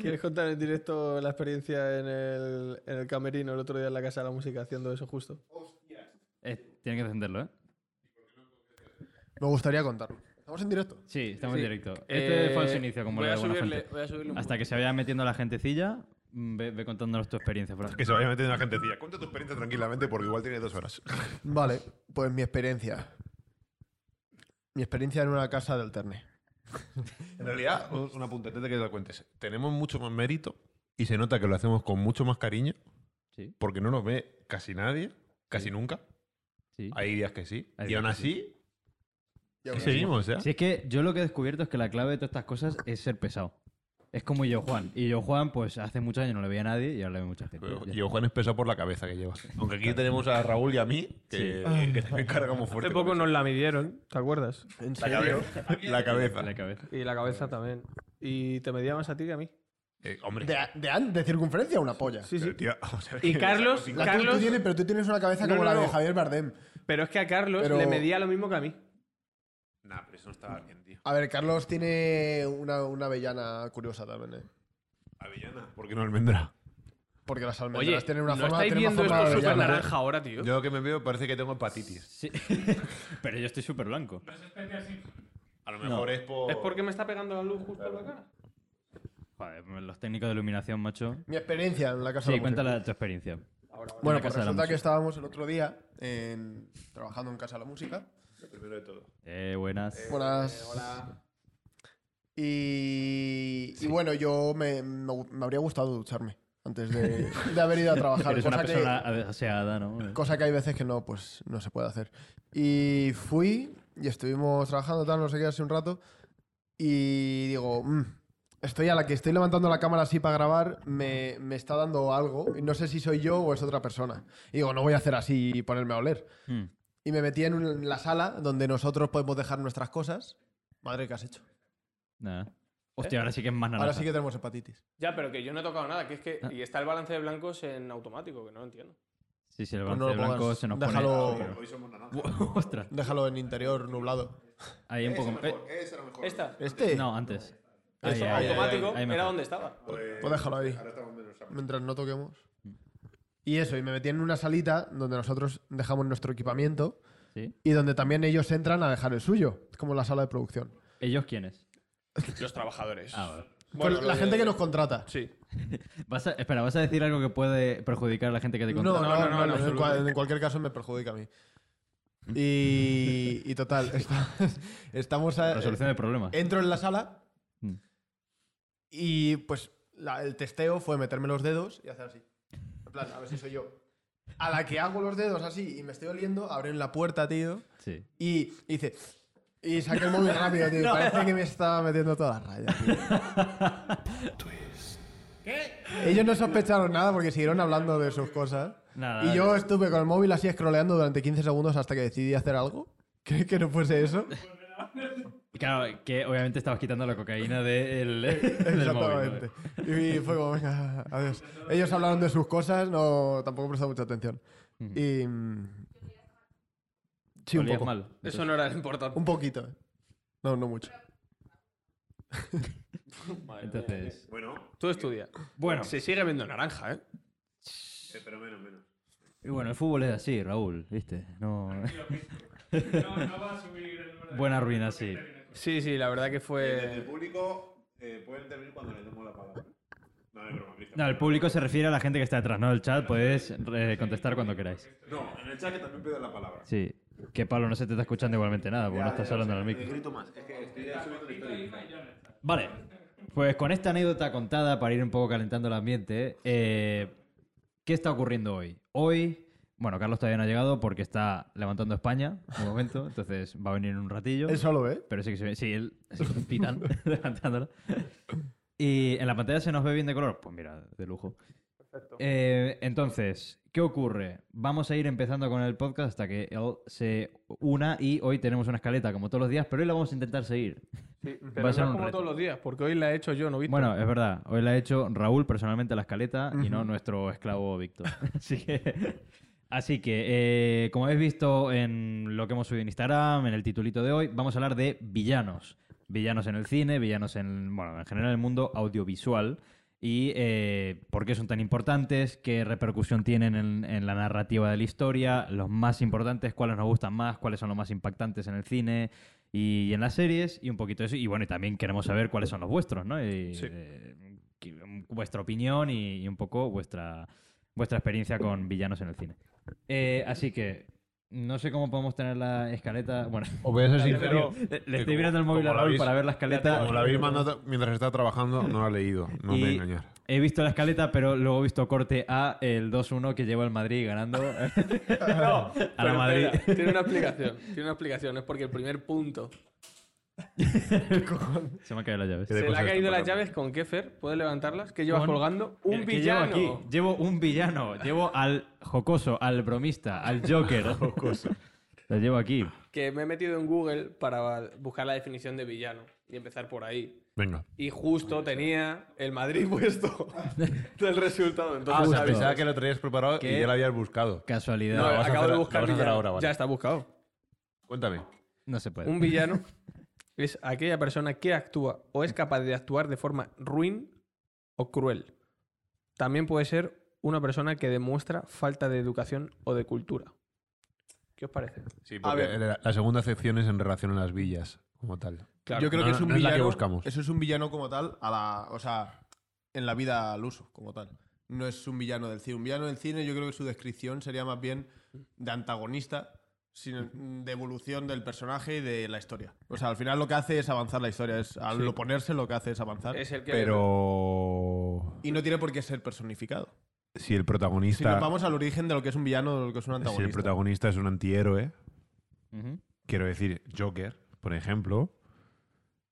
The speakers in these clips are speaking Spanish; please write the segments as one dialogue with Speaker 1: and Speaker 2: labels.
Speaker 1: ¿Quieres contar en directo la experiencia en el, en el camerino el otro día en la casa de la música haciendo eso justo?
Speaker 2: Eh, tiene que encenderlo, ¿eh?
Speaker 3: Me gustaría contarlo. Estamos en directo.
Speaker 2: Sí, estamos
Speaker 4: Sí.
Speaker 2: en directo. Este
Speaker 4: Eh,
Speaker 2: fue su inicio, como
Speaker 4: voy
Speaker 2: le
Speaker 4: a
Speaker 2: de buena
Speaker 4: subirle-
Speaker 2: gente.
Speaker 4: voy a subirle un
Speaker 2: Hasta que se vaya metiendo la gentecilla, mm, ve, ve contándonos tu experiencia, Fran.
Speaker 5: Que se vaya metiendo la gentecilla. Cuenta tu experiencia tranquilamente porque igual tiene dos horas.
Speaker 3: Vale, pues mi experiencia. Mi experiencia en una casa de alterne.
Speaker 5: En realidad, un apunte antes de que te lo cuentes. Tenemos mucho más mérito y se nota que lo hacemos con mucho más cariño
Speaker 2: Sí,
Speaker 5: porque no nos ve casi nadie, casi nunca.
Speaker 2: sí.
Speaker 5: Hay días que sí.
Speaker 2: Hay
Speaker 5: y
Speaker 2: días
Speaker 5: aún
Speaker 2: que
Speaker 5: así,
Speaker 3: Ya
Speaker 5: ahí
Speaker 3: verás.
Speaker 5: seguimos, ¿eh?
Speaker 2: Si es que yo lo que he descubierto es que la clave de todas estas cosas es ser pesado. Es como yo, Juan. Y yo, Juan, pues hace muchos años no le veía a nadie y ahora le ve mucha gente.
Speaker 5: Pero
Speaker 2: Ya
Speaker 5: Yo, Juan, es pesado por la cabeza que lleva. Aunque aquí tenemos a Raúl y a mí, que, que también cargamos fuerte.
Speaker 1: Hace poco
Speaker 5: con
Speaker 1: nos la midieron, ¿te acuerdas?
Speaker 3: ¿En
Speaker 5: La
Speaker 3: serio?
Speaker 5: cabeza. La cabeza.
Speaker 2: está. La cabeza.
Speaker 1: Y la cabeza también. Y te medía más a ti que a mí.
Speaker 5: Eh, hombre.
Speaker 3: ¿De, de, an- de circunferencia una polla?
Speaker 1: Sí, sí.
Speaker 5: Tío, vamos a ver.
Speaker 1: Y Carlos,
Speaker 3: La tú- tú
Speaker 1: Carlos,
Speaker 3: tienes- pero tú tienes una cabeza
Speaker 1: No,
Speaker 3: como
Speaker 1: no,
Speaker 3: la de
Speaker 1: no.
Speaker 3: Javier Bardem.
Speaker 1: pero es que a Carlos
Speaker 3: Pero-
Speaker 1: le medía lo mismo que a mí.
Speaker 5: Nah, pero eso no estaba bien, tío.
Speaker 3: A ver, Carlos tiene una, una avellana curiosa también, ¿eh?
Speaker 5: Avellana. ¿Por qué no almendra?
Speaker 3: Porque las almendras
Speaker 1: Oye,
Speaker 3: tienen una
Speaker 1: ¿no
Speaker 3: forma,
Speaker 1: estáis
Speaker 3: tienen una
Speaker 1: viendo
Speaker 3: forma
Speaker 1: esto
Speaker 3: de
Speaker 1: súper
Speaker 3: avellana.
Speaker 1: naranja ahora, tío?
Speaker 5: Yo que me veo parece que tengo hepatitis.
Speaker 2: Sí. Pero yo estoy súper blanco.
Speaker 5: A lo mejor es por...
Speaker 1: ¿Es porque me está pegando la luz justo en la cara?
Speaker 2: Joder, los técnicos de iluminación, macho.
Speaker 3: Mi experiencia en la casa de
Speaker 2: Sí,
Speaker 3: la música.
Speaker 2: cuéntala tu experiencia.
Speaker 3: Bueno,
Speaker 2: en la Casa de la
Speaker 3: pues resulta que
Speaker 2: Música.
Speaker 3: estábamos el otro día en- trabajando en Casa de la Música.
Speaker 5: Primero de todo.
Speaker 2: Eh, buenas.
Speaker 3: Buenas. Y, y bueno, yo me, me- me habría gustado ducharme antes de, de haber ido a trabajar.
Speaker 2: Eres una
Speaker 3: cosa que-
Speaker 2: persona ade- aseada, ¿no?
Speaker 3: Cosa que hay veces que no, pues no se puede hacer. Y fui y estuvimos trabajando tal, no sé qué, hace un rato. Y digo, "Mm, estoy a la que estoy levantando la cámara así para grabar, me, me está dando algo. Y no sé si soy yo o es otra persona. Y digo, no voy a hacer así y ponerme a oler.
Speaker 2: Hmm.
Speaker 3: Y me metí en, un- en la sala donde nosotros podemos dejar nuestras cosas. Madre, ¿qué has hecho?
Speaker 2: Nada. Hostia, ahora sí que es más naranja.
Speaker 3: ¿Eh? Ahora sí que tenemos hepatitis.
Speaker 1: Ya, pero que yo no he tocado nada, que es que...
Speaker 2: Ah.
Speaker 1: Y está el balance de blancos en automático, que no lo entiendo.
Speaker 2: Sí, sí, el balance
Speaker 3: Pues no lo
Speaker 2: de blanco
Speaker 3: pongas.
Speaker 2: se nos
Speaker 3: Déjalo-
Speaker 2: pone...
Speaker 5: Hoy somos naranjas.
Speaker 2: Pero- Ostras.
Speaker 3: Déjalo en interior nublado.
Speaker 2: Ahí un poco... eh,
Speaker 5: Ese era mejor.
Speaker 1: Esta,
Speaker 3: ¿Este?
Speaker 2: no, antes. Ahí,
Speaker 1: eso,
Speaker 2: ahí, ahí,
Speaker 1: automático,
Speaker 2: ahí, ahí mejor.
Speaker 1: era donde estaba.
Speaker 3: Pues déjalo ahí.
Speaker 5: estamos menos
Speaker 3: mientras no toquemos. Y eso, y me metí en una salita donde nosotros dejamos nuestro equipamiento
Speaker 2: ¿Sí?
Speaker 3: y donde también ellos entran a dejar el suyo, Es como la sala de producción.
Speaker 2: ¿Ellos quiénes?
Speaker 1: Los trabajadores.
Speaker 2: Ah, vale.
Speaker 1: Bueno,
Speaker 3: Pues la
Speaker 1: eh,
Speaker 3: gente que nos contrata.
Speaker 1: Sí.
Speaker 2: Vas a- espera, ¿vas a decir algo que puede perjudicar a la gente que te
Speaker 3: No,
Speaker 2: contrata?
Speaker 3: no, no,
Speaker 1: no, no,
Speaker 3: no, en,
Speaker 1: absolutamente.
Speaker 3: cual- en cualquier caso me perjudica a mí. Y, y total, esta- estamos a,
Speaker 2: Resolución de problemas.
Speaker 3: entro en la sala
Speaker 2: Mm.
Speaker 3: y pues la- el testeo fue meterme los dedos y hacer así. En plan, a ver si soy yo. A la que hago los dedos así y me estoy oliendo, abren la puerta, tío.
Speaker 2: Sí.
Speaker 3: Y dice. Y saqué el móvil rápido, tío. Parece que me estaba metiendo todas las rayas, tío. Ellos no sospecharon nada porque siguieron hablando de sus cosas.
Speaker 2: Nada,
Speaker 3: y
Speaker 2: dale.
Speaker 3: yo estuve con el móvil así scrolleando durante 15 segundos hasta que decidí hacer algo. ¿Crees que no fuese eso?
Speaker 2: Y Claro, que obviamente estabas quitando la cocaína del, del móvil.
Speaker 3: Exactamente.
Speaker 2: ¿no?
Speaker 3: Y fue como, venga, adiós. Ellos hablaron de sus cosas, no, tampoco prestó mucha atención. Y. mm, Sí, un
Speaker 2: Olías
Speaker 3: poco.
Speaker 2: mal.
Speaker 1: Eso no era lo importante.
Speaker 3: Un poquito. eh. No, no mucho.
Speaker 2: Entonces,
Speaker 5: Bueno, eh,
Speaker 1: Tú estudia.
Speaker 2: bueno.
Speaker 1: Se sigue viendo naranja, ¿eh?
Speaker 5: pero menos, menos.
Speaker 2: Y bueno, el fútbol es así, Raúl, ¿viste? No. Buena ruina, sí.
Speaker 1: Sí, sí, la verdad que
Speaker 2: Eh.
Speaker 1: fue...
Speaker 5: Eh, público puede intervenir cuando le demos la palabra. No, es broma,
Speaker 2: No, el público se refiere a la gente que está detrás, ¿no? El chat, podéis eh, contestar cuando queráis.
Speaker 5: No, en el chat que también pido la palabra.
Speaker 2: Sí. Que Pablo no se te está escuchando igualmente nada, porque no estás hablando en el micro.
Speaker 5: grito más. Es que estoy ya subiendo el historia.
Speaker 2: Vale. Pues con esta anécdota contada, para ir un poco calentando el ambiente, eh, ¿qué está ocurriendo hoy? Hoy, bueno, Carlos todavía no ha llegado porque está levantando España, un momento, entonces va a venir en un ratillo.
Speaker 3: Él solo, ¿eh?
Speaker 2: Pero sí que se ve. Sí, él es un titán levantándola. Y en la pantalla se nos ve bien de color. Pues mira, de lujo. Eh, entonces, ¿qué ocurre? Vamos a ir empezando con el podcast hasta que él se una y hoy tenemos una escaleta como todos los días, pero hoy la vamos a intentar seguir.
Speaker 1: Sí,
Speaker 2: Va
Speaker 1: pero no
Speaker 2: a
Speaker 1: es
Speaker 2: ser un
Speaker 1: como
Speaker 2: reto.
Speaker 1: todos los días, porque hoy la he hecho yo, ¿no, Víctor?
Speaker 2: Bueno, es verdad, hoy la ha hecho Raúl personalmente la escaleta y no nuestro esclavo Víctor. así que, así que eh, como habéis visto en lo que hemos subido en Instagram, en el titulito de hoy, vamos a hablar de villanos. Villanos en el cine, villanos en, bueno, en general en el mundo audiovisual. y eh, por qué son tan importantes, qué repercusión tienen en, en la narrativa de la historia, los más importantes, cuáles nos gustan más, cuáles son los más impactantes en el cine y, en las series, y un poquito de eso. Y bueno, y también queremos saber cuáles son los vuestros, ¿no? Y,
Speaker 5: Sí.
Speaker 2: eh, que- vuestra opinión y, y un poco vuestra, vuestra experiencia con villanos en el cine. Eh, así que no sé cómo podemos tener la escaleta. Bueno,
Speaker 5: Os voy a ser
Speaker 2: le
Speaker 5: sincero. que
Speaker 2: le estoy
Speaker 5: como-
Speaker 2: mirando el móvil
Speaker 5: como
Speaker 2: a
Speaker 5: la
Speaker 2: Raúl
Speaker 5: habéis-
Speaker 2: para ver la escaleta.
Speaker 5: Como la habéis mandado mientras estaba trabajando, no la he leído. No
Speaker 2: Y-
Speaker 5: me voy a engañar.
Speaker 2: He visto la escaleta, pero luego he visto corte a el 2-1 que lleva el Madrid ganando a la
Speaker 1: Pero
Speaker 2: Madrid.
Speaker 1: espera, tiene una explicación. Tiene una explicación. Es porque el primer punto.
Speaker 2: Se me han caído las llaves.
Speaker 5: ¿Qué de
Speaker 1: Se le ha
Speaker 5: cosas
Speaker 1: caído
Speaker 5: están
Speaker 1: las
Speaker 5: pasando?
Speaker 1: llaves con Kefer. ¿Puedes levantarlas? ¿Qué llevas
Speaker 2: Con-
Speaker 1: colgando? Un
Speaker 2: ¿Qué llevo
Speaker 1: villano.
Speaker 2: aquí? Llevo un villano. Llevo al jocoso, al bromista, al Joker. Lo llevo aquí.
Speaker 1: Que me he metido en Google para buscar la definición de villano y empezar por ahí.
Speaker 5: Venga.
Speaker 1: Y justo tenía el Madrid puesto del resultado.
Speaker 2: Ah,
Speaker 1: Entonces,
Speaker 5: o sea,
Speaker 1: sabía-
Speaker 5: pensaba que lo traías preparado
Speaker 2: ¿Qué?
Speaker 5: y ya lo habías buscado.
Speaker 2: Casualidad.
Speaker 1: No,
Speaker 5: Ah, lo vas a
Speaker 1: acabo
Speaker 5: hacer-
Speaker 1: de
Speaker 5: lo
Speaker 1: buscar
Speaker 5: vas a hacer
Speaker 1: villano.
Speaker 5: ahora, vale.
Speaker 1: Ya está buscado.
Speaker 5: Cuéntame.
Speaker 2: No se puede.
Speaker 1: Un villano es aquella persona que actúa o es capaz de actuar de forma ruin o cruel. También puede ser una persona que demuestra falta de educación o de cultura. ¿Qué os parece?
Speaker 5: Sí, porque
Speaker 3: ver.
Speaker 5: la, la segunda sección es en relación a las villas, como tal.
Speaker 1: Claro.
Speaker 3: Yo creo
Speaker 5: no,
Speaker 3: que
Speaker 5: no,
Speaker 3: es un
Speaker 5: no es la que
Speaker 3: villano.
Speaker 5: buscamos.
Speaker 3: Eso es un villano como tal, a la, o sea, en la vida al uso, como tal. No es un villano del cine. Un villano del cine, yo creo que su descripción sería más bien de antagonista, sino de evolución del personaje y de la historia. O sea, al final lo que hace es avanzar la historia. Es, al
Speaker 1: Sí.
Speaker 3: oponerse, lo que hace es avanzar.
Speaker 1: Es el que
Speaker 5: Pero.
Speaker 3: Y no tiene por qué ser personificado.
Speaker 5: Si el
Speaker 3: Si
Speaker 5: protagonista.
Speaker 3: nos vamos al origen de lo que es un villano, de lo que es un
Speaker 5: si el
Speaker 3: antagonista.
Speaker 5: protagonista es un antihéroe,
Speaker 2: Ujú.
Speaker 5: quiero decir, Joker, por ejemplo,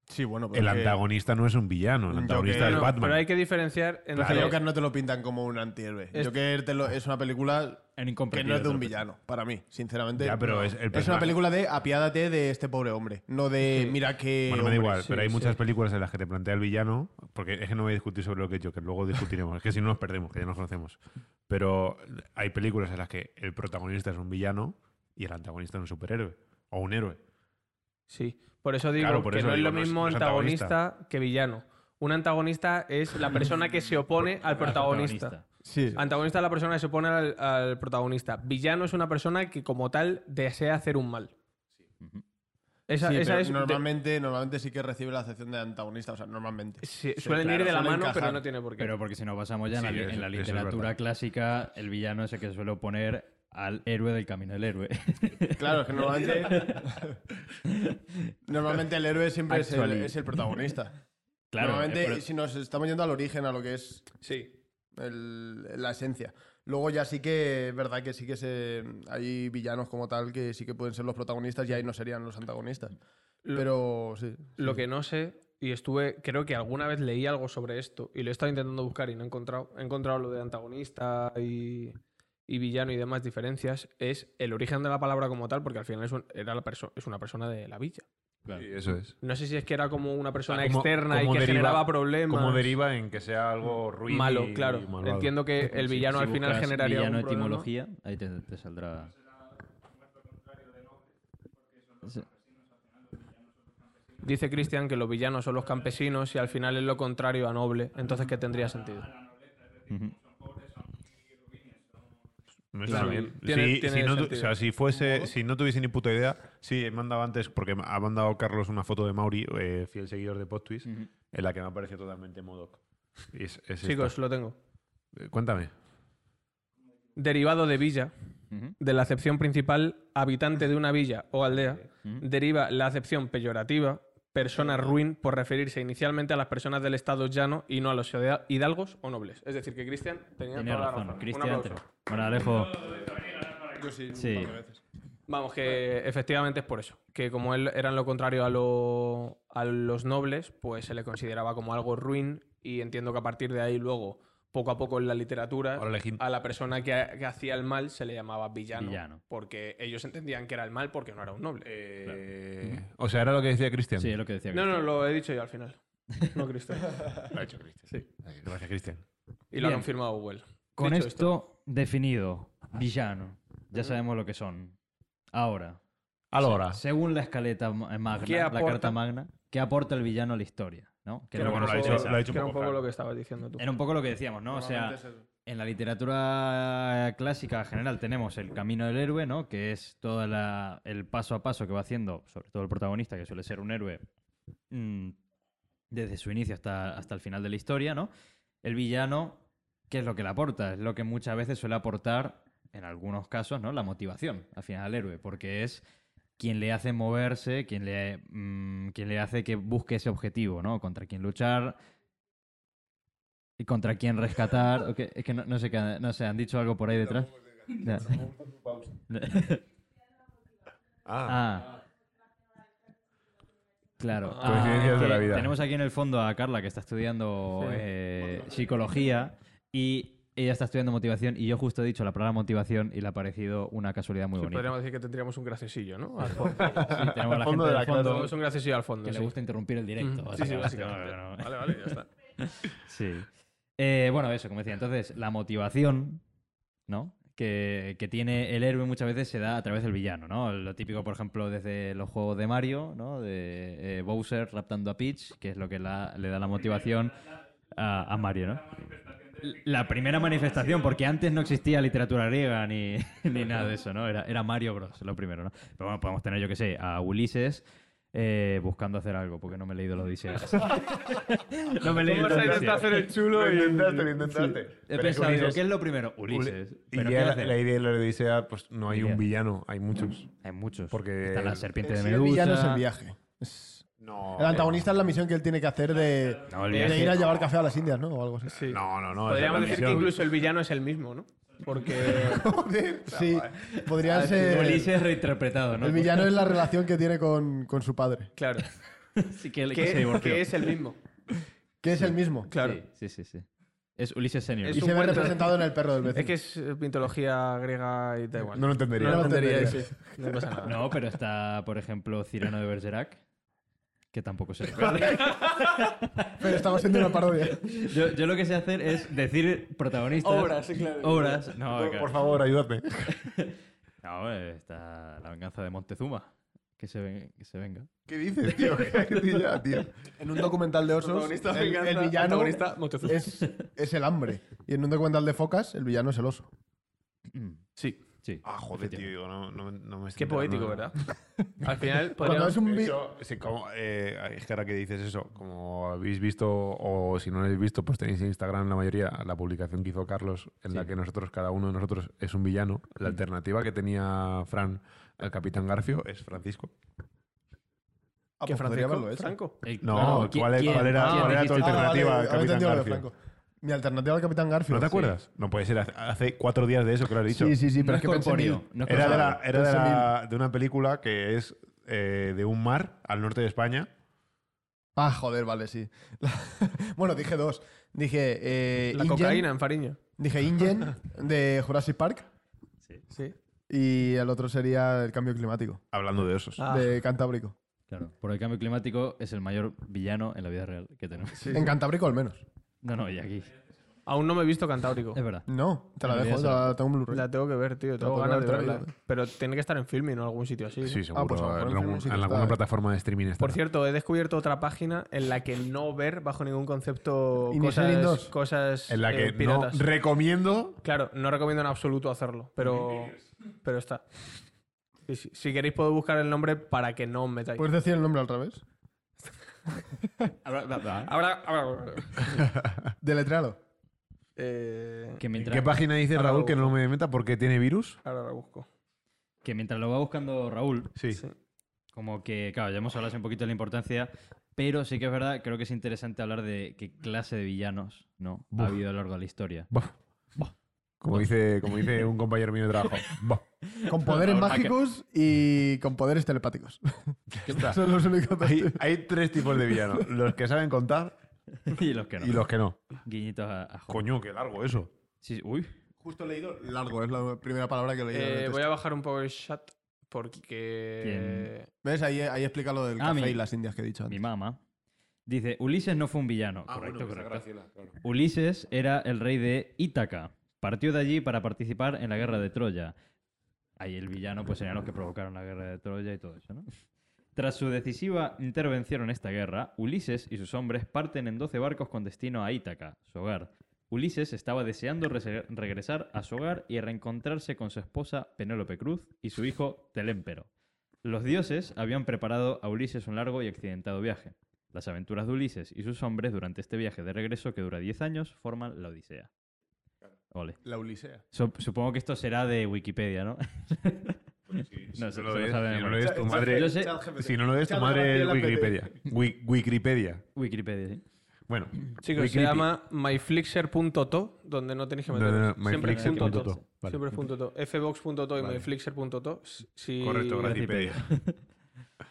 Speaker 3: sí, bueno, pero
Speaker 5: el
Speaker 3: es que-
Speaker 5: antagonista no es un villano, el
Speaker 3: Joker-
Speaker 5: antagonista
Speaker 1: Pero
Speaker 5: es
Speaker 1: no,
Speaker 5: Batman.
Speaker 1: pero hay que diferenciar entre
Speaker 3: Pero Joker no te lo pintan como un antihéroe.
Speaker 1: Es-
Speaker 3: Joker te lo- es una película
Speaker 2: En
Speaker 3: que
Speaker 2: incomprendido.
Speaker 3: no es de un villano, para mí, sinceramente.
Speaker 5: Ya, pero
Speaker 3: no.
Speaker 5: es el
Speaker 3: una
Speaker 5: personaje.
Speaker 3: película de apiádate de este pobre hombre, no de mira que.
Speaker 5: Bueno, me da igual, pero hay
Speaker 3: muchas
Speaker 5: muchas películas en las que te plantea el villano, porque es que no voy a discutir sobre lo que es Joker, luego discutiremos, es que si no nos perdemos, que ya nos conocemos. Pero hay películas en las que el protagonista es un villano y el antagonista es un superhéroe o un héroe.
Speaker 1: Sí, por eso digo
Speaker 5: Claro, por
Speaker 1: que
Speaker 5: eso
Speaker 1: no
Speaker 5: digo,
Speaker 1: es lo
Speaker 5: no es-
Speaker 1: mismo
Speaker 5: no es
Speaker 1: antagonista,
Speaker 5: antagonista.
Speaker 1: que villano. Un antagonista es la persona que se opone al protagonista.
Speaker 3: Sí.
Speaker 1: Antagonista es la persona que se opone al, al protagonista. Villano es una persona que como tal desea hacer un mal.
Speaker 2: Ujú.
Speaker 1: Esa,
Speaker 3: Sí,
Speaker 1: esa
Speaker 3: pero
Speaker 1: es de-
Speaker 3: normalmente, normalmente sí que recibe la acepción de antagonista, o sea, normalmente.
Speaker 1: sí, suelen
Speaker 3: claro,
Speaker 1: ir de la
Speaker 3: suelen
Speaker 1: mano, pero
Speaker 3: encajar.
Speaker 1: no tiene por qué.
Speaker 2: Pero porque si nos basamos ya en,
Speaker 5: Sí,
Speaker 2: la,
Speaker 5: eso-
Speaker 2: en la
Speaker 5: eso es
Speaker 2: literatura
Speaker 5: verdad.
Speaker 2: clásica, el villano es el que se suele oponer al héroe del camino del héroe.
Speaker 3: Claro, es que normalmente. normalmente el héroe siempre es el,
Speaker 2: Actually.
Speaker 3: es el protagonista.
Speaker 2: claro.
Speaker 3: normalmente,
Speaker 2: eh, pero-
Speaker 3: si nos estamos yendo al origen, a lo que es
Speaker 1: Sí.
Speaker 3: el- la esencia. Luego ya sí que es verdad que sí que se, hay villanos como tal que sí que pueden ser los protagonistas y ahí no serían los antagonistas.
Speaker 1: Lo-
Speaker 3: Pero sí.
Speaker 1: Lo que no sé, y estuve, creo que alguna vez leí algo sobre esto, y lo he estado intentando buscar y no he encontrado, he encontrado lo de antagonista y, y villano y demás diferencias, es el origen de la palabra como tal, porque al final es, un- era la perso- es una persona de la villa.
Speaker 2: claro.
Speaker 5: eso es.
Speaker 1: No sé si es que era como una persona
Speaker 5: Ah, ¿cómo-
Speaker 1: externa
Speaker 5: cómo
Speaker 1: y que
Speaker 5: deriva-
Speaker 1: generaba problemas.
Speaker 5: ¿Cómo deriva en que sea algo ruin
Speaker 1: Malo,
Speaker 5: y-
Speaker 1: claro.
Speaker 5: y malvado?
Speaker 1: Entiendo que el
Speaker 2: Si-
Speaker 1: villano
Speaker 2: si
Speaker 1: al final
Speaker 2: buscas
Speaker 1: generaría
Speaker 2: villano
Speaker 1: algún problema.
Speaker 2: etimología, ahí te, te saldrá. Sí.
Speaker 1: Dice Cristian que los villanos son los campesinos y al final es lo contrario a noble. Entonces, ¿qué tendría sentido?
Speaker 2: Ujú.
Speaker 5: No
Speaker 1: Claro.
Speaker 5: está bien.
Speaker 1: Tiene-
Speaker 5: si,
Speaker 1: tiene
Speaker 5: si no, tu-
Speaker 1: sentido.
Speaker 5: o sea, si fuese, si no tuviese ni puta idea, sí, he mandado antes, porque me ha mandado Carlos una foto de Mauri, eh, fiel seguidor de PodTwist,
Speaker 2: Ujú.
Speaker 5: en la que me aparece totalmente Modoc. Y es- es
Speaker 1: Chicos,
Speaker 5: esta.
Speaker 1: lo tengo.
Speaker 5: Eh, Cuéntame.
Speaker 1: Derivado de villa,
Speaker 2: Ujú.
Speaker 1: de la acepción principal, habitante de una villa o aldea,
Speaker 2: Ujú.
Speaker 1: deriva la acepción peyorativa, persona ruin, por referirse inicialmente a las personas del estado llano y no a los hidal- hidalgos o nobles. Es decir, que Cristian tenía,
Speaker 2: Tenía razón.
Speaker 1: toda la razón. Un
Speaker 2: Cristian.
Speaker 1: aplauso.
Speaker 2: te- Bueno, Alejo.
Speaker 3: Yo sí, un
Speaker 2: Sí.
Speaker 3: par de veces.
Speaker 1: Vamos, que efectivamente es por eso. Que como él eran lo contrario a, lo- a los nobles, pues se le consideraba como algo ruin. Y entiendo que a partir de ahí, luego, poco a poco en la literatura,
Speaker 5: Ahora elegí-
Speaker 1: a la persona que, ha- que hacía el mal se le llamaba villano,
Speaker 2: Villano.
Speaker 1: Porque ellos entendían que era el mal porque no era un noble.
Speaker 5: Eh, O sea, era lo que decía Cristian.
Speaker 2: Sí, es lo que decía.
Speaker 1: No, no,
Speaker 2: Cristian.
Speaker 1: lo he dicho yo al final. No, Cristo.
Speaker 5: Lo ha hecho Cristian. Ay, Gracias, Cristian.
Speaker 1: Y lo ha
Speaker 2: Bien.
Speaker 1: confirmado Google.
Speaker 2: Con
Speaker 1: Dicho
Speaker 2: esto, definido, villano. Ya sabemos lo que son. Ahora,
Speaker 5: Ahora,
Speaker 2: según la escaleta ma- eh, magna,
Speaker 1: ¿Qué
Speaker 2: la
Speaker 1: aporta?
Speaker 2: carta magna, ¿qué aporta el villano a la historia? ¿no?
Speaker 1: Que
Speaker 2: era
Speaker 1: era
Speaker 2: un
Speaker 5: bueno,
Speaker 1: un
Speaker 5: lo ha
Speaker 1: poco-
Speaker 5: dicho- lo ha dicho un
Speaker 1: que era un
Speaker 5: poco
Speaker 1: poco
Speaker 5: Fran.
Speaker 1: lo que estabas diciendo tú.
Speaker 2: Era un poco lo que decíamos, ¿no? O sea,
Speaker 3: Normalmente es eso.
Speaker 2: en la literatura clásica general tenemos el camino del héroe, ¿no? Que es todo el paso a paso que va haciendo, sobre todo el protagonista, que suele ser un héroe mm, desde su inicio hasta, hasta el final de la historia, ¿no? El villano, ¿qué es lo que le aporta? Es lo que muchas veces suele aportar, en algunos casos, ¿no? La motivación al final al héroe, porque es quien le hace moverse, quien le, mm, quien le hace que busque ese objetivo, ¿no? Contra quien luchar y contra quien rescatar. o que- es que no, no sé qué, han- no sé, han dicho algo por ahí detrás. Ya.
Speaker 5: Ah,
Speaker 2: Ah. Claro.
Speaker 1: Ah, Coincidencias
Speaker 5: de la
Speaker 2: que
Speaker 5: vida.
Speaker 2: Tenemos aquí en el fondo a Carla que está estudiando
Speaker 1: Sí.
Speaker 2: eh, psicología y ella está estudiando motivación y yo justo he dicho la palabra motivación y le ha parecido una casualidad muy
Speaker 1: Sí,
Speaker 2: bonita.
Speaker 1: podríamos decir que tendríamos un graciosillo, ¿no? Al fondo.
Speaker 2: Sí, tenemos a la
Speaker 3: Al fondo
Speaker 2: gente
Speaker 3: de
Speaker 2: del
Speaker 3: la
Speaker 2: fondo
Speaker 1: Tenemos un graciosillo al fondo.
Speaker 2: que le
Speaker 1: sí.
Speaker 2: gusta interrumpir el directo.
Speaker 1: Mm, Sí, sí,
Speaker 2: básicamente. No,
Speaker 1: básicamente.
Speaker 2: no, no.
Speaker 1: Vale, vale, ya está.
Speaker 2: Sí. Eh, bueno, eso, como decía, entonces, la motivación, ¿no? Que, que tiene el héroe muchas veces se da a través del villano, ¿no? Lo típico, por ejemplo, desde los juegos de Mario, ¿no? De eh, Bowser raptando a Peach, que es lo que la- le da la motivación a, a Mario, ¿no? La primera manifestación, porque antes no existía literatura griega ni, ni nada de eso, ¿no? Era, era Mario Bros, lo primero, ¿no? Pero bueno, podemos tener, yo qué sé, a Ulises eh, buscando hacer algo, porque no me he leído los Odiseas. no me he leído los
Speaker 1: Vamos a intentar
Speaker 2: Odiseas.
Speaker 1: hacer el chulo
Speaker 4: Lo
Speaker 1: y...
Speaker 4: intentaste, lo intentaste.
Speaker 2: He
Speaker 5: Pero es que
Speaker 2: pensado, digo,
Speaker 5: Ulises-
Speaker 2: ¿qué es lo primero?
Speaker 5: Uli-
Speaker 2: Ulises.
Speaker 5: Y
Speaker 2: ¿Pero qué
Speaker 5: ya la,
Speaker 2: hace?
Speaker 5: la idea de la Odisea, pues no hay
Speaker 2: Idea.
Speaker 5: un villano, hay muchos.
Speaker 2: Hay muchos.
Speaker 5: Porque-
Speaker 2: Está la serpiente
Speaker 3: En
Speaker 2: de
Speaker 3: sí, el villano es el
Speaker 2: Medusa.
Speaker 3: viaje. Es-
Speaker 5: No.
Speaker 3: El antagonista es la misión que él tiene que hacer de,
Speaker 2: No, el
Speaker 3: de
Speaker 2: viaje.
Speaker 3: ir a llevar café a las Indias, ¿no? O algo así.
Speaker 1: Sí.
Speaker 5: No, no, no. esa es la
Speaker 1: Podríamos decir que
Speaker 5: misión.
Speaker 1: incluso el villano es el mismo, ¿no? Porque...
Speaker 3: Sí, podría ser...
Speaker 2: Ulises reinterpretado, ¿no?
Speaker 3: El villano es la relación que tiene con, con su padre,
Speaker 1: Claro.
Speaker 2: Sí, que, que se
Speaker 1: Que,
Speaker 2: divorció.
Speaker 1: que es el mismo.
Speaker 3: que es el mismo.
Speaker 1: Claro.
Speaker 2: Sí, sí, sí. sí. Es Ulises Senior.
Speaker 1: Es
Speaker 3: Y
Speaker 1: un
Speaker 3: se ve
Speaker 1: buen-
Speaker 3: representado en el perro del vecino.
Speaker 1: Es que es eh, mitología griega y da igual.
Speaker 5: No lo entendería.
Speaker 1: No lo
Speaker 3: No lo
Speaker 1: entendería,
Speaker 3: entendería.
Speaker 1: sí. No pasa nada.
Speaker 2: No, pero está, por ejemplo, Cirano de Bergerac, que tampoco se recuerda.
Speaker 3: Pero estamos haciendo una parodia.
Speaker 2: yo, yo lo que sé hacer es decir protagonistas.
Speaker 1: Obras, sí, claro.
Speaker 2: Obras. No,
Speaker 5: Por-
Speaker 2: claro.
Speaker 5: Por favor, ayúdame.
Speaker 2: No, eh, está la venganza de Montezuma. Que se, ven- que se venga.
Speaker 5: ¿Qué dices, tío? ¿Qué ya, tío?
Speaker 3: En un documental de osos, el,
Speaker 1: Protagonista venganza,
Speaker 3: el villano
Speaker 1: antagonista Moctezuma.
Speaker 3: es, es el hambre. Y en un documental de focas, el villano es el oso.
Speaker 1: Sí.
Speaker 2: Sí.
Speaker 5: Ah, joder, tío.
Speaker 2: efectivamente.
Speaker 5: digo, No, no, me- no me estoy
Speaker 1: Qué poético,
Speaker 5: enterando.
Speaker 1: ¿verdad? Al final
Speaker 3: Cuando
Speaker 1: podríamos...
Speaker 3: es un
Speaker 5: De
Speaker 3: vi-
Speaker 5: hecho, sí, como, eh, es que ahora que dices eso, como habéis visto o si no lo habéis visto, pues tenéis en Instagram la mayoría la publicación que hizo Carlos en la
Speaker 2: Sí.
Speaker 5: que nosotros, cada uno de nosotros es un villano. La
Speaker 1: Mm.
Speaker 5: alternativa que tenía Fran al Capitán Garfio es Francisco.
Speaker 3: Ah,
Speaker 1: que
Speaker 3: pues podría
Speaker 1: Francisco-
Speaker 3: haberlo hecho.
Speaker 1: Franco.
Speaker 2: Eh,
Speaker 5: No,
Speaker 2: claro, ¿qui-
Speaker 5: ¿cuál, es-
Speaker 2: quién-
Speaker 5: cuál era,
Speaker 2: quién
Speaker 5: cuál era tu
Speaker 2: dijiste?
Speaker 3: Ah, vale,
Speaker 5: alternativa
Speaker 3: vale,
Speaker 5: al
Speaker 3: había
Speaker 5: Capitán
Speaker 3: entendido lo de
Speaker 5: Garfio?
Speaker 3: Franco. Mi alternativa al Capitán Garfio.
Speaker 5: ¿No te
Speaker 3: sí.
Speaker 5: acuerdas? No puede ser, hace- hace cuatro días de eso que lo has dicho.
Speaker 3: Sí, sí, sí,
Speaker 2: No
Speaker 3: pero es que
Speaker 2: es
Speaker 3: pensé en
Speaker 2: corpóreo,
Speaker 3: él.
Speaker 2: no es
Speaker 5: Era, de, la-
Speaker 2: corpóreo.
Speaker 5: era de,
Speaker 3: Pensé en
Speaker 5: la- de una película que es eh, de un mar al norte de España.
Speaker 3: Ah, joder, vale, sí. bueno, dije dos. Dije. Eh,
Speaker 1: La
Speaker 3: Ingen-
Speaker 1: cocaína en Fariño.
Speaker 3: Dije Ingen de Jurassic Park.
Speaker 1: Sí.
Speaker 3: Y el otro sería el cambio climático
Speaker 5: Hablando de osos.
Speaker 1: Ah.
Speaker 3: de Cantábrico.
Speaker 2: Claro, por el cambio climático es el mayor villano en la vida real que tenemos.
Speaker 3: En Cantábrico, al menos.
Speaker 2: No, no, y aquí.
Speaker 1: Aún no me he visto Cantábrico.
Speaker 2: Es verdad.
Speaker 3: No, te la
Speaker 2: Debería
Speaker 3: dejo, te
Speaker 2: ser.
Speaker 3: la tengo en Blu-ray.
Speaker 1: La tengo que ver, tío. Tengo
Speaker 3: Tampoco
Speaker 1: ganas de
Speaker 3: la he
Speaker 1: verla.
Speaker 3: traído.
Speaker 1: Pero tiene que estar en filming o algún sitio así.
Speaker 5: Sí,
Speaker 1: ¿no?
Speaker 5: seguro.
Speaker 3: Ah, pues a lo mejor
Speaker 5: en
Speaker 3: en
Speaker 5: algún-
Speaker 3: film sí que
Speaker 5: en alguna
Speaker 3: está.
Speaker 5: plataforma de streaming está.
Speaker 1: Por cierto, he descubierto otra página en la que no ver bajo ningún concepto
Speaker 3: Initialing
Speaker 1: cosas,
Speaker 3: 2.
Speaker 1: cosas
Speaker 5: En la que
Speaker 1: eh, piratas.
Speaker 5: no recomiendo.
Speaker 1: Claro, no recomiendo en absoluto hacerlo, pero, pero está. Sí, sí. Si, queréis puedo buscar el nombre para que no os metáis.
Speaker 3: ¿Puedes decir el nombre al revés?
Speaker 1: Ahora, ahora-
Speaker 3: Deletrealo.
Speaker 1: eh,
Speaker 2: Que
Speaker 5: ¿En
Speaker 2: mientras,
Speaker 5: qué página dice
Speaker 1: Ahora
Speaker 5: Raúl
Speaker 1: lo
Speaker 5: que no me meta porque tiene virus?
Speaker 1: ahora la busco.
Speaker 2: que mientras lo va buscando Raúl,
Speaker 5: Sí.
Speaker 1: Sí.
Speaker 2: como que, claro, ya hemos hablado hace un poquito de la importancia, pero sí que es verdad, creo que es interesante hablar de qué clase de villanos no ha
Speaker 5: Buf.
Speaker 2: habido a lo largo de la historia.
Speaker 5: Buah. Como dice, como dice un compañero mío de trabajo. Buah.
Speaker 3: Con poderes
Speaker 2: Ahora,
Speaker 3: mágicos y con poderes telepáticos.
Speaker 5: Ya está.
Speaker 3: Son los únicos.
Speaker 5: Hay, hay tres tipos de villanos: los que saben contar
Speaker 2: y los que no.
Speaker 5: y los que no.
Speaker 2: Guiñitos a, a Jorge.
Speaker 5: Coño, qué largo eso.
Speaker 2: Sí, uy.
Speaker 3: Justo leído largo, es la primera palabra que leí. en el
Speaker 1: Eh,
Speaker 3: texto.
Speaker 1: voy a bajar un poco el chat porque...
Speaker 3: ¿Ves? Ahí, ahí explica lo del
Speaker 2: Ah,
Speaker 3: café
Speaker 2: mi-
Speaker 3: y las indias que he dicho
Speaker 2: Mi
Speaker 3: antes.
Speaker 2: mamá. Dice, Ulises no fue un villano.
Speaker 3: Ah, pues
Speaker 2: correcto, correcto. Ulises era el rey de Ítaca. Partió de allí para participar en la guerra de Troya. Ahí el villano, pues, eran los que provocaron la guerra de Troya y todo eso, ¿no? Tras su decisiva intervención en esta guerra, Ulises y sus hombres parten en 12 barcos con destino a Ítaca, su hogar. Ulises estaba deseando rese- regresar a su hogar y reencontrarse con su esposa Penélope Cruz y su hijo Telémpero. Los dioses habían preparado a Ulises un largo y accidentado viaje. Las aventuras de Ulises y sus hombres durante este viaje de regreso que dura 10 años forman la Odisea. Ole.
Speaker 3: La Ulisea.
Speaker 2: Sup- Supongo que esto será de Wikipedia, ¿no? No, se-
Speaker 5: si no lo
Speaker 2: se lo
Speaker 5: es,
Speaker 2: sabe de
Speaker 5: si no lo
Speaker 2: memoria.
Speaker 5: es tu madre,
Speaker 2: Yo sé-
Speaker 5: si no lo es, tu madre es Wikipedia. Wi- Wikipedia.
Speaker 2: Wikipedia, sí.
Speaker 5: Bueno,
Speaker 1: Chicos, se
Speaker 5: Wikipedia.
Speaker 1: llama myflixer.to, donde no tenéis que
Speaker 5: No,
Speaker 1: meter.
Speaker 5: no, no,
Speaker 1: Siempre es punto
Speaker 5: myflixer.to,
Speaker 1: to.
Speaker 5: vale.
Speaker 1: Siempre es punto to. Fbox.to y
Speaker 5: Vale.
Speaker 1: myflixer.to. Si...
Speaker 5: correcto, Wikipedia.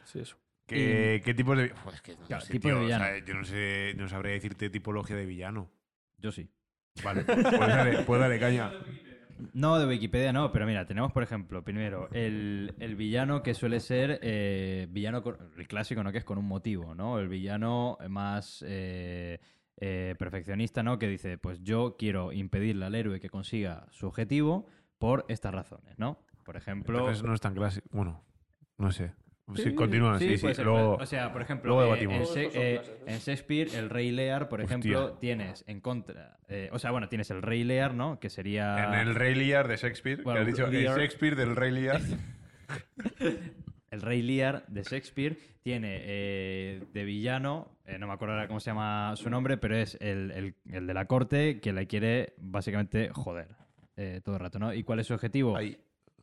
Speaker 1: Sí, eso.
Speaker 5: ¿Qué, ¿Qué tipos de.? Joder, es que no
Speaker 2: Claro,
Speaker 5: sé,
Speaker 2: tipo de
Speaker 5: tío, o sea,
Speaker 2: villano.
Speaker 5: yo no sé, no sabría decirte tipología de villano.
Speaker 2: Yo sí.
Speaker 5: Vale, pues dale, pues dale caña.
Speaker 2: No, de Wikipedia no, pero mira, tenemos por ejemplo, primero, el, el villano que suele ser eh, villano con- el clásico, ¿no? Que es con un motivo, ¿no? El villano más eh, eh, perfeccionista, ¿no? Que dice, pues yo quiero impedirle al héroe que consiga su objetivo por estas razones, ¿no? Por ejemplo...
Speaker 5: Entonces no es tan clásico. Bueno, no sé. Sí,
Speaker 2: Sí,
Speaker 5: continúa, sí, sí.
Speaker 2: puede ser.
Speaker 5: Luego,
Speaker 2: o sea, por ejemplo,
Speaker 5: luego
Speaker 2: eh,
Speaker 5: debatimos.
Speaker 2: en,
Speaker 1: Todos
Speaker 2: Shak-
Speaker 1: estos son
Speaker 2: eh,
Speaker 1: clases, ¿no?
Speaker 2: en Shakespeare, el rey Lear, por
Speaker 5: Hostia.
Speaker 2: ejemplo, tienes en contra... eh, o sea, bueno, tienes el rey Lear, ¿no? Que sería...
Speaker 5: En el Rey Lear de Shakespeare,
Speaker 2: Bueno,
Speaker 5: que has dicho el
Speaker 2: Lear-
Speaker 5: Shakespeare del Rey Lear.
Speaker 2: El Rey Lear de Shakespeare tiene eh, de villano, eh, no me acuerdo ahora cómo se llama su nombre, pero es el, el- el de la corte que la quiere básicamente joder eh, todo el rato, ¿no? ¿Y cuál es su objetivo?
Speaker 5: Ahí.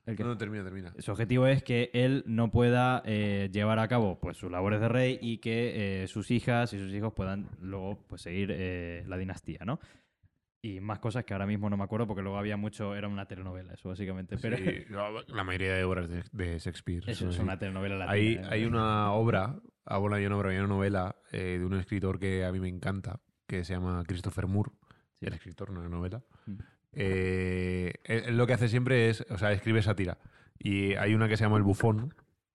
Speaker 2: El que-
Speaker 5: No, termina, termina.
Speaker 2: Su objetivo es que él no pueda eh, llevar a cabo pues, sus labores de rey y que eh, sus hijas y sus hijos puedan luego pues, seguir eh, la dinastía, ¿no? Y más cosas que ahora mismo no me acuerdo porque luego había mucho, era una telenovela eso básicamente, pero
Speaker 5: Sí, la- la mayoría de obras de, de Shakespeare.
Speaker 2: eso
Speaker 5: son
Speaker 2: es
Speaker 5: así.
Speaker 2: una telenovela latina.
Speaker 5: hay,
Speaker 2: ¿eh?
Speaker 5: hay una obra, ah, bueno, hay una obra, hay una novela eh, de un escritor que a mí me encanta, que se llama Christopher Moore,
Speaker 2: Sí.
Speaker 5: el escritor, no la novela.
Speaker 2: Mm.
Speaker 5: Eh, él- él lo que hace siempre es, o sea, escribe sátira. Y hay una que se llama El Bufón,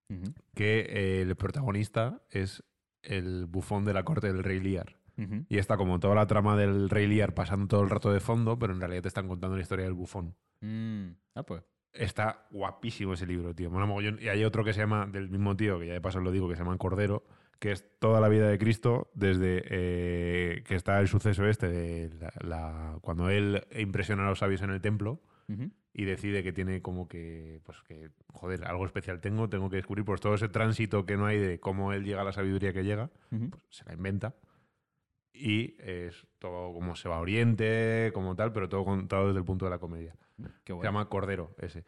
Speaker 2: Ujú,
Speaker 5: que eh, el protagonista es el bufón de la corte del rey Lear.
Speaker 2: ujú.
Speaker 5: Y está como toda la trama del Rey Lear pasando todo el rato de fondo, pero en realidad te están contando la historia del bufón.
Speaker 2: Mm, Ah, pues.
Speaker 5: Está guapísimo ese libro, tío. Mola mogollón. Y hay otro que se llama, del mismo tío, que ya de paso lo digo, que se llama Cordero, que es toda la vida de Cristo, desde eh, que está el suceso este, de la- la- cuando él impresiona a los sabios en el templo
Speaker 2: Ujú.
Speaker 5: y decide que tiene como que, pues que, joder, algo especial tengo, tengo que descubrir pues todo ese tránsito que no hay de cómo él llega a la sabiduría que llega
Speaker 2: Ujú.
Speaker 5: se la inventa. Y es todo como se va a Oriente, como tal, pero todo contado desde el punto de la comedia.
Speaker 2: Qué
Speaker 5: Se
Speaker 2: bueno.
Speaker 5: llama Cordero ese.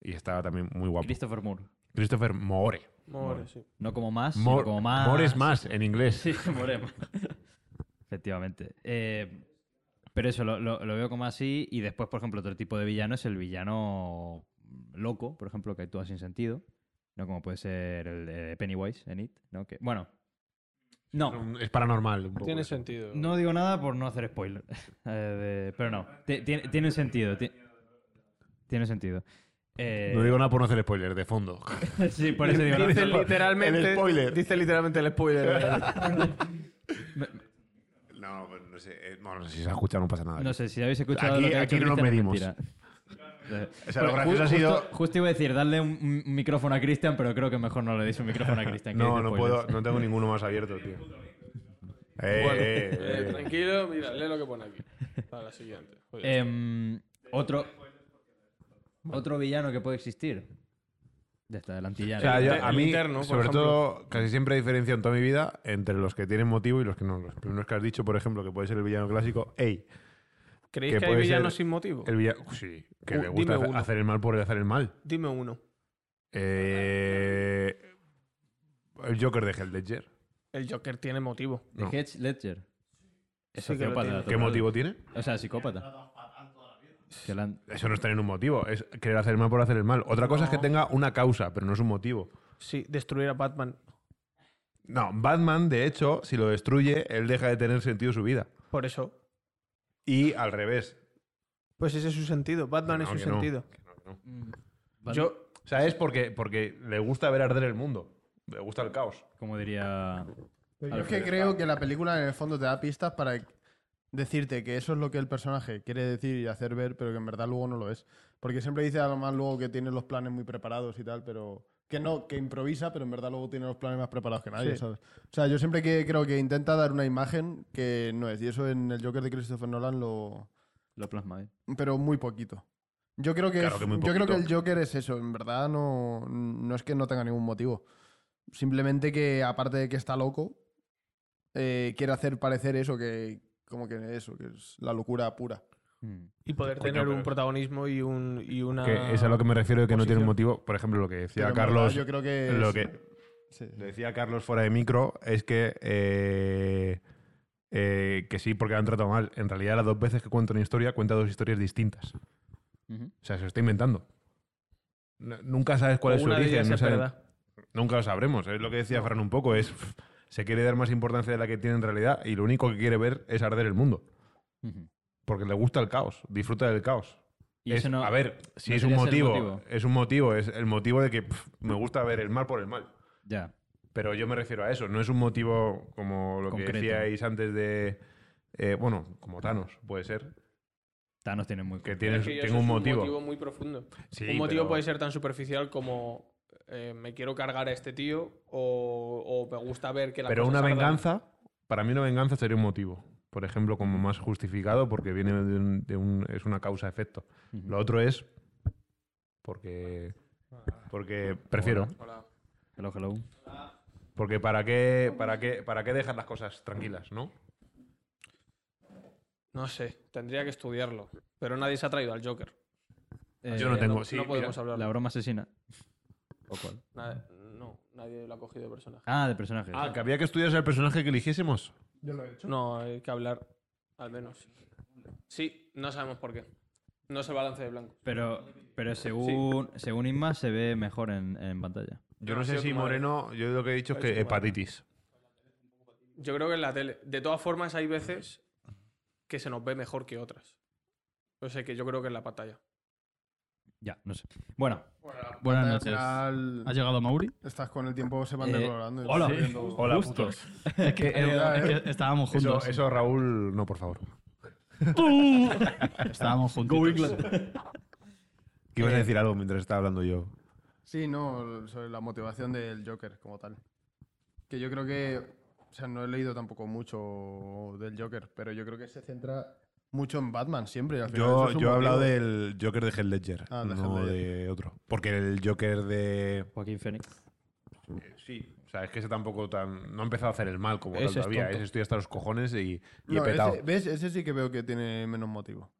Speaker 5: Y está también muy guapo.
Speaker 2: Christopher Moore.
Speaker 5: Christopher Moore.
Speaker 1: More, sí.
Speaker 2: No como más, sino
Speaker 5: Moore,
Speaker 2: como más.
Speaker 5: Moore es más en inglés.
Speaker 2: Sí, Moore es más. Efectivamente. Eh, pero eso lo, lo- lo veo como así. Y después, por ejemplo, otro tipo de villano es el villano loco, por ejemplo, que actúa sin sentido. ¿no? Como puede ser el de Pennywise en It. ¿no? Que, bueno. No.
Speaker 5: Es un- Es paranormal. un poco
Speaker 1: Tiene
Speaker 5: eso.
Speaker 1: sentido.
Speaker 2: No digo nada por no hacer spoiler. Eh, de- pero no. Ti- Tiene, tiene sentido. ti- Tiene sentido. Eh,
Speaker 5: No digo nada por no hacer spoiler, de fondo.
Speaker 2: sí, por eso digo. no,
Speaker 1: Dice
Speaker 2: solo-
Speaker 1: literalmente,
Speaker 5: el spoiler. Eh,
Speaker 1: dice literalmente el spoiler.
Speaker 5: No, pues no sé. eh, No, no sé si se ha escuchado, no pasa nada.
Speaker 2: no sé, si habéis escuchado
Speaker 5: Aquí-
Speaker 2: lo que ha
Speaker 5: aquí
Speaker 2: dicho
Speaker 5: no nos
Speaker 2: Cristian, es
Speaker 5: medimos.
Speaker 2: mentira.
Speaker 5: O sea, lo
Speaker 2: Ju-
Speaker 5: gracioso ha sido.
Speaker 2: justo, justo iba a decir, darle un, un micrófono a Cristian, pero creo que mejor no le deis un micrófono a Cristian. que
Speaker 5: No,
Speaker 2: dice
Speaker 5: no
Speaker 2: spoilers.
Speaker 5: puedo. No tengo ninguno más abierto, tío. Eh,
Speaker 1: Bueno,
Speaker 5: eh,
Speaker 1: eh,
Speaker 5: eh.
Speaker 1: tranquilo, mira, lee lo que pone aquí. Para la siguiente. Joder.
Speaker 2: Em, otro, otro villano que puede existir. Ya está, el
Speaker 5: O
Speaker 2: antillano.
Speaker 5: sea,
Speaker 1: El
Speaker 5: yo-
Speaker 1: inter-
Speaker 5: a
Speaker 1: el
Speaker 5: mí,
Speaker 1: interno, por
Speaker 5: sobre
Speaker 1: ejemplo.
Speaker 5: todo, casi siempre diferencio en toda mi vida entre los que tienen motivo y los que no. Los primeros que has dicho, por ejemplo, que puede ser el villano clásico, ey,
Speaker 1: ¿Creéis
Speaker 5: que
Speaker 1: que hay
Speaker 5: puede ser
Speaker 1: villanos sin motivo?
Speaker 5: el villano... Sí, que
Speaker 1: Uh,
Speaker 5: le gusta
Speaker 1: dime
Speaker 5: hacer,
Speaker 1: uno.
Speaker 5: hacer el mal por el hacer el mal.
Speaker 1: Dime uno.
Speaker 5: Eh, el Joker de Hell Ledger.
Speaker 1: El Joker tiene motivo.
Speaker 2: De
Speaker 5: no.
Speaker 2: Hedge Ledger. Es
Speaker 1: Sí que lo
Speaker 2: sociópata,
Speaker 1: tiene.
Speaker 5: ¿Qué
Speaker 2: total.
Speaker 5: motivo tiene?
Speaker 2: O sea, psicópata. Que la han-
Speaker 5: Eso no es tener un motivo, es querer hacer el mal por hacer el mal. Otra cosa es que
Speaker 1: No.
Speaker 5: tenga una causa, pero no es un motivo.
Speaker 1: Sí, destruir a Batman.
Speaker 5: No, Batman, de hecho, si lo destruye, él deja de tener sentido su vida.
Speaker 1: Por eso.
Speaker 5: Y al revés.
Speaker 1: Pues ese es su sentido. Batman
Speaker 5: Que
Speaker 1: es
Speaker 5: no,
Speaker 1: su
Speaker 5: que no,
Speaker 1: sentido.
Speaker 5: que no, que no.
Speaker 2: mm, Vale.
Speaker 1: Yo,
Speaker 5: O sea, es porque, porque le gusta ver arder el mundo. Le gusta el caos.
Speaker 2: como diría.
Speaker 3: Yo es
Speaker 2: Alfred.
Speaker 3: que creo que la película en el fondo te da pistas para decirte que eso es lo que el personaje quiere decir y hacer ver, pero que en verdad luego no lo es. Porque siempre dice además luego que tiene los planes muy preparados y tal, pero que no, que improvisa, pero en verdad luego tiene los planes más preparados que nadie,
Speaker 1: Sí.
Speaker 3: ¿sabes? O sea, yo siempre que creo que intenta dar una imagen que no es. Y eso en el Joker de Christopher Nolan lo.
Speaker 2: Lo plasma bien.
Speaker 3: Pero muy poquito. Yo creo que,
Speaker 5: Claro
Speaker 3: es-
Speaker 5: que muy
Speaker 3: yo creo que el
Speaker 5: poquito.
Speaker 3: Joker es eso. En verdad no, no es que no tenga ningún motivo. Simplemente que, aparte de que está loco, eh, quiere hacer parecer eso que. Como que eso, que es la locura pura.
Speaker 2: Mm.
Speaker 1: Y poder
Speaker 5: Coño,
Speaker 1: tener
Speaker 5: pero-
Speaker 1: un protagonismo y, un, y una.
Speaker 5: Que es a lo que me refiero de que no tiene un
Speaker 1: posición.
Speaker 5: motivo. Por ejemplo, lo que
Speaker 3: Pero
Speaker 5: decía
Speaker 3: en verdad
Speaker 5: Carlos.
Speaker 3: yo creo que.
Speaker 5: lo
Speaker 3: es-
Speaker 5: que-
Speaker 3: sí.
Speaker 5: Lo decía Carlos fuera de micro, es que. eh, eh, que sí, porque la han tratado mal. En realidad, las dos veces que cuento una historia, cuenta dos historias distintas. O
Speaker 2: Ujú.
Speaker 5: sea, se lo está inventando. No- nunca sabes cuál
Speaker 1: o
Speaker 5: es su
Speaker 1: una de
Speaker 5: origen.
Speaker 1: ellas
Speaker 5: no
Speaker 1: es
Speaker 5: sabes-
Speaker 1: verdad.
Speaker 5: nunca lo sabremos. Es lo que decía Fran un poco. Es, pff, se quiere dar más importancia de la que tiene en realidad y lo único que quiere ver es arder el mundo.
Speaker 2: Ujú.
Speaker 5: Porque le gusta el caos, disfruta del caos.
Speaker 2: Y
Speaker 5: Es-
Speaker 2: eso no-
Speaker 5: a ver, si
Speaker 2: no sería
Speaker 5: es un
Speaker 2: ser el
Speaker 5: motivo,
Speaker 2: motivo.
Speaker 5: es un motivo, es el motivo de que pff, me gusta ver el mal por el mal.
Speaker 2: Ya.
Speaker 5: Pero yo me refiero a eso, no es un motivo como lo
Speaker 2: Concreto.
Speaker 5: que decíais antes de, eh, bueno, como Thanos, puede ser,
Speaker 2: Thanos tiene muy.
Speaker 5: que
Speaker 1: Pero
Speaker 5: tienes,
Speaker 1: es que eso
Speaker 5: tengo un
Speaker 1: es
Speaker 5: motivo.
Speaker 1: Un motivo muy profundo.
Speaker 5: Sí,
Speaker 1: un motivo
Speaker 5: pero-
Speaker 1: puede ser tan superficial como eh, me quiero cargar a este tío o, o me gusta ver que la
Speaker 5: Pero una venganza, para mí una venganza sería un motivo. Por ejemplo, como más justificado porque viene de un, de un- es una causa-efecto.
Speaker 2: Ujú.
Speaker 5: Lo otro es porque, porque prefiero.
Speaker 2: Hello, hello.
Speaker 5: Ah, Porque para qué, para qué, para qué dejar las cosas tranquilas, ¿no?
Speaker 1: No sé, tendría que estudiarlo. Pero nadie se ha traído al Joker.
Speaker 2: Eh,
Speaker 5: Yo no tengo.
Speaker 1: no,
Speaker 5: sí,
Speaker 1: no podemos
Speaker 5: mira,
Speaker 1: hablar.
Speaker 2: La broma asesina. ¿O cuál?
Speaker 1: no, nadie lo ha cogido de personaje.
Speaker 2: Ah, de personajes.
Speaker 5: Ah, que había que estudiarse el personaje que eligiésemos.
Speaker 1: No, hay que hablar, al menos. Sí, no sabemos por qué. No es el balance de blanco.
Speaker 2: Pero, pero según, según Inma se ve mejor en, en pantalla.
Speaker 5: Yo
Speaker 1: No,
Speaker 5: no,
Speaker 1: ha
Speaker 5: sé
Speaker 1: sido
Speaker 5: si
Speaker 1: tu madre.
Speaker 5: Moreno, yo lo que he dicho es
Speaker 1: Ha
Speaker 5: que
Speaker 1: sido tu madre.
Speaker 5: hepatitis.
Speaker 1: Yo creo que en la tele. De todas formas, hay veces que se nos ve mejor que otras. O sea que yo creo que en la pantalla.
Speaker 2: Ya, no sé. Bueno,
Speaker 4: Buenas
Speaker 3: Al
Speaker 4: noches. ¿Ha
Speaker 3: final,
Speaker 4: llegado Mauri?
Speaker 3: estás con el tiempo se van
Speaker 2: Eh,
Speaker 3: decolorando. y
Speaker 2: hola.
Speaker 3: estás viendo-
Speaker 5: Hola,
Speaker 2: justos.
Speaker 4: Es que,
Speaker 3: Es verdad,
Speaker 4: es que estábamos
Speaker 5: ¿eh? Eso,
Speaker 4: juntos.
Speaker 5: eso, Raúl, no, por favor.
Speaker 4: Estábamos juntos.
Speaker 5: Que
Speaker 3: Eh,
Speaker 5: ibas a decir algo mientras estaba hablando yo.
Speaker 3: Sí, no, sobre la motivación del Joker como tal. Que yo creo que, o sea, no he leído tampoco mucho del Joker, pero yo creo que se centra mucho en Batman siempre. y al final eso
Speaker 5: Yo,
Speaker 3: es un
Speaker 5: yo he hablado
Speaker 3: motivo.
Speaker 5: del Joker de Heath Ledger,
Speaker 3: Ah, de
Speaker 5: no
Speaker 3: Heath
Speaker 5: de otro. Porque el Joker de...
Speaker 2: Joaquín Fénix.
Speaker 5: Sí, o sea, es que ese tampoco tan... No ha empezado a hacer el mal como
Speaker 1: Ese
Speaker 5: tal
Speaker 1: es
Speaker 5: todavía.
Speaker 1: tonto.
Speaker 5: Ese estoy hasta los cojones y, y he
Speaker 3: No,
Speaker 5: petado.
Speaker 3: ese, ¿Ves? Ese sí que veo que tiene menos motivo.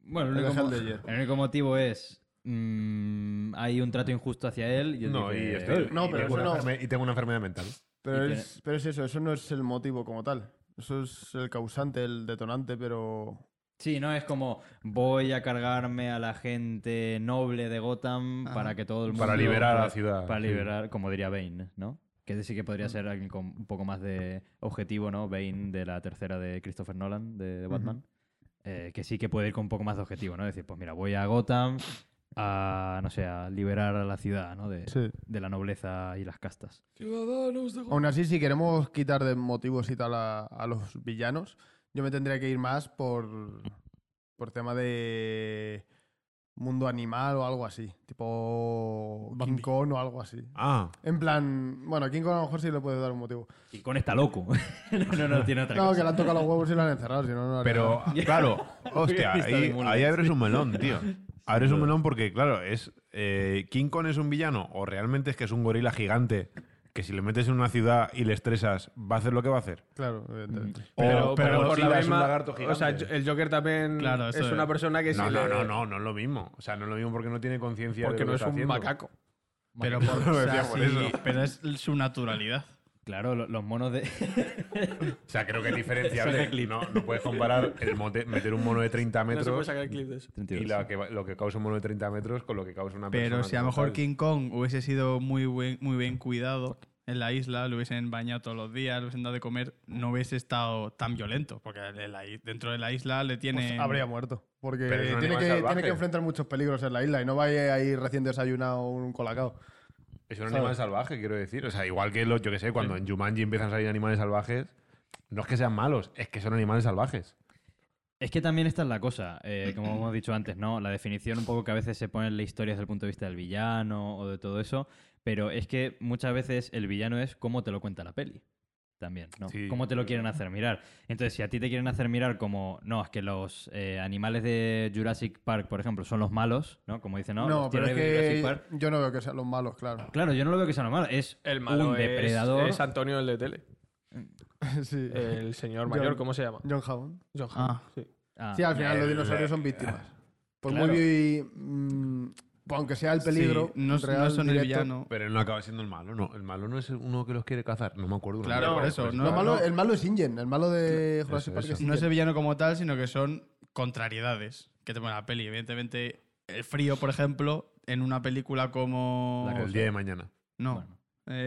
Speaker 2: Bueno,
Speaker 3: El
Speaker 2: el único,
Speaker 3: de
Speaker 2: mo-
Speaker 3: Helldayer.
Speaker 2: el único motivo es. mm, hay un trato injusto hacia él. Y él
Speaker 5: No,
Speaker 2: dice,
Speaker 5: y estoy-
Speaker 3: No,
Speaker 5: y
Speaker 3: pero eso
Speaker 5: tengo una
Speaker 3: no.
Speaker 5: enferme- Y tengo una enfermedad mental.
Speaker 3: Pero
Speaker 2: Y
Speaker 3: es, pero es eso, eso no es el motivo como tal. Eso es el causante, el detonante, pero...
Speaker 2: Sí, no es como voy a cargarme a la gente noble de Gotham
Speaker 3: Ajá.
Speaker 2: para que todo el mundo.
Speaker 5: Para liberar a la ciudad.
Speaker 2: Para
Speaker 5: sí.
Speaker 2: liberar, como diría Bane, ¿no? Que sí que podría ser alguien con un poco más de objetivo, ¿no? Bane de la tercera de Christopher Nolan, de, de Batman. Eh, que sí que puede ir con un poco más de objetivo, ¿no? Decir, pues mira, voy a Gotham a, no sé, a liberar a la ciudad, ¿no? De,
Speaker 3: Sí.
Speaker 2: de la nobleza y las castas.
Speaker 3: Aún así, si queremos quitar de motivos y tal a, a los villanos, yo me tendría que ir más por, por tema de mundo animal o algo así. Tipo King
Speaker 4: Bambi.
Speaker 3: Kong o algo así.
Speaker 5: Ah,
Speaker 3: En plan, bueno, King Kong a lo mejor sí le puede dar un motivo.
Speaker 2: Y con está loco. no, no, no, tiene otra
Speaker 3: Claro,
Speaker 2: cosa.
Speaker 3: que le han tocado los huevos y lo han encerrado, si no, no haría nada.
Speaker 5: Pero, claro, hostia,
Speaker 2: Lista de
Speaker 5: ahí,
Speaker 2: Mulder,
Speaker 5: ahí abres un melón, tío. Abres un melón porque, claro, es eh, King Kong es un villano o realmente es que es un gorila gigante que si le metes en una ciudad y le estresas, va a hacer lo que va a hacer.
Speaker 3: Claro, evidentemente. Pues
Speaker 5: O-
Speaker 1: Pero, pero por la
Speaker 5: Godzilla es un
Speaker 1: misma-
Speaker 5: lagarto
Speaker 1: O sea,
Speaker 5: gigante.
Speaker 1: el Joker también
Speaker 4: Claro,
Speaker 1: es
Speaker 4: eso
Speaker 1: una
Speaker 4: es.
Speaker 1: persona que
Speaker 5: no,
Speaker 1: sí
Speaker 5: no,
Speaker 1: le-
Speaker 5: no, no, no es lo mismo. O sea, no es lo mismo porque no tiene conciencia de
Speaker 1: Porque
Speaker 5: lo
Speaker 1: no
Speaker 5: que
Speaker 1: es
Speaker 5: está
Speaker 1: un
Speaker 5: haciendo.
Speaker 1: macaco.
Speaker 4: Pero, por,
Speaker 5: Lo decía por
Speaker 4: sí,
Speaker 5: eso.
Speaker 4: pero es su naturalidad.
Speaker 2: Claro, lo- los monos de.
Speaker 5: O sea, creo que es diferenciable. no, no puedes comparar el mote- meter un mono de 30
Speaker 1: No se puede
Speaker 5: metros
Speaker 1: sacar clip de eso.
Speaker 5: y la que va- lo que causa un mono de 30 metros con lo que causa una persona.
Speaker 4: Pero si a lo
Speaker 5: como
Speaker 4: mejor
Speaker 5: tal.
Speaker 4: King Kong hubiese sido muy, buen- muy bien cuidado en la isla, lo hubiesen bañado todos los días, lo hubiesen dado de comer, no hubiese estado tan violento, porque en la i- dentro de la isla le tiene...
Speaker 3: Pues habría muerto. Porque
Speaker 5: Pero es
Speaker 3: tiene
Speaker 5: un animal
Speaker 3: que, tiene
Speaker 5: salvaje.
Speaker 3: que enfrentar muchos peligros en la isla y no vaya ahí recién desayunado un colacao.
Speaker 5: Es un animal salvaje, quiero decir. O sea, igual que los, yo que sé, cuando en Jumanji empiezan a salir animales salvajes, no es que sean malos, es que son animales salvajes.
Speaker 2: Es que también esta es la cosa, eh, como hemos dicho antes, ¿no? La definición un poco que a veces se pone en la historia desde el punto de vista del villano o de todo eso, pero es que muchas veces el villano es cómo te lo cuenta la peli. También, ¿no?
Speaker 5: Sí.
Speaker 2: Cómo te lo quieren hacer mirar. Entonces, si a ti te quieren hacer mirar como, no, es que los eh, animales de Jurassic Park, por ejemplo, son los malos, ¿no? Como dicen, no,
Speaker 3: No,
Speaker 2: los
Speaker 3: pero es
Speaker 2: tiburones de Jurassic Park.
Speaker 3: que yo no veo que sean los malos, claro.
Speaker 2: Claro, yo no lo veo que sea lo malo. Es
Speaker 1: El malo
Speaker 2: un
Speaker 1: es-
Speaker 2: depredador.
Speaker 1: Es, Antonio el de tele.
Speaker 3: sí.
Speaker 5: Eh.
Speaker 1: El señor mayor,
Speaker 3: John-
Speaker 1: ¿cómo se llama?
Speaker 3: John Hammond.
Speaker 1: John
Speaker 4: Ah.
Speaker 1: Hammond, sí.
Speaker 2: Ah,
Speaker 3: Sí, al final los
Speaker 5: el-
Speaker 3: dinosaurios son víctimas. Por
Speaker 2: Claro.
Speaker 3: muy bien, mm, aunque sea el peligro
Speaker 4: Sí, no, no
Speaker 3: real,
Speaker 4: son el
Speaker 3: directo.
Speaker 4: villano.
Speaker 5: Pero él no acaba siendo el malo, no. El malo no es el- uno que los quiere cazar. No me acuerdo.
Speaker 4: Claro,
Speaker 5: No,
Speaker 4: por eso,
Speaker 5: pues,
Speaker 4: no-
Speaker 3: Lo
Speaker 5: claro.
Speaker 3: malo- El malo es Ingen, el malo de Jurassic
Speaker 5: Eso,
Speaker 3: Park
Speaker 5: eso.
Speaker 3: es
Speaker 4: No es el
Speaker 3: Ingen.
Speaker 4: villano como tal, sino que son contrariedades que te pone la peli. Evidentemente, el frío, por ejemplo, en una película como.
Speaker 5: El día de mañana.
Speaker 4: No.
Speaker 2: Bueno.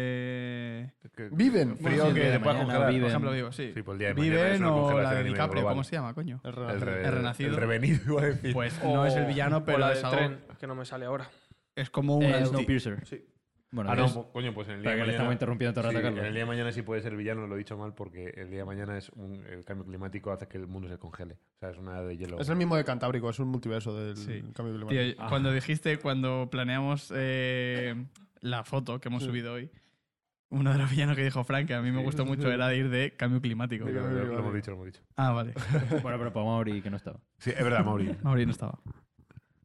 Speaker 4: Eh,
Speaker 3: Viven.
Speaker 5: Frío
Speaker 4: sí, el
Speaker 5: que
Speaker 4: día de
Speaker 5: te pueda
Speaker 2: mañana vive.
Speaker 5: congelar.
Speaker 4: por
Speaker 2: Viven.
Speaker 4: ejemplo, digo, sí.
Speaker 5: Sí, pues el día de mañana es
Speaker 4: Viven
Speaker 5: una
Speaker 4: o
Speaker 5: congelación
Speaker 4: la de
Speaker 5: a nivel
Speaker 4: DiCaprio,
Speaker 5: global.
Speaker 4: ¿cómo se llama, coño?
Speaker 5: El, re-
Speaker 4: El renacido.
Speaker 5: El revenido, iba a decir.
Speaker 4: Pues no es el
Speaker 1: O- o
Speaker 4: villano, pero
Speaker 1: la
Speaker 4: es,
Speaker 1: del
Speaker 4: algo-
Speaker 1: tren, que no me sale ahora.
Speaker 4: es como un.
Speaker 2: Eh,
Speaker 4: anti-
Speaker 2: Snowpiercer.
Speaker 1: Sí.
Speaker 2: Bueno,
Speaker 5: ah, no,
Speaker 2: es-
Speaker 5: pues, coño, pues en el día
Speaker 2: Espera,
Speaker 5: de
Speaker 2: que le estamos
Speaker 5: mañana.
Speaker 2: interrumpiendo todo el rato,
Speaker 5: Sí,
Speaker 2: Carlos.
Speaker 5: en el día de mañana sí puede ser el villano, lo he dicho mal, porque el día de mañana es un, el cambio climático hace que el mundo se congele. O sea, es una edad de hielo.
Speaker 3: Es el mismo de Cantábrico, es un multiverso del
Speaker 4: Sí.
Speaker 3: cambio
Speaker 4: Tío, ah.
Speaker 3: climático.
Speaker 4: cuando dijiste, cuando planeamos eh, la foto que hemos subido hoy, uno de los villanos que dijo Frank, que a mí me gustó mucho, era de ir de cambio climático.
Speaker 5: Lo- lo- lo- lo hemos dicho, lo hemos dicho.
Speaker 4: Ah, vale.
Speaker 2: Bueno, pero para Mauri, que no estaba.
Speaker 5: Sí, es verdad, Mauri.
Speaker 4: Mauri no estaba.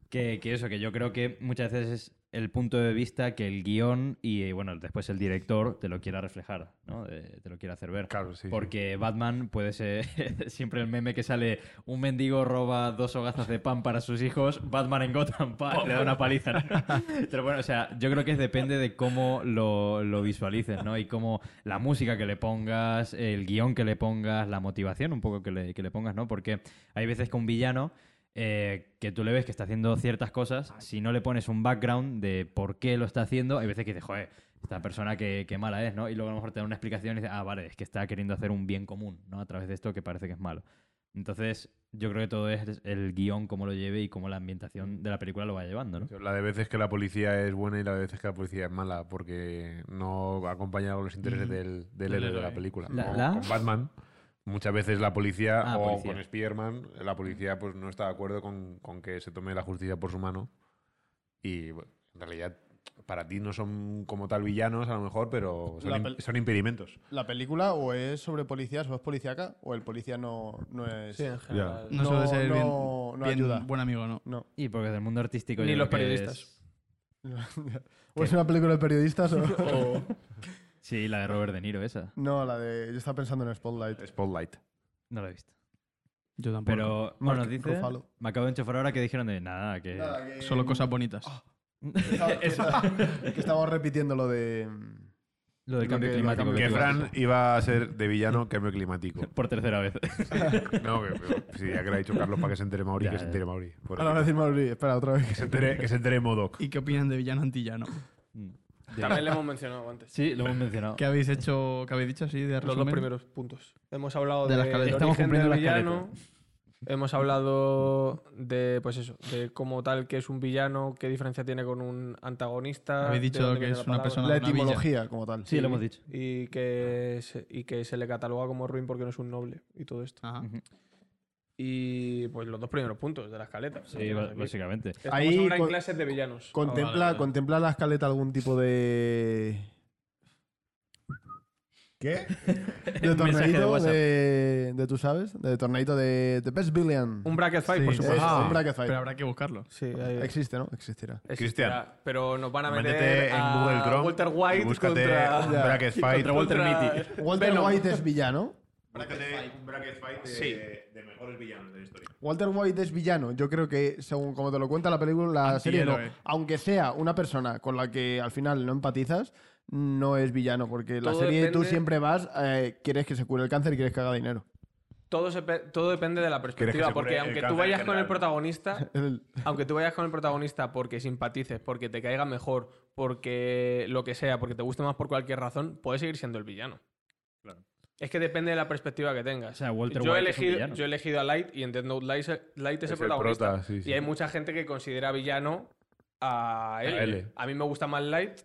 Speaker 2: Que, que eso, que yo creo que muchas veces es el punto de vista que el guión y, eh, bueno, después el director te lo quiera reflejar, ¿no? Eh, te lo quiera hacer ver.
Speaker 5: Claro, sí.
Speaker 2: Porque Batman puede ser siempre el meme que sale un mendigo roba dos hogazas de pan para sus hijos, Batman en Gotham pa, le da una paliza. ¿no? Pero bueno, o sea, yo creo que depende de cómo lo, lo visualices, ¿no? Y cómo la música que le pongas, el guión que le pongas, la motivación un poco que le, que le pongas, ¿no? Porque hay veces que un villano eh, que tú le ves que está haciendo ciertas cosas, si no le pones un background de por qué lo está haciendo, hay veces que dices, joder, esta persona que, mala es, ¿no? Y luego a lo mejor te da una explicación y dices, ah, vale, es que está queriendo hacer un bien común, ¿no? A través de esto que parece que es malo. Entonces, yo creo que todo es el guión, cómo lo lleve y cómo la ambientación de la película lo va llevando, ¿no?
Speaker 5: La de veces que la policía es buena y la de veces que la policía es mala, porque no acompaña con los intereses
Speaker 4: Mm.
Speaker 5: del, del
Speaker 4: Del
Speaker 5: héroe de
Speaker 4: héroe.
Speaker 5: la película.
Speaker 2: La-
Speaker 5: Como
Speaker 2: la-
Speaker 5: Con Batman, muchas veces la policía
Speaker 2: Ah,
Speaker 5: o
Speaker 2: policía.
Speaker 5: con Spider-Man, la policía pues, no está de acuerdo con, con que se tome la justicia por su mano. Y bueno, en realidad, para ti no son como tal villanos, a lo mejor, pero son,
Speaker 3: La
Speaker 5: im-
Speaker 3: pel-
Speaker 5: son impedimentos.
Speaker 3: La película o es sobre policías o es policíaca o el policía no, no es...
Speaker 1: Sí, en general.
Speaker 4: No,
Speaker 3: No,
Speaker 4: suele ser
Speaker 3: no-
Speaker 4: bien,
Speaker 3: no
Speaker 4: bien
Speaker 3: ayuda.
Speaker 4: buen amigo, ¿no?
Speaker 3: No.
Speaker 2: Y porque del mundo artístico...
Speaker 1: Ni
Speaker 2: yo
Speaker 1: los
Speaker 2: creo que
Speaker 1: periodistas.
Speaker 2: es-
Speaker 3: ¿O es una película de periodistas o...? o-
Speaker 2: Sí, la de Robert De Niro, esa.
Speaker 3: No, la de... Yo estaba pensando en Spotlight.
Speaker 5: Spotlight.
Speaker 2: No la he visto.
Speaker 4: Yo tampoco.
Speaker 2: Pero, bueno, dice...
Speaker 3: Ruffalo.
Speaker 2: Me acabo de enchufar ahora que dijeron de nada, nada, que...
Speaker 3: Nada, que-
Speaker 4: Solo cosas bonitas.
Speaker 3: que estaba- que estaba- que estábamos repitiendo lo de...
Speaker 2: Lo del
Speaker 3: Lo
Speaker 2: cambio
Speaker 3: que- lo
Speaker 2: climático.
Speaker 3: que-
Speaker 5: Que
Speaker 2: tú
Speaker 5: Fran
Speaker 2: haces.
Speaker 5: iba a ser de villano cambio climático.
Speaker 2: Por tercera vez.
Speaker 5: No, que, que- sí, ya que lo ha dicho Carlos para que se entere Mauri,
Speaker 2: Ya,
Speaker 5: que se
Speaker 2: ya.
Speaker 5: entere Mauri. Por-
Speaker 3: Ahora voy a decir Mauri, espera, otra vez.
Speaker 5: que se entere, que se entere Modoc.
Speaker 4: ¿Y qué opinan de villano antillano?
Speaker 1: También le hemos mencionado antes.
Speaker 2: sí, lo hemos mencionado.
Speaker 4: ¿Qué habéis hecho, qué habéis dicho así de
Speaker 1: Los
Speaker 4: resumen?
Speaker 1: dos primeros puntos. Hemos hablado
Speaker 4: De
Speaker 1: de,
Speaker 4: la escaleta.
Speaker 1: del
Speaker 2: Estamos
Speaker 1: origen
Speaker 2: cumpliendo
Speaker 1: del
Speaker 2: la escaleta.
Speaker 1: villano. Hemos hablado de, pues eso, de cómo tal que es un villano, qué diferencia tiene con un antagonista.
Speaker 4: Habéis
Speaker 1: de
Speaker 4: dicho
Speaker 1: dónde
Speaker 4: que
Speaker 1: viene
Speaker 4: es
Speaker 1: la palabra,
Speaker 4: una persona-
Speaker 3: La
Speaker 4: una villa.
Speaker 3: etimología como tal.
Speaker 2: Sí, lo hemos dicho.
Speaker 1: Y que, se, y que se le cataloga como ruin porque no es un noble y todo esto.
Speaker 4: Ajá.
Speaker 2: Ujú.
Speaker 1: Y pues los dos primeros puntos de la escaleta.
Speaker 2: Sí, ba- básicamente.
Speaker 1: Ahí
Speaker 3: Ahí
Speaker 1: ahora en
Speaker 3: con-
Speaker 1: clases de villanos. Ah,
Speaker 3: Contempla,
Speaker 4: vale, vale.
Speaker 3: contempla la escaleta algún tipo de. ¿Qué? De
Speaker 2: Mensaje de
Speaker 3: torneito
Speaker 2: WhatsApp.
Speaker 3: de, de tú sabes, de torneito de The Best Billion.
Speaker 1: Un bracket fight,
Speaker 4: Sí.
Speaker 1: por supuesto.
Speaker 3: Eso,
Speaker 5: Ah,
Speaker 3: un bracket fight.
Speaker 4: Pero habrá que buscarlo.
Speaker 1: Sí, ahí-
Speaker 3: Existe, ¿no? Existirá.
Speaker 1: existirá. Pero nos van a meter
Speaker 5: Métete en
Speaker 1: a
Speaker 5: Google Chrome
Speaker 1: Walter
Speaker 5: y
Speaker 1: White
Speaker 5: búscate
Speaker 1: contra...
Speaker 5: un bracket fight.
Speaker 1: contra Walter
Speaker 2: Contra-
Speaker 1: Mitty.
Speaker 3: Walter
Speaker 1: Venom.
Speaker 3: White es villano.
Speaker 5: Búscate un bracket fight de,
Speaker 1: Sí.
Speaker 5: de mejores villanos de la historia.
Speaker 3: Walter White es villano. Yo creo que, según como te lo cuenta la película, la serie, no.
Speaker 4: Antihéroe.
Speaker 3: aunque sea una persona con la que al final no empatizas, no es villano, porque la
Speaker 1: Todo
Speaker 3: serie tú
Speaker 1: depende-
Speaker 3: siempre vas, eh, quieres que se cure el cáncer y quieres que haga dinero.
Speaker 1: Todo, se pe- todo depende de la
Speaker 5: que
Speaker 1: perspectiva,
Speaker 5: se cure
Speaker 1: porque
Speaker 5: el
Speaker 1: aunque tú
Speaker 5: cáncer
Speaker 1: vayas con el
Speaker 5: general?
Speaker 1: protagonista,
Speaker 3: El-
Speaker 1: aunque tú vayas con el protagonista porque simpatices, porque te caiga mejor, porque lo que sea, porque te guste más por cualquier razón, puedes seguir siendo el villano. Es que depende de la perspectiva que tengas.
Speaker 2: O sea, Walter
Speaker 1: yo, he
Speaker 2: White es un
Speaker 1: elegido,
Speaker 2: villano.
Speaker 1: yo he elegido a Light y en Death Note Light, Light es,
Speaker 5: Es
Speaker 1: el
Speaker 5: el
Speaker 1: protagonista.
Speaker 5: prota, sí, sí.
Speaker 1: Y hay mucha gente que considera villano a él.
Speaker 5: A él.
Speaker 1: A mí me gusta más Light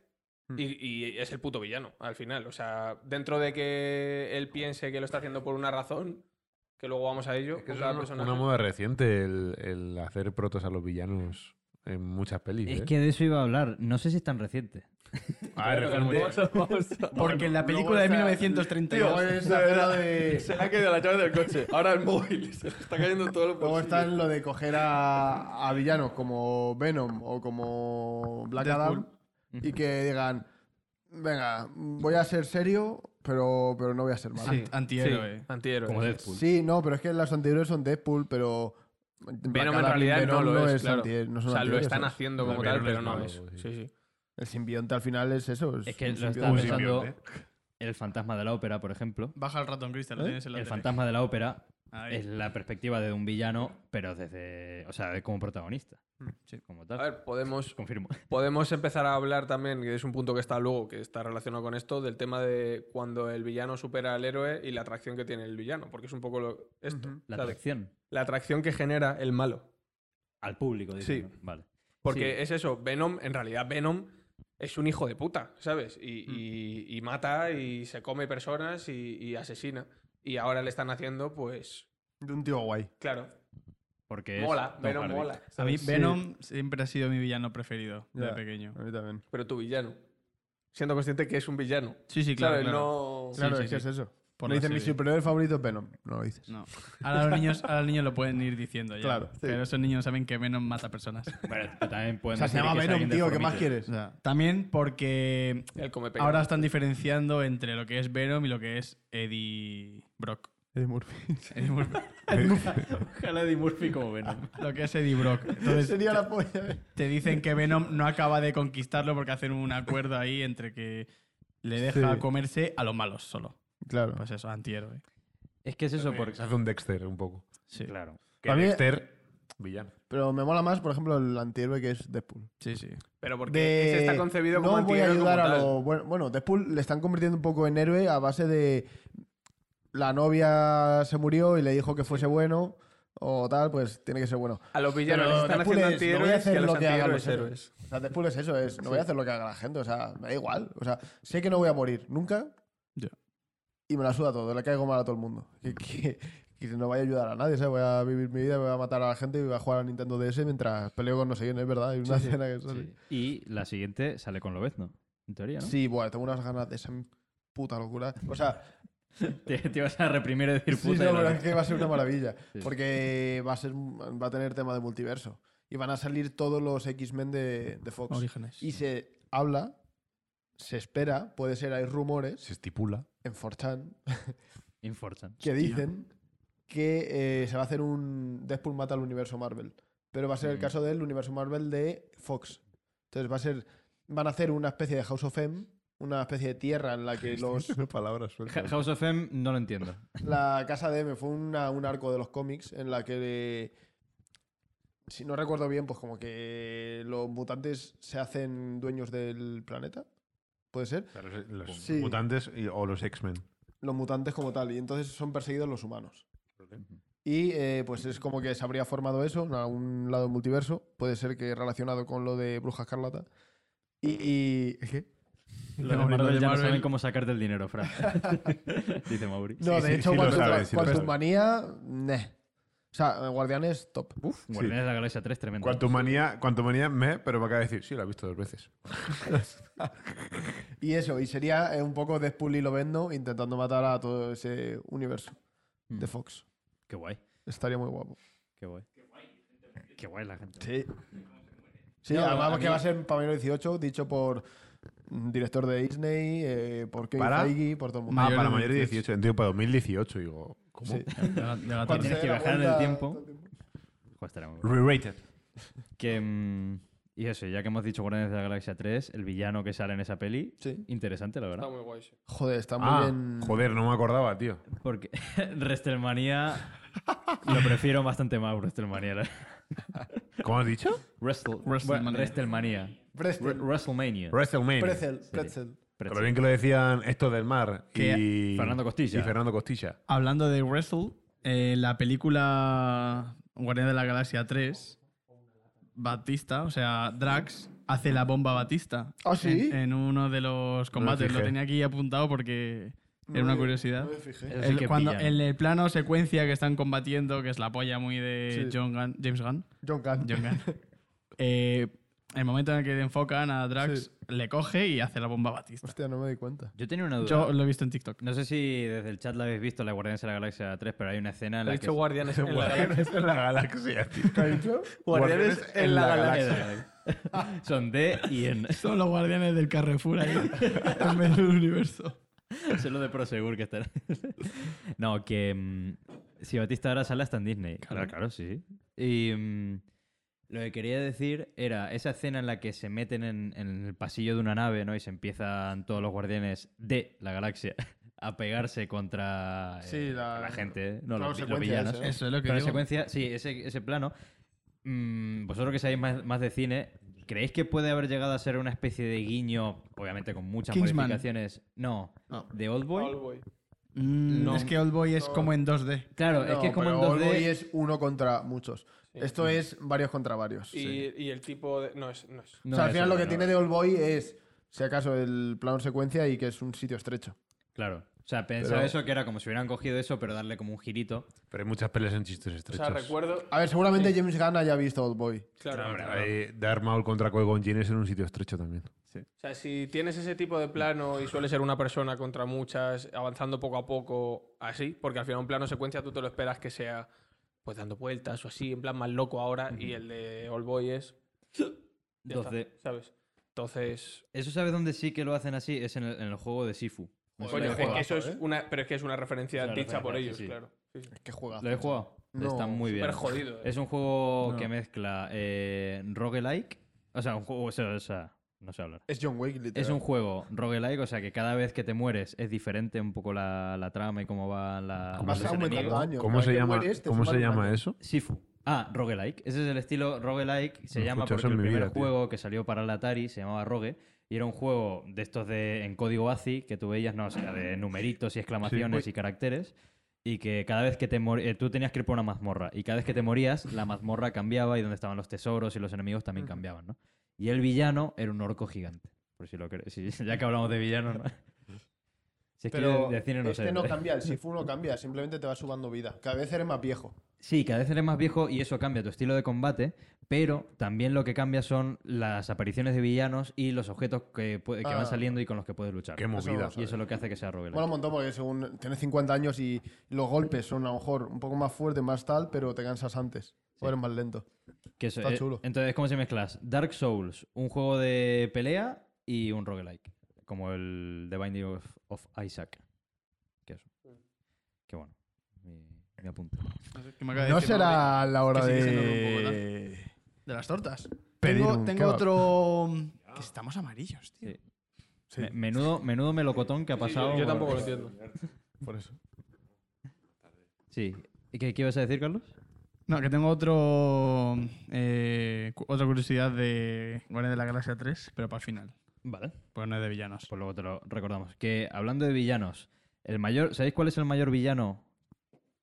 Speaker 1: y, y es el puto villano al final. O sea, dentro de que él piense que lo está haciendo por una razón, que luego vamos a ello.
Speaker 5: Es que
Speaker 1: con
Speaker 5: eso
Speaker 1: cada
Speaker 5: es una,
Speaker 1: personaje.
Speaker 5: una moda reciente el, el hacer protos a los villanos en muchas pelis.
Speaker 2: Es
Speaker 5: ¿eh?
Speaker 2: que de eso iba a hablar. No sé si es tan reciente.
Speaker 5: Ah, reciente.
Speaker 4: Porque en la película de 1932.
Speaker 3: Luego está lo de-
Speaker 6: Se ha quedado la llave del coche. Ahora el móvil. Se le está cayendo todo lo
Speaker 3: luego
Speaker 6: posible.
Speaker 3: está lo de coger a, a villanos como Venom o como Black Adam y que digan, venga, voy a ser serio, pero, pero no voy a ser malo.
Speaker 1: Sí,
Speaker 4: antihéroe.
Speaker 1: sí, antihéroe.
Speaker 5: Como Deadpool.
Speaker 3: Sí, no, pero es que los anteriores son Deadpool, pero... Black
Speaker 1: Venom en
Speaker 3: Adam,
Speaker 1: realidad
Speaker 3: Venom
Speaker 1: no lo es, claro.
Speaker 3: anti- no
Speaker 1: o
Speaker 3: son
Speaker 1: sea, lo
Speaker 3: antihéroes,
Speaker 1: están
Speaker 3: ¿sabes?
Speaker 1: haciendo
Speaker 5: Pero
Speaker 1: como tal,
Speaker 5: Venom es
Speaker 1: pero no
Speaker 5: malo,
Speaker 1: es.
Speaker 5: pues, sí.
Speaker 1: Sí, sí.
Speaker 3: El simbionte al final es eso.
Speaker 2: Es que
Speaker 3: un
Speaker 2: lo
Speaker 3: simbionte.
Speaker 2: estaba
Speaker 5: Un
Speaker 2: pensando
Speaker 5: simbionte.
Speaker 4: ¿eh?
Speaker 2: el fantasma de la ópera, por ejemplo.
Speaker 4: Baja el ratón, Cristian, lo
Speaker 3: ¿Eh?
Speaker 4: tienes en la
Speaker 2: El
Speaker 4: tele.
Speaker 2: fantasma de la ópera
Speaker 4: Ahí.
Speaker 2: es la perspectiva de un villano, pero desde. O sea, como protagonista. Como
Speaker 1: Mm. A
Speaker 2: tal.
Speaker 1: ver, podemos,
Speaker 2: Confirmo.
Speaker 1: podemos empezar a hablar también, que es un punto que está luego, que está relacionado con esto, del tema de cuando el villano supera al héroe y la atracción que tiene el villano, porque es un poco lo- esto.
Speaker 3: Ujú.
Speaker 2: La
Speaker 1: ¿sabes?
Speaker 2: atracción
Speaker 1: La atracción que genera el malo.
Speaker 2: al público, dice.
Speaker 1: Sí.
Speaker 2: ¿no? Vale.
Speaker 1: Porque
Speaker 2: Sí.
Speaker 1: es eso, Venom, en realidad Venom es un hijo de puta, ¿sabes? Y, y- y mata y se come personas y, y asesina. Y ahora le están haciendo, pues,
Speaker 3: De un tío guay.
Speaker 1: claro,
Speaker 2: Porque es
Speaker 1: mola,
Speaker 2: Tom
Speaker 1: Venom
Speaker 2: Hardy.
Speaker 1: mola.
Speaker 4: A mí
Speaker 1: ¿sabes?
Speaker 4: Venom siempre ha sido mi villano preferido de
Speaker 3: Ya.
Speaker 4: pequeño.
Speaker 3: A mí también.
Speaker 1: Pero tu villano, siendo consciente que es un villano.
Speaker 4: Sí, sí, claro.
Speaker 1: Claro,
Speaker 4: claro.
Speaker 1: no...
Speaker 4: Sí,
Speaker 3: Claro,
Speaker 4: sí,
Speaker 3: es que
Speaker 4: sí.
Speaker 3: es eso.
Speaker 4: Por
Speaker 3: Le
Speaker 4: la
Speaker 3: dicen mi
Speaker 4: serie.
Speaker 3: superhéroe favorito es Venom. No lo dices.
Speaker 4: No. Ahora los niños, ahora los niños lo pueden ir diciendo ya.
Speaker 3: Claro, sí.
Speaker 4: Pero esos niños saben que Venom mata personas.
Speaker 2: Bueno, también pueden
Speaker 3: O sea, se
Speaker 2: decir
Speaker 3: llama
Speaker 2: que es
Speaker 3: Venom,
Speaker 2: alguien
Speaker 3: tío. ¿Qué
Speaker 2: deformite.
Speaker 3: más quieres?
Speaker 4: O sea, también porque
Speaker 1: El come pequeño.
Speaker 4: ahora están diferenciando entre lo que es Venom y lo que es Eddie Brock.
Speaker 3: Eddie Murphy.
Speaker 4: Eddie Mur-
Speaker 2: Ojalá Eddie Murphy como Venom.
Speaker 4: lo que es Eddie Brock. Entonces
Speaker 3: Sería la polla. ¿eh?
Speaker 4: te dicen que Venom no acaba de conquistarlo porque hacen un acuerdo ahí entre que le deja
Speaker 3: Sí.
Speaker 4: comerse a los malos solo.
Speaker 3: Claro.
Speaker 4: Pues eso, antihéroe.
Speaker 2: Es que es eso porque.
Speaker 5: Se hace un Dexter un poco.
Speaker 4: Sí,
Speaker 2: Claro.
Speaker 5: Que
Speaker 3: A mí-
Speaker 5: Dexter, villano.
Speaker 3: Pero me mola más, por ejemplo, el antihéroe que es Deadpool.
Speaker 4: sí, sí.
Speaker 1: Pero porque
Speaker 3: De-
Speaker 1: ese está concebido como
Speaker 3: no voy a
Speaker 1: antihéroe como
Speaker 3: ayudar a
Speaker 1: tal.
Speaker 3: lo bueno, bueno, Deadpool le están convirtiendo un poco en héroe a base de la novia se murió y le dijo que fuese bueno o tal, pues tiene que ser bueno.
Speaker 1: A los villanos
Speaker 3: Pero
Speaker 1: les están
Speaker 3: Deadpool
Speaker 1: haciendo
Speaker 3: es, no voy a
Speaker 1: antihéroes y
Speaker 3: hacer
Speaker 1: a los
Speaker 3: lo que hagan
Speaker 1: antihéroes
Speaker 3: los
Speaker 1: héroes.
Speaker 3: O sea, Deadpool es eso, es no voy a hacer lo que haga la gente, o sea, me da igual, o sea, sé que no voy a morir nunca.
Speaker 4: Ya.
Speaker 3: Y me la suda todo, le caigo mal a todo el mundo. Que, que- que no vaya a ayudar a nadie, ¿sabes? Voy a vivir mi vida, voy a matar a la gente y voy a jugar a Nintendo DS mientras peleo con no sé quién, es verdad, hay una escena que sale.
Speaker 2: Sí. Y la siguiente sale con Lobezno. En teoría, ¿no?
Speaker 3: Sí, bueno, tengo unas ganas de esa puta locura. O sea,
Speaker 2: Te, te vas a reprimir y decir
Speaker 3: sí,
Speaker 2: puta.
Speaker 3: no,
Speaker 2: y
Speaker 3: pero
Speaker 2: Lobezno.
Speaker 3: es que va a ser una maravilla.
Speaker 2: Sí.
Speaker 3: Porque va a, ser, va a tener tema de multiverso. Y van a salir todos los X-Men de, de Fox.
Speaker 4: Pues, Orígenes.
Speaker 3: Y se habla, se espera, puede ser, hay rumores
Speaker 5: Se estipula.
Speaker 3: en 4chan
Speaker 2: Infortan.
Speaker 3: que dicen que eh, se va a hacer un Deadpool mata al universo Marvel. Pero va a ser el
Speaker 2: Mm.
Speaker 3: caso del universo Marvel de Fox. Entonces va a ser, van a hacer una especie de House of M, una especie de tierra en la que los
Speaker 5: palabras
Speaker 2: Ja- House of M no lo entiendo.
Speaker 3: La Casa de M fue una- un arco de los cómics en la que, eh, si no recuerdo bien, pues como que los mutantes se hacen dueños del planeta. ¿Puede ser?
Speaker 5: Los, los
Speaker 3: Sí.
Speaker 5: mutantes y- o los X-Men.
Speaker 3: Los mutantes como tal. Y entonces son perseguidos los humanos. Y eh, pues es como que se habría formado eso en algún lado del multiverso. Puede ser que relacionado con lo de Bruja Escarlata. Y... y- ¿Qué?
Speaker 2: Los de
Speaker 4: No,
Speaker 2: Marvel
Speaker 4: los de
Speaker 2: ya no
Speaker 4: Marvel-
Speaker 2: saben cómo sacarte el dinero, Fran. Dice Mauri.
Speaker 3: No,
Speaker 5: Sí,
Speaker 3: de
Speaker 5: sí,
Speaker 3: hecho,
Speaker 5: sí lo
Speaker 3: Quantum,
Speaker 5: sabe, sí lo
Speaker 3: Quantum
Speaker 5: sabe.
Speaker 3: Manía... neh. O sea, Guardianes, top.
Speaker 2: Guardianes de la Galaxia 3, tremendo.
Speaker 5: Cuanto manía, cuanto manía me, pero me acaba de decir, sí, lo he visto dos veces.
Speaker 3: Y eso, y sería eh, un poco Deadpool y Lobezno intentando matar a todo ese universo
Speaker 2: Mm.
Speaker 3: de Fox.
Speaker 2: Qué guay,
Speaker 3: Estaría muy guapo.
Speaker 2: qué guay. Qué guay la gente.
Speaker 3: Sí. Sí,
Speaker 4: No,
Speaker 3: además
Speaker 4: a
Speaker 3: que
Speaker 4: mí-
Speaker 3: va a ser Pabellón 18, dicho por mm, director de Disney, eh, por Kevin
Speaker 5: Para-
Speaker 3: Feige, por todo el mundo.
Speaker 5: Ah,
Speaker 4: Mayor
Speaker 5: para
Speaker 4: de
Speaker 5: mayor de
Speaker 4: 18.
Speaker 5: 18. Entiendo, para 2018, digo, ¿cómo?
Speaker 3: Sí.
Speaker 4: Ya- ya la
Speaker 3: Cuando
Speaker 2: tienes que
Speaker 3: se
Speaker 4: tienes.
Speaker 3: dé la
Speaker 2: viajar en el
Speaker 3: vuelta-
Speaker 2: tiempo. Joder, estará muy guay.
Speaker 5: Rerated.
Speaker 2: Que, mm, y eso, ya que hemos dicho Guardianes de la Galaxia 3, el villano que sale en esa peli,
Speaker 3: Sí.
Speaker 2: interesante, la
Speaker 1: Está
Speaker 2: verdad.
Speaker 1: muy guay, sí.
Speaker 3: Joder, está muy
Speaker 5: Ah,
Speaker 3: bien.
Speaker 5: joder, no me acordaba, tío.
Speaker 2: Porque WrestleMania lo prefiero bastante más, WrestleMania. la-
Speaker 5: ¿Cómo has dicho?
Speaker 2: Wrestle,
Speaker 4: WrestleMania.
Speaker 2: bueno, WrestleMania.
Speaker 3: Pretzel,
Speaker 2: Wre- WrestleMania.
Speaker 5: WrestleMania.
Speaker 3: pretzel, pretzel.
Speaker 5: Pero
Speaker 2: Pretzel.
Speaker 5: bien que lo decían estos del mar
Speaker 4: Que-
Speaker 5: y
Speaker 2: Fernando Costilla.
Speaker 5: Y Fernando Costilla.
Speaker 4: Hablando de Wrestle, eh, la película Guardián de la Galaxia 3, Batista, o sea, Drax, hace la bomba Batista.
Speaker 3: ¿Ah, sí?
Speaker 4: En, en uno de los combates.
Speaker 5: fijé.
Speaker 4: Lo tenía aquí apuntado porque Era una curiosidad.
Speaker 3: No me fijé.
Speaker 2: Eso sí
Speaker 4: El-
Speaker 2: que
Speaker 4: cuando
Speaker 2: pillan.
Speaker 4: el, el plano secuencia que están combatiendo, que es la polla muy de
Speaker 3: Sí.
Speaker 4: John Gunn- James Gunn,
Speaker 3: John Gunn.
Speaker 4: John Gunn. Eh, el momento en el que enfocan a Drax,
Speaker 3: Sí.
Speaker 4: le coge y hace la bomba Batista.
Speaker 3: Hostia, no me di cuenta.
Speaker 2: Yo tenía una duda.
Speaker 4: Yo lo he visto en TikTok.
Speaker 2: No sé si desde el chat la habéis visto, la Guardianes de la Galaxia 3, pero hay una escena en
Speaker 1: He
Speaker 2: la que...
Speaker 1: dicho Guardianes en la Galaxia.
Speaker 5: Guardianes en la galaxia, tío.
Speaker 3: ¿Qué ha dicho?
Speaker 1: Guardianes en la Galaxia.
Speaker 2: Son D y N.
Speaker 4: Son los guardianes Eh, del Carrefour ahí, en medio del universo.
Speaker 2: Son los de Prosegur que están. no, que. mm, si Batista ahora sale hasta en Disney. Claro, claro, sí. sí. Y. mm, lo que quería decir era esa escena en la que se meten en, en el pasillo de una nave, ¿no? Y se empiezan todos los guardianes de la galaxia a pegarse contra eh,
Speaker 3: Sí, la-
Speaker 2: gente, ¿eh? no,
Speaker 3: claro,
Speaker 2: los, vi- los
Speaker 3: secuencia
Speaker 2: villanos.
Speaker 3: esa, ¿eh?
Speaker 4: Eso es lo que
Speaker 2: Pero la
Speaker 4: digo.
Speaker 2: secuencia, sí, ese, ese plano. mm, vosotros que sabéis más, más de cine, ¿creéis que puede haber llegado a ser una especie de guiño, obviamente con muchas
Speaker 4: Kingsman.
Speaker 2: modificaciones? No,
Speaker 4: No.
Speaker 2: de Oldboy.
Speaker 1: Oldboy.
Speaker 4: Mm,
Speaker 1: No.
Speaker 4: Es que Oldboy es como en 2D.
Speaker 2: Claro, es
Speaker 3: No,
Speaker 2: que es como en
Speaker 3: pero
Speaker 2: 2D.
Speaker 3: Oldboy es uno contra muchos. Esto es varios contra varios.
Speaker 1: Y, y el tipo de... No es... No es.
Speaker 2: No,
Speaker 3: o sea, al final
Speaker 2: eso
Speaker 3: lo que
Speaker 2: no.
Speaker 3: tiene de Oldboy es, si acaso, el plano secuencia y que es un sitio estrecho.
Speaker 2: Claro. O sea, pensaba eso que era como si hubieran cogido eso, pero darle como un girito.
Speaker 5: Pero hay muchas peleas en chistes
Speaker 1: O
Speaker 5: estrechos.
Speaker 1: sea, recuerdo...
Speaker 3: A ver, seguramente James Gunn haya visto Oldboy.
Speaker 1: Claro,
Speaker 5: No, hombre,
Speaker 1: claro.
Speaker 5: eh, Darth Maul contra Qui-Gon Jinn es en un sitio estrecho también.
Speaker 1: O sea, si tienes ese tipo de plano y suele ser una persona contra muchas, avanzando poco a poco, así, porque al final un plano secuencia tú te lo esperas que sea pues dando vueltas o así, en plan más loco ahora, y el de All Boy es... ya está,
Speaker 2: 2D.
Speaker 1: ¿Sabes? Entonces...
Speaker 2: Eso sabes dónde sí que lo hacen así, es en el, en el juego de Sifu. No sé
Speaker 1: coño,
Speaker 2: si lo
Speaker 1: es
Speaker 2: has
Speaker 1: que
Speaker 2: jugado.
Speaker 1: eso es
Speaker 3: ¿eh?
Speaker 1: una, pero es que es una referencia
Speaker 2: Es una
Speaker 1: dicha por
Speaker 2: referencia,
Speaker 1: ellos,
Speaker 2: sí, sí.
Speaker 1: claro. Sí, sí.
Speaker 3: Qué juegazo.
Speaker 2: ¿Lo he jugado?
Speaker 3: No,
Speaker 2: Está muy bien.
Speaker 1: Súper jodido. eh.
Speaker 2: Es un juego
Speaker 4: No.
Speaker 2: que mezcla eh, roguelike. O sea, un juego. O sea, o sea, no sé hablar.
Speaker 3: Es John Wick, literal.
Speaker 2: Es un juego roguelike, o sea que cada vez que te mueres es diferente un poco la, la trama y cómo va la.
Speaker 5: ¿Cómo
Speaker 2: los
Speaker 3: Vas
Speaker 5: se-
Speaker 2: enemigos.
Speaker 3: aumentando daño.
Speaker 5: ¿Cómo
Speaker 3: Cada
Speaker 5: se
Speaker 3: que
Speaker 5: llama,
Speaker 3: mueres,
Speaker 2: este,
Speaker 3: te
Speaker 5: ¿cómo
Speaker 3: suman
Speaker 5: se
Speaker 3: un
Speaker 2: ¿eh?
Speaker 5: llama
Speaker 3: daño.
Speaker 5: eso?
Speaker 2: Sifu. Ah, roguelike. Ese es el estilo roguelike. Se
Speaker 5: No he
Speaker 2: llama
Speaker 5: escuchado
Speaker 2: porque
Speaker 5: eso en
Speaker 2: el
Speaker 5: mi
Speaker 2: primer
Speaker 5: vida, tío.
Speaker 2: juego que salió para el Atari se llamaba Rogue. Y era un juego de estos de en código ACI que tú veías, no, o sea, de numeritos y exclamaciones y caracteres. Y que cada vez que te mor- eh, tú tenías que ir por una mazmorra. Y cada vez que te morías, la mazmorra cambiaba y donde estaban los tesoros y los enemigos también cambiaban, ¿no? Y el villano era un orco gigante. Por si lo queréis. si- ya que hablamos de villanos, ¿no? Si es
Speaker 3: Pero
Speaker 2: que de cine no
Speaker 3: este
Speaker 2: sé. ¿eh?
Speaker 3: no cambia, el Sifu no cambia, simplemente te va sumando vida. Cada vez eres más viejo.
Speaker 2: Sí, cada vez eres más viejo y eso cambia tu estilo de combate, pero también lo que cambia son las apariciones de villanos y los objetos que, pu- que
Speaker 3: Ah.
Speaker 2: van saliendo y con los que puedes luchar.
Speaker 5: Qué movida.
Speaker 2: y eso es lo que hace que sea roguelike.
Speaker 3: Bueno, un montón porque según tienes 50 años y los golpes son a lo mejor un poco más fuertes, más tal, pero te cansas antes. O eres más lento.
Speaker 2: Que eso,
Speaker 3: está
Speaker 2: eh,
Speaker 3: chulo.
Speaker 2: Entonces, ¿cómo se mezclas? Dark Souls, un juego de pelea y un roguelike, como el The Binding of, of Isaac. Que eso. Qué bueno. Mi, mi apunte.
Speaker 4: Que me acaba de
Speaker 3: No
Speaker 4: decir Mauri,
Speaker 3: será la hora
Speaker 4: que sigue siendo un poco
Speaker 3: de...
Speaker 4: De las tortas.
Speaker 3: Pedir
Speaker 4: tengo
Speaker 3: un
Speaker 4: tengo
Speaker 3: kebab.
Speaker 4: otro... que estamos amarillos, tío.
Speaker 2: Sí. Me- menudo, menudo melocotón que ha
Speaker 1: Sí, yo-
Speaker 2: pasado.
Speaker 1: yo,
Speaker 2: por-
Speaker 1: tampoco lo entiendo.
Speaker 3: Por eso.
Speaker 2: Sí. ¿Y qué, qué ibas a decir, Carlos?
Speaker 4: No, que tengo otro... eh, cu- otra curiosidad de Guardianes de la Galaxia 3, pero para el final.
Speaker 2: Vale.
Speaker 4: Pues no es de villanos.
Speaker 2: Pues luego te lo recordamos. Que hablando de villanos, el mayor, ¿sabéis cuál es el mayor villano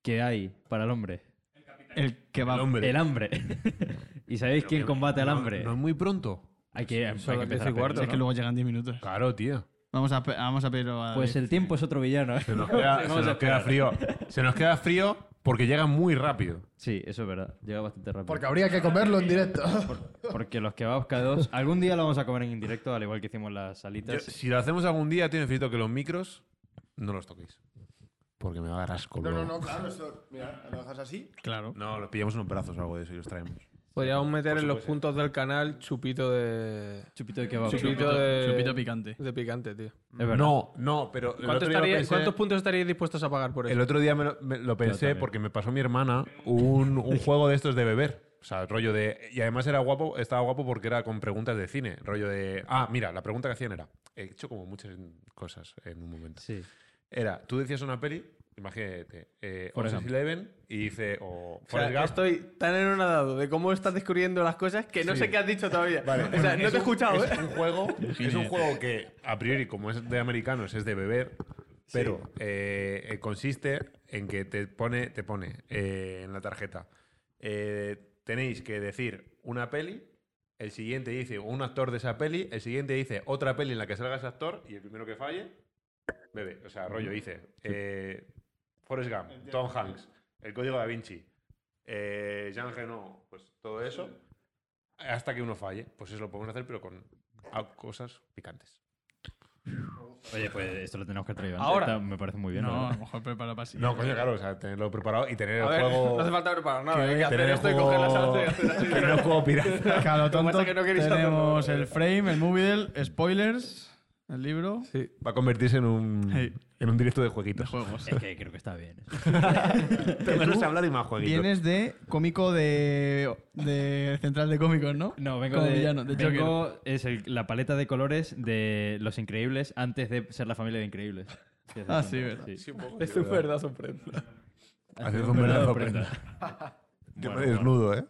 Speaker 2: que hay para el hombre?
Speaker 4: El que va...
Speaker 5: hombre.
Speaker 2: El hambre. ¿Y sabéis quién combate al
Speaker 5: No,
Speaker 2: hambre?
Speaker 5: No, es muy pronto.
Speaker 2: hay que, hay
Speaker 1: Son
Speaker 2: que
Speaker 1: las diez
Speaker 2: empezar
Speaker 1: y
Speaker 2: a
Speaker 1: cuarto,
Speaker 2: pedirlo,
Speaker 4: Es que
Speaker 2: ¿no?
Speaker 4: luego llegan 10 minutos.
Speaker 5: Claro, tío.
Speaker 4: Vamos a, pe- vamos a pedirlo a...
Speaker 2: Pues el tiempo es otro villano. ¿eh?
Speaker 5: Se nos queda, se nos queda frío. Se nos queda frío porque llega muy rápido.
Speaker 2: Sí, eso es verdad. Llega bastante rápido.
Speaker 3: Porque habría que comerlo en directo.
Speaker 2: Porque los kebabs K2, algún día lo vamos a comer en directo, al igual que hicimos las
Speaker 5: Yo-
Speaker 2: salitas.
Speaker 5: si lo hacemos algún día, tiene necesito que los micros no los toquéis. Porque me va a dar asco.
Speaker 3: No, no,
Speaker 5: luego.
Speaker 3: no, claro, eso... Mira, lo dejas así.
Speaker 4: Claro.
Speaker 5: No, los pillamos unos brazos o algo de eso y los traemos.
Speaker 1: Podríamos meter en los puntos del canal chupito de...
Speaker 2: Chupito de kebab.
Speaker 1: Chupito de-
Speaker 4: Chupito picante.
Speaker 1: de picante, tío.
Speaker 2: Es verdad.
Speaker 5: No, no, pero. el
Speaker 1: ¿Cuánto
Speaker 5: otro día lo
Speaker 1: estaría-
Speaker 5: pensé-
Speaker 1: ¿Cuántos puntos estaríais dispuestos a pagar por eso?
Speaker 5: El otro día me lo, me lo pensé
Speaker 2: también.
Speaker 5: porque me pasó mi hermana un, un juego de estos de beber. O sea, rollo de. Y además era guapo, estaba guapo porque era con preguntas de cine. Rollo de. Ah, mira, la pregunta que hacían era. He hecho como muchas cosas en un momento.
Speaker 2: Sí.
Speaker 5: Era, tú decías una peli, imagínate, eh,
Speaker 2: Forrest
Speaker 5: Ocean's
Speaker 2: Gump.
Speaker 5: Eleven, y dice. O
Speaker 1: O sea,
Speaker 5: Forrest Gump.
Speaker 1: estoy tan enonadado de cómo estás descubriendo las cosas que no sé qué has dicho todavía. o sea, no te he escuchado,
Speaker 5: Es
Speaker 1: ¿eh?
Speaker 5: un juego, es un juego que, a priori, como es de americanos, es de beber, pero eh, eh, consiste en que te pone, te pone eh, en la tarjeta. eh, tenéis que decir una peli, el siguiente dice un actor de esa peli, el siguiente dice otra peli en la que salga ese actor, y el primero que falle, Bebe, o sea, rollo, dice. Eh, Forrest Gump, Tom Hanks, El Código da Vinci, eh, Jean Reno, pues todo eso. Hasta que uno falle. Pues eso lo podemos hacer, pero con a- cosas picantes.
Speaker 2: Oye, pues esto lo tenemos que traer antes.
Speaker 1: Ahora.
Speaker 2: Está- me parece muy bien. la
Speaker 4: No, a
Speaker 2: verdad.
Speaker 4: lo mejor prepara para sí.
Speaker 5: No, coño, claro, o sea, tenerlo preparado y tener
Speaker 1: A
Speaker 5: el
Speaker 1: ver,
Speaker 5: juego.
Speaker 1: no hace falta preparar nada. ¿eh? Hay que hacer
Speaker 5: tener el
Speaker 1: esto y
Speaker 5: juego-
Speaker 1: coger las artes y hacer así.
Speaker 5: tener el juego pirata.
Speaker 4: Que a lo
Speaker 1: pasa
Speaker 4: tonto
Speaker 1: es que no queréis
Speaker 4: tenemos
Speaker 1: hacerlo.
Speaker 4: el frame, el movie spoilers, el libro,
Speaker 5: Va a convertirse en un,
Speaker 4: Hey.
Speaker 5: en un directo de jueguitos.
Speaker 4: juegos.
Speaker 2: Es que creo que está bien.
Speaker 5: Te menos hablar y más jueguitos.
Speaker 4: Vienes de cómico de, de Central de Cómicos, ¿no?
Speaker 2: No, vengo
Speaker 4: Como
Speaker 2: de.
Speaker 4: villano, de
Speaker 2: vengo- es el- la paleta de colores de Los Increíbles antes de ser la familia de Increíbles.
Speaker 4: Ah, sí, verdad.
Speaker 6: Es un verdad sorpresa.
Speaker 5: Haciendo un verdadero
Speaker 2: prenda.
Speaker 5: Yo me
Speaker 2: Bueno,
Speaker 5: desnudo,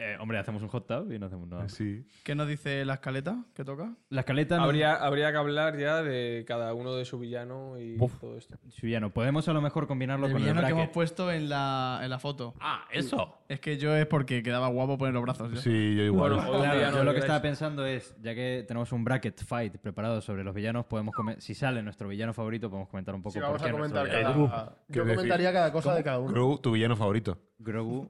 Speaker 2: Eh, hombre, hacemos un hot tub y no hacemos nada.
Speaker 5: ¿eh? Sí.
Speaker 4: ¿Qué nos dice la escaleta que toca?
Speaker 2: La escaleta. no-
Speaker 1: Habría, habría que hablar ya de cada uno de su villano y
Speaker 5: Buf.
Speaker 1: todo esto.
Speaker 2: Sí, ya no. Podemos a lo mejor combinarlo
Speaker 4: El
Speaker 2: con el
Speaker 4: villano que hemos
Speaker 2: bracket.
Speaker 4: puesto en la, en la foto.
Speaker 5: Ah, eso.
Speaker 4: Es que yo es porque quedaba guapo poner los brazos. yo.
Speaker 5: Sí, yo igual.
Speaker 1: Bueno, o-
Speaker 2: Claro,
Speaker 1: villano
Speaker 2: yo lo que
Speaker 1: queráis.
Speaker 2: estaba pensando es, ya que tenemos un bracket fight preparado sobre los villanos, podemos come- si sale nuestro villano favorito, podemos comentar un poco
Speaker 3: Sí,
Speaker 2: por
Speaker 3: vamos
Speaker 2: qué
Speaker 3: a
Speaker 2: nuestro
Speaker 3: comentar
Speaker 2: villano-
Speaker 3: cada...
Speaker 5: ¿qué
Speaker 3: Yo
Speaker 5: decir?
Speaker 3: comentaría cada cosa de cada uno.
Speaker 5: Gru, tu villano favorito.
Speaker 2: Grogu.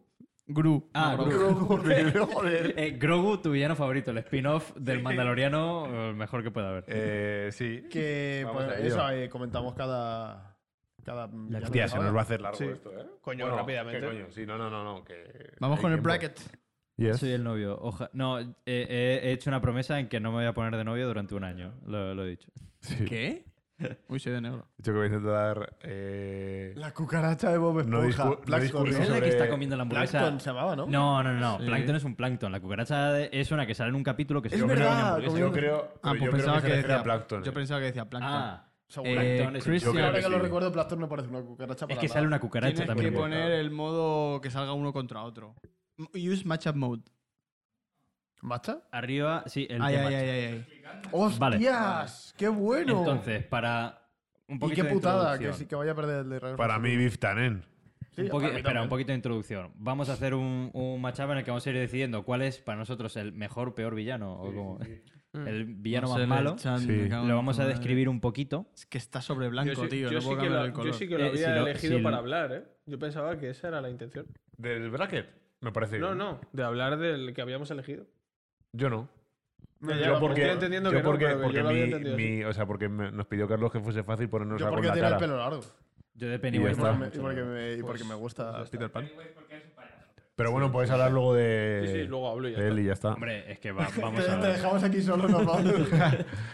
Speaker 4: Gru.
Speaker 2: Ah,
Speaker 4: No,
Speaker 2: Grogu.
Speaker 3: Joder.
Speaker 2: Eh, Grogu, tu villano favorito, el spin-off del Mandaloriano, el mejor que pueda haber.
Speaker 5: Eh, sí.
Speaker 3: Que
Speaker 5: Vamos
Speaker 3: pues,
Speaker 5: a ello.
Speaker 3: eso, eh, comentamos cada... cada villano
Speaker 5: Hostia,
Speaker 3: que
Speaker 5: se nos va a
Speaker 3: salga.
Speaker 5: hacer largo
Speaker 3: Sí.
Speaker 5: esto, ¿eh?
Speaker 1: Coño, rápidamente.
Speaker 5: ¿qué coño? Sí, no, no, no. no que
Speaker 4: Vamos
Speaker 5: hay
Speaker 4: con el
Speaker 5: tiempo.
Speaker 4: bracket.
Speaker 5: Yes.
Speaker 2: Soy el novio. Oja- No, eh, eh, he hecho una promesa en que no me voy a poner de novio durante un año. Lo, lo he dicho.
Speaker 5: Sí.
Speaker 4: ¿Qué? Uy, soy de negro.
Speaker 5: Yo que voy a intentar. Eh...
Speaker 3: La cucaracha de Bob
Speaker 5: No
Speaker 3: Esponja.
Speaker 5: discu- no
Speaker 3: Blackstone,
Speaker 5: discurso
Speaker 2: ¿Es
Speaker 5: sobre-
Speaker 2: la que está comiendo la hamburguesa?
Speaker 3: Blackstone se llamaba, ¿no?
Speaker 2: No, no, no. no.
Speaker 4: Sí.
Speaker 2: Plankton es un plancton. La cucaracha de- es una que sale en un capítulo que se
Speaker 3: Es
Speaker 2: come una
Speaker 3: verdad,
Speaker 2: hamburguesa.
Speaker 3: comió-
Speaker 5: Yo creo.
Speaker 4: Ah,
Speaker 5: pero
Speaker 4: pues
Speaker 5: yo creo que,
Speaker 4: pensaba que,
Speaker 5: se refiere
Speaker 4: decía
Speaker 5: a Plankton. eh.
Speaker 4: Yo pensaba que decía Plankton.
Speaker 2: Ah,
Speaker 3: Seguro.
Speaker 2: eh,
Speaker 4: Plankton es el-
Speaker 2: Christian-
Speaker 5: Yo creo
Speaker 3: Ahora que lo
Speaker 5: sí.
Speaker 3: recuerdo, Blackstone no parece una cucaracha para
Speaker 2: Es que
Speaker 3: nada.
Speaker 2: sale una cucaracha
Speaker 4: Tienes que
Speaker 2: también.
Speaker 5: puede
Speaker 4: poner
Speaker 5: ser.
Speaker 4: el modo que salga uno contra otro. Use matchup mode.
Speaker 3: ¿Macha?
Speaker 2: Arriba, sí, el
Speaker 4: Ay,
Speaker 2: de
Speaker 4: ay,
Speaker 2: macho.
Speaker 4: ay, ay, ay.
Speaker 3: ¡Hostias! ¡Qué bueno!
Speaker 2: Entonces, para un
Speaker 3: y
Speaker 2: poquito
Speaker 3: qué
Speaker 2: de
Speaker 3: putada, que,
Speaker 2: introducción.
Speaker 3: sí, que vaya a perder el de regreso.
Speaker 5: Para mí, Biff Tannen.
Speaker 3: Sí,
Speaker 2: Un poqui-
Speaker 3: para mí
Speaker 2: espera, un
Speaker 3: también.
Speaker 2: poquito de introducción. Vamos a hacer un, un matchup en el que vamos a ir decidiendo cuál es para nosotros el mejor, peor villano. o como- El villano más malo.
Speaker 5: Sí.
Speaker 2: Lo vamos a describir un poquito.
Speaker 4: Es que está sobre blanco,
Speaker 1: yo sí,
Speaker 4: tío.
Speaker 1: yo
Speaker 4: no
Speaker 1: sí
Speaker 4: puedo
Speaker 1: que
Speaker 4: cambiar
Speaker 1: lo,
Speaker 4: el
Speaker 1: yo
Speaker 4: color.
Speaker 1: sí que lo
Speaker 2: Eh,
Speaker 1: había
Speaker 2: si lo-
Speaker 1: elegido
Speaker 2: si lo-
Speaker 1: para hablar, ¿eh? Yo pensaba que esa era la intención.
Speaker 5: ¿Del bracket? Me parece.
Speaker 1: No,
Speaker 5: bien.
Speaker 1: no, de hablar del que habíamos elegido.
Speaker 5: Yo no.
Speaker 1: Ya, ya,
Speaker 5: yo
Speaker 1: vamos,
Speaker 5: porque.
Speaker 1: estoy entendiendo
Speaker 5: yo
Speaker 1: que no,
Speaker 5: porque,
Speaker 1: pero que yo
Speaker 5: porque
Speaker 1: lo había
Speaker 5: mi-
Speaker 1: entendido así.
Speaker 5: mi- O sea, porque me- nos pidió Carlos que fuese fácil ponernos
Speaker 3: Yo
Speaker 5: algo en
Speaker 3: porque
Speaker 5: la
Speaker 3: tiene el
Speaker 5: cara.
Speaker 3: pelo largo.
Speaker 2: Yo de
Speaker 5: Y ya
Speaker 2: Pennywise.
Speaker 5: está.
Speaker 2: no
Speaker 3: Me-
Speaker 2: me
Speaker 3: y,
Speaker 2: gusta
Speaker 3: porque
Speaker 2: nada.
Speaker 3: me, y porque me gusta.
Speaker 5: Peter Pan. Pero bueno, podéis hablar luego de.
Speaker 1: Sí, sí, luego hablo y ya
Speaker 5: de él y ya está.
Speaker 2: Hombre, es que va- vamos
Speaker 3: Te,
Speaker 2: a
Speaker 3: te
Speaker 2: ver.
Speaker 3: dejamos aquí solo, nos vamos.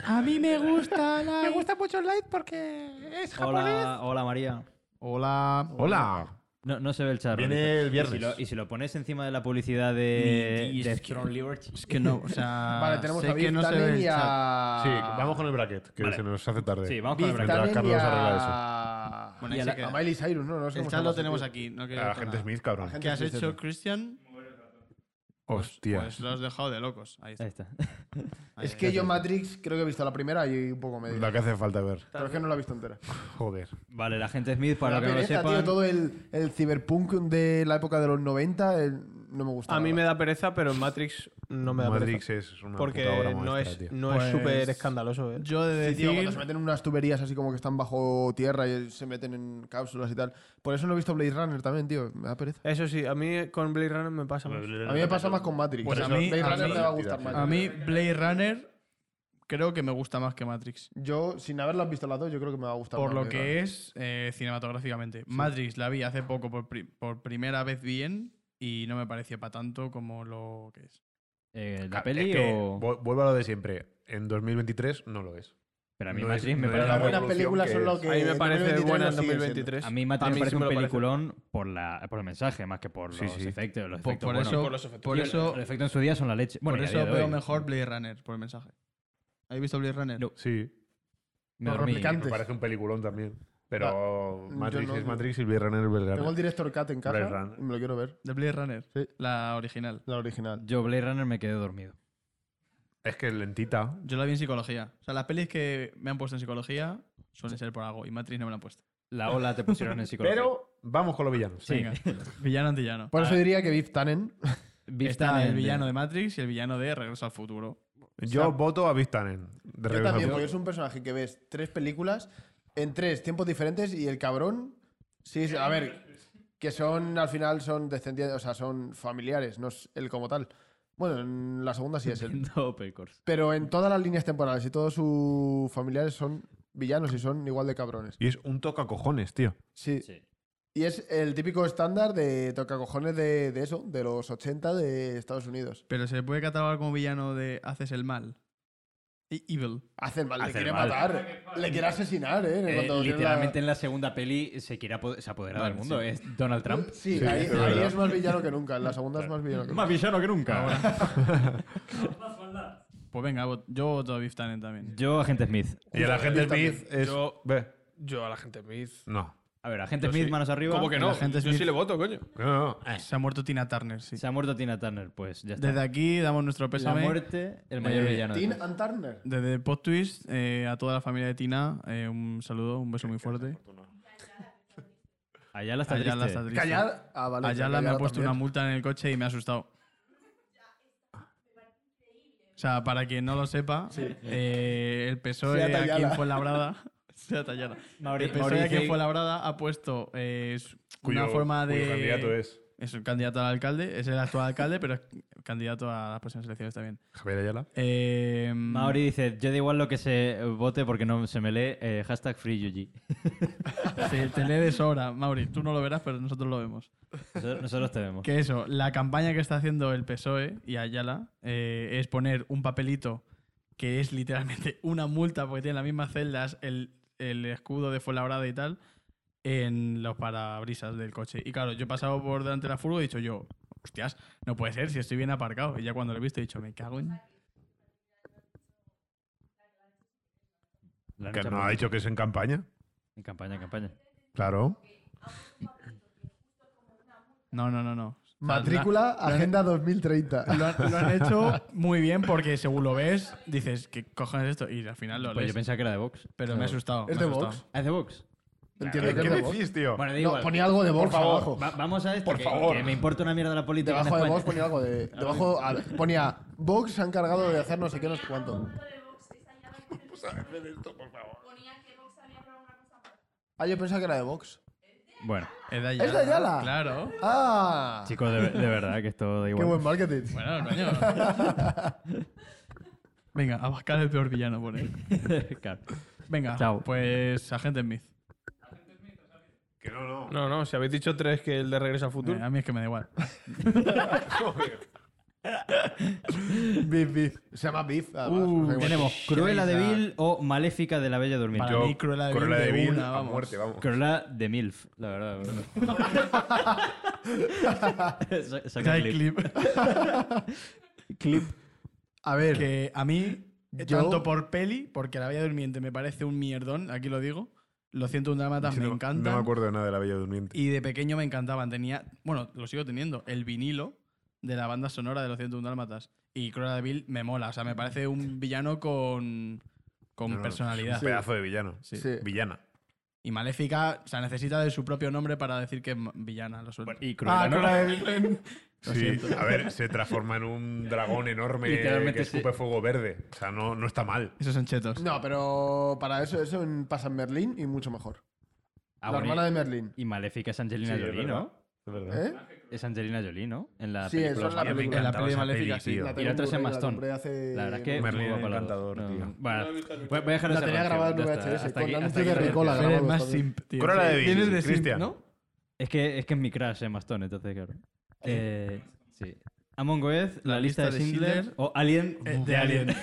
Speaker 4: A mí me gusta la...
Speaker 5: Me gusta mucho Light porque es
Speaker 2: Hola, hola María.
Speaker 4: Hola.
Speaker 5: Hola.
Speaker 2: No, no se ve el chat.
Speaker 5: Viene
Speaker 2: Ronito.
Speaker 5: el viernes.
Speaker 2: Y si, lo, y si lo pones encima de la publicidad de, de Throne Liberty.
Speaker 4: Es que no, o sea...
Speaker 3: vale, tenemos
Speaker 4: Ah, sé
Speaker 3: a
Speaker 4: que
Speaker 3: Biff
Speaker 4: no se ve
Speaker 3: Tannen y
Speaker 4: el chat.
Speaker 3: a...
Speaker 5: Sí, vamos con el bracket, que
Speaker 2: Vale.
Speaker 5: se nos hace tarde.
Speaker 2: Sí, vamos con el
Speaker 3: Biff
Speaker 2: bracket.
Speaker 5: bracket.
Speaker 3: Tannen y
Speaker 5: Carlos
Speaker 3: a...
Speaker 2: Y
Speaker 4: Bueno, ahí
Speaker 2: a
Speaker 4: se
Speaker 2: la-
Speaker 3: a
Speaker 4: queda.
Speaker 3: Miley Cyrus, ¿no? no sé
Speaker 4: El
Speaker 3: cómo se
Speaker 4: chat lo
Speaker 3: llama,
Speaker 4: tenemos
Speaker 3: tío.
Speaker 4: aquí. No
Speaker 5: A la
Speaker 4: quería
Speaker 5: gente Smith, cabrón.
Speaker 3: Agente
Speaker 4: ¿Qué has
Speaker 3: Smith,
Speaker 4: hecho,
Speaker 3: tío.
Speaker 4: Christian? Pues
Speaker 5: Hostias.
Speaker 4: lo has dejado de locos. Ahí está.
Speaker 2: Ahí está.
Speaker 4: Ahí
Speaker 3: Es
Speaker 4: está.
Speaker 3: que yo Matrix creo que he visto la primera y un poco medio.
Speaker 5: La que hace falta ver.
Speaker 3: Pero es que no la he visto entera.
Speaker 5: Joder.
Speaker 2: Vale, la gente Smith, para
Speaker 3: la
Speaker 2: los que no lo
Speaker 3: pereza,
Speaker 2: sepan.
Speaker 3: tío, todo el, el cyberpunk de la época de los 90 el- no me gusta.
Speaker 1: A mí
Speaker 3: nada.
Speaker 1: me da pereza, pero en Ah, Matrix no me da
Speaker 5: Matrix
Speaker 1: pereza.
Speaker 5: es una puta obra
Speaker 1: Porque no
Speaker 5: maestra,
Speaker 1: es
Speaker 5: tío.
Speaker 1: no
Speaker 4: Pues-
Speaker 1: es súper escandaloso, ¿eh?
Speaker 4: Yo de
Speaker 3: Este. Sí, tío, cuando se
Speaker 4: decir...
Speaker 3: meten en unas tuberías así como que están bajo tierra y se meten en cápsulas y tal. Por eso no he visto Blade Runner también, tío. Me da pereza.
Speaker 1: Eso sí, a mí con Blade Runner me pasa más.
Speaker 3: A mí me pasa más con Matrix.
Speaker 4: Pues
Speaker 3: Por
Speaker 4: a
Speaker 3: eso
Speaker 4: mí-
Speaker 3: Blade
Speaker 4: a
Speaker 3: Runner
Speaker 4: mí-
Speaker 3: me va a gustar más.
Speaker 4: A mí Blade Runner creo que me gusta más que Matrix.
Speaker 3: Yo, sin haberlas visto las dos, yo creo que me va a gustar
Speaker 4: Por
Speaker 3: más
Speaker 4: lo
Speaker 3: Blade
Speaker 4: que
Speaker 3: Runner.
Speaker 4: es eh, cinematográficamente. Matrix la vi hace poco por, pri- por primera vez bien y no me pareció para tanto como lo que es.
Speaker 2: Eh, ¿La
Speaker 5: Ca-
Speaker 2: peli
Speaker 5: es que
Speaker 2: o.?
Speaker 5: vu- Vuelvo a lo de siempre. En 2023 no lo es.
Speaker 2: Pero a mí
Speaker 5: no es-
Speaker 2: Matrix me
Speaker 5: no
Speaker 2: parece.
Speaker 5: era
Speaker 3: Las
Speaker 5: la
Speaker 3: buenas
Speaker 5: revolución
Speaker 3: películas
Speaker 5: que
Speaker 3: son lo
Speaker 5: es.
Speaker 3: que.
Speaker 1: a mí me parece
Speaker 3: 2023
Speaker 1: buena en
Speaker 3: lo siguen siendo.
Speaker 1: 2023.
Speaker 2: A mí Matrix me
Speaker 1: sí
Speaker 2: parece
Speaker 1: me
Speaker 2: un
Speaker 1: lo parece.
Speaker 2: peliculón por, la, por el mensaje, más que por los
Speaker 5: Sí, sí.
Speaker 2: efectos. Los
Speaker 4: Por-
Speaker 2: efectos
Speaker 4: por
Speaker 2: bueno,
Speaker 4: eso-
Speaker 1: por los efectos.
Speaker 4: por
Speaker 2: Tío,
Speaker 4: eso,
Speaker 2: Los efectos en su día son la leche. Bueno,
Speaker 4: por
Speaker 2: y a día
Speaker 4: eso
Speaker 2: de hoy.
Speaker 4: veo mejor Blade Runner, por el mensaje. ¿Habéis visto Blade Runner?
Speaker 2: No.
Speaker 5: Sí.
Speaker 2: Me
Speaker 3: Los
Speaker 2: dormí.
Speaker 3: replicantes.
Speaker 5: Me parece un peliculón también. Pero
Speaker 3: Va,
Speaker 5: Matrix
Speaker 3: yo no-
Speaker 5: es Matrix y Blade Runner es Blade
Speaker 3: Tengo el
Speaker 5: Runner.
Speaker 3: director Cut en
Speaker 5: Blade
Speaker 3: casa
Speaker 5: Runner.
Speaker 3: y me lo quiero ver.
Speaker 4: ¿De Blade Runner?
Speaker 3: Sí.
Speaker 4: La original.
Speaker 3: La original.
Speaker 2: Yo, Blade Runner, me quedé dormido.
Speaker 5: Es que es lentita.
Speaker 4: Yo la vi en psicología. O sea, las pelis que me han puesto en psicología suelen ser por algo y Matrix no me la han puesto.
Speaker 2: La ola te pusieron en psicología.
Speaker 5: Pero vamos con los villanos.
Speaker 2: Sí.
Speaker 4: Venga, villano antillano.
Speaker 3: Ah. Por eso diría que Biff Tannen.
Speaker 2: Biff
Speaker 4: Está
Speaker 2: Tannen
Speaker 4: el
Speaker 2: de-
Speaker 4: villano de Matrix y el villano de Regreso al Futuro.
Speaker 5: Yo
Speaker 3: O sea,
Speaker 5: voto a Vistanen. De
Speaker 3: Yo
Speaker 5: regreso a
Speaker 3: también,
Speaker 5: Vistanen.
Speaker 3: porque es un personaje que ves tres películas en tres tiempos diferentes y el cabrón. Sí, sí, a ver, que son al final son descendientes, o sea, son familiares, no es él como tal. Bueno, en la segunda sí es él. Pero en todas las líneas temporales y todos sus familiares son villanos y son igual de cabrones.
Speaker 5: Y es un toca cojones, tío.
Speaker 3: Sí.
Speaker 2: Sí. Eh,
Speaker 3: Y es el típico estándar de tocacojones de, de eso, de los 80 de Estados Unidos.
Speaker 4: Pero se le puede catalogar como villano de haces el mal. E- Evil.
Speaker 3: Hacen mal, le
Speaker 2: Hacen
Speaker 3: quiere
Speaker 2: mal.
Speaker 3: matar, le quiere asesinar, ¿eh? En cuanto tiene la-
Speaker 2: literalmente en la segunda peli se quiere apo- se apodera del
Speaker 4: Vale,
Speaker 2: mundo.
Speaker 4: sí.
Speaker 2: Es Donald Trump.
Speaker 3: Sí,
Speaker 5: Sí,
Speaker 3: ahí,
Speaker 5: es
Speaker 3: ahí
Speaker 5: verdad.
Speaker 3: es más villano que nunca. En la segunda es más villano que nunca.
Speaker 2: Más villano que nunca.
Speaker 4: Pues venga, vot- yo voto a Biff Tannen también.
Speaker 2: Yo, Agente Smith.
Speaker 5: Y el agente Smith es.
Speaker 1: Yo-
Speaker 5: Ve.
Speaker 1: Yo a la gente Smith.
Speaker 5: eh, No.
Speaker 2: A ver, Agente
Speaker 1: Yo
Speaker 2: Smith,
Speaker 1: sí.
Speaker 2: manos arriba.
Speaker 1: ¿Cómo que no?
Speaker 4: la gente
Speaker 1: Yo
Speaker 4: Smith.
Speaker 1: sí le voto, coño.
Speaker 5: No, no, no.
Speaker 4: Se ha muerto Tina Turner, sí.
Speaker 2: Eh. Se ha muerto Tina Turner, pues ya está.
Speaker 4: Desde aquí pues, damos nuestro
Speaker 2: la
Speaker 4: pésame.
Speaker 2: muerte, el mayor
Speaker 4: Eh,
Speaker 2: villano. de
Speaker 3: Teen
Speaker 2: todos.
Speaker 3: and Turner.
Speaker 4: Desde Pod Twist, eh, a toda la familia de Tina, eh, un saludo, un beso muy fuerte.
Speaker 2: Ayala está
Speaker 4: Ayala
Speaker 2: triste.
Speaker 4: está triste.
Speaker 3: Callar. Ah, vale.
Speaker 4: Ayala me ha puesto una
Speaker 3: también.
Speaker 4: multa en el coche y me ha asustado. O sea, para quien no lo sepa, eh, el PSOE
Speaker 3: Seat Ayala.
Speaker 4: aquí en Fuenlabrada... Seat Ayala.
Speaker 2: Mauri-
Speaker 4: El PSOE
Speaker 2: Mauricio-
Speaker 4: E aquí en Fuenlabrada ha puesto eh, su- una
Speaker 5: Cuyo-
Speaker 4: forma
Speaker 5: cuyo
Speaker 4: de...
Speaker 5: candidato es.
Speaker 4: Es un candidato al alcalde, es el actual alcalde, pero es candidato a las próximas elecciones también.
Speaker 5: Javier Ayala.
Speaker 4: Eh,
Speaker 2: Mauri dice, yo da igual lo que se vote porque no se me lee. eh, hashtag free Yuji.
Speaker 4: Te, te lee de sobra, Mauri. Tú no lo verás, pero nosotros lo vemos.
Speaker 2: Nosotros, nosotros te vemos.
Speaker 4: Que eso, la campaña que está haciendo el PSOE E y Ayala eh, es poner un papelito que es literalmente una multa porque tiene las mismas celdas, el, el escudo de Fuenlabrada y tal, en los parabrisas del coche. Y claro, yo he pasado por delante de la furgo y he dicho yo, hostias, no puede ser si estoy bien aparcado. Y ya cuando lo he visto he dicho, me cago en...
Speaker 2: La
Speaker 5: Que
Speaker 2: noche
Speaker 5: no ha
Speaker 2: por-
Speaker 5: dicho que es en campaña.
Speaker 2: En campaña, en campaña.
Speaker 5: Claro.
Speaker 4: No, no, no, no. O sea,
Speaker 3: Matrícula, Agenda 2030.
Speaker 4: la- Lo han, lo han hecho muy bien porque según lo ves, dices, ¿qué cojones es esto? Y al final lo
Speaker 2: Pues yo
Speaker 4: lees.
Speaker 2: pensaba que era de Vox.
Speaker 4: Pero me ha asustado.
Speaker 3: ¿Es
Speaker 4: me
Speaker 3: de
Speaker 4: ha asustado.
Speaker 3: Vox?
Speaker 2: ¿Ah, ¿Es de Vox?
Speaker 3: Entiendo
Speaker 5: ¿Qué,
Speaker 3: que
Speaker 5: Eh, qué
Speaker 3: es de Vox.
Speaker 5: decís, tío?
Speaker 2: Bueno, da
Speaker 3: No,
Speaker 2: igual.
Speaker 3: ponía algo de Vox
Speaker 5: favor.
Speaker 3: abajo.
Speaker 2: Va- vamos a esto,
Speaker 5: Por
Speaker 2: que,
Speaker 5: favor.
Speaker 2: que me importa una mierda la política
Speaker 3: Debajo
Speaker 2: en
Speaker 3: de
Speaker 2: España.
Speaker 3: Vox pues. ponía algo de... Debajo a ver, ponía... Vox se ha encargado de hacer no sé qué, no sé cuánto. Ah, yo pensaba que era de Vox.
Speaker 2: Bueno,
Speaker 4: Es de
Speaker 3: ¿Es de Ayala?
Speaker 4: Claro.
Speaker 3: ¡Ah!
Speaker 2: chicos, de, de verdad que esto da
Speaker 3: ¡Qué
Speaker 2: igual.
Speaker 3: buen marketing!
Speaker 4: Bueno, coño. Venga, Abascal el peor villano por él.
Speaker 2: Claro.
Speaker 4: Venga,
Speaker 2: Chao.
Speaker 4: pues Agente Smith.
Speaker 5: Que no, no.
Speaker 1: No, no, si habéis dicho tres que el de Regreso al
Speaker 4: Eh,
Speaker 1: Futuro.
Speaker 4: A mí es que me da igual.
Speaker 3: Beef, beef. Se llama Beef, además.
Speaker 4: Uh,
Speaker 3: no sé cómo-
Speaker 2: Tenemos Cruella de Vil o Maléfica de la Bella Durmiente.
Speaker 4: Para mí, Cruella de Vil
Speaker 5: Cruella
Speaker 4: de
Speaker 5: de Vil
Speaker 4: una,
Speaker 5: a
Speaker 4: vamos.
Speaker 5: muerte, vamos.
Speaker 2: Cruella de Milf, la verdad. Sa- Saca
Speaker 4: Trae
Speaker 2: el clip.
Speaker 4: clip.
Speaker 3: A ver,
Speaker 4: que a mí, eh,
Speaker 3: Yo-
Speaker 4: tanto por peli, porque La Bella Durmiente me parece un mierdón, aquí lo digo. Lo siento, un drama
Speaker 5: Sí,
Speaker 4: me
Speaker 5: no-
Speaker 4: encanta.
Speaker 5: No me acuerdo de nada de la Bella Durmiente.
Speaker 4: Y de pequeño me encantaban. Tenía, bueno, lo sigo teniendo, el vinilo de la banda sonora de los 101 Dálmatas. Y Cruella de Vil me mola. O sea, me parece un villano con, con
Speaker 5: No, no,
Speaker 4: personalidad.
Speaker 5: Es un pedazo de villano.
Speaker 4: Sí.
Speaker 3: Sí.
Speaker 5: Villana.
Speaker 4: Y Maléfica, o sea, necesita de su propio nombre para decir que es ma- villana. Lo suelto.
Speaker 2: Y Cruella,
Speaker 4: ah,
Speaker 2: ¿no?
Speaker 4: Cruella de Vil. Lo
Speaker 5: Sí,
Speaker 4: siento.
Speaker 5: a ver, se transforma en un dragón enorme
Speaker 2: Literalmente
Speaker 5: que escupe
Speaker 2: sí.
Speaker 5: fuego verde. O sea, no, no está mal.
Speaker 4: Esos son chetos.
Speaker 3: no, pero para eso, eso en- pasa en Merlín y mucho mejor.
Speaker 2: Ah,
Speaker 3: la
Speaker 2: bueno,
Speaker 3: hermana
Speaker 2: y-
Speaker 3: de Merlín.
Speaker 2: Y Maléfica es Angelina
Speaker 5: Sí, es
Speaker 2: Jolie,
Speaker 5: verdad.
Speaker 2: ¿no?
Speaker 5: Es verdad.
Speaker 3: ¿Eh?
Speaker 2: Es Angelina Jolie, ¿no? En la
Speaker 3: Sí,
Speaker 2: película.
Speaker 3: eso es la
Speaker 5: A mí me
Speaker 3: película.
Speaker 4: En la
Speaker 5: encantaba
Speaker 4: peli de
Speaker 5: esa
Speaker 4: Maléfica, sí.
Speaker 5: tío.
Speaker 3: La
Speaker 2: Y la otra es Emma
Speaker 3: Blu-ray, la
Speaker 2: Stone.
Speaker 3: compré hace-
Speaker 2: La verdad es que
Speaker 5: Me
Speaker 2: muy
Speaker 5: ríe
Speaker 2: guapa
Speaker 5: del
Speaker 2: la dos.
Speaker 5: encantador,
Speaker 2: No,
Speaker 5: tío.
Speaker 2: Bueno, voy voy a dejar
Speaker 3: La
Speaker 2: esa
Speaker 3: tenía
Speaker 2: rancio,
Speaker 3: grabada en
Speaker 2: ya está.
Speaker 3: VHS,
Speaker 2: Hasta
Speaker 3: con
Speaker 2: aquí-
Speaker 3: la
Speaker 2: hasta
Speaker 3: música
Speaker 2: aquí
Speaker 3: de
Speaker 2: la
Speaker 3: Ricola,
Speaker 2: rancio.
Speaker 4: Tú eres
Speaker 3: grabamos,
Speaker 4: más
Speaker 3: joder.
Speaker 4: simp, tío. Eh,
Speaker 5: Cruella de Vil,
Speaker 4: Vienes de simp,
Speaker 5: Cristian.
Speaker 4: ¿no?
Speaker 2: Es que es que es mi crush Emma Stone, entonces claro. Eh, sí. Among Us, la, lista,
Speaker 4: La lista
Speaker 2: de
Speaker 4: de
Speaker 2: Schindler,
Speaker 4: Schindler.
Speaker 2: o Alien
Speaker 4: Eh,
Speaker 2: Uf,
Speaker 4: de Alien.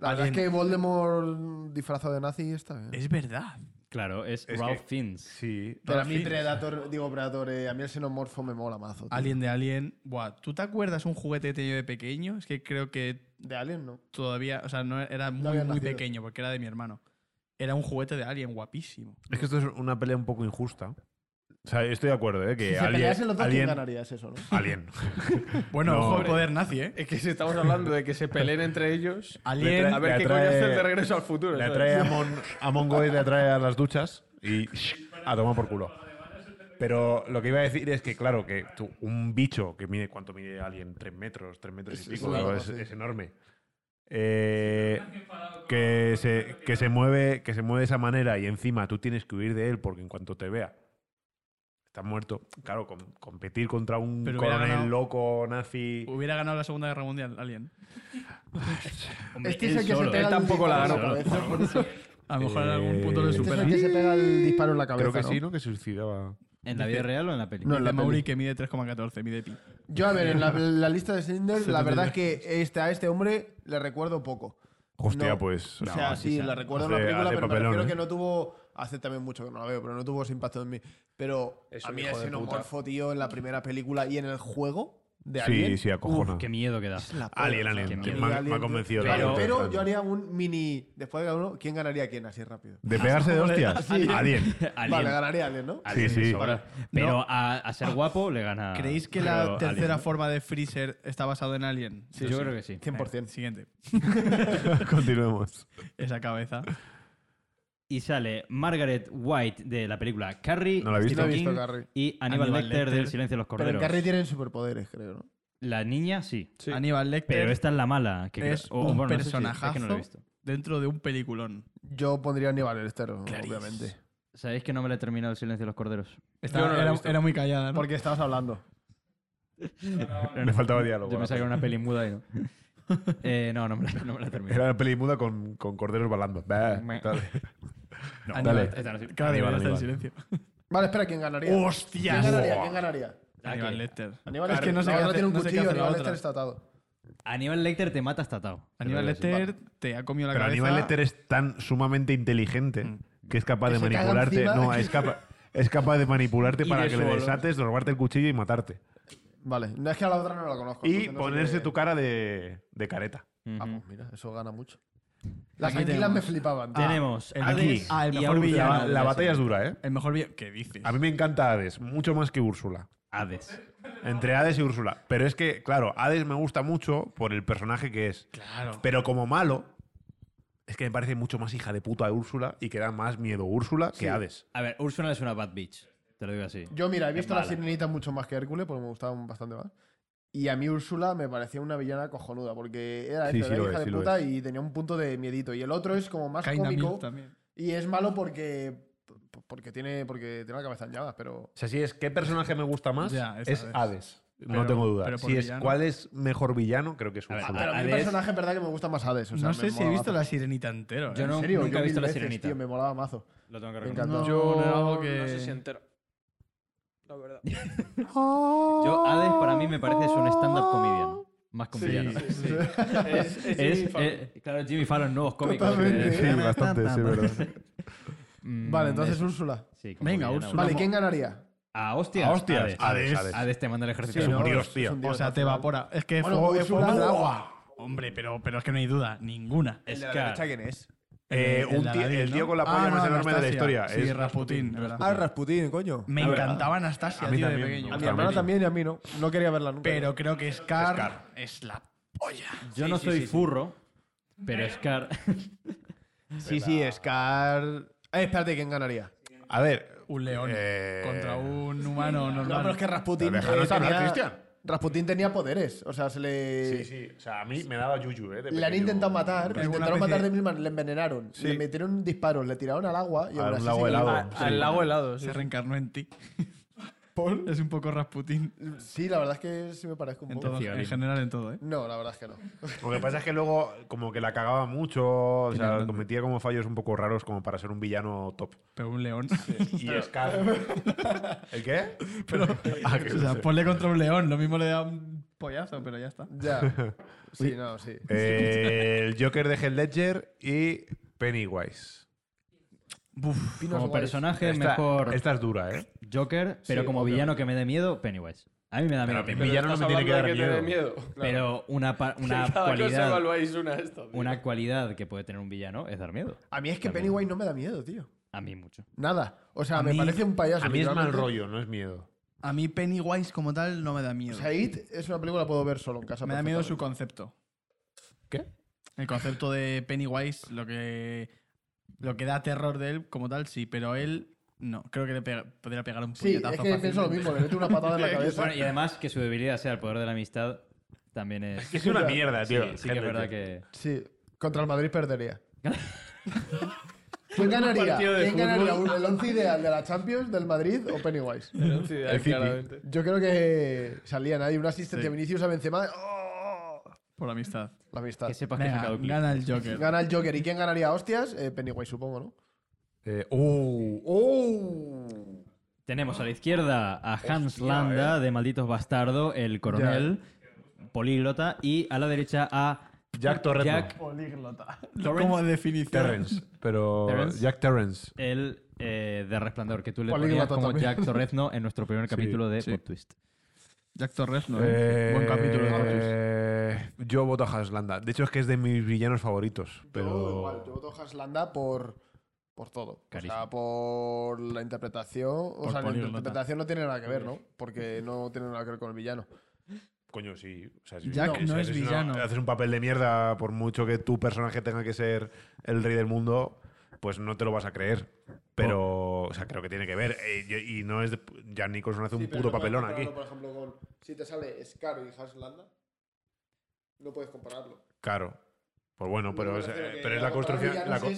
Speaker 3: La verdad es que Voldemort disfrazado de nazi está bien.
Speaker 4: Es verdad.
Speaker 2: claro, es,
Speaker 5: Es
Speaker 2: Ralph
Speaker 5: que-
Speaker 2: Fiennes.
Speaker 5: Sí.
Speaker 3: Pero a
Speaker 4: Ralph
Speaker 3: mí
Speaker 4: Fiennes.
Speaker 3: Predator, digo Predator, eh, a mí el xenomorfo me mola mazo. tío.
Speaker 4: Alien de Alien. Buah, ¿tú te acuerdas un juguete que tenía yo de pequeño? Es que creo que
Speaker 3: De Alien, ¿no?
Speaker 4: todavía, o sea, no e-, era muy,
Speaker 3: había
Speaker 4: muy
Speaker 3: nacido.
Speaker 4: pequeño porque era de mi hermano. Era un juguete de Alien guapísimo.
Speaker 5: Es que esto es una pelea un poco injusta. O sea, estoy de acuerdo, ¿eh? Que
Speaker 3: Si se
Speaker 5: alguien.
Speaker 3: peleasen los dos, ¿quién ganaría? Es eso, ¿no?
Speaker 5: Alien.
Speaker 4: Bueno,
Speaker 5: No,
Speaker 4: ojo al
Speaker 5: hombre.
Speaker 4: poder nazi, ¿eh?
Speaker 1: Es que si estamos hablando de que se peleen entre ellos.
Speaker 4: Alien,
Speaker 5: trae-
Speaker 1: A ver
Speaker 5: Le
Speaker 1: qué coño hace el de
Speaker 5: atrae-
Speaker 1: Regreso al Futuro.
Speaker 5: Le
Speaker 1: ¿sabes?
Speaker 5: atrae a, Mon, a Mongoy, le atrae a las duchas y shh, a tomar por culo. Pero lo que iba a decir es que, claro, que tú- un bicho que mide, ¿cuánto mide alguien? Tres metros, tres metros y
Speaker 3: es
Speaker 5: pico,
Speaker 3: largo,
Speaker 5: claro, es,
Speaker 3: sí.
Speaker 5: es enorme. eh, que, se, que, se mueve, que se mueve de esa manera y encima tú tienes que huir de él porque en cuanto te vea, estás muerto. Claro, com- competir contra un
Speaker 4: Pero hubiera
Speaker 5: coronel
Speaker 4: ganado-
Speaker 5: loco nazi.
Speaker 4: Hubiera ganado la Segunda Guerra Mundial, alguien.
Speaker 2: Hombre,
Speaker 3: Este es
Speaker 2: él
Speaker 3: el que se
Speaker 2: solo,
Speaker 3: pega
Speaker 2: ¿eh?
Speaker 3: el
Speaker 1: tampoco la
Speaker 3: disparo
Speaker 2: ganó.
Speaker 3: en la cabeza, por eso.
Speaker 4: A lo mejor en algún punto
Speaker 5: Eh,
Speaker 4: le
Speaker 3: Este es
Speaker 4: supera.
Speaker 3: el que se pega el disparo en la cabeza.
Speaker 5: Creo que
Speaker 3: ¿no?
Speaker 5: sí, ¿no? Que se suicidaba.
Speaker 2: ¿En la vida real o en la peli?
Speaker 3: No, en la
Speaker 4: Dice
Speaker 3: peli.
Speaker 4: Mauri que mide 3,14, mide pi.
Speaker 3: Yo, a ver, en la, la lista de Slender, la
Speaker 4: 70
Speaker 3: verdad es que este, a este hombre le recuerdo poco.
Speaker 5: Hostia,
Speaker 3: No.
Speaker 5: pues.
Speaker 3: O
Speaker 5: no,
Speaker 3: sea, sí, la recuerdo en la
Speaker 5: Hace-
Speaker 3: película,
Speaker 5: hace
Speaker 3: pero me
Speaker 5: papelón,
Speaker 3: refiero
Speaker 5: ¿eh?
Speaker 3: que no tuvo. Hace también mucho que no la veo, pero no tuvo ese impacto en mí. Pero
Speaker 1: Es
Speaker 3: a
Speaker 1: un
Speaker 3: mí
Speaker 1: hijo
Speaker 3: el
Speaker 1: de puta.
Speaker 3: xenomorfo, tío, en la primera película y en el juego de Alien.
Speaker 5: Sí, sí, acojona.
Speaker 2: Qué miedo que da.
Speaker 3: es la polla.
Speaker 5: Alien,
Speaker 2: Qué
Speaker 5: Alien.
Speaker 2: miedo.
Speaker 5: Me ha-
Speaker 3: Alien,
Speaker 5: me ha
Speaker 3: tío.
Speaker 5: convencido. la
Speaker 3: Pero,
Speaker 5: gente,
Speaker 3: pero
Speaker 5: Alien.
Speaker 3: yo haría un mini. Después de cada uno, ¿quién ganaría a quién así rápido?
Speaker 5: De pegarse de hostias. Alien.
Speaker 2: Alien.
Speaker 3: Vale, ganaría Alien, ¿no?
Speaker 2: Alien
Speaker 5: sí.
Speaker 2: le sobra. Pero a, a ser guapo le gana.
Speaker 4: ¿Creéis que
Speaker 2: pero
Speaker 4: la
Speaker 2: Alien.
Speaker 4: tercera forma de Freezer está basada en Alien? Eh,
Speaker 2: Yo creo que sí.
Speaker 3: 100%.
Speaker 4: Siguiente.
Speaker 5: Continuemos.
Speaker 4: Esa cabeza.
Speaker 2: Y sale Margaret White de la película Carrie.
Speaker 5: No la he visto.
Speaker 3: No he
Speaker 2: Stephen
Speaker 3: visto
Speaker 2: King
Speaker 3: Carrie.
Speaker 2: Y Aníbal,
Speaker 4: Aníbal
Speaker 2: Lecter,
Speaker 4: Lecter.
Speaker 2: del Silencio de los
Speaker 3: Pero en
Speaker 2: Corderos.
Speaker 3: Carrie tienen superpoderes, creo, ¿no?
Speaker 2: La niña sí.
Speaker 1: Sí.
Speaker 4: Aníbal Lecter
Speaker 2: Pero esta es la mala. Que
Speaker 4: es
Speaker 2: creo- o-
Speaker 4: un
Speaker 2: bueno, no sé si- es que no lo
Speaker 4: personajazo
Speaker 2: he visto.
Speaker 4: dentro de un peliculón.
Speaker 3: Yo pondría a Aníbal Lester, obviamente.
Speaker 2: ¿Sabéis que no me la he terminado el Silencio de los Corderos?
Speaker 4: Estaba-
Speaker 1: no la he
Speaker 4: era,
Speaker 1: visto.
Speaker 4: era muy callada, ¿no?
Speaker 3: Porque estabas hablando.
Speaker 5: Le faltaba diálogo.
Speaker 2: Yo
Speaker 5: a la
Speaker 2: me que era
Speaker 5: peli.
Speaker 2: una peli muda y no. Eh, no, no me la, no me la he terminado.
Speaker 5: Era una peli muda con, con corderos balando. Bah,
Speaker 2: Me-
Speaker 5: tal.
Speaker 2: No,
Speaker 4: Aníbal-
Speaker 5: dale.
Speaker 2: esta no sirve.
Speaker 4: Claro,
Speaker 5: Aníbal,
Speaker 4: debería estar en
Speaker 5: Aníbal.
Speaker 4: silencio.
Speaker 3: Vale, espera, ¿quién ganaría? ¿Quién
Speaker 5: Buah.
Speaker 3: ganaría? ¿Quién ganaría?
Speaker 2: Ah,
Speaker 4: Aníbal Lecter.
Speaker 3: Aníbal
Speaker 4: Es
Speaker 3: Lester.
Speaker 4: que no sé
Speaker 3: la
Speaker 4: qué
Speaker 3: otra
Speaker 4: hacer-
Speaker 3: tiene un
Speaker 4: no sé qué
Speaker 3: cuchillo,
Speaker 4: hacer la
Speaker 3: Aníbal
Speaker 4: otra.
Speaker 3: Lester está atado.
Speaker 2: Aníbal Lecter te mata hasta Tao.
Speaker 4: Aníbal Lecter te ha comido la
Speaker 5: Pero
Speaker 4: cabeza.
Speaker 5: Aníbal Lecter es tan sumamente inteligente que es capaz
Speaker 3: Mm. Que
Speaker 5: de
Speaker 3: se caga
Speaker 5: manipularte.
Speaker 3: encima.
Speaker 5: No, es capaz, es capaz de manipularte
Speaker 1: Y
Speaker 5: para
Speaker 1: de
Speaker 5: que le
Speaker 1: su olor.
Speaker 5: desates, de robarte el cuchillo y matarte.
Speaker 3: Vale, no es que a la otra no la conozco.
Speaker 5: Y
Speaker 3: entonces no sé
Speaker 5: ponerse
Speaker 3: qué-
Speaker 5: tu cara de, de careta.
Speaker 3: Ah,
Speaker 2: Ujú. Ah,
Speaker 3: pues mira, eso gana mucho. Las
Speaker 4: Aquí
Speaker 3: anguilas
Speaker 4: tenemos.
Speaker 3: me flipaban. tío.
Speaker 2: Tenemos
Speaker 4: el
Speaker 2: Hades
Speaker 4: aquí. Ah, el
Speaker 2: y
Speaker 4: mejor
Speaker 2: a Úrsula
Speaker 4: villano.
Speaker 2: de
Speaker 5: La, la batalla es
Speaker 2: serie.
Speaker 5: dura, ¿eh?
Speaker 4: El mejor bien. ¿Qué dices?
Speaker 5: A mí me encanta Hades, mucho más que Úrsula.
Speaker 2: Hades.
Speaker 5: Entre Hades y Úrsula. Pero es que, claro, Hades me gusta mucho por el personaje que es.
Speaker 4: Claro.
Speaker 5: Pero como malo, es que me parece mucho más hija de puta Úrsula y que da más miedo Úrsula que Hades.
Speaker 2: A ver, Úrsula es una bad bitch. Te lo digo así.
Speaker 3: Yo, mira, he visto
Speaker 2: Es
Speaker 3: la
Speaker 2: mala.
Speaker 3: sirenita mucho más que Hércules, porque me gustaban bastante más. Y a mí Úrsula me parecía una villana cojonuda, porque era,
Speaker 5: Sí,
Speaker 3: eso,
Speaker 5: sí
Speaker 3: era
Speaker 5: lo
Speaker 3: hija
Speaker 5: es,
Speaker 3: de
Speaker 5: sí lo
Speaker 3: puta y tenía un punto de miedito. Y el otro es como más
Speaker 4: Kaina Mill
Speaker 3: cómico
Speaker 4: también.
Speaker 3: y es malo porque, porque, tiene, porque tiene la cabeza en llamas, pero...
Speaker 5: O sea, si es qué personaje me gusta más,
Speaker 4: Ya, es
Speaker 5: es
Speaker 4: Hades.
Speaker 5: Hades.
Speaker 4: Pero-
Speaker 5: no tengo duda.
Speaker 4: pero por
Speaker 5: Si es
Speaker 4: villano.
Speaker 5: cuál es mejor villano, creo que es
Speaker 2: A ver,
Speaker 5: Úrsula.
Speaker 3: Pero a mí el
Speaker 2: Hades-
Speaker 3: personaje es verdad que me gusta más Hades. O sea, me
Speaker 4: no sé si he
Speaker 3: mola
Speaker 4: visto
Speaker 3: mazo.
Speaker 4: la sirenita entero.
Speaker 2: Yo
Speaker 4: ¿eh?
Speaker 2: no,
Speaker 3: En serio,
Speaker 2: nunca
Speaker 3: yo
Speaker 2: he visto
Speaker 3: mil
Speaker 2: la
Speaker 3: veces,
Speaker 2: sirenita.
Speaker 3: Tío, me molaba mazo.
Speaker 2: Lo tengo que
Speaker 3: Me
Speaker 2: reconocer.
Speaker 3: encantó.
Speaker 1: Yo
Speaker 4: era
Speaker 1: no,
Speaker 4: algo que-
Speaker 1: no sé si entero. La verdad.
Speaker 2: Yo, Hades para mí me parece es un stand-up comedian. Más
Speaker 3: Sí,
Speaker 2: comediano.
Speaker 3: sí, sí.
Speaker 1: Es, es
Speaker 2: Es,
Speaker 1: Jimmy Fallon.
Speaker 2: eh, claro, Jimmy Fallon, nuevos cómicos.
Speaker 3: Totalmente.
Speaker 5: Sí, bastante, sí, verdad.
Speaker 2: Mm,
Speaker 3: Vale, entonces
Speaker 2: es-
Speaker 3: Úrsula.
Speaker 2: sí, como
Speaker 4: Venga,
Speaker 2: villana,
Speaker 4: Úrsula.
Speaker 3: Vale, ¿quién ganaría?
Speaker 2: A Ah, hostias.
Speaker 5: A hostias, Hades.
Speaker 2: Hades. Hades te manda el ejército.
Speaker 5: Sí,
Speaker 2: de
Speaker 5: ¿no?
Speaker 2: Úrsula.
Speaker 5: dios, tío.
Speaker 4: O sea, te
Speaker 3: va por
Speaker 4: evapora. Es que
Speaker 3: Bueno,
Speaker 4: fuego es
Speaker 3: Úrsula es
Speaker 4: fuego.
Speaker 3: agua.
Speaker 4: pues Hombre, pero, pero es que no hay duda. Ninguna.
Speaker 2: Es
Speaker 3: ¿La
Speaker 2: que-
Speaker 3: derecha quién es?
Speaker 5: Eh,
Speaker 4: El- el
Speaker 5: un
Speaker 4: de
Speaker 5: tío-
Speaker 4: Aladdin,
Speaker 5: el
Speaker 4: ¿no?
Speaker 5: tío con la polla
Speaker 4: Ah,
Speaker 5: más
Speaker 4: no,
Speaker 5: enorme de la
Speaker 4: Anastasia.
Speaker 5: historia.
Speaker 4: Sí,
Speaker 5: Es-
Speaker 4: Rasputin. ¿verdad?
Speaker 3: Ah, Rasputin, coño.
Speaker 4: Me
Speaker 5: La verdad.
Speaker 4: encantaba Anastasia,
Speaker 5: A mí
Speaker 4: tío, de
Speaker 5: también.
Speaker 3: A
Speaker 4: pequeño.
Speaker 3: mi
Speaker 5: También.
Speaker 3: hermana también y a mí no. No quería verla nunca.
Speaker 4: Pero creo que Scar,
Speaker 5: Scar.
Speaker 4: es la polla.
Speaker 2: Yo no soy furro, pero Scar.
Speaker 3: Sí, sí, Scar. Eh, espérate, ¿quién ganaría?
Speaker 5: A ver.
Speaker 4: Un león
Speaker 5: eh,
Speaker 4: contra un humano normal.
Speaker 3: No, pero es que Rasputin.
Speaker 5: Pero déjanos hablar, Cristian.
Speaker 3: Rasputin tenía poderes. O sea, se le.
Speaker 5: Sí, sí. O sea, a mí me daba yuyu, ¿eh? de
Speaker 3: Le han
Speaker 5: pequeño.
Speaker 3: intentado matar,
Speaker 4: Pero
Speaker 3: le
Speaker 4: es una
Speaker 3: intentaron
Speaker 4: especie-
Speaker 3: matar de mil maneras, le envenenaron,
Speaker 5: Sí.
Speaker 3: le metieron disparos, le tiraron al agua y
Speaker 5: A
Speaker 3: ahora
Speaker 5: un
Speaker 3: sí
Speaker 5: lago
Speaker 3: se-
Speaker 5: helado.
Speaker 1: A-
Speaker 5: Sí.
Speaker 1: Al lago helado, sí.
Speaker 4: Se reencarnó en ti. Paul es un poco Rasputin.
Speaker 3: Sí, la verdad es que sí me parezco un
Speaker 4: En,
Speaker 3: poco.
Speaker 4: todo, en
Speaker 2: Cigarrín.
Speaker 4: general, en todo, ¿eh?
Speaker 3: No, la verdad es que no.
Speaker 5: Lo que pasa es que luego, como que la cagaba mucho, o sea,
Speaker 4: Finalmente.
Speaker 5: cometía como fallos un poco raros como para ser un villano top.
Speaker 4: Pero un león.
Speaker 5: Y Scar. ¿El qué?
Speaker 4: Pero,
Speaker 5: Ah, que
Speaker 4: o sea,
Speaker 5: no sé.
Speaker 4: ponle contra un león. Lo mismo le da un pollazo, pero ya está.
Speaker 3: Ya. Sí, no, sí.
Speaker 5: Eh, el Joker de Heath Ledger y Pennywise.
Speaker 3: Pinos
Speaker 2: Como
Speaker 3: guays.
Speaker 2: personaje,
Speaker 5: Esta,
Speaker 2: mejor
Speaker 5: esta es dura, ¿eh?
Speaker 2: Joker, pero
Speaker 3: Sí,
Speaker 2: como
Speaker 3: obviamente.
Speaker 2: villano que me dé miedo, Pennywise. A mí me da miedo.
Speaker 5: Pero a mí
Speaker 1: Pero
Speaker 2: Pennywise.
Speaker 5: Villano no me
Speaker 1: estás
Speaker 5: tiene que
Speaker 1: hablando
Speaker 5: dar
Speaker 1: de
Speaker 5: miedo.
Speaker 1: te dé miedo.
Speaker 2: Pero una, pa- una
Speaker 1: Cada cosa
Speaker 2: cualidad.
Speaker 1: evaluáis una de estas, tío.
Speaker 2: Una cualidad que puede tener un villano es dar miedo.
Speaker 3: A mí es que Pennywise no me da miedo, tío.
Speaker 2: A mí mucho.
Speaker 3: Nada. O sea,
Speaker 4: A
Speaker 3: me
Speaker 4: mí-
Speaker 3: parece un payaso.
Speaker 5: A mí es mal
Speaker 3: literalmente.
Speaker 5: rollo, no es miedo.
Speaker 4: A mí Pennywise como tal no me da
Speaker 3: O
Speaker 4: miedo.
Speaker 3: sea, It es una película que puedo ver solo en casa.
Speaker 4: me da miedo su
Speaker 3: perfectamente.
Speaker 4: concepto.
Speaker 5: ¿Qué?
Speaker 4: El concepto de Pennywise, lo que, lo que da terror de él como tal, sí, pero él no. Creo que le pega- podría pegar un
Speaker 3: Sí,
Speaker 4: puñetazo
Speaker 3: es que pienso lo ¿eh?
Speaker 4: fácilmente.
Speaker 3: mismo, le mete una patada en la cabeza.
Speaker 2: Bueno, y además que su debilidad sea el poder de la amistad también es.
Speaker 5: Es una mierda,
Speaker 2: Sí,
Speaker 5: tío.
Speaker 2: sí que es
Speaker 5: Gente,
Speaker 2: verdad
Speaker 5: tío.
Speaker 2: que.
Speaker 3: Sí, contra el Madrid perdería. ¿Quién ganaría?
Speaker 4: partido de
Speaker 3: ¿Quién ganaría?
Speaker 4: fútbol.
Speaker 3: ¿El 11 ideal de la Champions, del Madrid o Pennywise?
Speaker 1: El
Speaker 5: City.
Speaker 1: claramente.
Speaker 3: Yo creo que salía nadie. Una asistencia de
Speaker 4: Sí.
Speaker 3: Vinicius a Benzema. ¡Oh!
Speaker 4: Por amistad.
Speaker 3: La amistad.
Speaker 2: Que sepas que he
Speaker 4: Venga,
Speaker 2: sacado clip.
Speaker 4: gana el Joker.
Speaker 3: Gana el Joker. ¿Y quién ganaría a hostias? Eh, Pennywise, supongo, ¿no?
Speaker 5: Eh, ¡Oh! ¡Oh!
Speaker 2: Tenemos a la izquierda a Hans Landa, de Malditos Bastardo, el coronel, políglota, y a la derecha a
Speaker 5: Jack Torretto.
Speaker 2: Jack,
Speaker 4: Políglota.
Speaker 2: Torrance.
Speaker 4: Como definición.
Speaker 5: Terrence. Pero.
Speaker 2: Terrence.
Speaker 5: Jack Terrence.
Speaker 2: el eh, de Resplandor, que tú le
Speaker 3: Políglota
Speaker 2: ponías como
Speaker 3: también.
Speaker 2: Jack Torrezno en nuestro primer capítulo de
Speaker 5: sí.
Speaker 2: Plot Twist.
Speaker 4: Jack Torres, ¿no?
Speaker 5: Eh,
Speaker 4: Buen capítulo de Torres.
Speaker 5: eh, Yo voto a Haslanda. De hecho, es que es de mis villanos favoritos. Pero.
Speaker 3: Yo igual, yo voto a Haslanda por, por todo. O
Speaker 2: Carisma.
Speaker 3: sea, por la interpretación. O
Speaker 4: Por
Speaker 3: sea, la
Speaker 4: polirrota.
Speaker 3: interpretación no tiene nada que ver, ¿no? Porque no tiene nada que ver con el villano.
Speaker 5: Coño, sí. O sea,
Speaker 4: Jack
Speaker 5: si
Speaker 4: no
Speaker 5: haces
Speaker 4: es
Speaker 5: una-
Speaker 4: villano.
Speaker 5: haces un papel de mierda, por mucho que tu personaje tenga que ser el rey del mundo, pues no te lo vas a creer. Pero, o sea, creo que tiene que ver. Eh, yo- Y no es. de- Jack Nicholson hace un puto papelón aquí.
Speaker 3: Por ejemplo, con, si te sale Scaro y Haslanda, no puedes compararlo.
Speaker 5: Claro. Pues bueno, pero, es, eh, pero es la construcción. la co-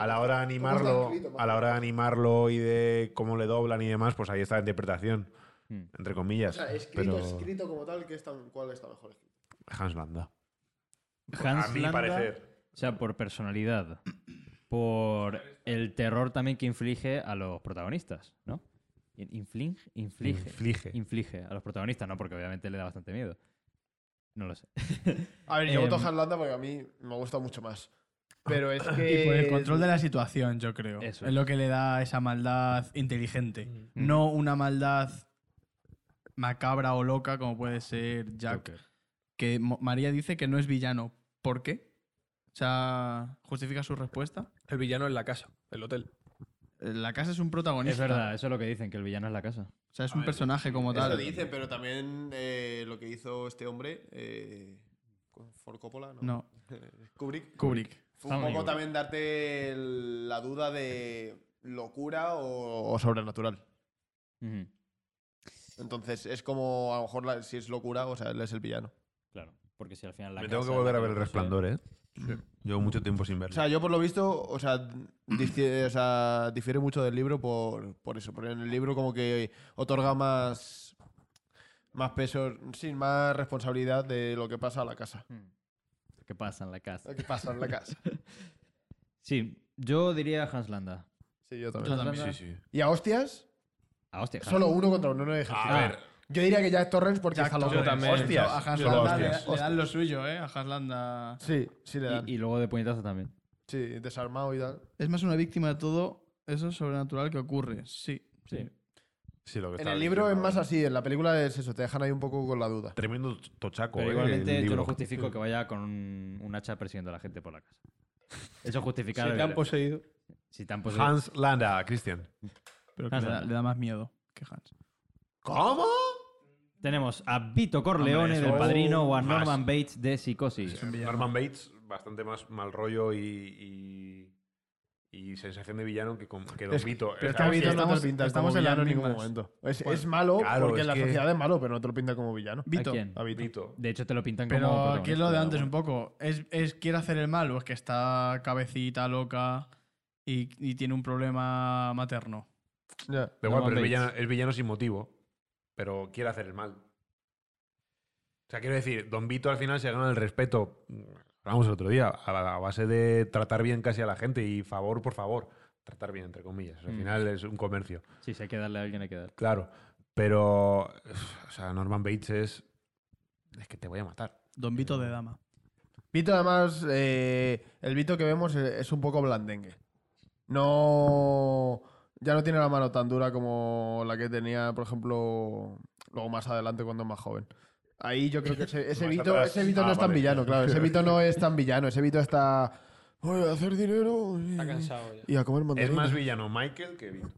Speaker 5: a la hora de animarlo, a la hora de animarlo y de cómo le doblan y demás, pues ahí está la interpretación,
Speaker 2: Hmm.
Speaker 5: entre comillas.
Speaker 3: escrito,
Speaker 5: pero
Speaker 3: escrito como tal, que es tan, ¿cuál está mejor escrito?
Speaker 5: Hans Landa.
Speaker 2: Hans
Speaker 5: a mi
Speaker 2: Landa,
Speaker 5: parecer.
Speaker 2: O sea, por personalidad, por el terror también que inflige a los protagonistas, ¿no? In- Inflige, inflige,
Speaker 5: Inflige.
Speaker 2: inflige a los protagonistas, ¿no? Porque obviamente le da bastante miedo. No lo sé.
Speaker 3: A ver,
Speaker 2: Em,
Speaker 3: yo voto a Haslanda porque a mí me gusta mucho más. Pero es que.
Speaker 4: Y por el control de la situación, yo creo.
Speaker 2: Eso
Speaker 4: es
Speaker 2: es. Mm.
Speaker 4: lo que le da esa maldad inteligente.
Speaker 3: Mm.
Speaker 4: No una maldad macabra o loca como puede ser Jack.
Speaker 2: Joker.
Speaker 4: Que Mo- María dice que no es villano. ¿Por qué? O sea, ¿justifica su respuesta?
Speaker 1: El villano en la casa, el hotel.
Speaker 4: Eh, La casa es un protagonista.
Speaker 2: Es verdad, eso es lo que dicen, que el villano es la casa.
Speaker 4: O sea, es un personaje como
Speaker 3: Eso
Speaker 4: tal.
Speaker 3: dicen, pero también eh, lo que hizo este hombre, eh, con- Ford Coppola, ¿no?
Speaker 4: No,
Speaker 3: Kubrick.
Speaker 4: Kubrick.
Speaker 3: Fue un
Speaker 2: Stanley
Speaker 3: poco
Speaker 2: Kubrick.
Speaker 3: también darte el- la duda de locura o, o sobrenatural.
Speaker 2: Ujú,
Speaker 3: Entonces, es como, a lo mejor, la- si es locura, o sea, él es el villano.
Speaker 2: Claro, porque si al final la
Speaker 5: Me tengo que
Speaker 2: casa
Speaker 5: volver
Speaker 2: la
Speaker 5: a ver el
Speaker 2: tiene ser-
Speaker 5: resplandor, ¿eh? Llevo mucho tiempo sin
Speaker 3: O
Speaker 5: verlo.
Speaker 3: sea, yo por lo visto, o sea, difiere, o sea, difiere mucho del libro por, por eso. Porque en el libro como que otorga más, más peso, sí, más responsabilidad de lo que pasa a la casa.
Speaker 2: Mm. ¿Qué pasa en la casa?
Speaker 3: Lo que pasa en la casa.
Speaker 2: Sí, yo diría Hans Landa.
Speaker 3: Sí, yo
Speaker 4: Yo
Speaker 3: también.
Speaker 4: también.
Speaker 5: Sí, sí.
Speaker 3: Y a hostias,
Speaker 2: Ah, hostia, Hans.
Speaker 3: solo uno contra uno, no hay ejercicio.
Speaker 5: A ver.
Speaker 3: Yo diría que Jack Torrens porque
Speaker 4: Jack
Speaker 3: está loco.
Speaker 1: Torrens. Yo también.
Speaker 5: Hostias.
Speaker 4: A Hans
Speaker 5: Yo lo
Speaker 4: Landa le,
Speaker 5: hostias.
Speaker 4: le dan lo suyo, ¿eh? A Hans Landa.
Speaker 3: Sí, sí le dan.
Speaker 2: Y, y luego de puñetazo también.
Speaker 3: Sí, desarmado y tal.
Speaker 4: Es más una víctima de todo eso sobrenatural que ocurre. Sí.
Speaker 2: Sí.
Speaker 5: Sí, lo que
Speaker 3: En
Speaker 5: estaba
Speaker 3: el libro es
Speaker 5: diciendo.
Speaker 3: más así, en la película es eso, te dejan ahí un poco con la duda.
Speaker 5: Tremendo tochaco.
Speaker 2: Pero
Speaker 5: ¿eh? El
Speaker 2: igualmente yo
Speaker 5: libro.
Speaker 2: no justifico que vaya con un, un hacha persiguiendo a la gente por la casa. Eso justifica...
Speaker 1: Si te han poseído.
Speaker 2: Si te han poseído-
Speaker 5: Hans Landa, Cristian.
Speaker 4: Pero que
Speaker 2: Hans
Speaker 4: le, da,
Speaker 2: Landa.
Speaker 4: le da más miedo que Hans.
Speaker 5: ¿Cómo?
Speaker 2: Tenemos a Vito Corleone
Speaker 4: eso-
Speaker 2: del Padrino o a
Speaker 5: Más.
Speaker 2: Norman Bates de Psicosis.
Speaker 5: Norman Bates, bastante más mal rollo y, y, y sensación de villano que, con, que Don
Speaker 3: Es-
Speaker 5: Vito.
Speaker 3: Pero es que
Speaker 5: Está-
Speaker 3: a
Speaker 4: Estamos-
Speaker 3: Vito no te lo
Speaker 4: estamos-
Speaker 3: pintan
Speaker 4: estamos
Speaker 3: como
Speaker 4: en las
Speaker 3: villano en ningún
Speaker 4: mismas.
Speaker 3: momento. Es,
Speaker 4: Bueno,
Speaker 3: es malo
Speaker 5: claro,
Speaker 3: porque
Speaker 5: es
Speaker 3: en la
Speaker 5: que-
Speaker 3: sociedad es malo, pero no te lo pintan como villano.
Speaker 4: Vito.
Speaker 2: ¿A quién?
Speaker 3: A Vito.
Speaker 5: Vito.
Speaker 2: De hecho, te lo pintan como.
Speaker 4: Pero aquí es lo de
Speaker 2: protagonista,
Speaker 4: antes
Speaker 2: ¿no?
Speaker 4: un poco. Es, es quiere hacer el mal o es que está cabecita loca y, y tiene un problema materno.
Speaker 3: Ya.
Speaker 5: Da igual,
Speaker 2: Norman
Speaker 5: pero es
Speaker 2: Bates.
Speaker 5: villano, es villano sin motivo. Pero quiere hacer el mal. O sea, quiero decir, Don Vito al final se gana el respeto. Hablamos el otro día, a, la- a base de tratar bien casi a la gente y favor por favor. Tratar bien, entre comillas. O sea, al
Speaker 2: Mm.
Speaker 5: final es un comercio.
Speaker 2: Sí, si hay que darle a alguien, hay que dar.
Speaker 5: Claro. Pero, o sea, Norman Bates es. Es que te voy a matar.
Speaker 4: Don Vito de dama.
Speaker 3: Vito, además, eh, el Vito que vemos eh, es un poco blandengue. No. Ya no tiene la mano tan dura como la que tenía, por ejemplo, luego más adelante cuando es más joven. Ahí yo creo que ese, ese
Speaker 5: Más
Speaker 3: Vito,
Speaker 5: atrás.
Speaker 3: ese Vito
Speaker 5: Ah,
Speaker 3: no es tan
Speaker 5: vale.
Speaker 3: villano, claro. Ese Vito no es tan villano. Ese Vito está. Voy a hacer dinero. y-
Speaker 1: Está cansado ya.
Speaker 3: Y a comer
Speaker 5: Es
Speaker 3: mandarinas.
Speaker 5: más villano Michael que Vito.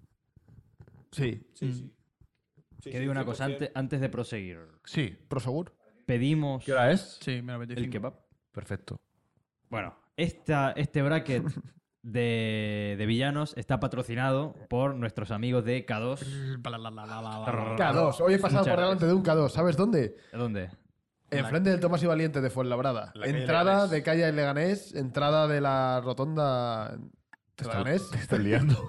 Speaker 3: Sí,
Speaker 1: Sí, sí. Sí,
Speaker 2: que
Speaker 1: sí,
Speaker 2: digo una cosa
Speaker 1: 100%.
Speaker 2: antes, antes de proseguir.
Speaker 5: Sí.
Speaker 3: Prosegur.
Speaker 2: Pedimos
Speaker 5: ¿Qué hora es?
Speaker 4: Sí, me lo apetece.
Speaker 2: el kebab.
Speaker 5: Perfecto.
Speaker 2: Bueno, esta, este bracket de, de villanos está patrocinado por nuestros amigos de K2.
Speaker 4: Bla, bla, bla, bla, bla, bla.
Speaker 3: K2. Hoy he pasado
Speaker 2: Muchas
Speaker 3: por delante de un K2. ¿Sabes dónde?
Speaker 2: ¿Dónde?
Speaker 3: Enfrente del Tomás y Valiente de Fuenlabrada.
Speaker 5: La calle
Speaker 3: entrada
Speaker 5: Leganés.
Speaker 3: de calle Leganés, entrada de la rotonda de Leganés,
Speaker 5: Te estás liando.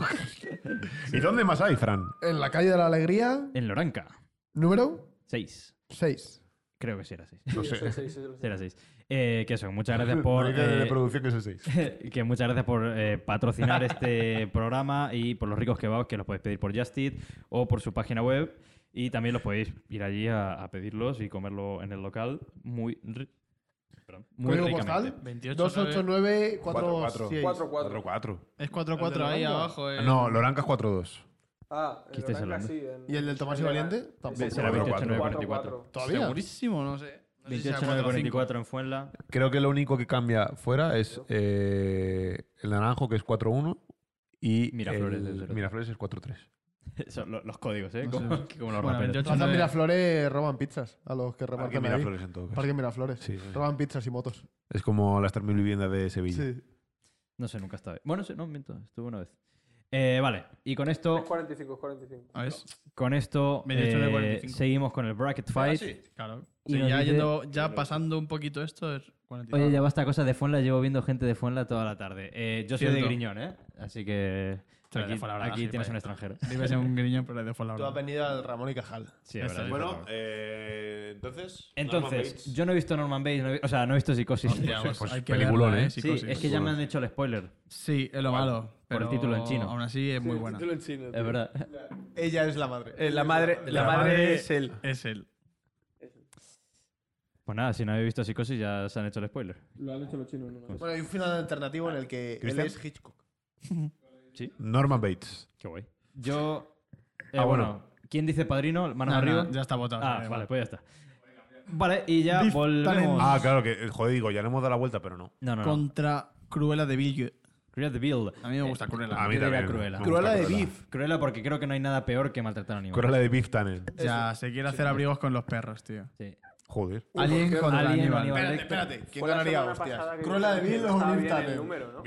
Speaker 5: ¿Y dónde más hay, Fran?
Speaker 3: en la calle de la Alegría,
Speaker 2: En Loranca.
Speaker 3: número
Speaker 2: 6.
Speaker 3: 6.
Speaker 2: Creo que sí era 6.
Speaker 5: No sé.
Speaker 2: Era 6. que eso, muchas gracias por.
Speaker 5: Marica de
Speaker 2: eh,
Speaker 5: producción que es el 6.
Speaker 2: que muchas gracias por eh, patrocinar este programa y por los ricos kebabs que los podéis pedir por Justit o por su página web. Y también los podéis ir allí a, a pedirlos y comerlo en el local. Muy, ri- perdón, muy
Speaker 3: Código
Speaker 2: ricamente.
Speaker 3: postal
Speaker 4: 28.
Speaker 3: 28946.
Speaker 6: 4-4.
Speaker 4: Es 4-4 ahí
Speaker 3: Holanda?
Speaker 4: abajo. eh.
Speaker 5: No, Loranca es 4-2.
Speaker 1: Ah, el
Speaker 2: ¿Qué estáis
Speaker 1: Oranca
Speaker 2: hablando?
Speaker 1: sí, en-
Speaker 3: ¿Y el del Tomás y
Speaker 1: en-
Speaker 3: Valiente?
Speaker 1: en-
Speaker 3: Tampoco.
Speaker 2: Será
Speaker 1: 4-4.
Speaker 2: 28-9-44.
Speaker 3: ¿Todavía?
Speaker 4: Segurísimo, no sé. No sé si sea
Speaker 2: 28-9-44 en Fuenla.
Speaker 5: Creo que lo único que cambia fuera es eh, el naranjo, que es 4-1, y
Speaker 2: Miraflores
Speaker 5: el
Speaker 2: es 0-3.
Speaker 5: Miraflores es 4-3.
Speaker 2: Son lo- los códigos, ¿eh?
Speaker 4: No
Speaker 2: como,
Speaker 4: sé.
Speaker 2: que como los
Speaker 4: Bueno,
Speaker 2: raperos.
Speaker 4: 28
Speaker 3: Plaza Miraflores roban pizzas a los que
Speaker 5: Parque
Speaker 3: reparten ahí.
Speaker 5: Miraflores, en todo caso.
Speaker 3: Parque Miraflores.
Speaker 5: Sí, sí.
Speaker 3: Roban pizzas y motos.
Speaker 5: Es como las 3.000 viviendas de Sevilla.
Speaker 3: Sí.
Speaker 2: No sé, nunca estaba. Bueno, sí, no, miento, estuve una vez. Eh, vale, y con esto,
Speaker 1: Es 45, es 45.
Speaker 4: A ver,
Speaker 2: con esto
Speaker 4: 28,
Speaker 2: eh,
Speaker 4: 45.
Speaker 2: seguimos con el bracket fight.
Speaker 4: claro.
Speaker 2: Y
Speaker 4: Ah, Sí,
Speaker 2: nos
Speaker 4: ya,
Speaker 2: dice-
Speaker 4: yendo, ya pasando un poquito esto, es 42.
Speaker 2: Oye, ya basta cosas de Fuenla, llevo viendo gente de Fuenla toda la tarde. Eh, yo soy de
Speaker 4: Cierto.
Speaker 2: Griñón, ¿eh? Así que
Speaker 4: Tú eres
Speaker 2: aquí,
Speaker 4: de Fuenlabrada,
Speaker 2: aquí
Speaker 4: sí,
Speaker 2: tienes
Speaker 4: vaya.
Speaker 2: un extranjero.
Speaker 4: Vives en un griñón, pero es de Fuenlabrada.
Speaker 3: venido al Ramón y Cajal.
Speaker 2: Sí,
Speaker 4: Eso
Speaker 2: verdad,
Speaker 4: es.
Speaker 2: yo
Speaker 4: Bueno, eh,
Speaker 2: tampoco.
Speaker 6: entonces.
Speaker 2: Entonces, yo no he visto Norman Bates, no he vi- o sea, no he visto Psicosis.
Speaker 4: Hostia,
Speaker 2: sí,
Speaker 4: pues,
Speaker 5: pues,
Speaker 4: hay que
Speaker 5: peliculón,
Speaker 4: verla,
Speaker 5: ¿eh?
Speaker 4: ¿eh? Psicosis.
Speaker 2: es que ya me han hecho el spoiler.
Speaker 4: Sí, es lo malo.
Speaker 2: Por el
Speaker 4: pero
Speaker 2: título en chino.
Speaker 4: Aún así es muy
Speaker 6: Sí,
Speaker 4: buena.
Speaker 6: título en chino, tío.
Speaker 2: Es verdad.
Speaker 3: Ella es la madre.
Speaker 1: Eh, la madre, la
Speaker 4: La
Speaker 1: madre,
Speaker 4: madre-
Speaker 1: es el.
Speaker 4: Es él.
Speaker 2: Pues nada, si no habéis visto Psicosis ya se han hecho el spoiler.
Speaker 1: Lo han hecho los chinos.
Speaker 3: Bueno, hay un final alternativo en el que
Speaker 5: ¿Cristian?
Speaker 3: él es Hitchcock.
Speaker 5: Norman Bates.
Speaker 2: Qué guay. Yo... eh,
Speaker 5: Ah, bueno.
Speaker 2: bueno. ¿Quién dice padrino? Manos
Speaker 4: No,
Speaker 2: arriba.
Speaker 4: no, ya está votado.
Speaker 2: Ah,
Speaker 4: Eh,
Speaker 2: vale, pues ya está. Vale, y ya
Speaker 4: Beef
Speaker 2: volvemos.
Speaker 4: Talent.
Speaker 5: Ah, claro, que, joder, digo, ya le hemos dado la vuelta, pero no.
Speaker 2: No, no, no.
Speaker 4: Contra Cruella de Vilgue.
Speaker 2: Cruella de Vil.
Speaker 4: A
Speaker 5: Eh,
Speaker 4: mí me gusta Cruella.
Speaker 5: A mí
Speaker 2: Yo diría
Speaker 5: también.
Speaker 2: Cruella.
Speaker 5: Me gusta
Speaker 3: Cruella de Beef.
Speaker 2: Cruella porque creo que no hay nada peor que maltratar a animales.
Speaker 5: Cruella de Beef Tunnel.
Speaker 3: Eh,
Speaker 4: Ya, se quiere hacer abrigos con los perros, tío.
Speaker 2: Sí.
Speaker 5: Joder.
Speaker 4: Alien contra
Speaker 2: Alien o
Speaker 4: Aníbal.
Speaker 2: Aníbal.
Speaker 4: Espera,
Speaker 3: Espérate,
Speaker 2: Lecter.
Speaker 3: espérate. ¿Quién ganaría, hostias? ¿Cruella de Vil o Biff
Speaker 1: el
Speaker 3: Tannen?
Speaker 1: número, ¿no?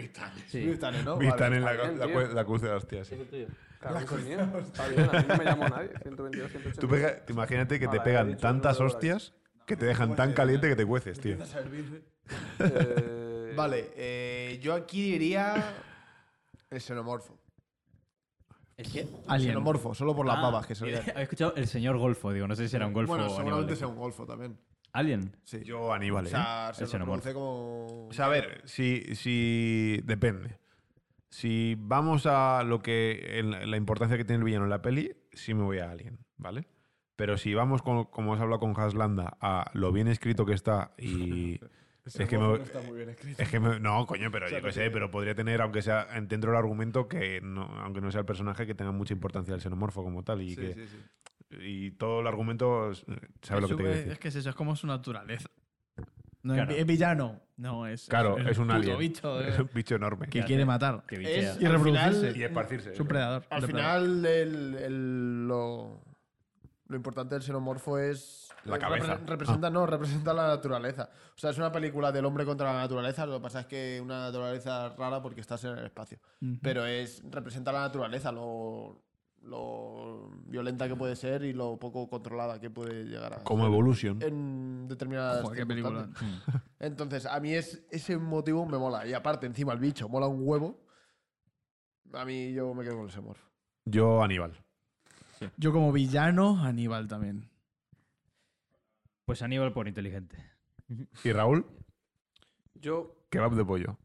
Speaker 2: Sí.
Speaker 3: Biff Tannen, ¿no?
Speaker 5: Beef
Speaker 3: Vale.
Speaker 5: Tunnel, la,
Speaker 1: está bien,
Speaker 5: la,
Speaker 1: tío.
Speaker 5: cue- la cruz de las hostias.
Speaker 1: Es el tuyo. Claro, es el mío. Está bien, a mí no me llamó nadie. 122, 180.
Speaker 5: Tú pega- te imagínate que te
Speaker 1: Vale, he
Speaker 5: pegan
Speaker 1: dicho
Speaker 5: tantas
Speaker 1: el número de
Speaker 5: hostias que te dejan tan caliente que te cueces, tío.
Speaker 1: Eh,
Speaker 3: Vale, eh, yo aquí diría el xenomorfo.
Speaker 2: ¿El qué?
Speaker 4: Alien.
Speaker 3: Xenomorfo, solo por las
Speaker 2: Ah,
Speaker 3: babas que se
Speaker 2: Había
Speaker 3: veían.
Speaker 2: escuchado el señor Golfo, digo, no sé si era un golfo
Speaker 3: Bueno,
Speaker 2: o Aníbal.
Speaker 3: seguramente sea un golfo también.
Speaker 2: Alien.
Speaker 3: Sí.
Speaker 5: Yo, Aníbal.
Speaker 3: o
Speaker 5: ¿eh?
Speaker 3: sea,
Speaker 2: el
Speaker 3: se
Speaker 2: xenomorfo.
Speaker 3: reproduce como...
Speaker 5: O sea, a ver, si, si depende. Si vamos a lo que en la la importancia que tiene el villano en la peli, sí me voy a Alien, ¿vale? Pero si vamos, con- como has hablado con Haslanda, a lo bien escrito que está y... es que
Speaker 3: Xenomorfo
Speaker 5: me-
Speaker 3: no está muy bien escrito.
Speaker 5: Es que me- no, coño, pero
Speaker 3: O sea,
Speaker 5: yo
Speaker 3: no
Speaker 5: qué sé,
Speaker 3: tiene-
Speaker 5: pero podría tener, aunque sea dentro del argumento, que no, aunque no sea el personaje, que tenga mucha importancia el xenomorfo como tal. Y,
Speaker 3: Sí,
Speaker 5: que,
Speaker 3: sí, sí.
Speaker 5: y todo el argumento, eh, ¿sabes lo que te quiero
Speaker 4: Es-
Speaker 5: decir?
Speaker 4: Es que es eso, es como su naturaleza. No,
Speaker 2: Claro.
Speaker 4: es, es villano. No, es.
Speaker 5: Claro, es un
Speaker 4: puto
Speaker 5: alien.
Speaker 4: bicho, eh,
Speaker 5: Es un bicho enorme.
Speaker 4: que quiere matar.
Speaker 2: Que bichea.
Speaker 3: Es,
Speaker 4: Y
Speaker 3: al
Speaker 4: reproducirse.
Speaker 5: Y
Speaker 3: final,
Speaker 5: esparcirse.
Speaker 4: Es un predador.
Speaker 3: al
Speaker 4: depredador.
Speaker 3: final el- el- lo, lo importante del xenomorfo es...
Speaker 5: La cabeza.
Speaker 3: repre-
Speaker 2: Ah.
Speaker 3: representa, no, representa la naturaleza. O sea, es una película del hombre contra la naturaleza, lo que pasa es que una naturaleza rara porque estás en el espacio.
Speaker 4: Ujú.
Speaker 3: Pero es representa la naturaleza, lo, lo violenta que puede ser y lo poco controlada que puede llegar a
Speaker 5: Como evolución.
Speaker 3: en determinadas
Speaker 4: Joder, qué película.
Speaker 3: circunstancias. Entonces, a mí es, ese motivo me mola. Y aparte, encima el bicho mola un huevo. A mí yo me quedo con el semor.
Speaker 5: Yo, Aníbal.
Speaker 4: Yo como villano, Aníbal también.
Speaker 2: Pues Aníbal por inteligente.
Speaker 5: ¿Y Raúl?
Speaker 1: Yo,
Speaker 5: Kebab de pollo.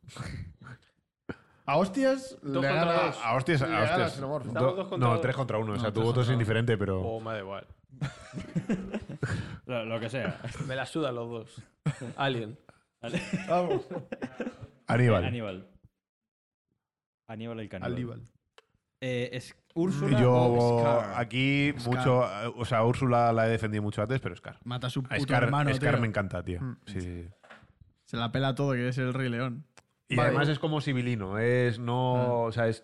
Speaker 3: A hostias le
Speaker 1: contra
Speaker 3: gana-
Speaker 1: dos.
Speaker 5: A hostias,
Speaker 3: Le
Speaker 5: a
Speaker 3: gana
Speaker 5: hostias.
Speaker 3: Xenomorfo.
Speaker 5: Do-
Speaker 1: Estamos dos contra
Speaker 5: no,
Speaker 1: dos.
Speaker 5: tres contra uno. o sea,
Speaker 4: No,
Speaker 5: tu
Speaker 4: tres
Speaker 5: voto es
Speaker 4: contra
Speaker 5: indiferente, pero.
Speaker 1: oh, me da igual.
Speaker 2: Lo, lo que sea.
Speaker 1: Me la sudan los dos. Alien.
Speaker 3: Vamos.
Speaker 5: Aníbal.
Speaker 2: Aníbal. Aníbal el caníbal.
Speaker 3: Aníbal.
Speaker 2: Eh, es
Speaker 5: Y
Speaker 2: Úrsula o
Speaker 5: Yo
Speaker 2: Scar.
Speaker 5: aquí
Speaker 4: Scar.
Speaker 5: mucho. eh, O sea, Úrsula la he defendido mucho antes, pero Scar.
Speaker 4: Mata a su puto
Speaker 5: A Scar,
Speaker 4: hermano.
Speaker 5: Scar
Speaker 4: tío.
Speaker 5: me encanta, tío.
Speaker 3: Mm.
Speaker 5: Sí, sí, sí.
Speaker 4: Se la pela todo, que es el Rey León.
Speaker 5: Y
Speaker 3: Vale.
Speaker 5: además es como sibilino. Es no.
Speaker 4: Ah.
Speaker 5: O sea, es.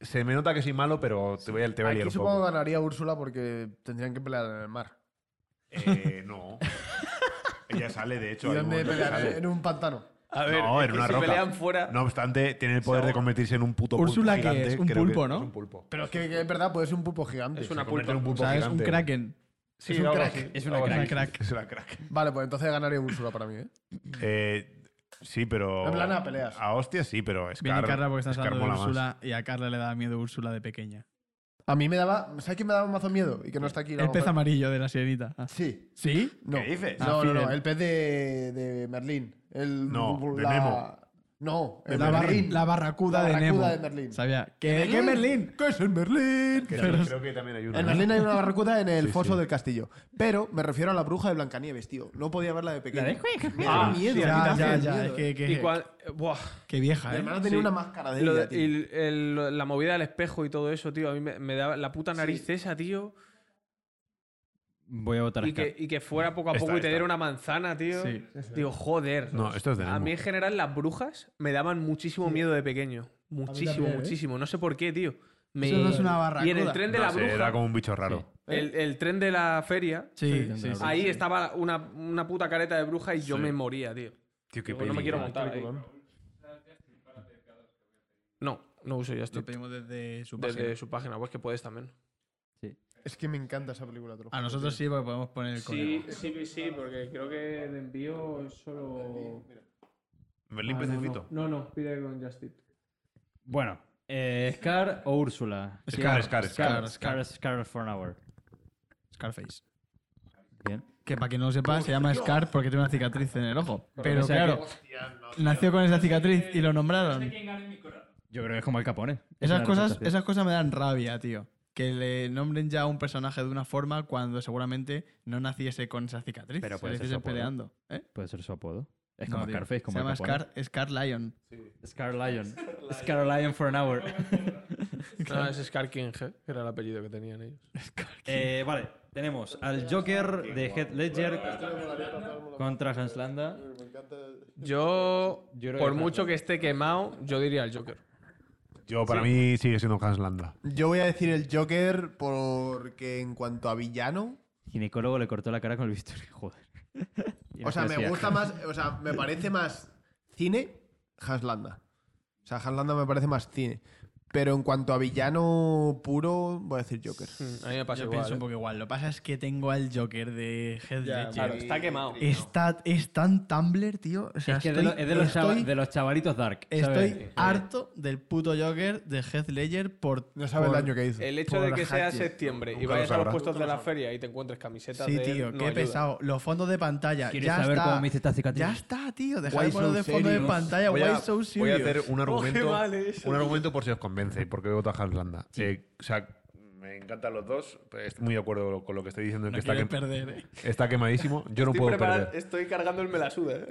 Speaker 5: Se me nota que soy malo, pero te voy a, te voy a liar
Speaker 3: Aquí
Speaker 5: un
Speaker 3: supongo
Speaker 5: poco.
Speaker 3: que ganaría Úrsula porque tendrían que pelear en el mar.
Speaker 5: Eh, no. Ella sale, de
Speaker 3: ¿Y
Speaker 5: hecho. hay un
Speaker 3: dónde
Speaker 5: momento que
Speaker 3: pelear?
Speaker 5: sale.
Speaker 3: En un pantano.
Speaker 1: A
Speaker 5: ver, No, es en que una si roca. pelean
Speaker 1: fuera.
Speaker 5: No obstante, tiene el poder de convertirse en un puto pulpo
Speaker 4: Úrsula, que
Speaker 5: gigante,
Speaker 4: es un
Speaker 5: creo que
Speaker 4: pulpo, ¿no?
Speaker 5: Es un pulpo.
Speaker 3: Pero es que, que es verdad, puede ser un pulpo gigante.
Speaker 1: Es una
Speaker 5: Se convierte en
Speaker 1: pulpa.
Speaker 5: un
Speaker 4: O
Speaker 5: pulpo
Speaker 4: sea, es un eh.
Speaker 5: gigante.
Speaker 4: kraken.
Speaker 5: Sí,
Speaker 4: Es un
Speaker 5: algo
Speaker 4: crack,
Speaker 5: así,
Speaker 2: es una
Speaker 5: algo
Speaker 4: Es una
Speaker 5: así.
Speaker 4: crack.
Speaker 5: Es una crack.
Speaker 3: Vale, pues entonces ganaría un Sura para mí, ¿eh?
Speaker 5: Eh, sí, pero.
Speaker 3: En plan a peleas.
Speaker 5: A hostias sí, pero es
Speaker 4: Viene Carla porque estás
Speaker 5: Scar
Speaker 4: hablando de
Speaker 5: mola más.
Speaker 4: Úrsula y a Carla le daba miedo Úrsula de pequeña.
Speaker 3: A mí me daba. ¿Sabes quién me daba mazo miedo? Y que no está aquí. la
Speaker 4: El pez
Speaker 3: mujer.
Speaker 4: amarillo de la sirenita. Ah.
Speaker 3: Sí.
Speaker 4: ¿Sí?
Speaker 3: No.
Speaker 5: ¿Qué dices?
Speaker 3: No,
Speaker 4: Ah,
Speaker 3: no, no.
Speaker 4: Fidel.
Speaker 3: El pez de, de Merlín. El,
Speaker 5: No, de Nemo.
Speaker 3: No, el
Speaker 4: La, barra-
Speaker 3: Merlín.
Speaker 4: la barracuda
Speaker 3: La
Speaker 4: de Nemo.
Speaker 3: barracuda de Merlín.
Speaker 4: Sabía. ¿Qué, ¿Qué Merlín?
Speaker 3: ¿Qué es el Merlín?
Speaker 5: Que
Speaker 4: Pero-
Speaker 5: creo que también hay uno.
Speaker 3: En
Speaker 5: ¿no?
Speaker 3: Merlín hay una barracuda en el
Speaker 5: Sí,
Speaker 3: foso
Speaker 5: sí.
Speaker 3: del castillo. Pero me refiero a la bruja de Blancanieves, tío. No podía verla de pequeño.
Speaker 2: ¿La de
Speaker 3: Me daba
Speaker 1: Ah,
Speaker 3: miedo.
Speaker 1: sí,
Speaker 3: a mí me
Speaker 4: Ya,
Speaker 3: daba
Speaker 4: ya,
Speaker 3: miedo,
Speaker 4: ya.
Speaker 3: eh.
Speaker 4: es que- que-
Speaker 1: Y cual- Buah,
Speaker 4: Qué
Speaker 3: Mi
Speaker 4: vieja, ¿eh?
Speaker 3: hermana tenía
Speaker 1: Sí.
Speaker 3: una máscara de
Speaker 1: lo
Speaker 3: ella,
Speaker 1: de-
Speaker 3: tío.
Speaker 1: y el- el- la movida del espejo y todo eso, tío. A mí me, me daba la puta nariz esa, tío.
Speaker 2: Voy a votar a
Speaker 1: Y
Speaker 2: Scar.
Speaker 1: que, y que fuera poco a
Speaker 5: Esta,
Speaker 1: poco y
Speaker 5: esta.
Speaker 1: te diera una manzana, tío.
Speaker 4: Sí.
Speaker 1: Digo, joder.
Speaker 5: No, esto es de
Speaker 1: A
Speaker 5: Nemo.
Speaker 1: mí en general las brujas me daban muchísimo miedo de pequeño. Muchísimo,
Speaker 3: también, ¿eh?
Speaker 1: muchísimo. No sé por qué, tío. Me-
Speaker 4: Eso no es una barracuda.
Speaker 1: Y en el tren de
Speaker 5: No
Speaker 1: la
Speaker 5: sé,
Speaker 1: bruja,
Speaker 5: Era como un bicho raro.
Speaker 1: el, el tren de la feria,
Speaker 4: Sí,
Speaker 2: Sí,
Speaker 4: sí, sí.
Speaker 1: ahí estaba una, una puta careta de bruja y yo
Speaker 5: Sí.
Speaker 1: me moría, tío.
Speaker 5: Tío, qué
Speaker 1: Digo, no me
Speaker 5: peli.
Speaker 1: quiero montar ahí. No, no uso ya
Speaker 4: Lo
Speaker 1: estoy
Speaker 4: pedimos desde su
Speaker 1: desde
Speaker 4: página.
Speaker 1: su página web que puedes también.
Speaker 3: Es que me encanta esa película. te lo
Speaker 4: A
Speaker 3: juro,
Speaker 4: nosotros
Speaker 3: tío.
Speaker 4: sí, porque podemos poner el código.
Speaker 1: sí, sí, porque creo que el envío es solo.
Speaker 5: Merlín Pececito.
Speaker 1: No, no, pide con Justit.
Speaker 2: Bueno, eh, Scar o Úrsula.
Speaker 5: Scar, Scar,
Speaker 2: Scar,
Speaker 5: Scar.
Speaker 2: Scar, Scar for an hour.
Speaker 4: Scarface.
Speaker 2: Bien.
Speaker 4: Que para quien no lo sepa, se llama Scar porque tiene una cicatriz en el ojo. Pero
Speaker 2: O sea
Speaker 4: claro, nació con esa cicatriz y lo nombraron.
Speaker 2: Yo creo que es como el Capone. Es
Speaker 4: Esas
Speaker 2: una
Speaker 4: cosas,
Speaker 2: representación.
Speaker 4: esas cosas me dan rabia, tío. Que le nombren ya a un personaje de una forma cuando seguramente no naciese con esa cicatriz.
Speaker 2: Pero
Speaker 4: se
Speaker 2: puede
Speaker 4: le
Speaker 2: ser
Speaker 4: hiciese
Speaker 2: su apodo.
Speaker 4: peleando. ¿eh?
Speaker 2: Puede ser su apodo. Es
Speaker 4: No,
Speaker 2: como
Speaker 4: tío.
Speaker 2: Scarface, como
Speaker 4: se
Speaker 2: el
Speaker 4: llama
Speaker 2: Capone.
Speaker 4: Scar, Scar Lion.
Speaker 2: Scar Lion. Scar Lion for an hour.
Speaker 1: No, es Scar King, ¿eh? que era el apellido que tenían ellos.
Speaker 2: Eh, vale, tenemos al Joker de Head Ledger contra Hans Landa.
Speaker 1: Yo,
Speaker 2: Yo creo
Speaker 1: por
Speaker 2: que-
Speaker 1: mucho que esté quemado, yo diría el Joker.
Speaker 5: Yo, para mí, sigue siendo Hans Landa.
Speaker 3: Yo voy a decir el Joker porque en cuanto a villano,
Speaker 2: Ginecólogo le cortó la cara con el bisturí, joder. Y
Speaker 3: o sea, me
Speaker 2: anestesia.
Speaker 3: gusta más, o sea, me parece más cine Haslanda. O sea, Haslanda me parece más cine. Pero en cuanto a villano puro, voy a decir Joker.
Speaker 1: Mm, A mí me
Speaker 4: Yo
Speaker 1: pasa igual.
Speaker 4: pienso
Speaker 1: ¿eh?
Speaker 4: un poco igual. Lo que pasa es que tengo al Joker de Heath Ledger.
Speaker 1: Claro, está quemado.
Speaker 4: Está, es tan Tumblr, tío. O sea,
Speaker 2: Es que de,
Speaker 4: estoy-
Speaker 2: lo- es de los chava-
Speaker 4: estoy-
Speaker 2: de los chavalitos dark. ¿sabes?
Speaker 4: Estoy harto del puto Joker de Heath Ledger por.
Speaker 3: No sabe el
Speaker 4: por-
Speaker 3: daño que hizo.
Speaker 1: El hecho
Speaker 4: Por
Speaker 1: de que sea
Speaker 4: Hatches.
Speaker 1: septiembre y
Speaker 5: Nunca lo
Speaker 1: vayas a los
Speaker 5: sabrás.
Speaker 1: puestos de la feria y te encuentres camisetas
Speaker 4: Sí,
Speaker 1: de él,
Speaker 4: tío,
Speaker 1: no
Speaker 4: qué
Speaker 1: ayuda.
Speaker 4: pesado. Los fondos de pantalla.
Speaker 2: ¿Quieres
Speaker 4: ya
Speaker 2: saber
Speaker 4: está.
Speaker 2: cómo me hice esta cicatriz?
Speaker 4: Ya está, tío. Dejad
Speaker 3: Why
Speaker 4: de poner
Speaker 3: so
Speaker 4: de fondo de
Speaker 3: serious?
Speaker 4: pantalla.
Speaker 5: Voy
Speaker 4: Eh, Why
Speaker 5: a,
Speaker 4: so
Speaker 5: voy a
Speaker 4: serious.
Speaker 5: hacer un argumento,
Speaker 1: mal es.
Speaker 5: un argumento por si os convence y porque voto a Hans Landa. Eh, o sea, me encantan los dos. pero Estoy muy de acuerdo con lo que estoy diciendo.
Speaker 4: No
Speaker 5: que está,
Speaker 4: quiero
Speaker 5: quem-
Speaker 4: perder, eh.
Speaker 5: está quemadísimo. Yo no
Speaker 1: Estoy,
Speaker 5: puedo
Speaker 1: preparado-
Speaker 5: perder.
Speaker 1: estoy cargando el melasuda. ¿eh?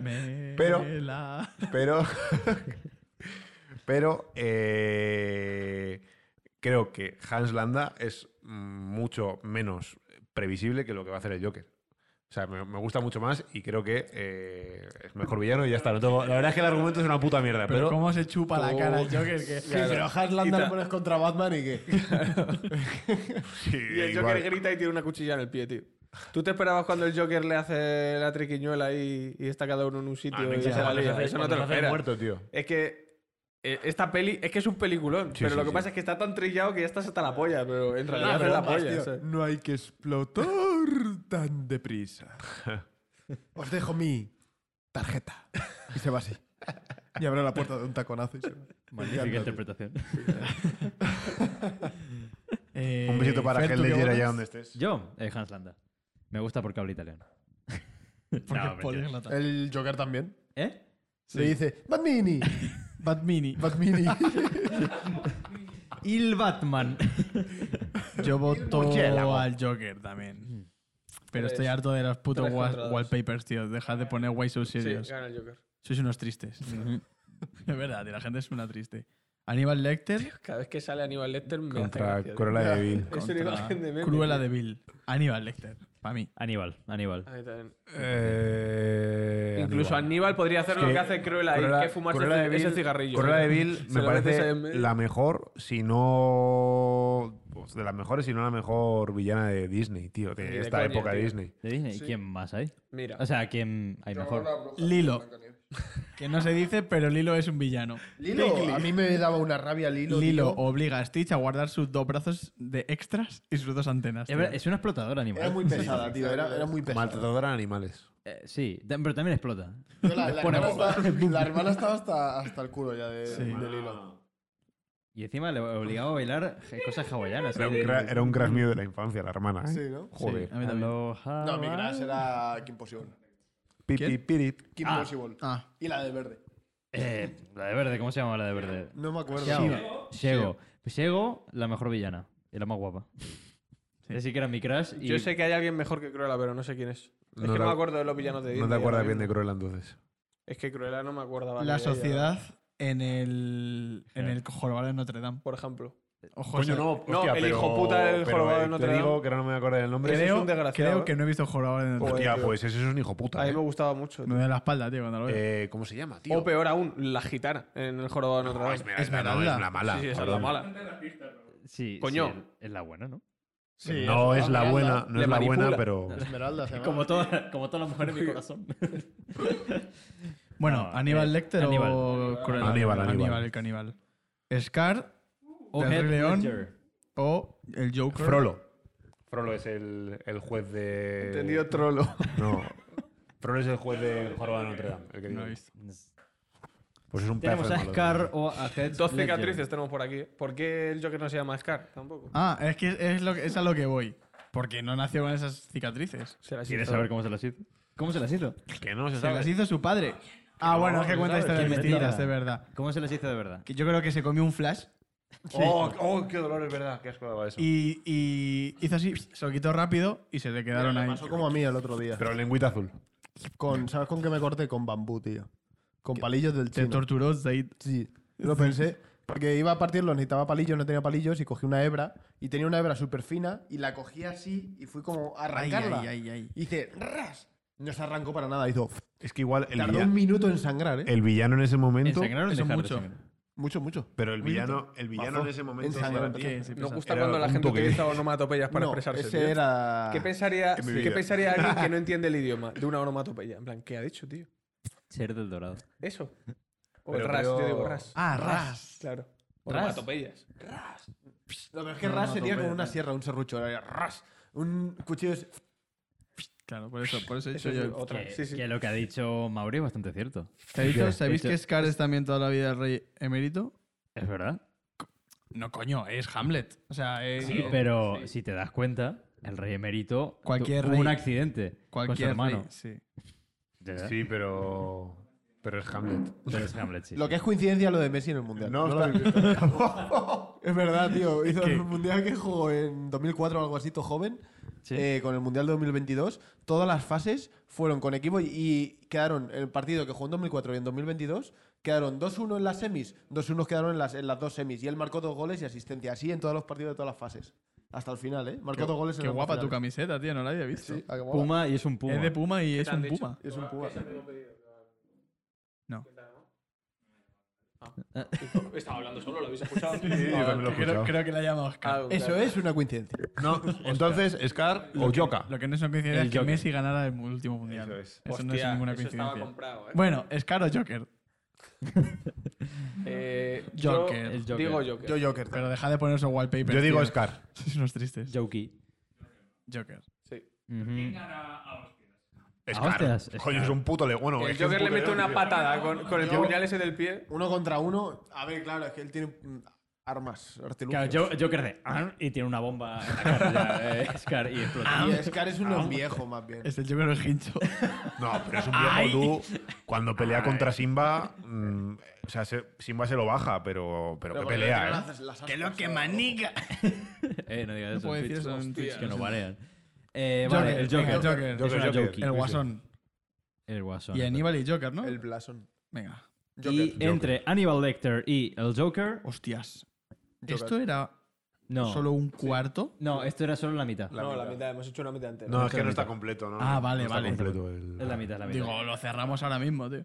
Speaker 4: Me
Speaker 5: Pero-
Speaker 4: la-
Speaker 5: Pero. pero. eh, creo que Hans Landa es mucho menos previsible que lo que va a hacer el Joker. O sea, me, me gusta mucho más y creo que eh, es mejor villano y ya está. no tengo- la verdad es que el argumento es una puta mierda,
Speaker 4: Pero
Speaker 5: pero.
Speaker 4: cómo se chupa la cara el Joker. Que...
Speaker 3: pero a Haslanda
Speaker 1: Y
Speaker 3: lo
Speaker 1: ta-
Speaker 3: pones contra Batman y qué.
Speaker 5: Sí,
Speaker 1: Y el
Speaker 5: igual.
Speaker 1: Joker grita y tiene una cuchilla en el pie, tío. ¿Tú te esperabas cuando el Joker le hace la triquiñuela y, y está cada uno en un sitio?
Speaker 5: Ah, me
Speaker 1: y
Speaker 5: encanta
Speaker 1: se la
Speaker 5: cuando se
Speaker 1: lía?
Speaker 5: hace-
Speaker 1: Eso no te
Speaker 5: cuando
Speaker 1: lo
Speaker 5: se hace
Speaker 1: esperas.
Speaker 5: muerto, tío.
Speaker 1: Es que eh, esta peli es que es un peliculón,
Speaker 5: Sí,
Speaker 1: pero
Speaker 5: sí,
Speaker 1: lo que
Speaker 5: sí.
Speaker 1: pasa es que está tan trillado que ya estás hasta la polla, pero en realidad es la
Speaker 3: Bromas,
Speaker 1: polla.
Speaker 3: tío.
Speaker 1: ¿sabes?
Speaker 3: No hay que explotar tan deprisa. Os dejo mi tarjeta. Y se va así. Y abre la puerta de un taconazo y se va.
Speaker 2: Magnífica
Speaker 3: Anda, tío.
Speaker 2: interpretación.
Speaker 4: Eh,
Speaker 5: Un besito para
Speaker 4: Fer,
Speaker 5: que
Speaker 4: ¿tú qué
Speaker 5: Ledger
Speaker 4: votas?
Speaker 5: allá donde estés.
Speaker 2: Yo, eh, Hans Landa. Me gusta porque habla italiano.
Speaker 4: Porque
Speaker 2: No,
Speaker 4: es
Speaker 2: mentira.
Speaker 4: políglota.
Speaker 3: El Joker también.
Speaker 2: ¿Eh?
Speaker 3: Le dice, Batmini,
Speaker 4: Batmini.
Speaker 3: Batmini.
Speaker 2: Il Batman.
Speaker 4: Yo voto
Speaker 5: murciélago.
Speaker 4: al Joker
Speaker 2: Mm.
Speaker 4: también. Pero estoy harto de los putos
Speaker 1: Tres
Speaker 4: wa-
Speaker 1: contra dos.
Speaker 4: wallpapers, tío. Dejad de poner Why So
Speaker 1: Sí,
Speaker 4: Serious.
Speaker 1: gana el Joker.
Speaker 4: Sois unos tristes. es verdad, tío, la gente es una triste. Aníbal Lecter
Speaker 1: Cada vez que sale Aníbal Lecter me hace
Speaker 5: Contra
Speaker 1: gracia, tío.
Speaker 5: Corolla de Vil.
Speaker 1: Es una
Speaker 4: contra
Speaker 1: imagen de meme,
Speaker 4: Cruella
Speaker 1: tío.
Speaker 4: de Vil. Aníbal Lecter, para mí.
Speaker 2: Aníbal, Aníbal.
Speaker 1: A mí también.
Speaker 5: Eh,
Speaker 1: Incluso Aníbal, podría hacer lo que hace Cruella ahí, que es fumarse
Speaker 5: Cruella de
Speaker 1: ese
Speaker 5: Vil-
Speaker 1: cigarrillo. ¿eh?
Speaker 5: Cruella de
Speaker 1: Se
Speaker 5: Vil me
Speaker 1: lo metes
Speaker 5: parece
Speaker 1: en medio.
Speaker 5: la mejor, si no. pues, de las mejores, si no la mejor villana de Disney, tío.
Speaker 1: Ni
Speaker 5: De
Speaker 1: de
Speaker 5: esta
Speaker 1: coña,
Speaker 5: época de
Speaker 1: tío.
Speaker 5: Disney.
Speaker 2: ¿De Disney? ¿Y
Speaker 1: Sí.
Speaker 2: quién más hay?
Speaker 1: Mira,
Speaker 2: O sea, ¿quién hay mejor?
Speaker 4: Lilo. Que no se dice, pero Lilo es un villano.
Speaker 3: Lilo, a mí me daba una rabia Lilo.
Speaker 4: Lilo,
Speaker 3: tío.
Speaker 4: obliga a Stitch a guardar sus dos brazos de extras y sus dos antenas.
Speaker 2: Es
Speaker 4: tío.
Speaker 2: verdad, Es una explotadora animal.
Speaker 3: Era muy pesada, tío. Era, era muy pesada.
Speaker 5: Maltratadora de animales.
Speaker 2: Eh, sí, tam- pero también explota.
Speaker 3: Yo La, la
Speaker 2: Pone
Speaker 3: hermana
Speaker 2: bomba.
Speaker 3: estaba, la hermana estaba hasta, hasta el culo ya de,
Speaker 4: Sí.
Speaker 3: de Lilo.
Speaker 2: Y encima le obligaba a bailar cosas hawaianas.
Speaker 5: Era un,
Speaker 2: ahí de-
Speaker 5: cra- era un crash mío de la infancia, la hermana. ¿eh?
Speaker 3: Sí, ¿no?
Speaker 5: Joder.
Speaker 4: A mí también.
Speaker 2: Aloha.
Speaker 3: No, mi Crash era Kim Possible.
Speaker 5: Pi,
Speaker 4: ¿Quién?
Speaker 5: pi, piri.
Speaker 3: Kim
Speaker 2: Ah.
Speaker 3: Possible.
Speaker 4: Ah,
Speaker 3: Y la de verde.
Speaker 2: Eh, la de verde, ¿cómo se llama la de verde?
Speaker 3: No me acuerdo.
Speaker 2: Shego. Shego. Shego, la mejor villana. Y la más guapa. Así que era mi crush. Y
Speaker 1: Yo sé que hay alguien mejor que Cruella, pero no sé quién es. Es
Speaker 5: No
Speaker 1: que
Speaker 5: te-
Speaker 1: no me acuerdo de los villanos de Disney.
Speaker 5: No te acuerdas
Speaker 1: ahora
Speaker 5: bien de
Speaker 1: mismo.
Speaker 5: Cruella entonces.
Speaker 1: Es que Cruella no me acordaba.
Speaker 4: la
Speaker 1: ni de ella,
Speaker 4: sociedad en el, en el jorobado de Notre Dame.
Speaker 1: por ejemplo.
Speaker 4: Ojo,
Speaker 5: Coño,
Speaker 4: o sea,
Speaker 5: no,
Speaker 1: No,
Speaker 5: hostia,
Speaker 1: el
Speaker 5: pero-
Speaker 1: hijo puta del
Speaker 5: pero,
Speaker 1: jorobado
Speaker 5: eh,
Speaker 1: de Notre
Speaker 5: Te
Speaker 1: Dame.
Speaker 5: digo que ahora no me acuerdo del nombre.
Speaker 1: Ese es un
Speaker 4: creo,
Speaker 1: desgraciado,
Speaker 4: creo
Speaker 1: ¿eh?
Speaker 4: que no he visto el jorobado de Notre Dame.
Speaker 1: Joder,
Speaker 5: Hostia,
Speaker 1: tío.
Speaker 5: pues ese es un hijo
Speaker 1: A
Speaker 5: puta.
Speaker 1: mí
Speaker 5: ¿eh?
Speaker 1: me gustaba mucho. tío.
Speaker 4: Me duele la espalda, tío, cuando lo veo.
Speaker 5: Eh, ¿Cómo se llama, tío?
Speaker 1: O peor aún, la gitana en el jorobado de Notre
Speaker 5: No,
Speaker 1: Dame.
Speaker 5: Esmeralda,
Speaker 4: Esmeralda.
Speaker 5: no, es la mala.
Speaker 1: Sí, sí, esa es la
Speaker 5: Ah, perdón.
Speaker 1: mala.
Speaker 2: Sí,
Speaker 1: Coño.
Speaker 2: sí, es la buena, ¿no?
Speaker 3: Sí,
Speaker 5: No es la
Speaker 3: Esmeralda.
Speaker 5: buena, no
Speaker 1: Le
Speaker 5: es la buena,
Speaker 1: manipula.
Speaker 5: pero.
Speaker 3: Esmeralda se llama.
Speaker 2: Como todas como todas las mujeres de mi corazón.
Speaker 4: bueno,
Speaker 2: no,
Speaker 4: Ah, Aníbal
Speaker 2: eh,
Speaker 4: Lecter
Speaker 2: Aníbal.
Speaker 4: o Cruella.
Speaker 5: Aníbal, Aníbal.
Speaker 4: el caníbal. Scar
Speaker 2: O
Speaker 4: Del
Speaker 2: Heath
Speaker 4: Rey León.
Speaker 2: Ledger.
Speaker 4: o el Joker.
Speaker 5: Frollo. Frollo es el, el juez de.
Speaker 4: Eh,
Speaker 1: Entendido trolo.
Speaker 5: No. Frollo es el juez de Jorobado de Notre Dame. el que
Speaker 4: No
Speaker 5: digo.
Speaker 4: he visto.
Speaker 5: Pues es un
Speaker 2: Tenemos
Speaker 5: pedazo
Speaker 2: a
Speaker 5: de malo
Speaker 2: Scar
Speaker 5: también.
Speaker 2: o a Heath
Speaker 1: Dos
Speaker 2: Ledger.
Speaker 1: cicatrices tenemos por aquí. ¿eh? ¿Por qué el Joker no se llama Scar? Tampoco.
Speaker 4: Ah, es que es, lo, que- es a lo que voy. Porque no nació con esas cicatrices.
Speaker 1: Será
Speaker 2: ¿Quieres saber cómo se las hizo? ¿Cómo se las hizo?
Speaker 5: Que no se
Speaker 4: Se
Speaker 5: sabe.
Speaker 4: las hizo su padre. Ah, bueno, es que cuenta historias
Speaker 2: ¿Quién
Speaker 4: distintas,
Speaker 2: metió?
Speaker 4: de verdad.
Speaker 2: ¿Cómo se las hizo de verdad?
Speaker 4: Que yo creo que se comió un flash
Speaker 5: Oh, oh, qué dolor, es verdad. Qué asco daba eso.
Speaker 4: y, y hizo así, se lo quitó rápido y se le quedaron ahí.
Speaker 3: Pasó como a mí el otro día.
Speaker 5: Pero lengüita azul.
Speaker 3: Con, ¿Sabes con qué me corté? Con bambú, tío. Con palillos del
Speaker 4: Te
Speaker 3: chino.
Speaker 4: torturó Zaid.
Speaker 3: Sí, lo pensé. Porque iba a partirlo, necesitaba palillos, no tenía palillos y cogí una hebra. Y tenía una hebra súper fina y la cogí así y fui como a
Speaker 4: Ay,
Speaker 3: arrancarla.
Speaker 4: ay, ay, ay.
Speaker 3: Y hice ras. No se arrancó para nada, hizo.
Speaker 5: Es que igual el,
Speaker 3: Tardó
Speaker 5: villa-
Speaker 3: un minuto en sangrar, ¿eh?
Speaker 5: el villano en ese momento.
Speaker 2: ¿Ensangraron o
Speaker 4: eso
Speaker 2: dejar de
Speaker 4: mucho.
Speaker 2: sangrar?
Speaker 3: Mucho, mucho.
Speaker 5: Pero el villano, el villano
Speaker 3: Mazo.
Speaker 5: en ese momento.
Speaker 3: En sangre.
Speaker 5: era-
Speaker 4: ¿Qué? Sí,
Speaker 1: Nos
Speaker 4: pesa.
Speaker 1: gusta
Speaker 5: Era
Speaker 1: cuando la
Speaker 5: un
Speaker 1: gente
Speaker 5: toque.
Speaker 1: utiliza onomatopeyas para
Speaker 3: No,
Speaker 1: expresarse.
Speaker 3: Ese
Speaker 1: tío.
Speaker 3: era.
Speaker 1: ¿Qué pensaría,
Speaker 5: En mi
Speaker 1: ¿Qué
Speaker 5: vida.
Speaker 1: pensaría alguien que no entiende el idioma de una onomatopeya? En plan, ¿qué ha dicho, tío?
Speaker 2: Ser del dorado.
Speaker 1: Eso. O
Speaker 5: Pero
Speaker 1: ras, yo
Speaker 5: creo-
Speaker 1: digo ras.
Speaker 4: Ah, ras.
Speaker 1: Claro.
Speaker 2: Ras.
Speaker 1: Onomatopeyas.
Speaker 3: Lo peor es que ras sería como una sierra, un serrucho. Era ras. Un cuchillo es.
Speaker 4: Claro, por eso, por eso he
Speaker 1: Eso
Speaker 4: dicho
Speaker 1: es
Speaker 4: yo.
Speaker 1: otra.
Speaker 2: Que,
Speaker 1: Sí, sí.
Speaker 2: que lo que ha dicho Mauri es bastante cierto.
Speaker 4: ¿Sabéis,
Speaker 2: Ya,
Speaker 4: sabéis
Speaker 2: ya.
Speaker 4: que Scar es también toda la vida el rey emérito?
Speaker 2: Es verdad.
Speaker 4: No, coño, es Hamlet. O sea, es,
Speaker 2: Sí, pero si te das cuenta, el rey emérito tu-
Speaker 4: Cualquier
Speaker 2: tuvo
Speaker 4: rey.
Speaker 2: un accidente con su
Speaker 4: cualquier
Speaker 2: hermano.
Speaker 4: rey. Sí.
Speaker 2: ¿Verdad?
Speaker 5: Sí, pero. Pero es Hamlet.
Speaker 2: Pero es Hamlet, sí.
Speaker 3: Lo que es coincidencia lo de Messi en el mundial.
Speaker 5: No,
Speaker 3: lo habéis visto. es verdad, tío. Hizo el mundial que jugó en 2004 o algo así, todo joven.
Speaker 2: Sí.
Speaker 3: Eh, con el mundial de 2022. Todas las fases fueron con equipo y, y quedaron el partido que jugó en 2004 y en 2022. Quedaron 2-1 en las semis, 2-1 quedaron en las, en las dos semis. Y él marcó dos goles y asistencia, así en todos los partidos de todas las fases. Hasta el final, ¿eh? Marcó
Speaker 4: Qué,
Speaker 3: dos goles en
Speaker 4: qué
Speaker 3: ambas
Speaker 4: guapa tu
Speaker 3: finales.
Speaker 4: camiseta, tío, no la había visto.
Speaker 3: Sí, ah, qué guapa.
Speaker 2: Puma y es un puma.
Speaker 4: Es de Puma y es
Speaker 1: te han
Speaker 4: un
Speaker 1: dicho?
Speaker 4: Puma.
Speaker 3: Es un puma.
Speaker 1: Estaba hablando solo, lo habéis escuchado.
Speaker 5: yo también lo he
Speaker 4: Creo,
Speaker 5: escuchado.
Speaker 4: creo que la llama Oscar.
Speaker 1: Ah,
Speaker 3: Eso es una coincidencia.
Speaker 5: No, entonces, Scar o Joka.
Speaker 4: Lo que no es una coincidencia
Speaker 2: El
Speaker 4: es que
Speaker 2: Joker.
Speaker 4: Messi ganara el último mundial.
Speaker 5: Eso
Speaker 4: Eso,
Speaker 5: es.
Speaker 4: no es
Speaker 1: Hostia,
Speaker 4: ninguna
Speaker 1: eso estaba
Speaker 4: coincidencia.
Speaker 1: comprado, ¿eh?
Speaker 4: Bueno, es caro Joker,
Speaker 1: Eh,
Speaker 4: Joker.
Speaker 1: Yo
Speaker 2: El Joker.
Speaker 1: Digo Joker.
Speaker 3: Yo Joker.
Speaker 4: pero deja de poner esos wallpapers.
Speaker 5: Yo digo
Speaker 4: tío.
Speaker 5: Scar.
Speaker 4: Sois unos tristes.
Speaker 2: Jokey.
Speaker 4: Joker.
Speaker 1: Sí.
Speaker 2: Ujú.
Speaker 5: Scar.
Speaker 2: hostias, Scar.
Speaker 5: Coño, es un puto le... Bueno, es
Speaker 1: El
Speaker 5: que es un
Speaker 1: Joker le
Speaker 5: puto
Speaker 1: mete
Speaker 5: león,
Speaker 1: una
Speaker 5: tío.
Speaker 1: patada con, con el
Speaker 3: Yo-
Speaker 1: puñal ese del pie.
Speaker 3: Uno contra uno. A ver, claro, es que él tiene mm, armas, artilugios.
Speaker 2: Claro, Jo- Joker de "Arr", y tiene una bomba en la cara ya, eh, Scar y explota.
Speaker 3: Y Scar es un viejo, más bien.
Speaker 4: Es el Joker del hincho.
Speaker 5: No, pero es un viejo tú. Cuando pelea contra Simba, mm, o sea, se- Simba se lo baja, pero, pero, que pelea, ¿eh?
Speaker 3: ¡Que lo que
Speaker 2: Eh, no digas eso.
Speaker 4: puedo
Speaker 2: en
Speaker 4: decir
Speaker 2: Twitch,
Speaker 4: eso en Twitch.
Speaker 2: Que nos
Speaker 4: Hostia.
Speaker 2: banean. Eh,
Speaker 4: Joker,
Speaker 2: vale, el
Speaker 4: venga,
Speaker 2: Joker.
Speaker 4: Joker.
Speaker 2: Es una
Speaker 5: Joker.
Speaker 2: Joker.
Speaker 4: El Guasón.
Speaker 2: El guasón.
Speaker 4: Y Aníbal y Joker, ¿no?
Speaker 3: El Blason.
Speaker 4: Venga.
Speaker 2: Y entre Aníbal Lecter y el Joker.
Speaker 4: Hostias. ¿Esto era
Speaker 2: No.
Speaker 4: solo un cuarto?
Speaker 2: No, esto era solo la mitad.
Speaker 1: no, la mitad, hemos hecho una mitad entera.
Speaker 5: No, es que no está completo, ¿no?
Speaker 4: Ah, vale,
Speaker 5: No está
Speaker 4: vale.
Speaker 5: completo el-
Speaker 2: Es la mitad, la mitad.
Speaker 4: Digo, lo cerramos ahora mismo, tío.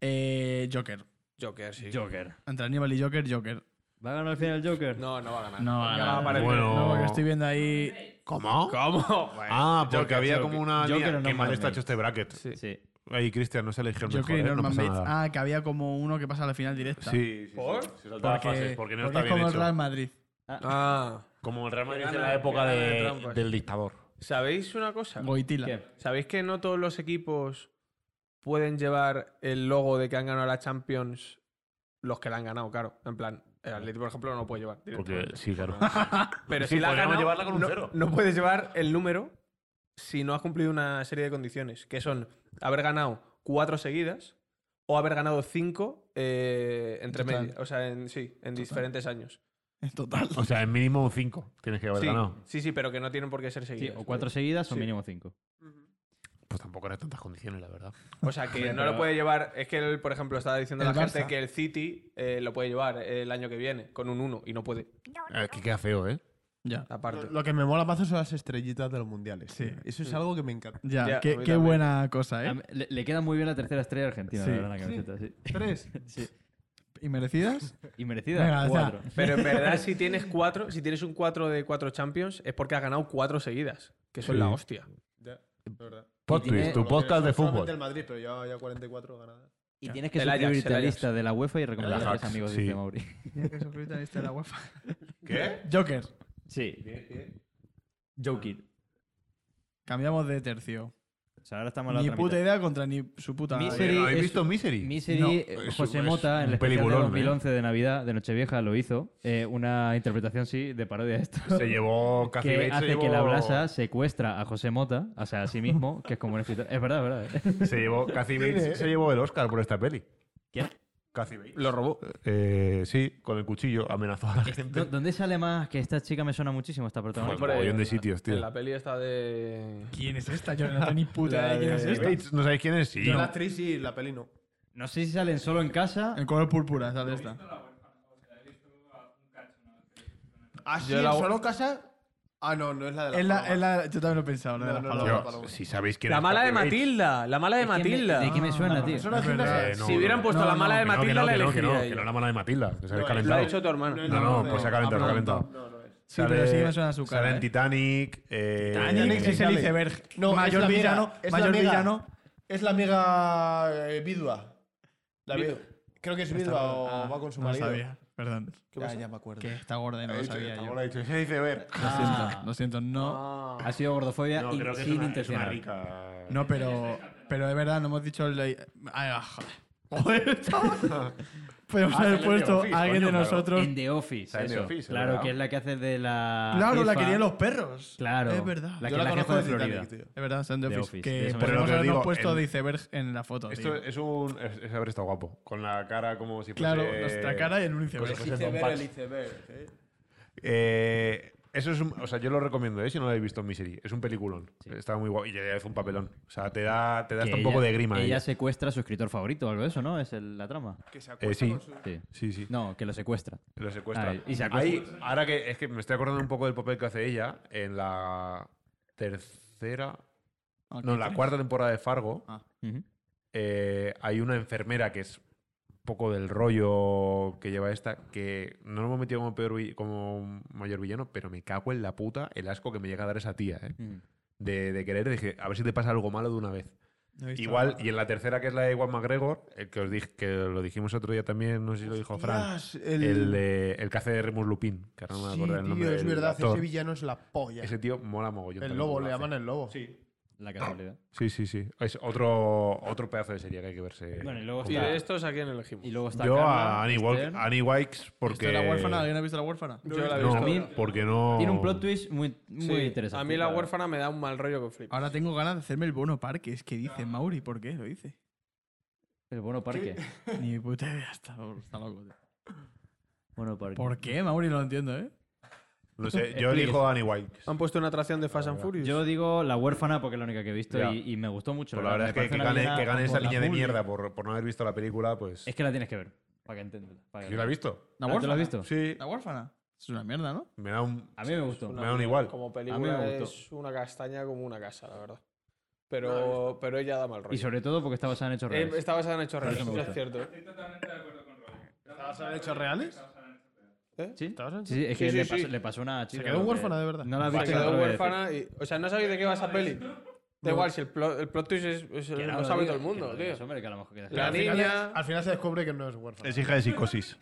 Speaker 4: Eh, Joker.
Speaker 1: Joker, sí.
Speaker 2: Joker.
Speaker 4: Entre Aníbal y Joker, Joker.
Speaker 2: ¿Va a ganar al final el Joker?
Speaker 1: No, no va a ganar.
Speaker 4: No va a ganar.
Speaker 1: aparecer.
Speaker 5: Bueno.
Speaker 4: No, porque estoy viendo ahí.
Speaker 5: ¿Cómo?
Speaker 1: ¿Cómo?
Speaker 5: Ah, porque había como una
Speaker 2: Joker
Speaker 5: línea.
Speaker 2: no
Speaker 5: Qué mal
Speaker 2: manda
Speaker 5: está
Speaker 2: mail.
Speaker 5: hecho este bracket.
Speaker 1: Sí.
Speaker 2: Sí.
Speaker 5: ahí Cristian no se eligió el
Speaker 4: Yo
Speaker 5: mejor.
Speaker 4: que
Speaker 5: ¿eh? No
Speaker 4: Norman
Speaker 5: pasa
Speaker 4: Bates.
Speaker 5: nada.
Speaker 4: Ah, que había como uno que pasa a la final directa.
Speaker 5: Sí, sí,
Speaker 1: ¿Por?
Speaker 5: Sí, se saltaba fases, porque no
Speaker 4: porque
Speaker 5: está
Speaker 4: es como
Speaker 5: bien
Speaker 4: el Real
Speaker 5: hecho.
Speaker 4: Madrid.
Speaker 1: Ah.
Speaker 5: Como el Real Madrid
Speaker 1: Que
Speaker 5: en la
Speaker 1: gana-
Speaker 5: época
Speaker 1: que gana
Speaker 5: de-
Speaker 1: de trampas.
Speaker 5: del dictador.
Speaker 1: ¿Sabéis una cosa?
Speaker 4: Goitila.
Speaker 2: ¿Qué?
Speaker 1: ¿Sabéis que no todos los equipos pueden llevar el logo de que han ganado la Champions los que la han ganado, claro? En plan, el Atlético, por ejemplo, no lo puede llevar.
Speaker 5: Porque
Speaker 1: directamente.
Speaker 5: sí, claro.
Speaker 1: Pero
Speaker 5: Sí,
Speaker 1: si la has
Speaker 5: podríamos
Speaker 1: ganado,
Speaker 5: llevarla con un
Speaker 1: no,
Speaker 5: cero.
Speaker 1: no puedes llevar el número si no has cumplido una serie de condiciones, que son haber ganado cuatro seguidas o haber ganado cinco eh, entre
Speaker 4: Total.
Speaker 1: medias, o sea, en, sí, en diferentes años.
Speaker 4: En total.
Speaker 5: O sea, en mínimo un 5 tienes que haber
Speaker 1: Sí,
Speaker 5: ganado.
Speaker 1: sí, sí, pero que no tienen por qué ser seguidas.
Speaker 2: o cuatro seguidas o
Speaker 1: Sí.
Speaker 2: mínimo cinco.
Speaker 5: Pues tampoco eran tantas condiciones, la verdad.
Speaker 1: O sea, que no
Speaker 2: pero-
Speaker 1: lo puede llevar. Es que él, por ejemplo, estaba diciendo a
Speaker 4: El
Speaker 1: la gente
Speaker 4: Barça.
Speaker 1: que el City eh, lo puede llevar el año que viene con un 1 y no puede.
Speaker 5: Es que queda feo, ¿eh?
Speaker 4: Ya.
Speaker 1: Aparte.
Speaker 3: Lo que me mola más son las estrellitas de los mundiales.
Speaker 4: Sí.
Speaker 3: tío. Eso es algo que me encanta.
Speaker 4: Ya,
Speaker 1: Ya, a
Speaker 4: qué,
Speaker 1: mí
Speaker 4: qué
Speaker 1: también.
Speaker 4: buena cosa,
Speaker 2: A
Speaker 4: ¿eh?
Speaker 2: mí- Le, le queda muy bien la tercera estrella argentina,
Speaker 4: Sí.
Speaker 2: la verdad, en la camiseta. Sí.
Speaker 4: ¿Tres?
Speaker 2: Sí.
Speaker 4: ¿Y merecidas?
Speaker 2: Y merecida,
Speaker 4: Venga, ya.
Speaker 2: cuatro.
Speaker 1: Pero en verdad, si tienes cuatro, si tienes un 4 de 4 Champions, es porque has ganado cuatro seguidas, que son
Speaker 5: Sí. Pues
Speaker 1: la hostia.
Speaker 5: Pod
Speaker 2: tiene-
Speaker 3: Eh,
Speaker 5: Twist, tu podcast de fútbol.
Speaker 3: Madrid, pero lleva ya 44 ganadas.
Speaker 2: Y tienes que
Speaker 1: El Ajax,
Speaker 2: suscribirte
Speaker 1: el
Speaker 2: a la
Speaker 1: Ajax.
Speaker 2: lista de la UEFA y recomendar
Speaker 5: El
Speaker 2: a tres
Speaker 5: Ajax,
Speaker 2: amigos,
Speaker 5: sí.
Speaker 2: dice Mauri.
Speaker 4: Tienes que suscribirte a la lista de la UEFA.
Speaker 5: ¿Qué?
Speaker 4: Joker.
Speaker 2: Sí. Joker.
Speaker 4: Cambiamos de tercio.
Speaker 2: O sea, ahora estamos en la
Speaker 4: Ni
Speaker 2: otra
Speaker 4: puta
Speaker 2: mitad.
Speaker 4: idea contra ni su puta
Speaker 2: Misery.
Speaker 5: Ah, ¿Habéis
Speaker 2: es-
Speaker 5: visto Misery?
Speaker 2: Misery,
Speaker 4: No,
Speaker 2: eh,
Speaker 5: es-
Speaker 2: José
Speaker 5: es
Speaker 2: Mota, en
Speaker 5: un
Speaker 2: el especial de
Speaker 5: peliculón, ¿eh?
Speaker 2: 2011 de Navidad, de Nochevieja, lo hizo. eh, una interpretación, sí, de parodia de esto.
Speaker 5: Se llevó Cathy
Speaker 2: que
Speaker 5: Bates, se
Speaker 2: hace
Speaker 5: llevó,
Speaker 2: que la Blasa secuestra a José Mota, o sea, a sí mismo, que es como un escritor. Es verdad, ¿eh? es verdad.
Speaker 5: se llevó Cathy Bates se llevó el Oscar por esta peli.
Speaker 2: ¿Quién?
Speaker 5: Cathy Bates.
Speaker 1: Lo robó.
Speaker 5: Eh, sí, con el cuchillo amenazó a la
Speaker 2: ¿Dó-
Speaker 5: gente.
Speaker 2: ¿Dónde sale más que esta chica me suena muchísimo, esta protagonista?
Speaker 5: Joder, mogollón de sitios, tío.
Speaker 1: En la peli está de.
Speaker 4: ¿Quién es esta? Yo no tengo ni puta idea de quién es
Speaker 5: Cathy
Speaker 4: esta.
Speaker 5: Bates, ¿no sabéis quién es? Sí.
Speaker 3: Yo la actriz y la peli no.
Speaker 2: No sé si salen solo en casa.
Speaker 4: El color púrpura, sale esta.
Speaker 3: Ah, sí,
Speaker 1: Yo
Speaker 3: en
Speaker 1: la-
Speaker 3: solo casa. Ah, no, no es la de la.
Speaker 4: Es la,
Speaker 3: paloma.
Speaker 4: es la, yo también lo he pensado, la de
Speaker 3: No,
Speaker 4: las
Speaker 3: no, no.
Speaker 5: Yo,
Speaker 4: palomas.
Speaker 3: Paloma.
Speaker 5: si sabéis quién
Speaker 1: La
Speaker 5: es
Speaker 1: mala de
Speaker 5: Cathy Bates.
Speaker 1: Matilda. La mala de
Speaker 2: ¿De quién me-
Speaker 1: Matilda.
Speaker 2: ¿De quién me suena, tío?
Speaker 3: Suena
Speaker 4: Es verdad.
Speaker 3: gimnasia.
Speaker 5: Eh, no,
Speaker 1: si hubieran
Speaker 5: no,
Speaker 1: puesto
Speaker 4: no,
Speaker 1: la
Speaker 4: no,
Speaker 1: mala de
Speaker 5: Que no, que
Speaker 1: Matilda,
Speaker 5: no,
Speaker 1: la
Speaker 5: que no, que
Speaker 1: elegiría
Speaker 5: no,
Speaker 1: ella.
Speaker 5: que no la mala de Matilda. Que se habéis
Speaker 3: No,
Speaker 1: Lo ha
Speaker 5: calentado.
Speaker 1: dicho tu hermano.
Speaker 5: No, no, pues se ha calentado, se ha
Speaker 4: pronto.
Speaker 5: calentado.
Speaker 3: No, no es.
Speaker 4: Sí, pero
Speaker 5: Sale-
Speaker 4: sí que me suena su cara,
Speaker 5: Sale
Speaker 4: ¿eh?
Speaker 5: en Titanic. eh,
Speaker 4: Titanic es el
Speaker 3: Sale.
Speaker 4: iceberg.
Speaker 3: No, es
Speaker 4: mayor
Speaker 3: la amiga,
Speaker 4: villano.
Speaker 3: es la
Speaker 4: mayor
Speaker 3: amiga.
Speaker 4: villano.
Speaker 3: Es la amiga eh, vidua. La vidu- Creo que es
Speaker 4: Está-
Speaker 3: vidua o
Speaker 4: ah,
Speaker 3: va con su
Speaker 4: no lo
Speaker 3: marido.
Speaker 4: sabía, perdón.
Speaker 3: Ya, ya me acuerdo.
Speaker 4: Que está gorda y no
Speaker 3: Ah,
Speaker 5: Ha
Speaker 4: lo
Speaker 5: dicho-
Speaker 4: sabía yo.
Speaker 5: ahora ha dicho, se dice ver.
Speaker 4: Lo siento, lo siento. No,
Speaker 2: Ha sido gordofobia
Speaker 5: No,
Speaker 2: y
Speaker 5: creo que es
Speaker 2: sin
Speaker 5: una, es una
Speaker 2: intencionar.
Speaker 5: rica. Ah,
Speaker 4: no, pero, pero de verdad no hemos dicho el... Ay, ah, joder. Joder, chaval. Podemos
Speaker 5: Ah,
Speaker 4: haber
Speaker 5: sale
Speaker 4: puesto
Speaker 5: Leo Fish,
Speaker 4: a alguien de
Speaker 5: coño, claro.
Speaker 4: nosotros.
Speaker 2: En The Office.
Speaker 5: Está en The
Speaker 2: eso.
Speaker 5: Office,
Speaker 2: claro,
Speaker 5: ¿verdad?
Speaker 2: que es la que hace de la.
Speaker 4: Claro, la
Speaker 2: jefa.
Speaker 4: querían los perros.
Speaker 2: Claro.
Speaker 4: Es verdad.
Speaker 2: La que
Speaker 3: Yo
Speaker 2: es
Speaker 3: la
Speaker 2: la jefa
Speaker 3: conozco
Speaker 2: de
Speaker 3: de Titanic,
Speaker 2: Florida.
Speaker 3: tío.
Speaker 4: Es verdad, son de
Speaker 2: The
Speaker 4: Office.
Speaker 2: Office, de
Speaker 4: Que
Speaker 2: eso me
Speaker 4: podemos
Speaker 5: acuerdo.
Speaker 4: habernos
Speaker 5: Digo,
Speaker 4: puesto
Speaker 5: en-
Speaker 4: de iceberg en la foto.
Speaker 5: Esto
Speaker 4: tío.
Speaker 5: es un. Es, es haber estado guapo. Con la cara como si fuese.
Speaker 4: Claro, nuestra cara y en un
Speaker 5: como si
Speaker 4: iceberg.
Speaker 5: fuese Don Pax. Eh, Eso es un, o sea, yo lo recomiendo, ¿eh? si no lo habéis visto en Misery. Es un peliculón. Está muy guapo. Y ella hace un papelón. O sea, te da, te da hasta
Speaker 2: Que
Speaker 5: un poco
Speaker 2: ella-
Speaker 5: de grima.
Speaker 2: Ella,
Speaker 5: ella.
Speaker 2: secuestra a su escritor favorito o algo de eso, ¿no? Es el- la trama.
Speaker 5: Eh, sí,
Speaker 2: Sí.
Speaker 5: sí, sí.
Speaker 2: No, que lo secuestra.
Speaker 5: Lo secuestra.
Speaker 2: Ah, y se acuesta.
Speaker 5: Ahí, ahora que es que me estoy acordando un poco del papel que hace ella en la tercera. No, en la cuarta temporada de Fargo.
Speaker 4: Ah.
Speaker 2: Ujú.
Speaker 5: eh, hay una enfermera que es un poco del rollo que lleva esta, que no lo hemos metido como, peor vi- como mayor villano, pero me cago en la puta el asco que me llega a dar esa tía, ¿eh?
Speaker 2: Ujú.
Speaker 5: De, de querer, dije, a ver si te pasa algo malo de una vez.
Speaker 4: No he visto
Speaker 5: Igual,
Speaker 4: nada.
Speaker 5: y en la tercera, que es la de Juan McGregor, el que, os dije, que lo dijimos otro día también, no sé si lo dijo Fran,
Speaker 3: Hostias,
Speaker 5: el,
Speaker 3: el...
Speaker 5: de- el que hace de Remus Lupin, que ahora no me
Speaker 3: sí,
Speaker 5: acuerdo el nombre.
Speaker 3: tío, es
Speaker 5: del
Speaker 3: verdad.
Speaker 5: actor.
Speaker 3: Ese villano es la polla.
Speaker 5: Ese tío mola mogollón.
Speaker 3: el
Speaker 5: también
Speaker 3: lobo,
Speaker 5: como
Speaker 3: le
Speaker 5: lo hace.
Speaker 3: llaman el lobo.
Speaker 2: La casualidad.
Speaker 5: Sí, sí, sí. Es otro, otro pedazo de serie que hay que verse.
Speaker 2: Bueno, y luego
Speaker 1: Y
Speaker 2: está-
Speaker 5: completa.
Speaker 1: de estos, ¿a quién elegimos?
Speaker 2: Y luego está
Speaker 5: Yo
Speaker 2: Carla,
Speaker 5: a Annie,
Speaker 2: Stern.
Speaker 5: Walk, Annie Wilkes porque...
Speaker 4: ¿Está la huérfana? ¿Alguien ha visto la huérfana?
Speaker 1: Yo la he
Speaker 5: No,
Speaker 1: visto.
Speaker 2: mí-
Speaker 5: porque no...
Speaker 2: Tiene un plot twist muy, muy
Speaker 1: Sí,
Speaker 2: interesante.
Speaker 1: A mí la
Speaker 2: verdad.
Speaker 1: huérfana me da un mal rollo con Flip.
Speaker 4: Ahora tengo ganas de hacerme el bono parque. Es que dice Mauri, ¿por qué lo dice?
Speaker 2: El Bono Parque.
Speaker 4: Ni puta idea, está, está loco. tío.
Speaker 2: Bono Parque.
Speaker 4: ¿Por qué, Mauri? No lo entiendo, ¿eh?
Speaker 5: No sé,
Speaker 2: Explíquese.
Speaker 5: yo elijo Annie Wilkes.
Speaker 1: Han puesto una atracción de Fast and Furious.
Speaker 2: Yo digo La huérfana porque es la única que he visto
Speaker 5: Ya.
Speaker 2: y, y me gustó mucho.
Speaker 5: Pero la verdad es
Speaker 2: me
Speaker 5: que, que
Speaker 2: parece una
Speaker 5: gane,
Speaker 2: villana
Speaker 5: que gane esa
Speaker 2: como
Speaker 5: línea de
Speaker 2: Bully.
Speaker 5: mierda por, por no haber visto la película, pues...
Speaker 2: Es que la tienes que ver, para que entiendas. para que-
Speaker 5: Yo la he visto.
Speaker 2: Ah, ¿Tú la
Speaker 4: ¿La huérfana?
Speaker 2: has visto?
Speaker 5: Sí.
Speaker 4: ¿La huérfana? Es una mierda, ¿no?
Speaker 5: Me da un...
Speaker 2: A mí me gustó.
Speaker 5: me da un igual.
Speaker 1: Como
Speaker 2: A mí
Speaker 1: película
Speaker 2: me gustó.
Speaker 1: es una castaña como una casa, la verdad. Pero, pero ella da mal rollo.
Speaker 2: Y sobre todo porque está basada en hechos reales.
Speaker 1: Eh, está basada en hechos reales,
Speaker 2: eso me
Speaker 1: eso es
Speaker 2: gusta.
Speaker 1: cierto.
Speaker 3: ¿Estabas en hechos reales?
Speaker 2: ¿Sí?
Speaker 3: ¿Eh? ¿Estabas en
Speaker 2: Sí, sí, es
Speaker 1: Sí,
Speaker 2: que
Speaker 1: sí,
Speaker 2: le,
Speaker 1: sí.
Speaker 2: pasó, le pasó una chica.
Speaker 3: quedó
Speaker 2: porque
Speaker 3: huérfana, de verdad.
Speaker 2: No la
Speaker 1: Se
Speaker 2: viste.
Speaker 1: quedó huérfana y... O sea, ¿no sabéis de qué va esa peli? Da igual, si el plot, el plot twist es, es-
Speaker 2: Que no
Speaker 1: lo
Speaker 2: lo
Speaker 1: sabe
Speaker 2: digas,
Speaker 1: todo el mundo,
Speaker 2: que no lo
Speaker 1: tío.
Speaker 2: digas, hombre, que a lo mejor queda-
Speaker 1: La
Speaker 3: al, final,
Speaker 1: niña-
Speaker 3: al final se descubre que no es huérfano.
Speaker 7: Es hija de psicosis.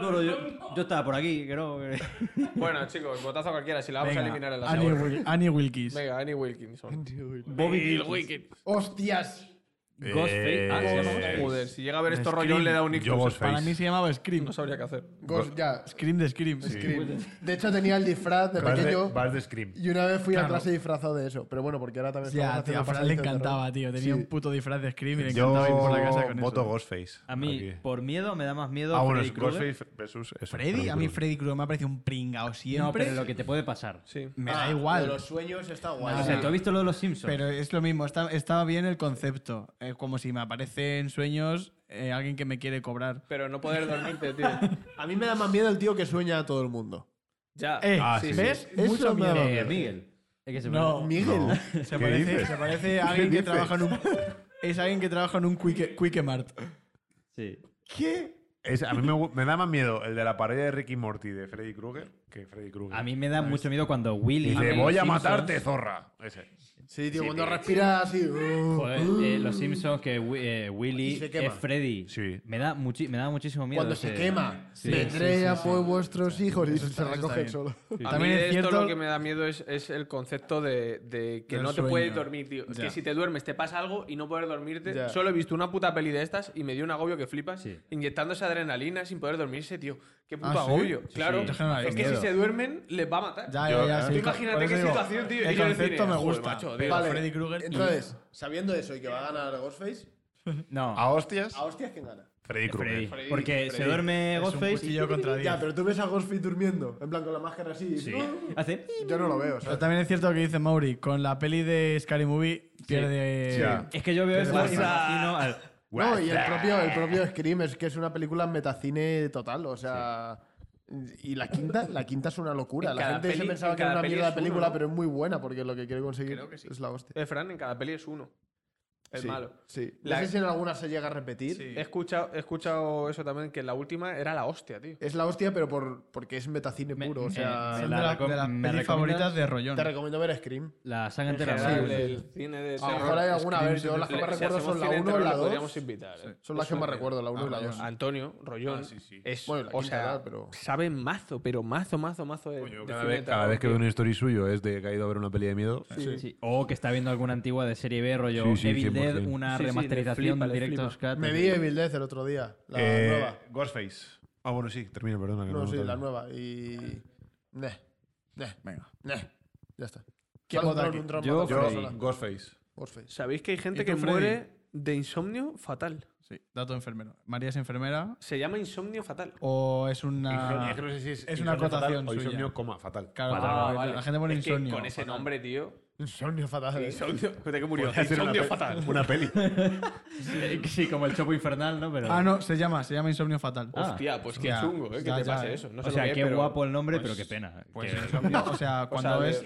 Speaker 2: No, no, yo, yo estaba por aquí, que no. que-
Speaker 1: Bueno, chicos, botazo a cualquiera, si la vamos a
Speaker 4: Venga,
Speaker 1: eliminar en la
Speaker 4: Annie,
Speaker 1: segunda.
Speaker 4: Wil- Annie Wilkes.
Speaker 1: Venga, Annie Wilkinson.
Speaker 2: Bobby
Speaker 3: ¡Hostias!
Speaker 2: Ghostface. Ah, se llama
Speaker 7: Eh,
Speaker 1: Joder, si llega a ver esto
Speaker 4: Scream.
Speaker 1: rollo, le da un
Speaker 5: Yo
Speaker 1: ictus.
Speaker 4: Para mí
Speaker 5: Ghostface.
Speaker 4: se llamaba Scream.
Speaker 1: No sabría qué hacer.
Speaker 3: Ghost, ya,
Speaker 4: Scream de Scream.
Speaker 3: Scream. De hecho, tenía el disfraz de
Speaker 5: Vas de,
Speaker 3: pequeño.
Speaker 5: vas de Scream.
Speaker 3: Y una vez fui a
Speaker 4: Claro.
Speaker 3: clase disfrazado de eso. Pero bueno, porque ahora también
Speaker 4: Ya,
Speaker 3: estamos
Speaker 4: tío, a
Speaker 3: haciendo
Speaker 4: Fran le
Speaker 3: pasadizos de
Speaker 4: encantaba,
Speaker 3: terror.
Speaker 4: tío. Tenía
Speaker 3: Sí.
Speaker 4: un puto disfraz de Scream y le
Speaker 5: Yo
Speaker 4: encantaba ir por la casa con
Speaker 5: voto
Speaker 4: eso.
Speaker 5: Ghostface.
Speaker 2: A mí,
Speaker 5: aquí.
Speaker 2: por miedo, me da más miedo.
Speaker 5: Ah, bueno,
Speaker 2: Freddy
Speaker 5: es
Speaker 2: Krueger.
Speaker 5: Ghostface versus. eso,
Speaker 4: Freddy, a mí
Speaker 5: Krueger.
Speaker 4: Freddy Krueger me ha parecido un pringao
Speaker 2: No,
Speaker 4: siempre. Ah,
Speaker 2: pero lo que te puede pasar.
Speaker 1: Sí.
Speaker 4: Me
Speaker 3: Ah,
Speaker 4: da igual.
Speaker 8: De los sueños está guay.
Speaker 2: O sea, ¿tú has visto lo de los Simpsons?
Speaker 4: Pero es lo mismo, está, estaba bien el concepto. Es como si me aparece en sueños eh, alguien que me quiere cobrar.
Speaker 1: Pero no poder dormirte, tío.
Speaker 8: A mí me da más miedo el tío que sueña a todo el mundo.
Speaker 1: Ya.
Speaker 4: Eh,
Speaker 5: Ah, sí, sí.
Speaker 4: ¿Ves?
Speaker 3: Eso
Speaker 4: Mucho
Speaker 3: me da
Speaker 4: miedo.
Speaker 2: Eh, Miguel. Es que se me-
Speaker 4: No,
Speaker 3: Miguel.
Speaker 5: ¿Qué
Speaker 4: se parece,
Speaker 5: dices?
Speaker 4: se parece a alguien
Speaker 5: ¿Qué
Speaker 4: que trabaja en un. Es alguien que trabaja en un Quick, Quick Mart.
Speaker 2: Sí.
Speaker 5: Pues, Es- a mí me, gu- me da más miedo el de la pared de Ricky Morty de Freddy Krueger que Freddy Krueger.
Speaker 2: A mí me da mucho miedo cuando Willy.
Speaker 5: Y
Speaker 2: de
Speaker 5: le
Speaker 2: los
Speaker 5: pues, voy a
Speaker 2: Simpsons-
Speaker 5: matarte, zorra. Ese.
Speaker 3: Sí, tío, cuando respira así. uh,
Speaker 2: Joder, eh, los Simpsons, que Wi- eh, Willy
Speaker 3: se quema.
Speaker 2: es Freddy.
Speaker 5: Sí.
Speaker 2: Me da, muchi- me da muchísimo miedo.
Speaker 3: cuando se
Speaker 2: ese-
Speaker 3: quema.
Speaker 2: Sí,
Speaker 3: Vendré a por vuestros hijos y
Speaker 4: Eso está-
Speaker 3: se
Speaker 4: eso está
Speaker 3: recogen
Speaker 4: bien.
Speaker 3: solo.
Speaker 1: A
Speaker 4: También
Speaker 1: mí
Speaker 4: es
Speaker 1: de esto
Speaker 4: cierto-
Speaker 1: lo que me da miedo es, es el concepto de, de que
Speaker 4: Del
Speaker 1: no te
Speaker 4: sueño.
Speaker 1: puedes dormir, tío. Es
Speaker 4: Ya.
Speaker 1: Que si te duermes te pasa algo y no poder dormirte.
Speaker 3: Ya.
Speaker 1: Solo he visto una puta peli de estas y me dio un agobio que flipas.
Speaker 2: Sí.
Speaker 1: Inyectándose adrenalina sin poder dormirse, tío. Qué puto
Speaker 4: ¿Ah, sí?
Speaker 1: agobio.
Speaker 4: Sí,
Speaker 1: claro.
Speaker 4: sí. Yo no la he
Speaker 1: Es que si
Speaker 4: visto.
Speaker 1: se duermen les va a matar.
Speaker 4: Ya,
Speaker 5: Yo-
Speaker 4: ya, ya.
Speaker 5: Tú
Speaker 4: sí.
Speaker 1: imagínate
Speaker 4: Por eso
Speaker 1: qué
Speaker 4: digo,
Speaker 1: situación, tío, y
Speaker 4: El
Speaker 1: yo en el
Speaker 4: concepto
Speaker 1: cine,
Speaker 4: me
Speaker 1: joder,
Speaker 4: gusta.
Speaker 1: macho,
Speaker 4: pero
Speaker 1: vale.
Speaker 4: Freddy Krueger.
Speaker 3: Entonces,
Speaker 8: Sabiendo eso y que va a ganar Ghostface,
Speaker 2: No.
Speaker 5: A hostias,
Speaker 8: a hostias quién gana.
Speaker 5: Freddy
Speaker 2: Freddy.
Speaker 5: Krueger.
Speaker 2: Porque se duerme
Speaker 4: es un
Speaker 2: Ghostface y
Speaker 4: cuchillo contra diez.
Speaker 3: ya, pero tú ves a Ghostface durmiendo, en plan con la máscara así.
Speaker 2: Sí.
Speaker 3: uh,
Speaker 2: Hace.
Speaker 3: Yo no lo veo,
Speaker 4: Pero
Speaker 3: ¿sabes?
Speaker 4: también es cierto que dice Mauri, con la peli de Scary Movie pierde.
Speaker 5: Ya.
Speaker 2: Es que yo veo eso y me imagino al.
Speaker 3: No, y el propio, el propio Scream es que es una película metacine total, o sea. Y la quinta, la quinta es una locura.
Speaker 1: En
Speaker 3: La
Speaker 1: cada
Speaker 3: gente se
Speaker 1: peli-
Speaker 3: pensaba
Speaker 1: en
Speaker 3: que era
Speaker 1: cada
Speaker 3: una
Speaker 1: peli
Speaker 3: mierda de
Speaker 1: es uno,
Speaker 3: película,
Speaker 1: ¿no?
Speaker 3: pero es muy buena porque lo que quiere conseguir
Speaker 1: Creo que sí.
Speaker 3: es la hostia.
Speaker 1: Eh, Fran, en cada peli es uno. El
Speaker 3: Sí,
Speaker 1: malo.
Speaker 3: Sí.
Speaker 1: La-
Speaker 3: No sé si en alguna se llega a repetir.
Speaker 1: He escuchado, he escuchado eso también, que la última era la hostia, tío.
Speaker 3: Es la hostia, pero por, porque es metacine
Speaker 2: Me-
Speaker 3: puro. o
Speaker 2: eh,
Speaker 3: sea,
Speaker 2: me
Speaker 4: Son
Speaker 2: la
Speaker 4: de, la-
Speaker 2: recom-
Speaker 4: de las
Speaker 2: me
Speaker 4: pelis
Speaker 2: recomiendas-
Speaker 4: favoritas de Rollón.
Speaker 3: te recomiendo ver Scream.
Speaker 2: La saga entera.
Speaker 1: General,
Speaker 2: sí.
Speaker 1: el cine de
Speaker 3: A lo
Speaker 1: terror.
Speaker 3: mejor hay alguna
Speaker 4: Scream
Speaker 3: vez. Yo
Speaker 4: se
Speaker 3: las que
Speaker 1: Le-
Speaker 3: más
Speaker 1: si
Speaker 3: recuerdo
Speaker 1: hacemos
Speaker 3: son la
Speaker 1: cine de
Speaker 3: 1,
Speaker 1: terror,
Speaker 3: la
Speaker 1: lo podríamos
Speaker 3: 2.
Speaker 1: invitar. ¿eh?
Speaker 3: Son las que más recuerdo, la 1 y la 2.
Speaker 1: Antonio Rollón es,
Speaker 3: Bueno, la
Speaker 1: Ah, o
Speaker 3: quinta
Speaker 1: sea,
Speaker 3: edad, pero-
Speaker 1: sabe mazo, pero mazo, mazo, mazo de, de
Speaker 5: Cada
Speaker 1: cine
Speaker 5: vez,
Speaker 1: de
Speaker 5: cada
Speaker 1: terror,
Speaker 5: vez que
Speaker 1: tío.
Speaker 5: veo una story suyo es de que ha ido a ver una peli de miedo.
Speaker 2: Sí. O que está viendo alguna antigua de serie B, rollo
Speaker 5: Sí, sí,
Speaker 2: Evil Dead,
Speaker 5: 100%.
Speaker 2: una
Speaker 1: Sí, sí, le
Speaker 2: remasterización
Speaker 1: flipa, le
Speaker 2: directos cut.
Speaker 3: Me vi Evil Dead el otro día. La
Speaker 5: Eh,
Speaker 3: nueva.
Speaker 5: Ghostface. Ah, bueno, sí, termina, perdona. Que no,
Speaker 3: No, sí,
Speaker 5: te-
Speaker 3: la nueva. Y. Neh. Neh.
Speaker 8: Venga.
Speaker 3: Neh. Ya está.
Speaker 4: ¿Quién
Speaker 3: Vale,
Speaker 4: vota
Speaker 3: un
Speaker 4: aquí?
Speaker 3: dron, un
Speaker 2: Yo,
Speaker 3: dron, una
Speaker 2: Freddy.
Speaker 3: sola.
Speaker 5: Ghostface.
Speaker 3: Ghostface.
Speaker 1: ¿Sabéis que hay gente
Speaker 4: ¿Y tú,
Speaker 1: que
Speaker 4: Freddy?
Speaker 1: muere de insomnio fatal?
Speaker 4: Sí, dato enfermero. María es enfermera
Speaker 1: Se llama insomnio fatal.
Speaker 4: o es una.
Speaker 5: Es que no sé si es,
Speaker 4: Ah, es una
Speaker 5: insomnio fatal
Speaker 4: acotación
Speaker 5: o
Speaker 4: suya.
Speaker 5: insomnio, coma, fatal.
Speaker 4: Claro,
Speaker 1: Ah,
Speaker 4: la-
Speaker 1: vale.
Speaker 4: la gente pone
Speaker 1: Es que
Speaker 4: insomnio.
Speaker 1: Con ese
Speaker 4: fatal.
Speaker 1: nombre, tío.
Speaker 3: Insomnio fatal. ¿eh?
Speaker 1: Insomnio. ¿De qué murió?
Speaker 5: Podría ser una
Speaker 1: Insomnio
Speaker 5: pe-
Speaker 1: fatal.
Speaker 5: Una peli.
Speaker 2: Sí, como el Chopo Infernal, ¿no? Pero...
Speaker 4: Ah, no, se llama, se llama insomnio fatal.
Speaker 2: Ah,
Speaker 1: Hostia, pues qué
Speaker 4: Ya,
Speaker 1: chungo, ¿eh? Que
Speaker 4: ya,
Speaker 1: te
Speaker 4: ya,
Speaker 1: pase
Speaker 4: eh.
Speaker 1: eso. No
Speaker 2: o
Speaker 1: sé lo
Speaker 2: sea,
Speaker 1: que es,
Speaker 2: qué
Speaker 1: pero-
Speaker 2: guapo el nombre, pero qué pena.
Speaker 4: Pues
Speaker 2: Que-
Speaker 4: insomnio, o sea, cuando
Speaker 1: de-
Speaker 4: es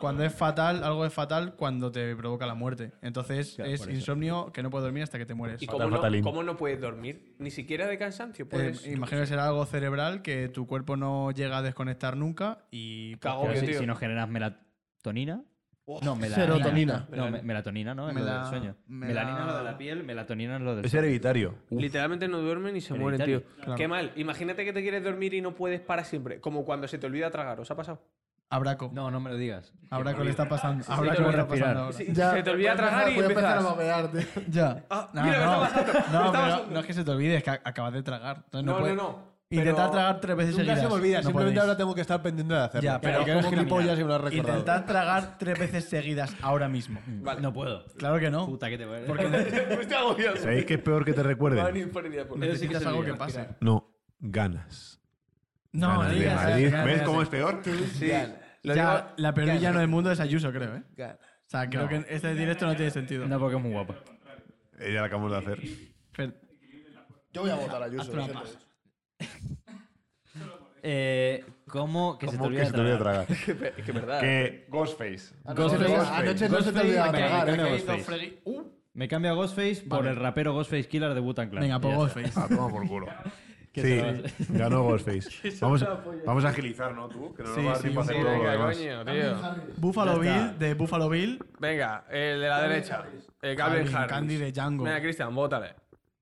Speaker 4: cuando es fatal, algo es fatal cuando te provoca la muerte. Entonces
Speaker 2: Claro,
Speaker 4: es
Speaker 2: por eso.
Speaker 4: insomnio que no puedes dormir hasta que te mueres.
Speaker 1: ¿Y
Speaker 5: Fatal,
Speaker 1: cómo no,
Speaker 5: fatalín.
Speaker 1: cómo no puedes dormir? Ni siquiera de cansancio.
Speaker 4: Eh,
Speaker 1: Puedes...
Speaker 4: imagino que será algo cerebral que tu cuerpo no llega a desconectar nunca y pues,
Speaker 1: Cago
Speaker 2: Pero
Speaker 1: que,
Speaker 2: si,
Speaker 1: tío.
Speaker 2: si no generas melatonina. No, melatonina.
Speaker 3: Serotonina.
Speaker 2: No, me- melatonina, ¿no? Es lo
Speaker 4: Mela-
Speaker 2: del sueño.
Speaker 4: mela-
Speaker 2: Melanina es lo de la piel, melatonina es lo del
Speaker 5: Es
Speaker 2: sueño.
Speaker 5: hereditario.
Speaker 1: Literalmente no duermen y se mueren,
Speaker 2: Hereditario.
Speaker 1: tío. Qué mal. Imagínate que te quieres dormir y no puedes para siempre. Como cuando se te olvida tragar. ¿Os ha pasado?
Speaker 4: abraco.
Speaker 2: No, no me lo digas.
Speaker 4: Abraco le está pasando. Abraco
Speaker 1: sí, sí,
Speaker 4: le está
Speaker 2: respirar.
Speaker 4: pasando ahora.
Speaker 1: Sí, se te olvida tragar y
Speaker 3: Voy a empezar a
Speaker 1: empiezas...
Speaker 3: babear, tío.
Speaker 4: Ya.
Speaker 1: Ah,
Speaker 4: no,
Speaker 1: mira, me
Speaker 4: no.
Speaker 1: está pasando, me
Speaker 4: No,
Speaker 1: está
Speaker 4: pero
Speaker 1: pasando.
Speaker 4: no es que se te olvide, es que a- acabas de tragar. Entonces no,
Speaker 1: No, no,
Speaker 4: puedes-
Speaker 1: no.
Speaker 4: Intentar
Speaker 1: Pero-
Speaker 4: tragar tres veces
Speaker 8: Nunca
Speaker 4: seguidas.
Speaker 8: se me olvida,
Speaker 4: no
Speaker 8: simplemente
Speaker 4: podéis.
Speaker 8: ahora tengo que estar pendiente de hacerlo.
Speaker 4: Ya, pero
Speaker 8: Porque
Speaker 4: tengo
Speaker 8: eres
Speaker 4: que
Speaker 8: gilipollas
Speaker 4: mirar.
Speaker 8: y me lo has recordado.
Speaker 4: Intentar tragar tres veces seguidas ahora mismo.
Speaker 1: Vale.
Speaker 2: No puedo.
Speaker 4: Claro que no.
Speaker 2: Mm. Puta que te voy a
Speaker 1: Estoy agobiado.
Speaker 5: ¿Sabéis qué es peor que te
Speaker 1: Va a
Speaker 5: recuerden?
Speaker 1: venir pérdida por-
Speaker 2: Eso sí que
Speaker 4: Necesitas
Speaker 2: se
Speaker 4: algo
Speaker 2: olvida.
Speaker 4: que pase.
Speaker 5: No, ganas.
Speaker 4: No,
Speaker 5: Ganas
Speaker 4: no
Speaker 5: de
Speaker 4: digas eso,
Speaker 5: Madrid.
Speaker 4: ganas,
Speaker 5: ¿Ves
Speaker 4: ganas.
Speaker 5: cómo es peor?
Speaker 1: Sí. Lo
Speaker 4: Ya,
Speaker 1: digo-
Speaker 4: la peor villano del mundo es Ayuso, creo, ¿eh?
Speaker 8: Ganas.
Speaker 4: O sea, creo que este directo no tiene sentido.
Speaker 2: No, porque es muy guapa.
Speaker 5: Eh, Ya la acabamos de hacer.
Speaker 4: Fer,
Speaker 3: Yo voy a votar a Ayuso.
Speaker 4: hazte una
Speaker 3: lo siento.
Speaker 4: paz.
Speaker 2: Eh, ¿Cómo que se te
Speaker 5: ¿Cómo
Speaker 2: olvida
Speaker 5: que se te olvida
Speaker 2: tragar?
Speaker 5: tragar?
Speaker 1: Es que es verdad.
Speaker 5: Que Ghostface.
Speaker 3: Anoche no-
Speaker 2: Ghostface.
Speaker 3: Anoche no se te olvidaba
Speaker 2: Ghostface,
Speaker 3: tragar.
Speaker 2: me cae, me
Speaker 3: ¿eh?
Speaker 2: cae Ghostface. Me cambio a Ghostface por el rapero Ghostface Killer de Wu-Tang Clan.
Speaker 4: Venga, pues,
Speaker 2: Y
Speaker 4: por
Speaker 2: ya está.
Speaker 4: Ghostface.
Speaker 5: Ah, toma por culo.
Speaker 2: que
Speaker 5: Sí,
Speaker 2: se la vas-
Speaker 5: ganó Ghostface. vamos, vamos a agilizar, ¿no? Tú, que no
Speaker 4: Sí,
Speaker 5: nos va a dar
Speaker 4: sí,
Speaker 5: tiempo a
Speaker 4: sí,
Speaker 5: hacer
Speaker 4: sí,
Speaker 5: todo lo
Speaker 1: Venga,
Speaker 5: demás.
Speaker 1: coño, tío.
Speaker 4: Buffalo
Speaker 2: Ya está.
Speaker 4: Bill, de Buffalo Bill,
Speaker 1: Venga, el de la derecha. El Calvin
Speaker 4: Calvin
Speaker 1: Harris.
Speaker 4: Candy de Django.
Speaker 1: Venga, Cristian, bótale.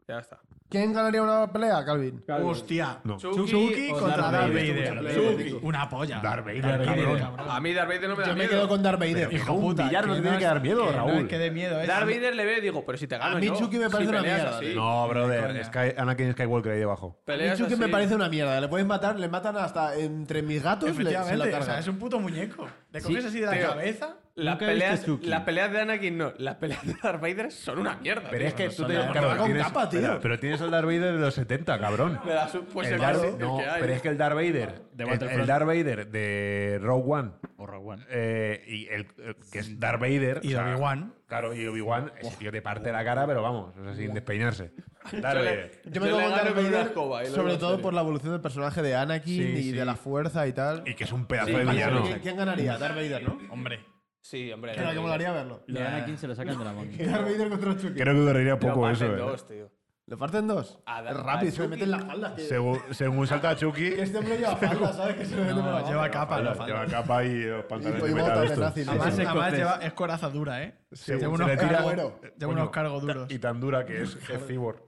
Speaker 1: Ya está.
Speaker 9: ¿Quién ganaría una pelea? Calvin.
Speaker 4: Hostia.
Speaker 5: No.
Speaker 1: Chucky
Speaker 4: Chucky
Speaker 1: o
Speaker 4: contra
Speaker 1: Darth
Speaker 4: Darth
Speaker 1: Vader.
Speaker 4: Vader.
Speaker 3: Chucky.
Speaker 4: Una polla.
Speaker 5: Darth Vader,
Speaker 2: Darth
Speaker 5: cabrón.
Speaker 2: Vader.
Speaker 1: A mí Darth Vader no me da
Speaker 3: Yo me
Speaker 1: miedo.
Speaker 3: quedo con Darth Vader.
Speaker 5: Pero que
Speaker 3: hijo.
Speaker 5: es un
Speaker 4: puta,
Speaker 5: villano, no
Speaker 4: que
Speaker 5: te tiene
Speaker 4: es-
Speaker 5: que dar miedo,
Speaker 4: No
Speaker 5: Raúl.
Speaker 4: es que de miedo es.
Speaker 1: Darth Vader le ve y digo, pero si te gano
Speaker 3: A mí
Speaker 1: yo.
Speaker 3: Chucky me
Speaker 1: Si
Speaker 3: parece una
Speaker 1: peleas
Speaker 3: mierda,
Speaker 1: así.
Speaker 3: tío.
Speaker 5: No, brother.
Speaker 4: coña.
Speaker 5: Sky, Anakin Skywalker ahí debajo.
Speaker 1: Peleas
Speaker 3: Chucky me
Speaker 1: así.
Speaker 3: parece una mierda. Le puedes matar, le matan hasta entre mis gatos. Le, se lo
Speaker 4: Efectivamente, o sea,
Speaker 3: cargan.
Speaker 4: es un puto muñeco. Le coges así de la
Speaker 1: tío.
Speaker 4: cabeza.
Speaker 1: Las
Speaker 2: Nunca he visto
Speaker 3: este
Speaker 1: peleas,
Speaker 2: Chucky.
Speaker 1: las peleas de Anakin no, las peleas de Darth Vader son una mierda.
Speaker 5: Pero
Speaker 1: tío.
Speaker 5: es que tú te
Speaker 4: la-
Speaker 5: claro,
Speaker 3: va con
Speaker 5: tienes-
Speaker 3: capa, tío.
Speaker 5: Pero, pero tienes el Darth Vader de los 70, cabrón.
Speaker 1: Me la su- pues
Speaker 5: El
Speaker 1: el
Speaker 5: Darth-
Speaker 1: más- el
Speaker 5: no,
Speaker 1: que hay.
Speaker 5: pero es que el Darth Vader,
Speaker 2: De
Speaker 5: el,
Speaker 2: Battlefront.
Speaker 5: el Darth Vader de Rogue One,
Speaker 2: O Rogue One.
Speaker 5: eh, y el, el que es Darth Vader
Speaker 4: Y
Speaker 5: o sea,
Speaker 4: Obi-Wan.
Speaker 5: Claro, y Obi-Wan, ese tío te parte la cara, pero vamos, o sea, sin despeinarse. Darth
Speaker 1: Yo le-
Speaker 5: Vader.
Speaker 3: Yo me
Speaker 1: yo
Speaker 3: quedo
Speaker 1: le
Speaker 3: con
Speaker 1: gano
Speaker 3: Darth
Speaker 1: con una
Speaker 3: Vader,
Speaker 1: escoba y lo
Speaker 3: sobre
Speaker 1: digo
Speaker 3: todo
Speaker 1: en
Speaker 3: por la evolución del personaje de Anakin
Speaker 4: Sí,
Speaker 3: y
Speaker 4: sí.
Speaker 3: de la fuerza y tal.
Speaker 5: Y que es un pedazo
Speaker 1: Sí,
Speaker 5: de
Speaker 1: vale,
Speaker 5: villano.
Speaker 3: ¿Quién- ¿Quién ganaría? Darth Vader, ¿no?
Speaker 4: Hombre.
Speaker 1: Sí, hombre.
Speaker 3: Claro, que molaría verlo.
Speaker 2: Lo de Anakin se lo sacan de la mano.
Speaker 3: Darth Vader contra Chucky.
Speaker 5: Creo que correría
Speaker 1: Pero
Speaker 5: poco
Speaker 1: parten
Speaker 5: eso. eh.
Speaker 1: dos, tío.
Speaker 3: ¿Lo parten dos?
Speaker 1: A
Speaker 3: Es
Speaker 1: Darth-
Speaker 3: rápido,
Speaker 1: a
Speaker 3: se me
Speaker 1: Chucky.
Speaker 3: meten las faldas. que-
Speaker 5: Según, según salta Chucky,
Speaker 3: Que este hombre lleva falda, ¿sabes? Que se me mete por la
Speaker 4: No,
Speaker 3: banda.
Speaker 4: lleva capa, la falda.
Speaker 5: lleva capa y los pantalones
Speaker 3: Y
Speaker 5: de
Speaker 3: botas
Speaker 5: metal
Speaker 3: de
Speaker 5: estos.
Speaker 3: nazi, ¿no?
Speaker 4: Además,
Speaker 2: Sí, sí.
Speaker 4: además
Speaker 2: Escotes.
Speaker 4: lleva, es coraza dura, ¿eh?
Speaker 5: Según
Speaker 4: Lleva
Speaker 5: se
Speaker 4: unos,
Speaker 5: le tira-
Speaker 4: cargos,
Speaker 3: Bueno.
Speaker 4: lleva unos
Speaker 5: Coño,
Speaker 4: cargos
Speaker 5: ta-
Speaker 4: duros.
Speaker 5: Y tan dura que es, es cyborg.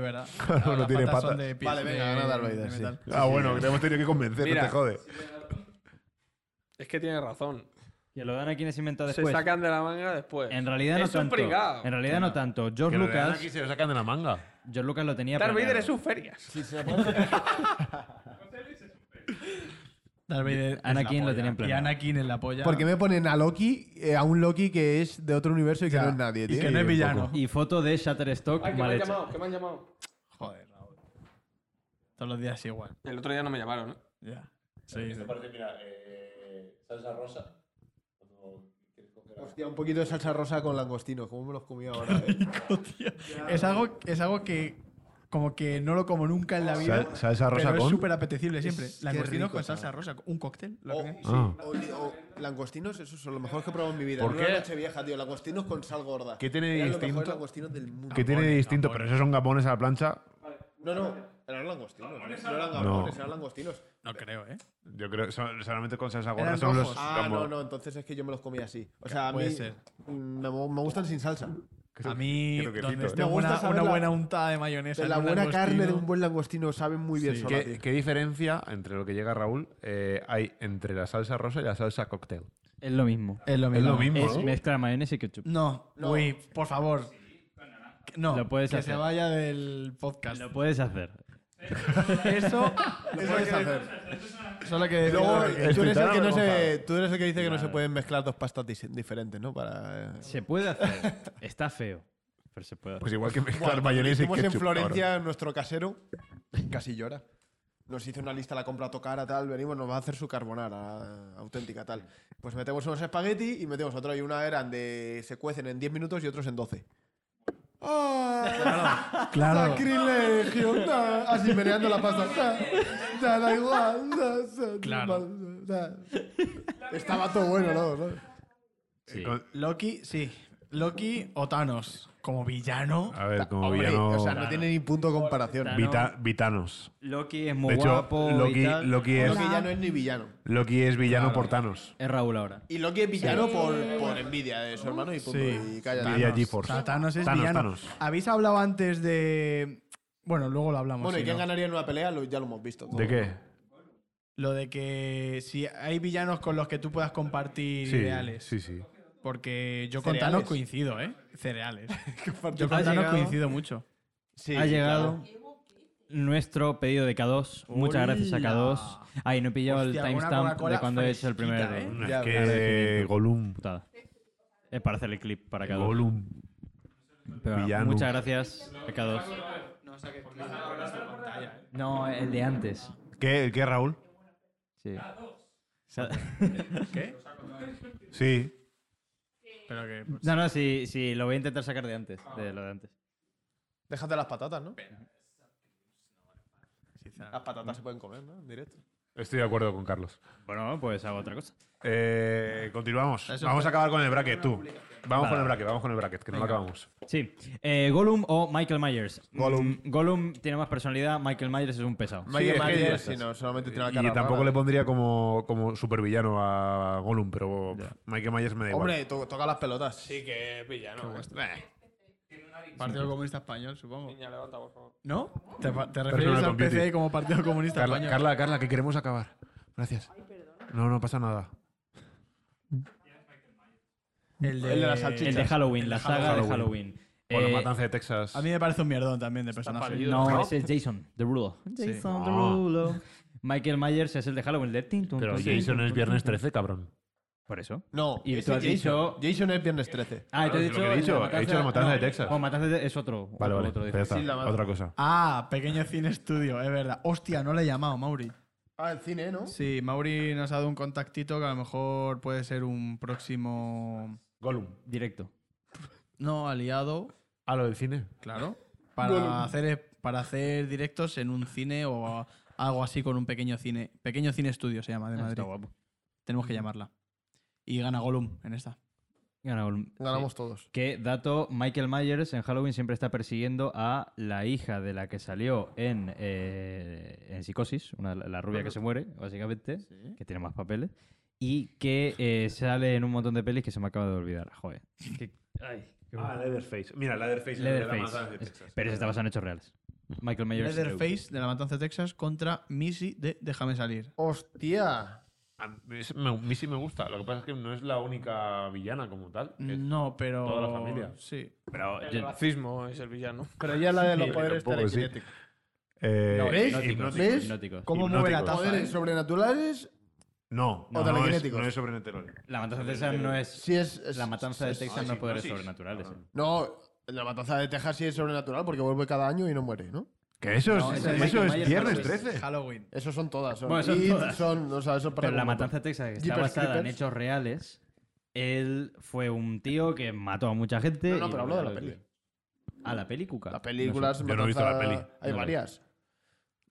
Speaker 4: verdad.
Speaker 5: no
Speaker 4: Las
Speaker 5: tiene
Speaker 4: patas son
Speaker 5: patas.
Speaker 4: de pie-
Speaker 3: Vale, venga,
Speaker 4: de-
Speaker 3: gana Darth
Speaker 4: de
Speaker 3: Vader, sí.
Speaker 4: metal.
Speaker 5: Ah, bueno, que te hemos tenido que convencer,
Speaker 1: Mira.
Speaker 5: no te jode.
Speaker 1: Es que tienes razón.
Speaker 2: Que lo de Anakin es inventado
Speaker 1: Se
Speaker 2: después.
Speaker 1: sacan de la manga después.
Speaker 2: En realidad no
Speaker 1: es un
Speaker 2: tanto.
Speaker 1: pringao.
Speaker 2: En realidad no tanto. George Lucas,
Speaker 5: se lo sacan de la manga.
Speaker 2: George Lucas lo tenía
Speaker 1: Darth Vader
Speaker 2: planeado.
Speaker 1: es un ferias.
Speaker 4: Darth Vader es
Speaker 2: Anakin
Speaker 4: la
Speaker 2: lo
Speaker 4: polla.
Speaker 2: tenían
Speaker 4: Y
Speaker 2: planeado.
Speaker 4: Anakin en la polla.
Speaker 3: ¿Por qué me ponen a Loki, eh, a un Loki que es de otro universo y que no es nadie,
Speaker 4: Y
Speaker 3: tío?
Speaker 4: que no es
Speaker 5: un
Speaker 4: villano.
Speaker 2: Y foto de Shutterstock
Speaker 1: Ay, que me
Speaker 2: mal
Speaker 1: han
Speaker 2: hecha.
Speaker 1: llamado, que me han llamado.
Speaker 4: Joder, Raúl. Todos los días igual.
Speaker 1: El otro día no me llamaron, ¿eh?
Speaker 4: Ya. Sí.
Speaker 5: mira, eh, salsa rosa.
Speaker 3: Hostia, un poquito de salsa rosa con langostino. ¿Cómo me los comí ahora? eh?
Speaker 4: Es algo, es algo que como que no lo como nunca en la vida.
Speaker 5: Sal- salsa rosa
Speaker 4: pero
Speaker 5: con-
Speaker 4: es súper apetecible siempre.
Speaker 3: Es- qué
Speaker 4: Langostinos
Speaker 3: rico,
Speaker 4: con salsa
Speaker 3: chaval.
Speaker 4: rosa. Un cóctel. lo
Speaker 3: O-
Speaker 4: que-
Speaker 5: Ah.
Speaker 3: sí, o- o- langostinos, esos son los mejores que he probado en mi vida.
Speaker 5: ¿Por
Speaker 3: En una
Speaker 5: qué?
Speaker 3: noche vieja, tío. Langostinos con sal gorda.
Speaker 5: ¿Qué tiene de
Speaker 3: Eran los
Speaker 5: distinto?
Speaker 3: mejores langostinos del mundo.
Speaker 5: ¿Qué tiene de distinto? Pero esos son gamones a la plancha.
Speaker 3: No, no. Eran langostinos. No eran
Speaker 5: No.
Speaker 3: gambones, eran langostinos.
Speaker 4: No creo, ¿eh?
Speaker 5: Yo creo que son- solamente con salsa gorda
Speaker 4: Eran
Speaker 5: son los
Speaker 4: rojos.
Speaker 3: Ah,
Speaker 5: gamo-
Speaker 3: no, no. Entonces es que yo me los comí así. O sea, a
Speaker 4: Puede
Speaker 3: mí
Speaker 4: ser.
Speaker 3: mm, me, me gustan sin salsa.
Speaker 4: A mí,
Speaker 5: Creo que ¿eh?
Speaker 4: donde
Speaker 5: Tito.
Speaker 4: esté
Speaker 3: Me gusta
Speaker 4: buena-
Speaker 3: saber
Speaker 4: una
Speaker 3: la-
Speaker 4: buena untada de mayonesa.
Speaker 3: De
Speaker 4: en
Speaker 3: la
Speaker 4: un
Speaker 3: buena carne de
Speaker 4: langostino.
Speaker 3: un buen langostino sabe muy bien
Speaker 4: Sí.
Speaker 3: sola,
Speaker 5: ¿Qué,
Speaker 3: tío.
Speaker 5: qué diferencia entre lo que llega Raúl eh, hay entre la salsa rosa y la salsa cóctel?
Speaker 2: Es lo mismo.
Speaker 4: Es lo
Speaker 5: Es
Speaker 4: mismo.
Speaker 5: lo mismo,
Speaker 2: Es
Speaker 5: ¿no?
Speaker 2: mezcla mayonesa y ketchup.
Speaker 4: No,
Speaker 3: No.
Speaker 4: güey, por favor. Que- No,
Speaker 2: Lo puedes
Speaker 4: que
Speaker 2: hacer.
Speaker 4: se vaya del podcast.
Speaker 2: Lo puedes hacer.
Speaker 4: Eso
Speaker 3: Lo puedes hacer.
Speaker 4: solo que
Speaker 3: Luego,
Speaker 4: decir-
Speaker 3: tú eres, el
Speaker 5: Explicarlo,
Speaker 3: que no se,
Speaker 5: Gonzalo.
Speaker 3: tú eres el que dice que no se pueden mezclar dos pastas dis- diferentes, ¿no? Para, eh,
Speaker 2: Se puede hacer. Está feo. Pero se puede hacer.
Speaker 5: Pues igual que mezclar
Speaker 3: Bueno,
Speaker 5: mayonesa y
Speaker 3: hicimos
Speaker 5: ketchup.
Speaker 3: en Florencia,
Speaker 5: cabrón.
Speaker 3: nuestro casero casi llora. Nos hizo una lista, la compra a tocar a tal, venimos, nos va a hacer su carbonara eh, auténtica tal. Pues metemos unos espagueti y metemos otro y una eran de se cuecen en 10 minutos y otros en 12. ¡Ah!
Speaker 4: Claro.
Speaker 3: ¡Sacrilegio! Ah, Así meneando la pasta. Ah, Ya da igual. Ah, ah,
Speaker 4: Claro.
Speaker 3: ah. Estaba todo bueno, ¿no? ¿no?
Speaker 2: Sí.
Speaker 5: Con-
Speaker 4: Loki, sí. Loki o Thanos. Como villano.
Speaker 5: A ver, como
Speaker 3: Hombre,
Speaker 5: villano.
Speaker 3: o sea, no tiene ni punto de comparación.
Speaker 2: Claro.
Speaker 5: Vita- Vitanos.
Speaker 2: Loki es
Speaker 5: De
Speaker 2: muy
Speaker 5: hecho,
Speaker 2: guapo. y
Speaker 5: Loki,
Speaker 2: tal.
Speaker 5: Loki
Speaker 3: Lo
Speaker 5: es,
Speaker 3: que ya no es ni villano.
Speaker 5: Loki es villano por Thanos.
Speaker 2: Es Raúl ahora.
Speaker 3: Y Loki es villano por, por envidia de su hermano y punto.
Speaker 4: Sí.
Speaker 3: Y cállate.
Speaker 5: Envidia
Speaker 4: Thanos.
Speaker 5: GeForce.
Speaker 4: O sea, Thanos es
Speaker 5: Thanos,
Speaker 4: villano.
Speaker 5: Thanos.
Speaker 4: Habéis hablado antes de. Bueno, luego lo hablamos.
Speaker 3: Bueno, ¿y
Speaker 4: si
Speaker 3: quién
Speaker 4: no.
Speaker 3: ganaría en una pelea? Lo- ya lo hemos visto.
Speaker 5: ¿De qué?
Speaker 4: Lo de que si hay villanos con los que tú puedas compartir
Speaker 5: Sí,
Speaker 4: ideales.
Speaker 5: sí, sí.
Speaker 4: Porque yo con
Speaker 3: Cereales.
Speaker 4: Thanos coincido, ¿eh? Cereales. yo
Speaker 2: Ha
Speaker 4: con Thanos
Speaker 2: llegado-
Speaker 4: coincido mucho.
Speaker 3: Sí,
Speaker 2: ha
Speaker 3: sí,
Speaker 2: llegado nuestro pedido de K2. Muchas
Speaker 4: Hola.
Speaker 2: gracias a K2. Ay, no he pillado
Speaker 4: Hostia,
Speaker 2: el
Speaker 4: una
Speaker 2: timestamp de
Speaker 4: Coca-Cola
Speaker 2: cuando he hecho el primer.
Speaker 4: fresquita, ¿eh?
Speaker 5: Es
Speaker 3: Ya,
Speaker 5: que
Speaker 2: claro, definitivo.
Speaker 5: Gollum.
Speaker 2: Putada. Es para hacer el clip para K2.
Speaker 5: Gollum.
Speaker 2: Pero bueno,
Speaker 5: Villano.
Speaker 2: muchas gracias a K2. No, el de antes.
Speaker 3: ¿eh?
Speaker 5: ¿Qué, ¿Qué, Raúl?
Speaker 2: Sí.
Speaker 5: Sí.
Speaker 4: Pero que. pues,
Speaker 2: No, no, sí, sí, lo voy a intentar sacar de antes, de lo de antes.
Speaker 3: claro. Déjate las patatas, ¿no?
Speaker 4: sinceramente.
Speaker 3: Las patatas se pueden comer, ¿no? En directo.
Speaker 5: Estoy de acuerdo con Carlos.
Speaker 2: Bueno, pues hago otra cosa.
Speaker 5: Eh, continuamos.
Speaker 4: Eso
Speaker 5: Vamos a acabar con el bracket, tú. Vamos
Speaker 2: Vale,
Speaker 5: con el
Speaker 2: vale.
Speaker 5: bracket, vamos con el bracket, que no lo acabamos.
Speaker 2: Sí. Eh, Gollum o Michael Myers.
Speaker 3: Gollum.
Speaker 2: Mm, Gollum tiene más personalidad, Michael Myers es un pesado.
Speaker 5: Sí,
Speaker 3: Michael
Speaker 5: es que
Speaker 3: Myers,
Speaker 5: ya
Speaker 3: sí,
Speaker 5: estás.
Speaker 3: no, solamente tiene la cara.
Speaker 5: Y tampoco
Speaker 3: rara.
Speaker 5: le pondría como, como supervillano a Gollum, pero pff, Michael Myers me da igual.
Speaker 3: Hombre, to- toca las pelotas.
Speaker 1: Sí, que villano. este.
Speaker 4: Partido Comunista Español, supongo.
Speaker 1: Niña, levanta, por favor.
Speaker 4: ¿No? ¿Te, pa- te
Speaker 5: Personal
Speaker 4: refieres al
Speaker 5: computing.
Speaker 4: PCE como Partido
Speaker 3: este
Speaker 4: Comunista
Speaker 5: Carla,
Speaker 4: Español?
Speaker 5: Carla, Carla, que queremos acabar. Gracias. No, no pasa nada.
Speaker 4: El de,
Speaker 3: El de las
Speaker 2: El
Speaker 3: salchichas.
Speaker 2: de Halloween, la saga
Speaker 5: Halloween.
Speaker 2: de Halloween.
Speaker 5: O la
Speaker 2: Eh,
Speaker 5: matanza de Texas.
Speaker 4: A mí me parece un mierdón también de personaje.
Speaker 1: pálido.
Speaker 2: no,
Speaker 1: ¿No?
Speaker 2: ese es Jason Derulo. Jason
Speaker 5: Ah. Derulo.
Speaker 2: Michael Myers es el de Halloween. el de tin, tun,
Speaker 5: pero
Speaker 2: tun, tun,
Speaker 5: Jason
Speaker 2: tun,
Speaker 5: es
Speaker 2: tun,
Speaker 5: viernes
Speaker 2: tun.
Speaker 5: 13, cabrón.
Speaker 2: Por eso.
Speaker 3: No,
Speaker 2: Y
Speaker 3: ese
Speaker 2: tú has
Speaker 3: Jason.
Speaker 2: dicho-
Speaker 3: Jason es viernes 13.
Speaker 2: Ah,
Speaker 5: Claro,
Speaker 2: te he
Speaker 5: es
Speaker 2: dicho,
Speaker 5: lo que he
Speaker 2: el de
Speaker 5: dicho,
Speaker 2: la
Speaker 5: he dicho la matanza de Texas.
Speaker 2: O matanza de es otro.
Speaker 5: Vale,
Speaker 2: otro,
Speaker 5: vale.
Speaker 2: otro,
Speaker 5: pues
Speaker 2: dice.
Speaker 5: ya está,
Speaker 3: Sí, la matanza.
Speaker 5: otra cosa.
Speaker 4: Ah, Pequeño Cine Estudio, es verdad. Hostia, no le he llamado, Mauri.
Speaker 3: Ah, el cine, ¿no?
Speaker 4: Sí, Mauri nos ha dado un contactito que a lo mejor puede ser un próximo.
Speaker 5: Gollum.
Speaker 2: Directo.
Speaker 4: No, aliado,
Speaker 5: Ah, lo del cine.
Speaker 4: claro. Para hacer, e, para hacer directos en un cine o a- algo así con un pequeño cine. Pequeño Cine Estudio se llama de
Speaker 2: Ah,
Speaker 4: Madrid.
Speaker 2: Está guapo.
Speaker 4: Tenemos que llamarla. Y gana Gollum en esta.
Speaker 2: Gana Gollum.
Speaker 3: Ganamos todos.
Speaker 2: Que dato, Michael Myers en Halloween siempre está persiguiendo a la hija de la que salió en, eh, en Psicosis, una, la rubia que se muere, básicamente, que tiene más papeles, y que eh, sale en un montón de pelis que se me acaba de olvidar. Joder. Que- ay, qué bueno.
Speaker 5: Ah, Leatherface. Mira, Leatherface.
Speaker 2: Leatherface. Es- Pero eso está basado en hechos reales. Michael Myers.
Speaker 4: Leatherface de La Matanza de Texas contra Missy de Déjame Salir.
Speaker 3: Hostia.
Speaker 5: A mí es- me- a mí sí me gusta. Lo que pasa es que no es la única villana como tal. Es-
Speaker 2: Mm.
Speaker 4: No, pero.
Speaker 5: toda la familia.
Speaker 4: Sí.
Speaker 5: Pero, eh,
Speaker 1: El racismo es el villano.
Speaker 3: Pero ya la de los
Speaker 5: Sí,
Speaker 3: poderes
Speaker 5: tampoco, sí.
Speaker 3: telequinéticos.
Speaker 5: eh,
Speaker 3: No, ¿ves?
Speaker 5: hipnóticos.
Speaker 3: ¿Ves?
Speaker 2: Hipnóticos.
Speaker 3: ¿Cómo mueve la
Speaker 5: Hipnóticos.
Speaker 3: taza? Poderes sobrenaturales,
Speaker 5: No, no,
Speaker 3: O
Speaker 5: no es,
Speaker 3: telequinéticos.
Speaker 5: no es sobrenatural.
Speaker 2: La matanza de Texas no es.
Speaker 3: sí es. es-
Speaker 2: la matanza de
Speaker 3: es-
Speaker 2: Texas no es poderes sobrenaturales. eh.
Speaker 3: No, la matanza de Texas sí es sobrenatural porque vuelve cada año y no muere, ¿no?
Speaker 5: Que eso es,
Speaker 2: No, ese es
Speaker 5: eso
Speaker 2: Michael
Speaker 5: es
Speaker 2: Myers
Speaker 5: viernes
Speaker 2: versus
Speaker 5: 13.
Speaker 4: Pues, Halloween.
Speaker 3: Eso son todas. Son,
Speaker 2: Bueno, son
Speaker 3: y
Speaker 2: todas.
Speaker 3: son- o sea, eso
Speaker 2: Pero
Speaker 3: parece
Speaker 2: la
Speaker 3: un montón.
Speaker 2: matanza de Texas, que está
Speaker 3: Jeepers
Speaker 2: basada en
Speaker 3: Creepers.
Speaker 2: hechos reales, él fue un tío que mató a mucha gente.
Speaker 3: No, no,
Speaker 2: y-
Speaker 3: pero hablo de la peli.
Speaker 2: Ah, la peli, Cuca.
Speaker 3: Las películas.
Speaker 5: Yo no he visto la
Speaker 3: matanza-
Speaker 5: peli.
Speaker 2: No la
Speaker 3: Hay
Speaker 2: he
Speaker 3: varias.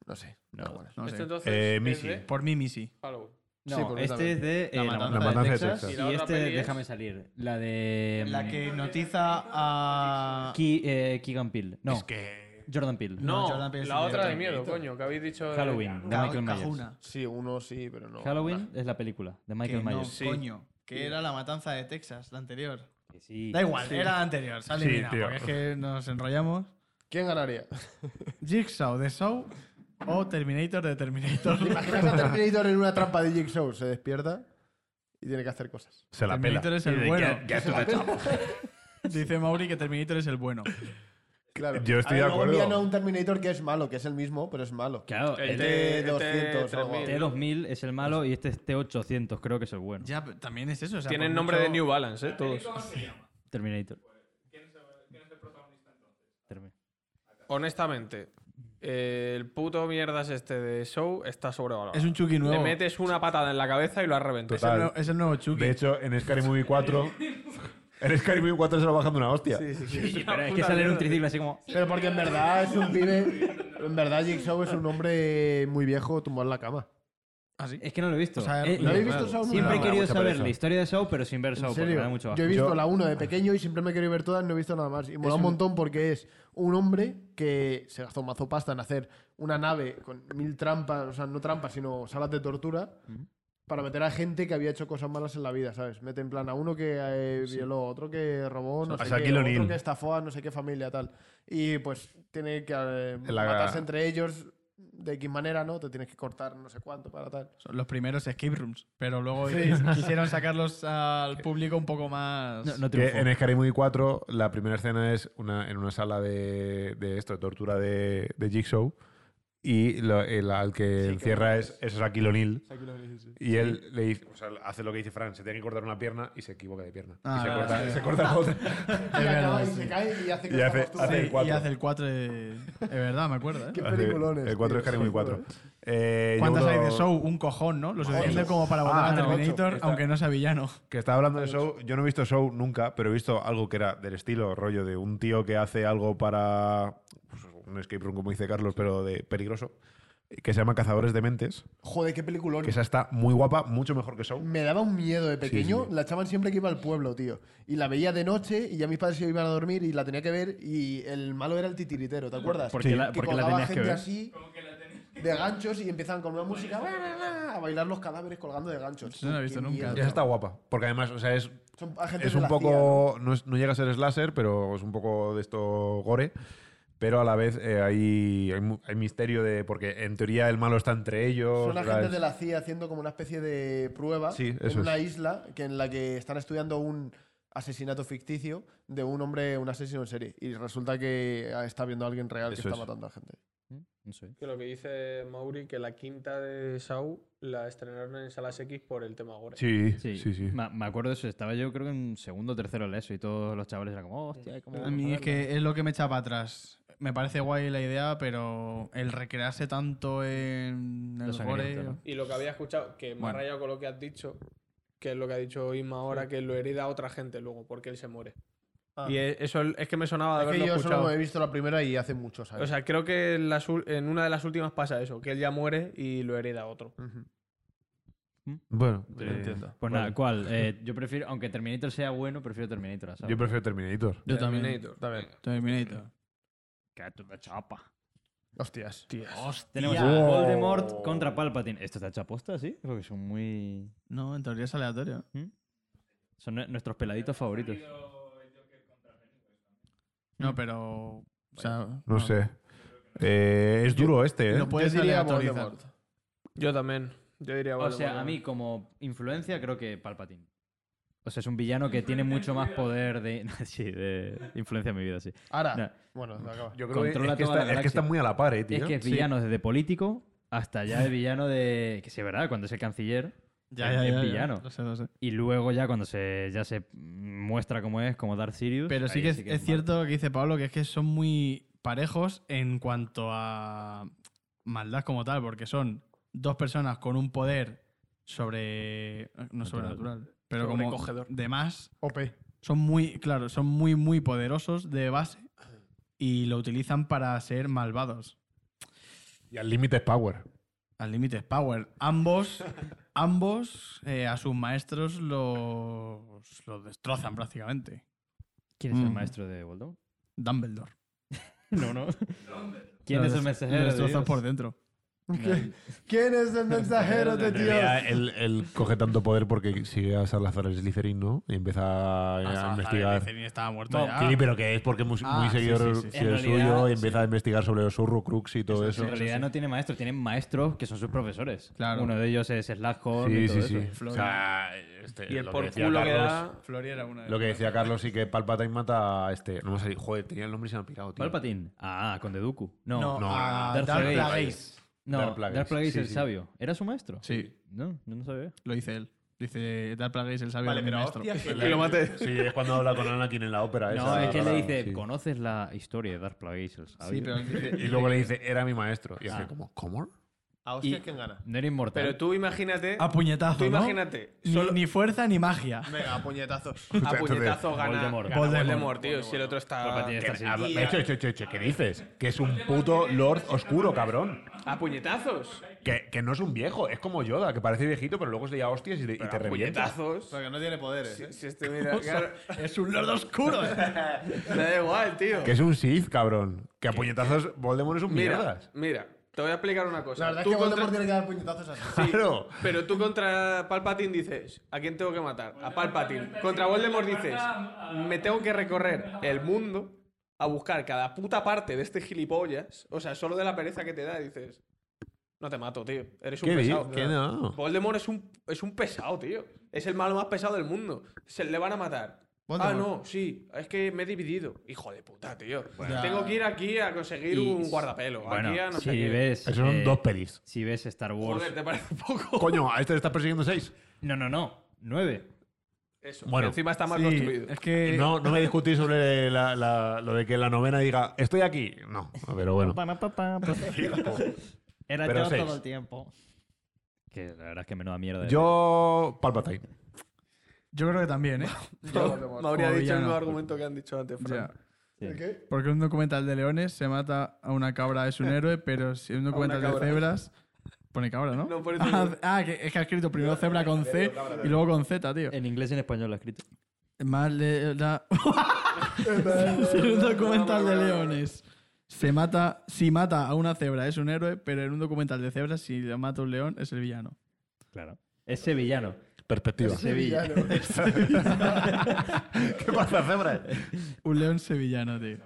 Speaker 3: No sé.
Speaker 2: No.
Speaker 3: está buena.
Speaker 4: No sé.
Speaker 1: Este entonces
Speaker 5: Eh,
Speaker 1: es
Speaker 5: Missy.
Speaker 1: de
Speaker 4: Por mí, Missy.
Speaker 1: Halloween.
Speaker 2: No,
Speaker 3: Sí, por mí
Speaker 2: este
Speaker 3: también.
Speaker 2: es de eh, La, matanza, de Texas.
Speaker 1: Texas.
Speaker 2: Y,
Speaker 1: Y la
Speaker 2: este,
Speaker 1: otra peli es-
Speaker 2: déjame salir. La de.
Speaker 4: La
Speaker 2: mm,
Speaker 4: que hipnotiza a.
Speaker 2: Ki- eh, Keegan Peele. No,
Speaker 5: Es que.
Speaker 2: Jordan Peele.
Speaker 4: No,
Speaker 1: No,
Speaker 4: Jordan Peele es
Speaker 1: la
Speaker 4: un
Speaker 1: otra de
Speaker 4: villano.
Speaker 1: miedo, coño, que habéis dicho. de-
Speaker 2: Halloween, de
Speaker 4: Ca-
Speaker 2: Michael Myers.
Speaker 4: Cajuna.
Speaker 3: Sí, uno sí, pero no.
Speaker 2: Halloween es la película de Michael
Speaker 4: que no,
Speaker 2: Myers.
Speaker 4: coño. Que era la matanza de Texas, la anterior.
Speaker 2: Que sí.
Speaker 4: Da igual, era la anterior. Sale
Speaker 5: Sí,
Speaker 4: bien,
Speaker 5: tío.
Speaker 4: porque es que nos enrollamos.
Speaker 3: ¿Quién ganaría?
Speaker 4: Jigsaw de Saw o Terminator de Terminator.
Speaker 3: Imaginas a Terminator en una trampa de Jigsaw. Se despierta y tiene que hacer cosas.
Speaker 5: Se la pela.
Speaker 4: Terminator es el
Speaker 5: Y de-
Speaker 4: bueno.
Speaker 5: ya- ya esto te chapa.
Speaker 4: Dice Mauri que Terminator es el bueno.
Speaker 3: Claro.
Speaker 5: Yo estoy
Speaker 3: A ver,
Speaker 5: de
Speaker 3: luego
Speaker 5: acuerdo.
Speaker 3: envían a un Terminator que es malo, que es el mismo, pero es malo.
Speaker 2: Claro,
Speaker 1: El
Speaker 2: el
Speaker 1: de
Speaker 3: T- 200 o algo.
Speaker 1: T- 3000.
Speaker 2: T2000 es el malo y este es T800, creo que es el bueno.
Speaker 4: Ya, pero también es eso. O sea,
Speaker 1: Tienen
Speaker 4: por
Speaker 1: nombre
Speaker 4: mucho-
Speaker 1: de New Balance, ¿eh? Todos.
Speaker 2: Terminator. Termi-
Speaker 1: Honestamente, eh, el puto mierdas este de Show está sobrevalorado.
Speaker 4: Es un Chucky
Speaker 1: Le
Speaker 4: nuevo.
Speaker 1: metes una patada en la cabeza y lo has
Speaker 4: es, el
Speaker 1: reventado.
Speaker 4: nuevo, es el nuevo Chucky.
Speaker 5: De hecho, en Scary Movie 4. en Scary Movie 4 se lo bajando una hostia.
Speaker 2: Pero es que sale en un triciclo así como.
Speaker 3: Pero porque en verdad es un pibe. En verdad, Jigsaw es un hombre muy viejo tumbado en la cama.
Speaker 2: Es que no lo he visto.
Speaker 4: O sea,
Speaker 2: Eh,
Speaker 4: ¿lo habéis
Speaker 3: visto, Saw? No,
Speaker 2: Siempre
Speaker 3: no,
Speaker 2: he
Speaker 3: me da
Speaker 2: querido
Speaker 5: mucha
Speaker 2: saber
Speaker 5: pereza.
Speaker 2: la historia de Saw, pero sin ver Saw,
Speaker 3: En
Speaker 2: porque me da
Speaker 3: serio.
Speaker 2: mucho
Speaker 3: Yo he
Speaker 2: bajo.
Speaker 3: visto
Speaker 5: Yo-
Speaker 3: la 1 de pequeño y siempre me quiero ver todas, no he visto nada más. Y me mola un montón porque es un hombre que se gastó un mazo pasta en hacer una nave con mil trampas, o sea, no trampas, sino salas de tortura. Para meter a gente que había hecho cosas malas en la vida, ¿sabes? Mete en plan a uno que eh, violó, otro que robó, no
Speaker 5: A
Speaker 3: sé qué,
Speaker 5: Shaquille O'Neal.
Speaker 3: otro que estafó a no sé qué familia, tal. Y pues tiene que eh,
Speaker 5: La-
Speaker 3: matarse entre ellos de X manera, ¿no? Te tienes que cortar no sé cuánto para tal.
Speaker 4: Son los primeros escape rooms. Pero luego quisieron sacarlos al público un poco más.
Speaker 2: No, no
Speaker 5: Que
Speaker 2: triunfó.
Speaker 5: en Scary Movie 4, la primera escena es una, en una sala de, de esto, de tortura de, de Jigsaw. Y lo- el, al que encierra es, es Shaquille O'Neal. Y él le dice, o sea, hace lo que dice Fran, se tiene que cortar una pierna y se equivoca de pierna.
Speaker 4: Ah,
Speaker 5: y se,
Speaker 4: claro,
Speaker 5: corta,
Speaker 4: sí.
Speaker 5: se corta la otra.
Speaker 3: Y, acaba, y se cae y hace que
Speaker 5: Y hace-
Speaker 3: estamos tú.
Speaker 5: hace-
Speaker 4: Sí,
Speaker 5: el cuatro.
Speaker 4: y hace el 4 de... Es verdad, me acuerdo, ¿eh?
Speaker 3: Qué peliculones.
Speaker 5: El 4
Speaker 3: tío,
Speaker 5: de Scary Movie
Speaker 3: seguro,
Speaker 5: 4.
Speaker 3: ¿eh?
Speaker 5: Eh,
Speaker 4: ¿Cuántas
Speaker 5: yo
Speaker 4: hay de
Speaker 5: creo-
Speaker 4: show? Un cojón, ¿no? Lo suficiente como para votar
Speaker 5: Ah,
Speaker 4: a
Speaker 5: no,
Speaker 4: Terminator,
Speaker 5: ocho. Está-
Speaker 4: aunque no sea villano.
Speaker 5: Que estaba hablando de show, yo no he visto show nunca, pero he visto algo que era del estilo, rollo de un tío que hace algo para pues, un escape room, como dice Carlos, pero de peligroso. que se llama Cazadores de Mentes,
Speaker 8: Joder, qué peliculón.
Speaker 5: que esa está muy guapa, mucho mejor que Show.
Speaker 8: Me daba un miedo de pequeño.
Speaker 5: Sí, sí.
Speaker 8: La echaban siempre que iba al pueblo, tío. Y la veía de noche y ya mis padres se iban a dormir y la tenía que ver y el malo era el titiritero, ¿te acuerdas?
Speaker 2: Porque la-
Speaker 8: Que
Speaker 2: porque la
Speaker 8: colgaba
Speaker 2: tenías que
Speaker 8: gente
Speaker 2: ver.
Speaker 8: así de ganchos y empezaban con una música bla, bla, bla, a bailar los cadáveres colgando de ganchos.
Speaker 4: No la he
Speaker 8: Qué
Speaker 4: visto nunca.
Speaker 8: mierda.
Speaker 5: Esa está guapa, porque además, o sea, es,
Speaker 8: Son agentes
Speaker 5: es
Speaker 8: de
Speaker 5: un
Speaker 8: la
Speaker 5: poco. No, es- no llega a ser slasher, pero es un poco de esto gore. Pero a la vez eh, hay, hay, mu- hay misterio de. Porque en teoría el malo está entre ellos.
Speaker 8: Son
Speaker 5: ¿sabes?
Speaker 8: agentes de la CIA haciendo como una especie de prueba
Speaker 5: Sí,
Speaker 8: en
Speaker 5: eso
Speaker 8: una
Speaker 5: es.
Speaker 8: isla que en la que están estudiando un asesinato ficticio de un hombre, un asesino en serie. Y resulta que está viendo a alguien real
Speaker 5: Eso
Speaker 8: que está
Speaker 5: es.
Speaker 8: matando a gente.
Speaker 2: ¿Eh? No sé.
Speaker 1: Que lo que dice Mauri, que la quinta de Sau la estrenaron en Salas X por el tema gore.
Speaker 5: Sí,
Speaker 2: Sí,
Speaker 5: sí, sí.
Speaker 2: Me, me acuerdo de eso. Estaba yo creo que en segundo o tercero en la ESO y todos los chavales eran como, hostia, ¿cómo
Speaker 4: A
Speaker 2: vamos
Speaker 4: mí es
Speaker 2: verla?".
Speaker 4: que es lo que me echa para atrás. Me parece guay la idea, pero el recrearse tanto en
Speaker 2: Lo
Speaker 4: el gore...
Speaker 2: sangriento, ¿no?
Speaker 1: Y lo que había escuchado, que me
Speaker 4: Bueno.
Speaker 1: ha rayado con lo que has dicho, que es lo que ha dicho Inma ahora, que lo hereda a otra gente luego, porque él se muere.
Speaker 8: Ah.
Speaker 1: Y e- eso es que me sonaba de
Speaker 8: Es que
Speaker 1: haberlo
Speaker 8: yo
Speaker 1: escuchado.
Speaker 8: solo he visto la primera y hace muchos años.
Speaker 1: O sea, creo que en, las ul- en una de las últimas pasa eso, que él ya muere y lo hereda a otro.
Speaker 8: Ujú.
Speaker 5: Bueno,
Speaker 6: Yo lo
Speaker 5: eh,
Speaker 6: entiendo.
Speaker 2: Pues nada, ¿cuál? Eh, yo prefiero, aunque Terminator sea bueno, prefiero Terminator, ¿sabes?
Speaker 5: Yo prefiero Terminator.
Speaker 4: Yo también.
Speaker 1: Terminator.
Speaker 4: Terminator.
Speaker 2: Cato de chapa.
Speaker 8: Hostias.
Speaker 2: Tenemos a Voldemort contra Palpatine. Esto está hecho aposta, ¿sí? Porque son muy...
Speaker 4: No, en teoría es aleatorio.
Speaker 2: Son nue- nuestros peladitos favoritos.
Speaker 4: No, pero... O sea,
Speaker 5: No
Speaker 2: Ah.
Speaker 5: sé. Eh, es duro este, ¿eh?
Speaker 4: Lo puedes
Speaker 8: Yo diría
Speaker 4: aleatorizar.
Speaker 8: Voldemort.
Speaker 1: Yo también. Yo diría
Speaker 2: O
Speaker 1: Voldemort
Speaker 2: sea, a
Speaker 1: también.
Speaker 2: mí como influencia creo que Palpatine. O sea, es un villano que tiene mucho más poder de... sí, de influencia en mi vida, sí.
Speaker 8: Ahora.
Speaker 2: No.
Speaker 8: Bueno, no acaba.
Speaker 5: Yo creo que-
Speaker 2: Controla
Speaker 5: es que,
Speaker 2: toda la
Speaker 5: está, es que
Speaker 2: galaxia.
Speaker 5: está muy a la par, ¿eh, tío?
Speaker 2: Es que es
Speaker 5: Sí.
Speaker 2: villano desde político hasta ya el villano de... Que sí, es verdad, cuando es el canciller.
Speaker 4: Ya,
Speaker 2: Es
Speaker 4: ya,
Speaker 2: bien
Speaker 4: ya, ya.
Speaker 2: villano.
Speaker 4: Lo sé, lo sé.
Speaker 2: Y luego ya cuando se ya se muestra como es, como Darth Sirius.
Speaker 4: Pero sí
Speaker 2: ahí
Speaker 4: que es, es
Speaker 2: malo.
Speaker 4: cierto que dice Pablo que es que son muy parejos en cuanto a maldad como tal, porque son dos personas con un poder sobre. No sobrenatural, pero como.
Speaker 1: Sobrecogedor.
Speaker 4: De más.
Speaker 8: OP.
Speaker 4: Son muy. Claro, son muy, muy poderosos de base y lo utilizan para ser malvados.
Speaker 5: Y al límite es Power.
Speaker 4: Al límite es Power. Ambos. ambos eh, a sus maestros los, los destrozan prácticamente.
Speaker 2: ¿Quién es el
Speaker 4: Mm.
Speaker 2: maestro de Voldemort?
Speaker 4: Dumbledore.
Speaker 2: No, no. ¿Quién
Speaker 4: Lo
Speaker 2: es el
Speaker 4: des-
Speaker 2: mensajero?
Speaker 4: Lo
Speaker 2: de
Speaker 4: destrozan
Speaker 2: Dios?
Speaker 4: por dentro.
Speaker 8: ¿Quién es el mensajero de Dios?
Speaker 5: él, él coge tanto poder porque sigue a Salazar el Slytherin, ¿no? Y empieza a,
Speaker 4: Ah, Salazar
Speaker 5: investigar.
Speaker 4: Slytherin estaba muerto
Speaker 2: Bueno,
Speaker 4: ya.
Speaker 5: Sí, pero que es porque muy,
Speaker 4: Ah,
Speaker 5: muy
Speaker 4: sí,
Speaker 5: seguidor
Speaker 4: sí, sí, sí.
Speaker 5: fiel
Speaker 2: En
Speaker 5: suyo
Speaker 2: realidad,
Speaker 5: y empieza a investigar sobre los Horrocrux y todo eso.
Speaker 2: En realidad no tiene maestros, tienen maestros que son sus profesores.
Speaker 4: Claro.
Speaker 2: Uno de ellos es Slughorn y
Speaker 5: Sí,
Speaker 2: todo
Speaker 5: sí, sí.
Speaker 2: eso.
Speaker 5: O sea, este,
Speaker 1: Y el
Speaker 5: lo que
Speaker 1: por
Speaker 5: decía
Speaker 1: culo que
Speaker 5: Carlos-
Speaker 1: da.
Speaker 4: Flori era una de
Speaker 5: Lo que
Speaker 4: ellas.
Speaker 5: decía Carlos sí que Palpatine mata a este. No me ha salido. Joder, tenía el nombre y se me ha pirado, tío.
Speaker 2: Palpatine. Ah, con Deduku. No.
Speaker 4: No,
Speaker 5: No,
Speaker 4: a
Speaker 2: Darth
Speaker 4: Darth
Speaker 2: Plagueis.
Speaker 4: Plagueis.
Speaker 2: no,
Speaker 5: Darth Plagueis.
Speaker 2: Darth Plagueis
Speaker 5: Sí,
Speaker 2: el
Speaker 5: sí.
Speaker 2: sabio. ¿Era su maestro?
Speaker 4: Sí,
Speaker 2: No, yo no sabía.
Speaker 4: lo dice él. Dice Darth Plagueis, el sabio
Speaker 8: Vale,
Speaker 4: de mi
Speaker 8: pero
Speaker 4: maestro.
Speaker 8: hostias, que-
Speaker 5: Y lo maté. Sí, es cuando habla con Anakin en la ópera.
Speaker 2: No,
Speaker 5: esa,
Speaker 2: es que le
Speaker 5: la-
Speaker 2: dice,
Speaker 5: sí.
Speaker 2: ¿conoces la historia de Darth Plagueis el sabio?
Speaker 4: Sí, pero él dice-
Speaker 5: Y luego le dice, era mi maestro. Y
Speaker 1: Ah.
Speaker 5: hace como, ¿cómo?
Speaker 8: A hostias, ¿quién gana?
Speaker 2: No era inmortal.
Speaker 1: Pero tú imagínate.
Speaker 4: A puñetazo,
Speaker 1: tú
Speaker 4: ¿no?
Speaker 1: imagínate.
Speaker 4: Ni,
Speaker 1: solo-
Speaker 4: ni fuerza ni magia.
Speaker 8: Venga, a puñetazos.
Speaker 1: a puñetazo gana
Speaker 2: Voldemort.
Speaker 1: Voldemort,
Speaker 4: Voldemort.
Speaker 1: Voldemort, tío. Si el otro está.
Speaker 2: Palpatine está así.
Speaker 5: Habla- Eche, eche, eche, eche, ¿Qué dices? Que es un puto Lord Oscuro, cabrón.
Speaker 1: A puñetazos.
Speaker 5: Que, que no es un viejo, es como Yoda, que parece viejito, pero luego se da hostias y, te- y
Speaker 1: Pero
Speaker 5: te
Speaker 1: a
Speaker 5: revienta.
Speaker 1: puñetazos.
Speaker 8: Porque no tiene poderes. ¿eh?
Speaker 1: Si este mira, claro,
Speaker 4: Es un lord oscuro.
Speaker 1: me da igual, tío.
Speaker 5: Que es un Sith, cabrón. Que a puñetazos Voldemort es un
Speaker 1: Mira,
Speaker 5: mierdas.
Speaker 1: mira, te voy a explicar una cosa.
Speaker 8: La verdad es
Speaker 1: Tú
Speaker 8: que
Speaker 1: contra-
Speaker 8: Voldemort tiene que dar puñetazos así.
Speaker 1: Sí,
Speaker 5: Claro.
Speaker 1: Pero tú contra Palpatine dices, ¿a quién tengo que matar? A Palpatine. Contra Voldemort dices, me tengo que recorrer el mundo a buscar cada puta parte de este gilipollas. O sea, solo de la pereza que te da, dices, no te mato, tío. Eres un
Speaker 5: ¿Qué dices?
Speaker 1: pesado.
Speaker 5: Que no.
Speaker 1: Voldemort es un, es un pesado, tío. Es el malo más pesado del mundo. Se le van a matar. Ah,
Speaker 8: Voldemort.
Speaker 1: no, sí. Es que me he dividido. Hijo de puta, tío.
Speaker 4: Bueno.
Speaker 1: Tengo que ir aquí a conseguir
Speaker 2: Y-
Speaker 1: un guardapelo.
Speaker 2: Bueno,
Speaker 1: aquí a no
Speaker 2: si
Speaker 1: sé qué.
Speaker 2: ves...
Speaker 5: Esos son
Speaker 2: eh,
Speaker 5: dos pelis.
Speaker 2: Si ves Star Wars...
Speaker 1: Joder, te parece un poco.
Speaker 5: Coño, a este le estás persiguiendo seis.
Speaker 2: No, no, no. Nueve.
Speaker 1: Eso.
Speaker 5: Bueno.
Speaker 1: que encima está mal
Speaker 4: Sí,
Speaker 1: construido.
Speaker 4: es que
Speaker 5: No, no me discutís sobre la- la- lo de que la novena diga, estoy aquí. No, pero bueno.
Speaker 2: Era
Speaker 5: Pero seis.
Speaker 2: tiempo. Que la verdad es que menuda mierda. es.
Speaker 5: Yo, Palpatine.
Speaker 4: yo creo que también, ¿eh?
Speaker 1: me habría
Speaker 4: Como
Speaker 1: dicho el
Speaker 4: villano.
Speaker 1: mismo argumento que han dicho antes, Fran.
Speaker 4: Ya.
Speaker 2: ¿El
Speaker 3: qué?
Speaker 4: Porque un documental de leones se mata a una cabra es un héroe, pero si un documental de
Speaker 1: cabra.
Speaker 4: cebras pone cabra, ¿no?
Speaker 1: No, pone
Speaker 4: ah,
Speaker 1: cebra.
Speaker 4: ah, que, es que ha escrito primero cebra con C y luego con Z, tío.
Speaker 2: En inglés y en español lo ha escrito.
Speaker 4: Más le da... si en un documental de leones se mata, si mata a una cebra es un héroe, pero en un documental de cebras si le mata a un león es el villano.
Speaker 2: Claro. Es sevillano.
Speaker 5: Perspectiva.
Speaker 2: Sevilla.
Speaker 5: ¿Qué pasa, cebra?
Speaker 4: Un león sevillano, tío.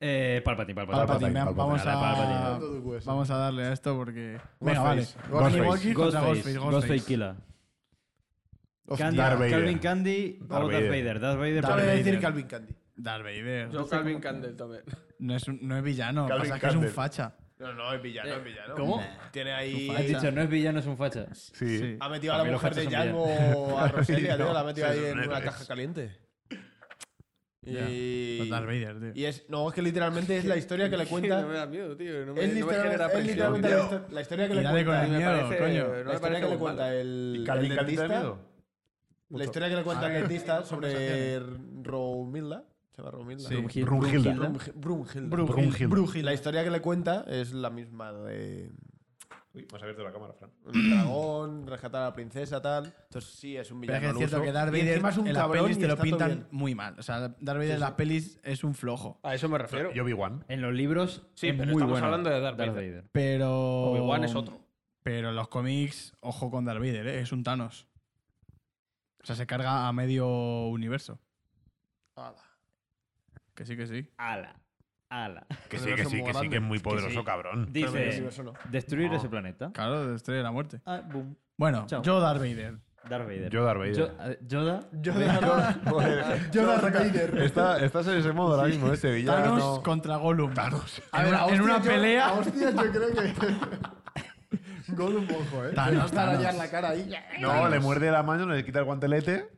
Speaker 2: Eh, Palpatine, Palpatine.
Speaker 5: Palpatine,
Speaker 4: Palpatine, vamos
Speaker 5: Palpatine.
Speaker 4: a...
Speaker 8: Tanto tu cuesta.
Speaker 4: Vamos a darle a esto porque... Venga, vale.
Speaker 8: Ghostface.
Speaker 5: Ghostface.
Speaker 4: Milwaukee contra
Speaker 2: Ghostface,
Speaker 4: Ghostface, Ghostface.
Speaker 2: Ghostface Killer.
Speaker 8: Hostia.
Speaker 2: Candy,
Speaker 5: Darth Vader.
Speaker 2: Calvin Candy o
Speaker 5: Darth
Speaker 2: Darth
Speaker 5: Vader.
Speaker 2: Vader. Darth Vader.
Speaker 8: Te voy a
Speaker 2: Palpatine.
Speaker 8: decir Calvin Candy.
Speaker 4: Darth Vader.
Speaker 1: Yo Calvin Candle también.
Speaker 4: No es, un- no es villano,
Speaker 5: Calvin
Speaker 4: pasa que es un
Speaker 5: Candle.
Speaker 4: facha.
Speaker 3: No, no, es villano, es villano.
Speaker 4: ¿Cómo?
Speaker 3: Tiene
Speaker 2: Has
Speaker 3: ahí.
Speaker 2: dicho, no es villano, es un facha.
Speaker 5: Sí.
Speaker 4: Sí.
Speaker 3: Ha metido a
Speaker 2: Para
Speaker 3: la
Speaker 2: mí los
Speaker 3: mujer de
Speaker 2: fachas son
Speaker 3: Django, a Roselia,
Speaker 5: Sí,
Speaker 3: tío, la ha
Speaker 5: no,
Speaker 3: metido
Speaker 5: sí,
Speaker 3: ahí
Speaker 5: son
Speaker 3: en una
Speaker 5: héroes.
Speaker 3: caja caliente.
Speaker 4: Ya,
Speaker 3: Y.
Speaker 4: Pues Darth Vader, tío.
Speaker 3: Y es. No, es que literalmente es la historia que le
Speaker 1: No me
Speaker 3: cuenta.
Speaker 1: da miedo, tío. No me,
Speaker 3: Es
Speaker 1: no me genera
Speaker 3: literalmente, es
Speaker 1: presión.
Speaker 3: literalmente la, histo- la historia que le
Speaker 4: Y dale con
Speaker 3: cuenta.
Speaker 4: el miedo,
Speaker 1: parece-
Speaker 4: coño.
Speaker 3: la
Speaker 1: no me
Speaker 3: historia
Speaker 1: parece
Speaker 3: que le
Speaker 1: muy
Speaker 3: cuenta
Speaker 1: malo.
Speaker 3: el,
Speaker 5: Calvin
Speaker 3: el
Speaker 5: Candy da
Speaker 3: dentista.
Speaker 5: miedo.
Speaker 3: La historia que le cuenta
Speaker 4: Ah.
Speaker 3: el dentista sobre Romilda. Se llama Romilda.
Speaker 2: Brunhilda.
Speaker 4: Sí.
Speaker 5: Brunhilda.
Speaker 2: Brunhilda.
Speaker 3: Brumge- Brunhilda.
Speaker 5: Brunhilda.
Speaker 3: La historia que le cuenta es la misma de
Speaker 5: Uy, pues más abierto la cámara, Fran.
Speaker 3: un dragón, rescatar a la princesa, tal. Entonces sí, es un
Speaker 4: Pero
Speaker 3: villano.
Speaker 4: es que es
Speaker 3: al
Speaker 4: cierto
Speaker 3: uso.
Speaker 4: que Darth
Speaker 3: Y
Speaker 4: Vader
Speaker 3: encima es un
Speaker 4: en las
Speaker 3: cabrón
Speaker 4: pelis
Speaker 3: y
Speaker 4: te este lo
Speaker 3: está todo
Speaker 4: pintan
Speaker 3: bien.
Speaker 4: muy mal. O sea, Darth Vader en las pelis es un flojo.
Speaker 1: A eso me refiero.
Speaker 5: Yo vi One.
Speaker 2: En los libros
Speaker 1: Sí,
Speaker 2: es
Speaker 1: pero
Speaker 2: muy
Speaker 1: estamos
Speaker 2: bueno.
Speaker 1: hablando de Darth Vader.
Speaker 4: Pero...
Speaker 1: Obi-Wan es otro.
Speaker 4: Pero en los cómics, ojo con Darth Vader, ¿eh? es un Thanos. O sea, se carga a medio universo. Que sí, que sí.
Speaker 2: Ala. Ala.
Speaker 5: Que
Speaker 8: Pero
Speaker 5: sí,
Speaker 8: no
Speaker 5: que
Speaker 8: son
Speaker 5: sí,
Speaker 8: muy
Speaker 5: que sí, que es muy poderoso,
Speaker 2: sí.
Speaker 5: cabrón.
Speaker 2: Dice,
Speaker 3: Eso no.
Speaker 2: destruir
Speaker 5: No.
Speaker 2: ese planeta.
Speaker 4: Claro, de Estrella de la Muerte.
Speaker 2: Ah, boom.
Speaker 4: Bueno,
Speaker 2: Chao.
Speaker 4: yo Darth Vader.
Speaker 2: Darth Vader.
Speaker 5: Yo Darth Vader.
Speaker 2: Yo- eh, Yoda.
Speaker 5: Joder. Está- Estás en ese modo ahora mismo, ese villano.
Speaker 4: Thanos
Speaker 5: no.
Speaker 4: contra Gollum. Thanos. En, una- en
Speaker 8: hostia,
Speaker 4: una
Speaker 8: yo-
Speaker 4: pelea...
Speaker 8: a hostias, yo creo que. Gollum, ojo, eh.
Speaker 4: Thanos, Thanos.
Speaker 8: la cara ahí.
Speaker 5: No, le muerde la mano, le quita el guantelete.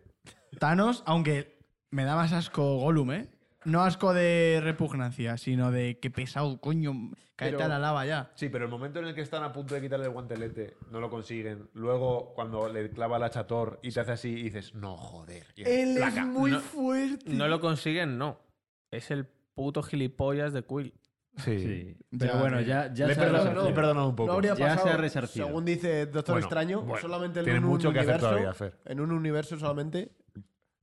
Speaker 4: Thanos, aunque me da más asco Gollum, ¿eh? No asco de repugnancia, sino de que pesado, coño, caete
Speaker 5: Pero-
Speaker 4: a la lava ya.
Speaker 5: Sí, pero el momento en el que están a punto de quitarle el guantelete, no lo consiguen. Luego, cuando le clava la chator y te hace así, y dices, no, joder. Y
Speaker 8: Él
Speaker 5: placa.
Speaker 8: es muy
Speaker 1: No-
Speaker 8: fuerte.
Speaker 1: No lo consiguen, no. Es el puto gilipollas de Quill.
Speaker 5: Sí.
Speaker 2: Sí. Pero
Speaker 4: Ya,
Speaker 2: bueno,
Speaker 4: tío.
Speaker 2: ya, ya
Speaker 5: Le he
Speaker 2: se ha
Speaker 5: perdonado,
Speaker 2: resuelto.
Speaker 5: le he perdonado un poco.
Speaker 3: No habría
Speaker 2: Ya se ha
Speaker 3: pasado,
Speaker 2: resarcido.
Speaker 3: según dice Doctor
Speaker 5: Bueno,
Speaker 3: Extraño,
Speaker 5: bueno,
Speaker 3: solamente en
Speaker 5: tiene
Speaker 3: un
Speaker 5: mucho que hacer
Speaker 3: universo-
Speaker 5: todavía, Fer.
Speaker 3: En un universo solamente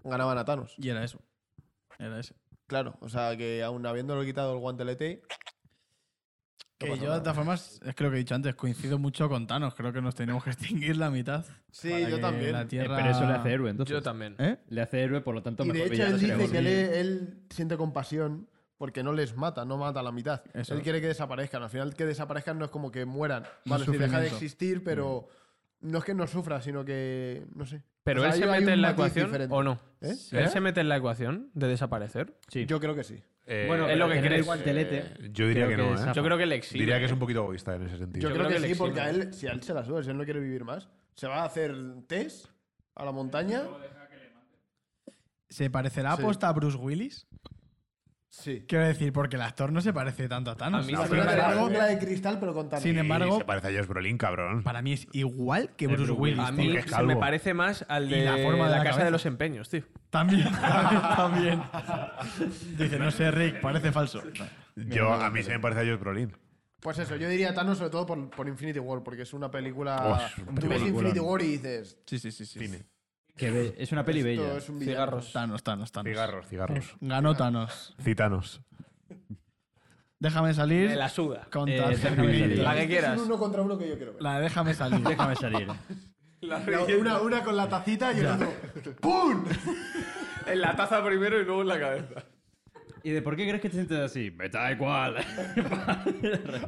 Speaker 3: ganaban a Thanos.
Speaker 4: Y era eso. Era eso.
Speaker 3: Claro, o sea que aún habiéndole quitado el guantelete,
Speaker 4: Que
Speaker 3: pasa
Speaker 4: yo, de todas formas, es que lo que he dicho antes, coincido mucho con Thanos. Creo que nos tenemos que extinguir la mitad.
Speaker 3: Sí,
Speaker 4: para
Speaker 3: yo
Speaker 4: que
Speaker 3: también.
Speaker 4: La
Speaker 3: Eh,
Speaker 2: Eh,
Speaker 4: tierra...
Speaker 2: Pero eso le hace héroe, entonces.
Speaker 1: Yo también.
Speaker 4: ¿Eh?
Speaker 2: Le hace héroe, por lo tanto,
Speaker 3: Y
Speaker 2: mejor
Speaker 3: de hecho,
Speaker 2: villano
Speaker 3: él
Speaker 2: sería
Speaker 3: dice que
Speaker 2: Gollum.
Speaker 3: él, él siente compasión porque no les mata, no mata a la mitad.
Speaker 4: Eso.
Speaker 3: Él quiere que desaparezcan. Al final, que desaparezcan no es como que mueran.
Speaker 4: Más
Speaker 3: Vale, sí, deja de
Speaker 4: sufrimiento.
Speaker 3: existir, pero no es que no sufra, sino que. No sé.
Speaker 1: Pero
Speaker 3: O sea,
Speaker 1: él se
Speaker 3: Pues hay- hay
Speaker 1: mete
Speaker 3: un
Speaker 1: en la
Speaker 3: matiz
Speaker 1: ecuación
Speaker 3: diferente.
Speaker 1: o no.
Speaker 3: ¿Eh?
Speaker 1: Él se mete en la ecuación de desaparecer.
Speaker 2: Sí.
Speaker 3: Yo creo que sí.
Speaker 5: Eh,
Speaker 2: bueno,
Speaker 1: es lo
Speaker 2: pero tener
Speaker 1: que crees.
Speaker 2: el E guantelete.
Speaker 5: yo diría
Speaker 2: creo
Speaker 5: que,
Speaker 2: que
Speaker 5: no,
Speaker 2: es
Speaker 5: ¿eh?
Speaker 2: a-
Speaker 1: Yo creo que le exige.
Speaker 5: Diría que es un poquito egoísta en ese
Speaker 3: Yo,
Speaker 5: sentido.
Speaker 3: creo,
Speaker 1: creo
Speaker 3: que,
Speaker 1: que le
Speaker 3: sí, porque a
Speaker 1: exime.
Speaker 3: él, si a él se la sube, si él no quiere vivir más, se va a hacer test a la montaña.
Speaker 4: ¿Se parecerá
Speaker 3: Sí.
Speaker 4: aposta a Bruce Willis?
Speaker 3: Sí.
Speaker 4: Quiero decir, porque el actor no se parece tanto a Thanos.
Speaker 1: A mí
Speaker 4: No,
Speaker 1: sí
Speaker 3: Pero
Speaker 1: me
Speaker 4: pero
Speaker 3: la
Speaker 1: parece.
Speaker 3: góndola de cristal, pero con Thanos.
Speaker 4: Sin embargo-
Speaker 5: Se parece a Josh Brolin, cabrón.
Speaker 4: para mí es igual que Bruce,
Speaker 2: Bruce
Speaker 4: Willis.
Speaker 1: A
Speaker 4: tío.
Speaker 1: mí
Speaker 5: Porque es
Speaker 1: se
Speaker 5: calvo.
Speaker 1: me parece más al de
Speaker 4: Y la forma de la
Speaker 1: casa
Speaker 4: cabeza.
Speaker 1: de los empeños, tío.
Speaker 4: También, también, también. Dice, no sé, Rick, parece falso.
Speaker 5: Yo, a mí se me parece a Josh Brolin.
Speaker 3: Pues eso, yo diría Thanos sobre todo por, por Infinity War, porque es una película.
Speaker 5: Oh, es una
Speaker 3: Tú ves
Speaker 5: película.
Speaker 3: Infinity War y dices.
Speaker 4: Sí, sí, sí. sí.
Speaker 2: Que be- es una peli bella.
Speaker 3: Esto es un villano.
Speaker 4: Thanos, Thanos, Thanos.
Speaker 5: Cigarros, cigarros.
Speaker 4: Ganó Thanos.
Speaker 5: Citanos.
Speaker 4: Déjame
Speaker 1: Me
Speaker 4: salir.
Speaker 1: la suda.
Speaker 4: Con
Speaker 2: Eh,
Speaker 4: Thanos.
Speaker 2: déjame salir.
Speaker 1: La que
Speaker 3: Es
Speaker 1: quieras.
Speaker 3: un uno contra uno que yo quiero ver.
Speaker 4: La de déjame salir.
Speaker 2: Déjame salir.
Speaker 1: La-
Speaker 3: una, una con la tacita y el otro.
Speaker 1: En la taza primero y luego en la cabeza.
Speaker 2: ¿Y de por qué crees que te sientes así? Me da igual.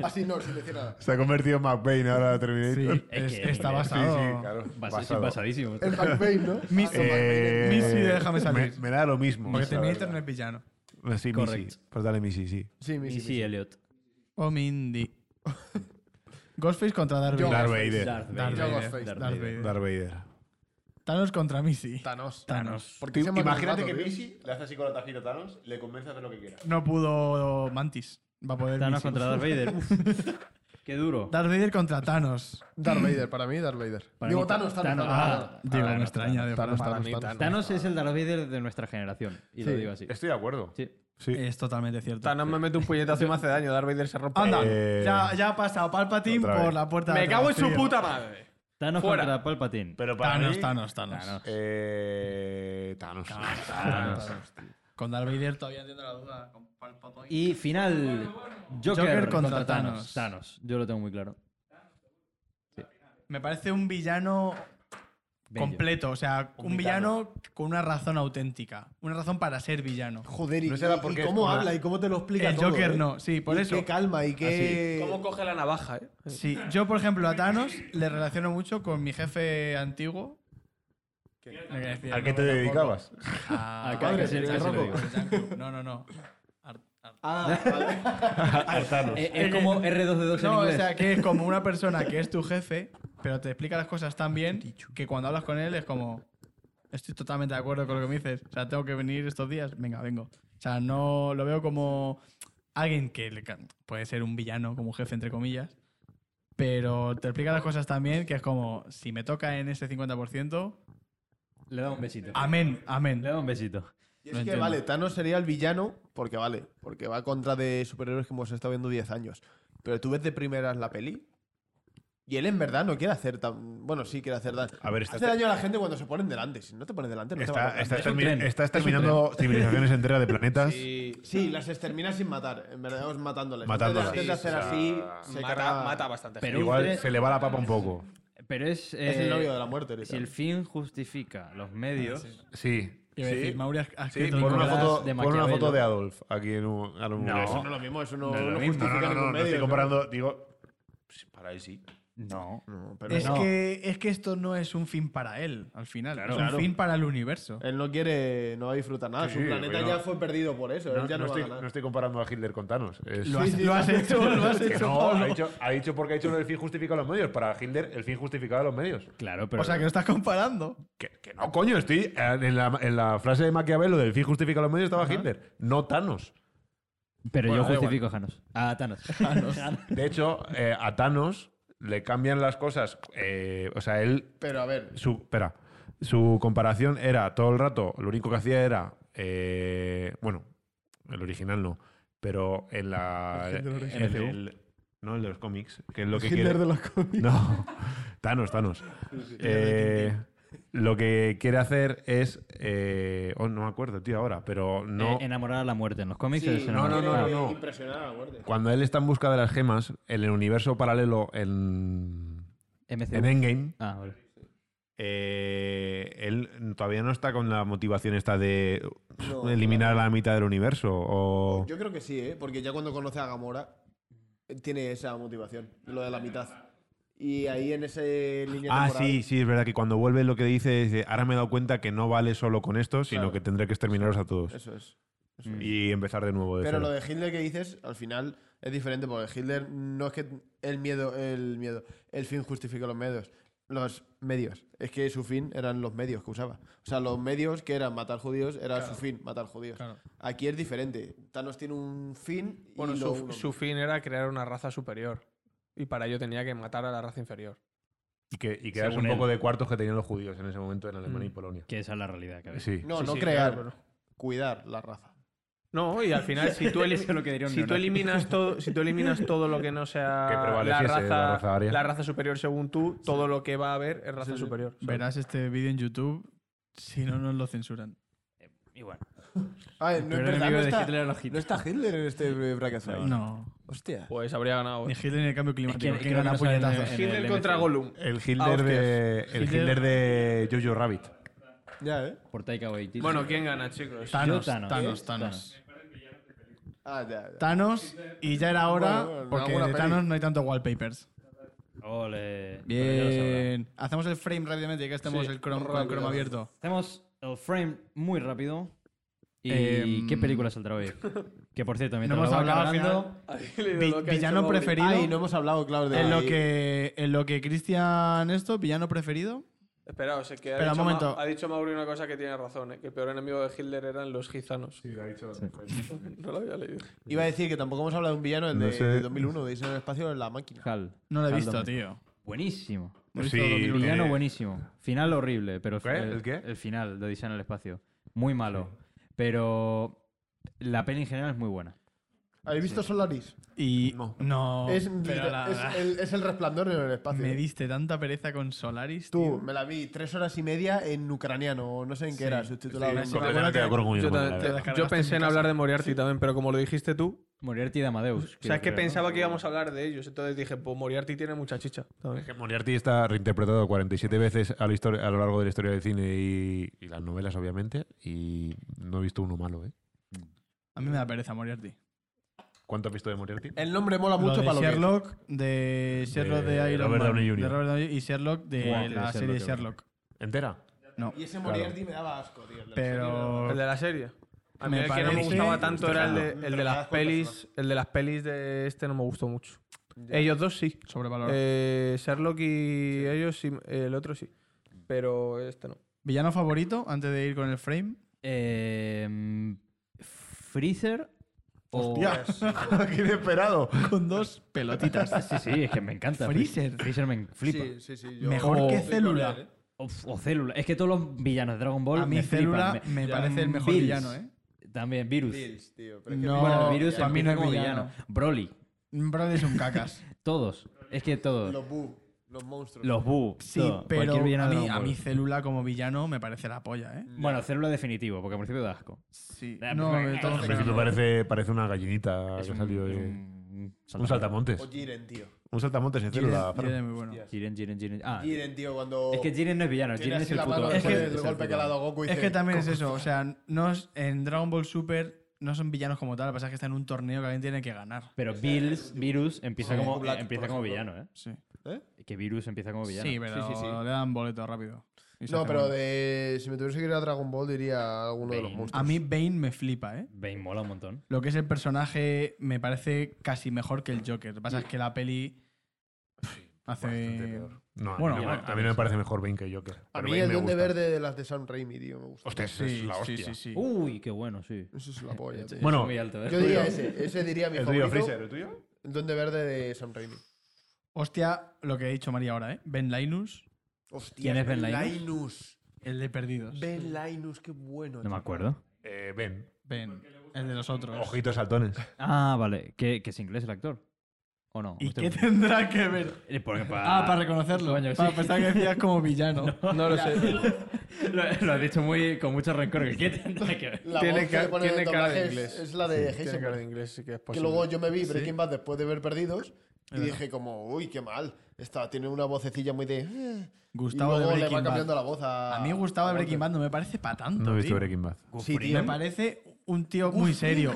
Speaker 3: Así no, sin decir nada.
Speaker 5: Se ha convertido en McBain ahora Terminator.
Speaker 4: Sí,
Speaker 2: Es
Speaker 4: es-
Speaker 2: que-
Speaker 4: está
Speaker 2: sí,
Speaker 4: basado.
Speaker 2: Basa- sí, Basadísimo.
Speaker 3: El Hackbane, ¿no? Ah,
Speaker 4: Mis-
Speaker 5: Eh,
Speaker 4: Missy de Déjame Salir.
Speaker 5: Me, me da lo mismo.
Speaker 4: Porque
Speaker 5: la
Speaker 4: Terminator no
Speaker 5: verdad.
Speaker 4: es villano.
Speaker 5: Sí,
Speaker 2: Correcto.
Speaker 5: Missy. Pues dale Missy, sí.
Speaker 3: Sí, mi
Speaker 2: Y sí, Elliot.
Speaker 4: O Mindy. Ghostface contra Darth
Speaker 3: Yo-
Speaker 4: Vader.
Speaker 5: Darth Vader.
Speaker 2: Darth
Speaker 4: Darth
Speaker 2: Vader.
Speaker 3: Yo
Speaker 4: Vader.
Speaker 3: Ghostface,
Speaker 4: Darth
Speaker 2: Darth
Speaker 4: Vader.
Speaker 2: Vader.
Speaker 5: Darth Vader.
Speaker 4: Thanos contra Missy.
Speaker 3: Thanos.
Speaker 4: Thanos.
Speaker 3: Porque se llama
Speaker 5: Imagínate
Speaker 3: Thanos,
Speaker 5: que
Speaker 3: tío?
Speaker 5: Missy le hace así con la tajita a Thanos, le convence a hacer lo que quiera.
Speaker 4: No pudo Mantis. Va a poder.
Speaker 2: Thanos
Speaker 4: Missy.
Speaker 2: contra Darth Vader. Uf. Qué duro.
Speaker 4: Darth Vader contra Thanos.
Speaker 10: Darth Vader, para mí, Darth Vader.
Speaker 2: Para
Speaker 10: Digo,
Speaker 2: mí,
Speaker 10: Thanos, Thanos.
Speaker 2: Thanos.
Speaker 10: Thanos,
Speaker 2: Ah,
Speaker 4: Digo,
Speaker 2: ah,
Speaker 4: me
Speaker 2: no,
Speaker 4: extraña de
Speaker 10: Thanos,
Speaker 4: verdad.
Speaker 10: Thanos,
Speaker 1: mí,
Speaker 10: Thanos.
Speaker 1: Thanos.
Speaker 2: Thanos es el Darth Vader de nuestra generación. Y lo
Speaker 10: Sí.
Speaker 2: digo así.
Speaker 5: Estoy de acuerdo.
Speaker 2: Sí.
Speaker 5: Sí.
Speaker 4: Es totalmente cierto.
Speaker 1: Thanos me mete un puñetazo y me hace daño. Darth Vader se rompe.
Speaker 4: Anda,
Speaker 5: Eh,
Speaker 4: ya, ya ha pasado Palpatine
Speaker 5: otra
Speaker 4: por
Speaker 5: vez.
Speaker 4: la puerta de
Speaker 1: ¡Me
Speaker 4: atrás,
Speaker 1: cago en su
Speaker 4: tío.
Speaker 1: puta madre!
Speaker 2: Thanos
Speaker 1: Fuera.
Speaker 2: contra Palpatine.
Speaker 5: Pero para
Speaker 4: Thanos,
Speaker 5: mí,
Speaker 4: Thanos, Thanos,
Speaker 2: Thanos.
Speaker 5: Eh, Thanos.
Speaker 4: Thanos. Con Darth Vader todavía entiendo la duda. Con Palpatine.
Speaker 2: Y final, Joker,
Speaker 4: Joker
Speaker 2: contra,
Speaker 4: contra
Speaker 2: Thanos.
Speaker 4: Thanos.
Speaker 2: Thanos. Yo lo tengo muy claro.
Speaker 4: Me parece un villano
Speaker 2: Bello.
Speaker 4: completo. O sea, un villano con una razón auténtica. Una razón para ser villano.
Speaker 3: Joder, y,
Speaker 5: No será
Speaker 3: y- y
Speaker 5: porque es
Speaker 3: cómo
Speaker 5: una-
Speaker 3: habla y cómo te lo explica
Speaker 4: El
Speaker 3: todo,
Speaker 4: Joker
Speaker 3: ¿eh?
Speaker 4: no, sí, por
Speaker 3: Y
Speaker 4: eso.
Speaker 3: Qué calma y qué...
Speaker 1: ¿Cómo coge la navaja, eh?
Speaker 4: Sí, yo por ejemplo a Thanos le relaciono mucho con mi jefe antiguo. No quería decir
Speaker 5: ¿A
Speaker 4: el
Speaker 5: qué te
Speaker 4: nombre tampoco.
Speaker 5: dedicabas?
Speaker 4: A-
Speaker 2: Ah, casi- casi
Speaker 4: a-
Speaker 2: lo
Speaker 4: a-
Speaker 2: digo.
Speaker 4: Janko. No, no, no. Ar- ar-
Speaker 3: Ah, vale.
Speaker 5: A Thanos.
Speaker 2: Eh, es como R2D2 en
Speaker 4: No, o
Speaker 2: inglés.
Speaker 4: sea, que es como una persona que es tu jefe, pero te explica las cosas tan bien que cuando hablas con él es como, estoy totalmente de acuerdo con lo que me dices. O sea, tengo que venir estos días, venga, vengo. O sea, no lo veo como alguien que le can- puede ser un villano, como un jefe, entre comillas, pero te explica las cosas tan bien que es como, si me toca en ese 50%,
Speaker 2: Le da un besito.
Speaker 4: amén, amén.
Speaker 2: Le da un besito.
Speaker 3: Y es
Speaker 4: Lo
Speaker 3: que,
Speaker 4: entiendo.
Speaker 3: vale, Thanos sería el villano, porque vale, porque va contra de superhéroes que hemos estado viendo 10 años. Pero tú ves de primeras la peli y él en verdad no quiere hacer tan... Bueno, sí quiere hacer daño.
Speaker 5: A ver, está-
Speaker 3: Hace daño a la gente cuando se ponen delante. Si no te pones delante, no te van
Speaker 5: Está-
Speaker 3: a
Speaker 5: está-
Speaker 3: matar.
Speaker 5: Estás
Speaker 2: un
Speaker 5: termi-
Speaker 2: tren.
Speaker 5: estás terminando civilizaciones enteras de planetas.
Speaker 1: Y
Speaker 3: Sí, las exterminas sin matar. En verdad, os matándoles.
Speaker 5: Matándolas.
Speaker 3: Antes de hacer
Speaker 1: Sí,
Speaker 3: así,
Speaker 1: o sea,
Speaker 3: se
Speaker 1: mata,
Speaker 3: carga-
Speaker 1: mata bastante.
Speaker 2: Pero-
Speaker 1: gente.
Speaker 5: Igual
Speaker 2: un tren-
Speaker 5: se le va la papa un poco.
Speaker 2: Pero es...
Speaker 3: Es el
Speaker 2: eh,
Speaker 3: novio de la
Speaker 2: Si
Speaker 3: muerte.
Speaker 2: el
Speaker 3: literal.
Speaker 2: fin justifica los medios...
Speaker 5: Sí.
Speaker 4: Iba a decir, Mauri, has- has
Speaker 5: Sí,
Speaker 4: escrito el
Speaker 5: pon una,
Speaker 4: Nicolás
Speaker 5: foto,
Speaker 2: de
Speaker 5: pon una
Speaker 2: Maquiavelo.
Speaker 5: foto de Adolf aquí en un... ahora en un-
Speaker 2: No.
Speaker 3: Eso no es lo mismo, eso no,
Speaker 2: No es lo
Speaker 3: no
Speaker 2: mismo.
Speaker 5: No,
Speaker 3: justifica
Speaker 5: no, no, no,
Speaker 3: ningún
Speaker 5: no
Speaker 3: medio,
Speaker 5: estoy
Speaker 3: ¿no?
Speaker 5: comparando, digo, pues, para él sí.
Speaker 2: No.
Speaker 3: No, pero
Speaker 4: Es,
Speaker 2: No.
Speaker 4: que, es que esto no es un fin para él, al final.
Speaker 2: Claro.
Speaker 4: es un
Speaker 2: Claro. Eh,
Speaker 4: fin para el universo.
Speaker 3: Él no quiere, no va a disfrutar nada.
Speaker 5: Sí,
Speaker 3: Su planeta
Speaker 5: bueno.
Speaker 3: ya fue perdido por eso.
Speaker 5: No,
Speaker 3: él ya no,
Speaker 5: no
Speaker 3: va
Speaker 5: estoy,
Speaker 3: a ganar.
Speaker 5: no estoy comparando a Hitler con Thanos. Es-
Speaker 4: Lo has,
Speaker 3: sí,
Speaker 4: lo
Speaker 3: sí.
Speaker 4: has hecho, lo has
Speaker 5: Que
Speaker 4: hecho,
Speaker 5: no,
Speaker 4: Pablo.
Speaker 5: ha dicho, ha dicho porque ha dicho lo del fin justificado a los medios. Para Hitler, el fin justificaba a los medios.
Speaker 2: Claro, pero...
Speaker 4: O sea, que lo estás comparando.
Speaker 5: Que, que no, coño, estoy eh, en la, en la frase de Maquiavelo del fin justifica a los medios estaba Hitler, no Thanos.
Speaker 2: pero
Speaker 5: Bueno, da
Speaker 2: yo justifico a Thanos. A Thanos.
Speaker 5: De hecho, eh, a Thanos le cambian las cosas. eh, o sea, él
Speaker 3: Pero a ver,
Speaker 5: su, espera, su comparación era todo el rato, lo único que hacía era, eh, bueno, el original no, pero en la...
Speaker 10: El Hitler
Speaker 5: en
Speaker 10: original.
Speaker 5: el- el- no, el de los cómics, que es lo que
Speaker 10: Hitler
Speaker 5: quiere...
Speaker 10: de los cómics.
Speaker 5: No, Thanos, Thanos. Eh, lo que quiere hacer es... eh, oh, no me acuerdo, tío, ahora, pero no...
Speaker 2: Eh, enamorar a la muerte en los cómics.
Speaker 3: Sí,
Speaker 2: es enamorar a la
Speaker 5: no,
Speaker 2: muerte.
Speaker 3: quiere
Speaker 5: no, no.
Speaker 3: Impresionar a la muerte.
Speaker 5: Cuando él está en busca de las gemas, en el universo paralelo, en,
Speaker 2: MCU.
Speaker 5: en Endgame,
Speaker 2: Ah, vale.
Speaker 5: Eh, él todavía no está con la motivación esta de
Speaker 3: No,
Speaker 5: pf, eliminar a la mitad del universo.
Speaker 4: Oh.
Speaker 5: O...
Speaker 3: Yo creo que sí, ¿eh? Porque ya cuando conoce a Gamora, eh, tiene esa motivación, lo de la mitad. Y ahí en ese línea
Speaker 5: Ah,
Speaker 3: temporal-
Speaker 5: sí, sí, es verdad que cuando vuelve lo que dice, dice, ahora me he dado cuenta que no vale solo con esto, sino
Speaker 3: Claro.
Speaker 5: que tendré que exterminaros a todos.
Speaker 3: Eso es.
Speaker 4: Mm.
Speaker 5: Y empezar de nuevo. De
Speaker 3: Pero lo
Speaker 5: cero.
Speaker 3: de Hitler que dices, al final es diferente, porque Hitler no es que el miedo, el miedo, el fin justifica los medios. Los medios. Es que su fin eran los medios que usaba. O sea, los medios que eran matar judíos era su fin, matar judíos. Aquí es diferente. Thanos tiene un fin y
Speaker 1: Bueno,
Speaker 3: lo-
Speaker 1: su, su fin era crear una raza superior. Y para ello tenía que matar a la raza inferior.
Speaker 5: Y que, y quedarse
Speaker 2: Según
Speaker 5: un poco
Speaker 2: él.
Speaker 5: de cuartos que tenían los judíos en ese momento en Alemania y
Speaker 1: Mm.
Speaker 5: Polonia.
Speaker 2: Que esa es la realidad que había.
Speaker 5: Sí.
Speaker 3: No,
Speaker 1: Sí,
Speaker 3: no
Speaker 1: sí,
Speaker 3: crear,
Speaker 1: claro,
Speaker 3: cuidar la raza.
Speaker 1: No, y al final, si tú,
Speaker 2: Eso es lo que diría un
Speaker 1: si tú
Speaker 2: neonazi.
Speaker 1: eliminas todo, si tú eliminas todo lo que no
Speaker 5: Que
Speaker 1: sea la
Speaker 5: prevaleciese
Speaker 1: raza,
Speaker 5: la raza aria.
Speaker 1: la raza superior según tú, todo lo que va a haber es raza
Speaker 3: Sí, sí.
Speaker 1: superior. ¿sabes?
Speaker 4: Verás este vídeo en YouTube si no nos lo censuran.
Speaker 2: Y bueno.
Speaker 3: Ah, no,
Speaker 2: Pero
Speaker 3: es
Speaker 2: el
Speaker 3: verdad,
Speaker 2: enemigo
Speaker 3: no,
Speaker 2: de
Speaker 3: está,
Speaker 2: Hitler era los
Speaker 3: no
Speaker 2: Hitler.
Speaker 3: está Hitler en este bracazo.
Speaker 2: No,
Speaker 4: No.
Speaker 3: Hostia.
Speaker 1: Pues habría ganado.
Speaker 4: Ni Hitler ni el cambio
Speaker 2: Es
Speaker 4: climático.
Speaker 2: es
Speaker 4: que
Speaker 2: lo
Speaker 4: gana
Speaker 2: no sale en el-
Speaker 4: puñetazos.
Speaker 2: en el
Speaker 1: Hitler contra
Speaker 2: MCU.
Speaker 1: Gollum.
Speaker 5: El
Speaker 3: Ah,
Speaker 5: Hitler, de, el
Speaker 4: Hitler-
Speaker 5: Hitler de Jojo Rabbit.
Speaker 3: Ya, ¿eh?
Speaker 2: Por Taika Waititi.
Speaker 1: Bueno, ¿quién gana, chicos?
Speaker 4: Thanos,
Speaker 2: Yo Thanos.
Speaker 4: Thanos, Thanos,
Speaker 2: ¿Eh?
Speaker 3: Ah, ya, ya.
Speaker 4: Thanos, y ya era hora,
Speaker 3: Bueno, bueno,
Speaker 4: porque
Speaker 3: alguna
Speaker 4: de
Speaker 3: peli.
Speaker 4: Thanos no hay tanto wallpapers.
Speaker 2: Ole. Pero ya lo sabrá.
Speaker 4: Bien. Hacemos el frame rápidamente, ya que estamos
Speaker 1: Sí,
Speaker 4: el chrome, con el
Speaker 3: rápido.
Speaker 4: chrome abierto.
Speaker 2: Hacemos el frame muy rápido. ¿Y
Speaker 4: Em,
Speaker 2: qué película saldrá hoy? Que por cierto, mientras
Speaker 4: no hemos
Speaker 2: lo va
Speaker 4: hablado al
Speaker 2: cargando,
Speaker 4: final.
Speaker 1: Vi-
Speaker 4: Vi- villano preferido.
Speaker 3: Ay, no hemos hablado, claro, de
Speaker 4: en, lo
Speaker 3: ahí.
Speaker 4: que, en lo que Cristian esto, villano preferido.
Speaker 1: Esperaos, es que ha,
Speaker 4: Espera,
Speaker 1: dicho
Speaker 4: un momento.
Speaker 1: Ma- ha dicho Mauri una cosa que tiene razón, ¿eh? que el peor enemigo de Hitler eran los gizanos.
Speaker 5: Sí, lo ha dicho.
Speaker 1: No lo había leído.
Speaker 3: Iba a decir que tampoco hemos hablado de un villano el
Speaker 5: No
Speaker 3: de,
Speaker 5: sé.
Speaker 3: de 2001, de irse en el espacio en la máquina.
Speaker 2: Hal.
Speaker 4: No lo he
Speaker 2: Hal
Speaker 4: visto,
Speaker 2: Domino.
Speaker 4: tío.
Speaker 2: Buenísimo.
Speaker 4: No he visto
Speaker 5: Sí,
Speaker 4: 2001.
Speaker 2: Villano
Speaker 5: eh,
Speaker 2: buenísimo. Final horrible, pero
Speaker 5: ¿Qué? ¿El qué?
Speaker 2: el final de Odisea en el espacio. Muy malo. Pero la peli en general es muy buena.
Speaker 11: ¿Habéis visto Solaris?
Speaker 4: Y
Speaker 5: No.
Speaker 4: no.
Speaker 11: es,
Speaker 4: pero
Speaker 11: literal-
Speaker 4: la-
Speaker 11: es
Speaker 4: la-
Speaker 11: el, es el resplandor en el espacio.
Speaker 4: me diste tanta pereza con Solaris.
Speaker 11: Tú,
Speaker 4: tío.
Speaker 3: Me la vi tres horas y media en ucraniano, o no sé en qué
Speaker 4: Sí.
Speaker 3: era, subtitulado.
Speaker 4: Sí,
Speaker 3: en-
Speaker 4: sí.
Speaker 5: Completamente de acuerdo con
Speaker 1: Yo,
Speaker 5: Guillermo,
Speaker 1: también-
Speaker 5: la
Speaker 1: te-
Speaker 5: verdad.
Speaker 1: yo
Speaker 4: Descargaste
Speaker 1: pensé
Speaker 4: en
Speaker 1: en
Speaker 4: casa.
Speaker 1: hablar de Moriarty también, pero como lo dijiste tú,
Speaker 2: Moriarty de Amadeus.
Speaker 1: o sea, es que
Speaker 2: creo, ¿no?
Speaker 1: pensaba que íbamos a hablar de ellos. Entonces dije, pues Moriarty tiene mucha chicha. también.
Speaker 5: Es que Moriarty está reinterpretado 47 veces a, la histori- a lo largo de la historia del cine y, y las novelas, obviamente, y no he visto uno malo, ¿eh?
Speaker 4: A mí me da pereza Moriarty.
Speaker 5: ¿Cuánto has visto de Moriarty?
Speaker 3: El nombre mola
Speaker 4: Lo
Speaker 3: Ah, mucho
Speaker 4: de
Speaker 3: para lo que es.
Speaker 4: Sherlock, de Sherlock de,
Speaker 5: De
Speaker 4: Iron
Speaker 5: Robert
Speaker 4: Man,
Speaker 5: Downey Jr..
Speaker 4: de Robert Downey y Sherlock de
Speaker 2: Buah, de
Speaker 4: la
Speaker 2: Sherlock,
Speaker 4: serie
Speaker 2: qué
Speaker 4: Sherlock.
Speaker 5: ¿Entera?
Speaker 4: No,
Speaker 3: Y ese Moriarty me daba asco, tío. el de la serie,
Speaker 4: pero
Speaker 1: El de la serie. A mí
Speaker 4: Me
Speaker 1: el que no me
Speaker 4: parece-
Speaker 1: gustaba tanto era el de, el de
Speaker 3: Pero cada
Speaker 1: las
Speaker 3: cual
Speaker 1: pelis. El de las pelis de este no me gustó mucho. Ellos dos sí.
Speaker 4: sobrevalorado.
Speaker 1: Eh, Sherlock y ellos sí. El otro sí. Pero este no.
Speaker 4: Villano favorito antes de ir con el frame.
Speaker 2: Eh, Freezer o...
Speaker 3: Qué inesperado.
Speaker 4: Con dos pelotitas.
Speaker 2: Sí, sí, es que me encanta.
Speaker 4: Freezer.
Speaker 2: Freezer me flipa.
Speaker 3: Sí, sí, sí. Yo... Oh,
Speaker 4: Mejor
Speaker 2: O-
Speaker 4: que célula.
Speaker 2: O, o Célula. Es que todos los villanos de Dragon Ball
Speaker 4: A mí
Speaker 2: me flipan.
Speaker 4: célula
Speaker 2: Me-
Speaker 4: me parece el mejor
Speaker 2: eh. Bills.
Speaker 4: villano, ¿eh?
Speaker 2: También Virus.
Speaker 3: Bills, tío. Pero es que
Speaker 4: No,
Speaker 2: Bueno, el Virus
Speaker 4: para mí no es
Speaker 2: empieza como
Speaker 4: villano.
Speaker 2: Broly.
Speaker 4: Brody es un cacas.
Speaker 2: Todos. Es que todos. Los,
Speaker 3: Los Boo, los monstruos.
Speaker 2: Boo.
Speaker 4: Sí,
Speaker 2: todo.
Speaker 4: pero
Speaker 2: Cualquier villano
Speaker 4: a
Speaker 2: de
Speaker 4: mí,
Speaker 2: Dragon
Speaker 4: a
Speaker 2: Ball.
Speaker 4: mí célula como villano me parece la polla, ¿eh?
Speaker 2: Bueno, Célula definitivo, porque al principio da asco.
Speaker 4: Sí.
Speaker 2: Ah,
Speaker 4: No,
Speaker 2: pues,
Speaker 4: de
Speaker 2: ah,
Speaker 4: todos
Speaker 5: Al
Speaker 4: los
Speaker 5: principio
Speaker 4: villanos.
Speaker 5: parece, parece una gallinita
Speaker 2: Es
Speaker 5: que
Speaker 2: un-
Speaker 5: salió
Speaker 2: es
Speaker 5: de...
Speaker 2: un
Speaker 5: Un saltamontes.
Speaker 3: O Jiren, tío.
Speaker 5: Un saltamontes en
Speaker 4: Jiren-
Speaker 5: célula. Fran.
Speaker 4: Jiren es muy bueno.
Speaker 2: Jiren, Jiren, Jiren. Ah,
Speaker 3: Jiren, tío, cuando.
Speaker 2: es que Jiren no es villano.
Speaker 3: tiene
Speaker 2: Jiren
Speaker 3: así
Speaker 2: es el
Speaker 3: la
Speaker 2: puto.
Speaker 3: mano
Speaker 2: es
Speaker 3: después
Speaker 2: el-
Speaker 3: del
Speaker 2: es el
Speaker 3: golpe que
Speaker 2: puto.
Speaker 3: le ha dado Goku y
Speaker 4: Es
Speaker 3: dice,
Speaker 4: que también es
Speaker 3: "Coge".
Speaker 4: eso, o sea, no es- en Dragon Ball Super no son villanos como tal, lo que pasa es que está en un torneo que alguien tiene que ganar.
Speaker 2: Pero Bills, Virus, empieza
Speaker 3: Goku
Speaker 2: como,
Speaker 3: Black, por
Speaker 2: empieza como
Speaker 3: ejemplo.
Speaker 2: villano, ¿eh?
Speaker 4: Sí,
Speaker 2: Que Virus empieza como villano.
Speaker 4: sí pero
Speaker 3: Sí, sí, sí.
Speaker 4: le dan boleto rápido. Y se
Speaker 3: No,
Speaker 4: hace
Speaker 3: pero
Speaker 4: bueno.
Speaker 3: de. Si me tuviese que ir a Dragon Ball, diría alguno de los
Speaker 2: Bane.
Speaker 3: monstruos.
Speaker 4: A mí Bane me flipa, ¿eh?
Speaker 2: Bane mola un montón.
Speaker 4: Lo que es el personaje me parece casi mejor que el Joker. Lo que pasa es que la peli
Speaker 5: Bastante
Speaker 4: hace...
Speaker 5: peor. No,
Speaker 4: Bueno,
Speaker 5: a mí,
Speaker 4: bueno,
Speaker 5: a mí no me parece mejor Bane que Joker.
Speaker 3: A
Speaker 5: pero
Speaker 3: mí
Speaker 5: Bane
Speaker 3: el
Speaker 5: me
Speaker 3: Duende
Speaker 5: gusta.
Speaker 3: Verde de las de Sam Raimi, tío, me gusta.
Speaker 5: Hostia, esa es
Speaker 4: Sí,
Speaker 5: la
Speaker 4: sí,
Speaker 5: hostia.
Speaker 4: sí, sí.
Speaker 2: Uy, qué bueno, sí.
Speaker 3: Eso es la polla. tío.
Speaker 5: Bueno,
Speaker 2: Es muy alto, ¿eh?
Speaker 3: Yo diría ese. Ese diría mi
Speaker 5: ¿El
Speaker 3: favorito.
Speaker 5: tuyo, Freezer? ¿El tuyo?
Speaker 3: El Duende Verde de Sam Raimi.
Speaker 4: Hostia, lo que ha dicho María ahora, ¿eh? Ben Linus,
Speaker 3: Hostia.
Speaker 2: ¿Quién es Ben
Speaker 3: Linus?
Speaker 4: el de Perdidos.
Speaker 3: Ben Linus, qué bueno.
Speaker 2: No me acuerdo.
Speaker 5: Eh, ben.
Speaker 4: Ben, el de los otros.
Speaker 5: Ojitos saltones.
Speaker 2: Ah, vale. ¿Que, que es inglés el actor? ¿O no?
Speaker 4: ¿Y
Speaker 2: Hostia,
Speaker 4: qué
Speaker 2: pues-
Speaker 4: tendrá que ver?
Speaker 2: Eh, porque pa-
Speaker 4: Ah, para reconocerlo.
Speaker 2: Coño,
Speaker 4: Para
Speaker 2: sí.
Speaker 4: pensar que decías como villano.
Speaker 1: No lo sé.
Speaker 2: lo, lo has dicho muy, con mucho rencor. que ¿Qué tendrá que ver?
Speaker 3: La
Speaker 1: Tiene
Speaker 3: voz que
Speaker 1: ca-
Speaker 3: le ponen en
Speaker 1: tiene
Speaker 3: el
Speaker 1: cara de
Speaker 3: doblaje es-
Speaker 1: inglés.
Speaker 3: Es la de
Speaker 1: Tiene cara de
Speaker 3: Heisenberg.
Speaker 1: inglés, Pues sí que es
Speaker 3: Que
Speaker 1: posible.
Speaker 3: luego yo me vi Breaking Bad después de ver Perdidos y dije como, uy, qué mal. Esta tiene una vocecilla muy de... "Eh". y
Speaker 4: Gustavo de
Speaker 3: luego le va
Speaker 4: Breaking
Speaker 3: cambiando
Speaker 4: Bad.
Speaker 3: la voz a...
Speaker 4: A mí Gustavo de Breaking Bad no me parece para tanto.
Speaker 5: No he visto
Speaker 4: tío.
Speaker 5: Breaking Bad.
Speaker 3: Sí, tío.
Speaker 4: Me parece un tío muy serio.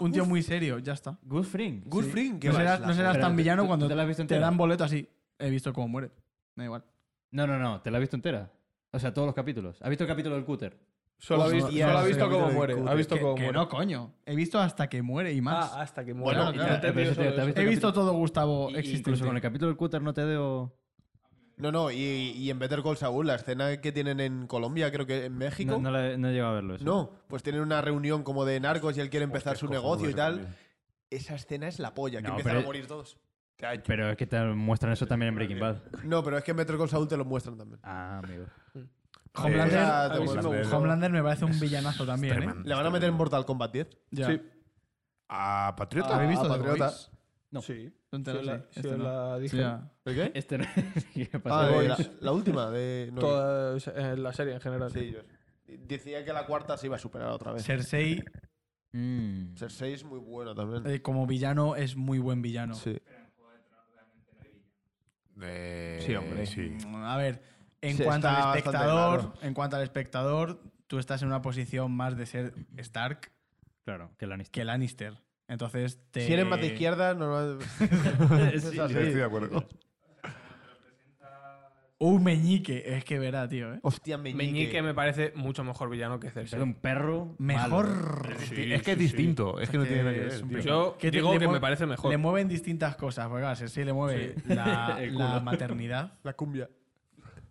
Speaker 4: Un tío muy serio, ya está.
Speaker 2: Good Fring.
Speaker 3: Gus Fring, que
Speaker 4: No serás, no serás
Speaker 2: Pero
Speaker 4: tan
Speaker 2: tú-
Speaker 4: villano
Speaker 2: tú-
Speaker 4: cuando
Speaker 2: ¿tú te la has visto
Speaker 4: te
Speaker 2: entera?
Speaker 4: dan boleto así. He visto cómo muere. Da igual.
Speaker 2: No, no, no. ¿Te la has visto entera? O sea, todos los capítulos. ¿Has visto el capítulo del cúter?
Speaker 1: Solo ha visto,
Speaker 4: Hostia,
Speaker 1: solo ha
Speaker 4: ese
Speaker 1: visto cómo
Speaker 4: capítulo de
Speaker 1: muere. Ha
Speaker 4: Cutter.
Speaker 1: visto
Speaker 4: Que-
Speaker 1: cómo
Speaker 4: que
Speaker 1: muere.
Speaker 4: no, coño. He visto hasta que muere y más.
Speaker 1: Ah, hasta que muere.
Speaker 4: Bueno,
Speaker 1: Y
Speaker 4: claro.
Speaker 1: te- te
Speaker 2: Pero
Speaker 1: pido
Speaker 2: eso te- te has
Speaker 1: solo eso.
Speaker 2: visto
Speaker 4: He
Speaker 2: el
Speaker 4: visto todo Gustavo
Speaker 2: Y-
Speaker 4: existente.
Speaker 2: Incluso con el capítulo del cúter no te veo...
Speaker 3: No, no, y, y en Better Call Saul, la escena que tienen en Colombia, creo que en México...
Speaker 2: No, no,
Speaker 3: No,
Speaker 2: la- no he llegado a verlo eso.
Speaker 3: pues tienen una reunión como de narcos y él quiere empezar su
Speaker 5: Cojonudo
Speaker 3: negocio y
Speaker 5: ese
Speaker 3: tal. Eh,
Speaker 5: también. Eh,
Speaker 3: Esa escena es la polla, que
Speaker 2: No,
Speaker 3: empiezan
Speaker 2: pero-
Speaker 3: a morir todos.
Speaker 2: Pero es que te muestran eso también en Breaking Bad.
Speaker 3: No, pero es que en Better Call Saul te lo muestran también.
Speaker 2: Ah, amigo.
Speaker 4: Homelander,
Speaker 3: Eh, a
Speaker 4: a mí sí me
Speaker 5: Homelander.
Speaker 4: gusta. Homelander me parece un villanazo también, ¿eh?
Speaker 5: Tremendo.
Speaker 3: Le van a meter en Mortal Kombat 10.
Speaker 4: Ya.
Speaker 1: Sí.
Speaker 5: ¿A Patriota?
Speaker 4: ¿Habéis visto
Speaker 3: Ah,
Speaker 4: The
Speaker 3: Patriota.
Speaker 4: Boys?
Speaker 2: No.
Speaker 1: Sí.
Speaker 4: No
Speaker 1: Sí,
Speaker 4: te lo
Speaker 1: la-
Speaker 4: sé,
Speaker 1: sí,
Speaker 4: este no.
Speaker 1: la dije.
Speaker 4: Sí, ya.
Speaker 3: ¿El qué?
Speaker 2: Este no... ¿Qué
Speaker 3: Ah,
Speaker 2: pasa?
Speaker 3: de la, la última de... no,
Speaker 1: Toda eh, la serie en general.
Speaker 3: Sí, yo- Decía que la cuarta se iba a superar otra vez.
Speaker 4: Cersei,
Speaker 2: Mm.
Speaker 3: Cersei es muy bueno también.
Speaker 4: eh, como villano, es muy buen villano.
Speaker 3: Sí.
Speaker 5: Eh,
Speaker 3: Sí, hombre.
Speaker 5: Sí.
Speaker 4: A ver, en
Speaker 3: Sí,
Speaker 4: cuanto
Speaker 3: está
Speaker 4: al
Speaker 3: bastante
Speaker 4: espectador,
Speaker 3: claro.
Speaker 4: en cuanto al espectador, tú estás en una posición más de ser Stark
Speaker 2: Claro, que Lannister.
Speaker 4: que Lannister. Entonces te
Speaker 3: Si eres más de izquierda, no
Speaker 2: Sí.
Speaker 5: Estoy de acuerdo.
Speaker 4: Un meñique, es que verá, tío, ¿eh?
Speaker 3: Hostia, meñique.
Speaker 1: Meñique me parece mucho mejor villano que
Speaker 2: Ser
Speaker 1: Cersei.
Speaker 2: un perro
Speaker 4: Mejor.
Speaker 5: es que es distinto. Es que no
Speaker 4: que
Speaker 5: tiene nada que
Speaker 4: es
Speaker 5: ver.
Speaker 4: un
Speaker 5: tío.
Speaker 4: pecho.
Speaker 1: Yo
Speaker 4: ¿Qué te-
Speaker 1: digo
Speaker 4: le
Speaker 1: que
Speaker 4: mue-
Speaker 1: me parece mejor.
Speaker 4: Le mueven distintas cosas, porque claro, a Cersei le mueve la,
Speaker 2: El
Speaker 4: la
Speaker 2: culo.
Speaker 4: maternidad,
Speaker 3: La cumbia.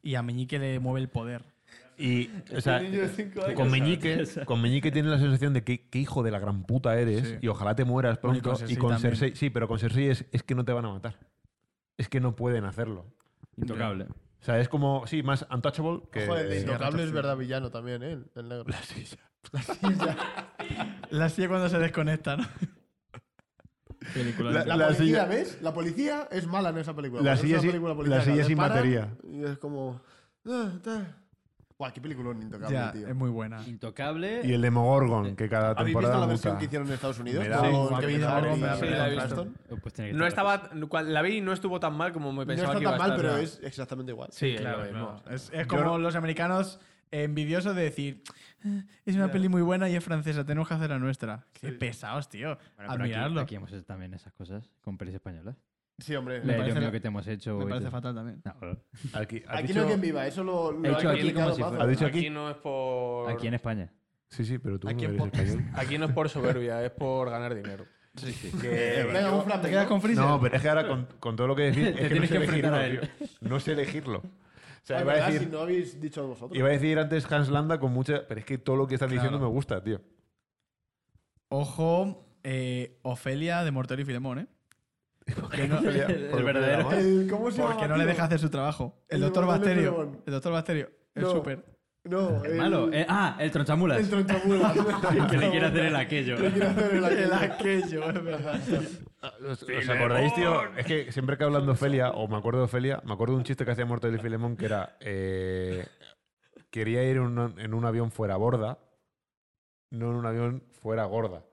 Speaker 4: y a Meñique le mueve el poder.
Speaker 5: Y, o sea, eh, con Meñique, con Meñique tiene la sensación de que, qué hijo de la gran puta eres
Speaker 4: Sí.
Speaker 5: y ojalá te mueras
Speaker 4: Bueno, y
Speaker 5: pronto.
Speaker 4: con
Speaker 5: y
Speaker 4: Cersei
Speaker 5: con
Speaker 4: también.
Speaker 5: Cersei, sí, pero con Cersei es, es que no te van a matar. Es que no pueden hacerlo.
Speaker 2: Intocable.
Speaker 5: O sea, es como, sí, más untouchable que. eh,
Speaker 3: Joder, de
Speaker 5: Sí,
Speaker 3: Intocable es verdad villano también, ¿eh? El negro.
Speaker 4: La hacía cuando se desconecta, ¿no?
Speaker 2: Película.
Speaker 3: La, la
Speaker 5: La
Speaker 3: policía,
Speaker 5: silla-
Speaker 3: ¿ves? La policía es mala en esa película.
Speaker 5: La
Speaker 3: porque
Speaker 5: silla
Speaker 3: es una
Speaker 5: sin-
Speaker 3: película
Speaker 5: la
Speaker 3: policíaca,
Speaker 5: silla
Speaker 3: te
Speaker 5: sin
Speaker 3: paran
Speaker 5: batería.
Speaker 3: Y es como... ah, ta. Buah, qué película Intocable,
Speaker 4: Ya,
Speaker 3: tío.
Speaker 4: es muy buena.
Speaker 2: Intocable.
Speaker 5: Y el Demogorgon, que cada
Speaker 8: ¿Habéis visto
Speaker 5: temporada.
Speaker 8: la versión
Speaker 5: muta.
Speaker 8: que hicieron en Estados Unidos?
Speaker 5: Me da
Speaker 8: Con
Speaker 5: un
Speaker 8: Kevin
Speaker 4: Kevin
Speaker 8: Hart
Speaker 4: Hart,
Speaker 8: y
Speaker 4: sí,
Speaker 1: la he
Speaker 8: Bryan
Speaker 1: visto.
Speaker 8: Cranston.
Speaker 2: Pues tiene que
Speaker 1: No
Speaker 2: estar
Speaker 1: estaba, cual- la vi y no estuvo tan mal como me
Speaker 3: No
Speaker 1: pensaba
Speaker 3: está
Speaker 1: que iba
Speaker 3: tan mal,
Speaker 1: a estar.
Speaker 3: pero es exactamente igual.
Speaker 1: Sí,
Speaker 4: Claro,
Speaker 1: es lo mismo.
Speaker 4: claro. Es, es como los americanos envidiosos de decir, "Eh, es una peli muy buena y es francesa, tenemos que hacer la nuestra. Qué pesados, tío.
Speaker 2: Bueno, pero aquí-
Speaker 4: Admirarlo.
Speaker 2: Aquí, hemos hecho también esas cosas con pelis españolas.
Speaker 3: Sí, hombre.
Speaker 4: Me
Speaker 2: Me
Speaker 4: parece-
Speaker 2: parece que te hemos hecho. Este- y
Speaker 4: Me parece
Speaker 2: tú-
Speaker 4: fatal también.
Speaker 2: No, joder.
Speaker 5: Aquí, ha
Speaker 3: Aquí
Speaker 5: dicho-
Speaker 3: no hay quien viva, eso lo, lo
Speaker 2: He
Speaker 3: ha
Speaker 2: hecho aquí
Speaker 3: explicado
Speaker 2: como si
Speaker 3: Mazo.
Speaker 5: ha dicho
Speaker 1: aquí,
Speaker 5: aquí.
Speaker 1: no es por
Speaker 2: Aquí en España.
Speaker 5: Sí, sí, pero tú
Speaker 3: Aquí en
Speaker 5: no eres
Speaker 3: podcast.
Speaker 5: español.
Speaker 1: aquí no es por soberbia, es por ganar dinero.
Speaker 3: Venga, un
Speaker 4: ¿Te
Speaker 3: flamenco.
Speaker 4: quedas con Freezer?
Speaker 5: No, pero es que ahora con, con todo lo que decís, es que no
Speaker 2: tienes
Speaker 5: sé
Speaker 2: que enfrentar
Speaker 5: elegirlo,
Speaker 2: a él.
Speaker 5: tío. No sé elegirlo. O sea,
Speaker 3: Ah,
Speaker 5: iba a
Speaker 3: ¿verdad?
Speaker 5: decir,
Speaker 3: Si no habéis dicho vosotros.
Speaker 5: iba a decir antes Hans Landa con mucha. Pero es que todo lo que están diciendo
Speaker 4: Claro.
Speaker 5: me gusta, tío.
Speaker 4: Ojo, eh, Ofelia de Mortero y Filemón, ¿eh? Que no-
Speaker 5: Ofelia?
Speaker 2: El verdadero.
Speaker 5: Porque-
Speaker 3: El- ¿Cómo se llama?
Speaker 4: porque no le
Speaker 3: tío?
Speaker 4: deja hacer su trabajo. El
Speaker 3: El
Speaker 4: doctor
Speaker 3: de Mortadelo y
Speaker 4: Basterio.
Speaker 3: Filemón.
Speaker 4: El doctor Basterio. El
Speaker 3: No.
Speaker 4: súper.
Speaker 3: No, el,
Speaker 2: Malo. Eh, ah, el tronchamulas.
Speaker 3: El tronchamulas.
Speaker 2: que le quiere hacer el aquello.
Speaker 3: Le quiere hacer el aquello.
Speaker 4: es verdad.
Speaker 5: Ah, ¿Os, os acordáis, tío? Es que siempre que hablando de Ofelia, o me acuerdo de Ofelia, me acuerdo de un chiste que hacía Mortel y Filemón que era. eh, quería ir en un, en un avión fuera borda, no en un avión fuera gorda.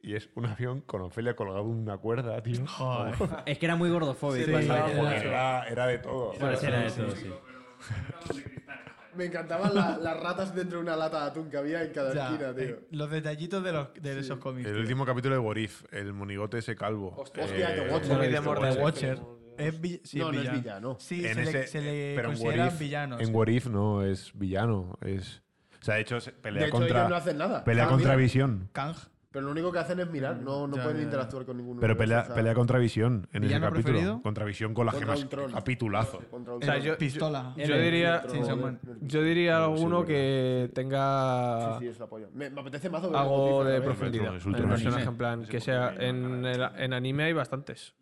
Speaker 5: Y es un avión con Ofelia colgado en una cuerda, tío.
Speaker 4: Joder.
Speaker 2: Es que era muy gordofóbico.
Speaker 4: Sí,
Speaker 2: Pasaba-
Speaker 4: sí,
Speaker 5: Porque era, era de todo.
Speaker 2: Bueno, sí, era eso, sí.
Speaker 3: Me encantaban la- las ratas dentro de una lata de atún que había en cada
Speaker 4: Ya,
Speaker 3: esquina, tío.
Speaker 4: eh, los detallitos de, los, de esos cómics.
Speaker 5: El
Speaker 4: tío.
Speaker 5: último capítulo de Borif, el monigote ese calvo. Eh,
Speaker 1: Hostia,
Speaker 3: Hostia, The Watcher.
Speaker 1: Muy de
Speaker 5: The
Speaker 1: Mortal
Speaker 4: The
Speaker 5: Watcher.
Speaker 1: Kombat.
Speaker 4: Watcher. Es vi- sí,
Speaker 3: no, no es
Speaker 4: villano.
Speaker 3: villano.
Speaker 4: Sí,
Speaker 5: En
Speaker 4: se, le,
Speaker 5: ese- eh,
Speaker 4: se le
Speaker 5: pero en
Speaker 4: consideran
Speaker 5: What If-
Speaker 4: villanos.
Speaker 5: En What If no es villano, es... O sea, de hecho, se pelea
Speaker 3: De hecho,
Speaker 5: contra,
Speaker 3: ellos no hacen nada.
Speaker 5: pelea
Speaker 3: Ah,
Speaker 5: contra
Speaker 3: mira.
Speaker 5: Visión.
Speaker 4: Kang.
Speaker 3: Pero lo único que hacen es mirar, no, no
Speaker 4: Ya,
Speaker 3: pueden
Speaker 4: ya, ya.
Speaker 3: interactuar con ninguno.
Speaker 5: Pero pelea, pelea contra Visión en ese
Speaker 4: ¿Villano
Speaker 5: capítulo.
Speaker 4: preferido?
Speaker 5: Contra Visión con las
Speaker 3: Contra
Speaker 5: gemas.
Speaker 3: un troll.
Speaker 5: Capitulazo.
Speaker 3: Contra un
Speaker 1: sea,
Speaker 3: troll.
Speaker 1: yo-
Speaker 4: Pistola.
Speaker 1: Yo diría,
Speaker 3: Sí, son-
Speaker 1: yo diría
Speaker 5: Sí,
Speaker 1: alguno
Speaker 5: bueno.
Speaker 1: que tenga
Speaker 3: Sí, sí, es la polla. Me, me apetece mazo ver
Speaker 1: algo
Speaker 3: Godzilla
Speaker 1: Ah. de
Speaker 3: otra vez.
Speaker 1: profundidad.
Speaker 5: Es
Speaker 1: En
Speaker 5: ultra
Speaker 1: el
Speaker 5: anime.
Speaker 1: personaje, en plan, que sea. En, el- en anime hay bastantes.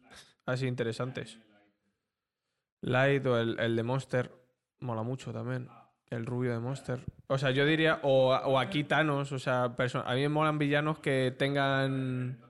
Speaker 1: Así interesantes. Light o el, el de Monster. Mola mucho también. El rubio de Monster. O sea, yo diría. O, o aquí Thanos. O sea, perso- a mí me molan villanos que tengan.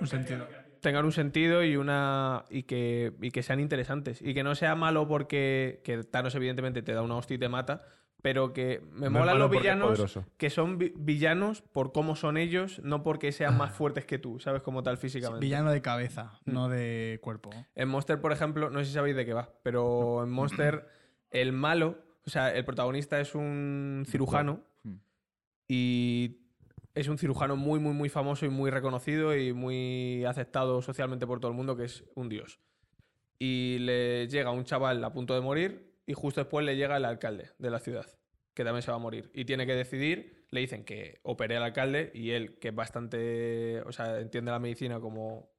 Speaker 4: Un sentido.
Speaker 1: tengan un sentido y una y que, y que sean interesantes y que no sea malo porque que Thanos evidentemente te da una hostia y te mata pero que me
Speaker 5: No es
Speaker 1: molan
Speaker 5: malo
Speaker 1: los
Speaker 5: porque es
Speaker 1: villanos
Speaker 5: poderoso.
Speaker 1: que son vi- villanos por cómo son ellos no porque sean más fuertes que tú sabes como tal físicamente
Speaker 4: Villano de cabeza,
Speaker 1: Mm.
Speaker 4: no de cuerpo.
Speaker 1: en Monster por ejemplo no sé si sabéis de qué va pero en Monster el malo o sea el protagonista es un cirujano
Speaker 2: Mm.
Speaker 1: y es un cirujano muy, muy, muy famoso y muy reconocido y muy aceptado socialmente por todo el mundo, que es un dios. Y le llega un chaval a punto de morir y justo después le llega el alcalde de la ciudad, que también se va a morir. Y tiene que decidir, le dicen que opere al alcalde y él, que es bastante, o sea, entiende la medicina como,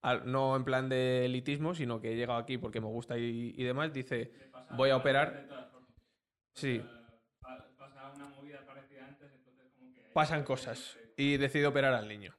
Speaker 1: al- no en plan de elitismo, sino que he llegado aquí porque me gusta y, y demás, dice, voy a operar. Sí, pasan cosas y decide operar al niño.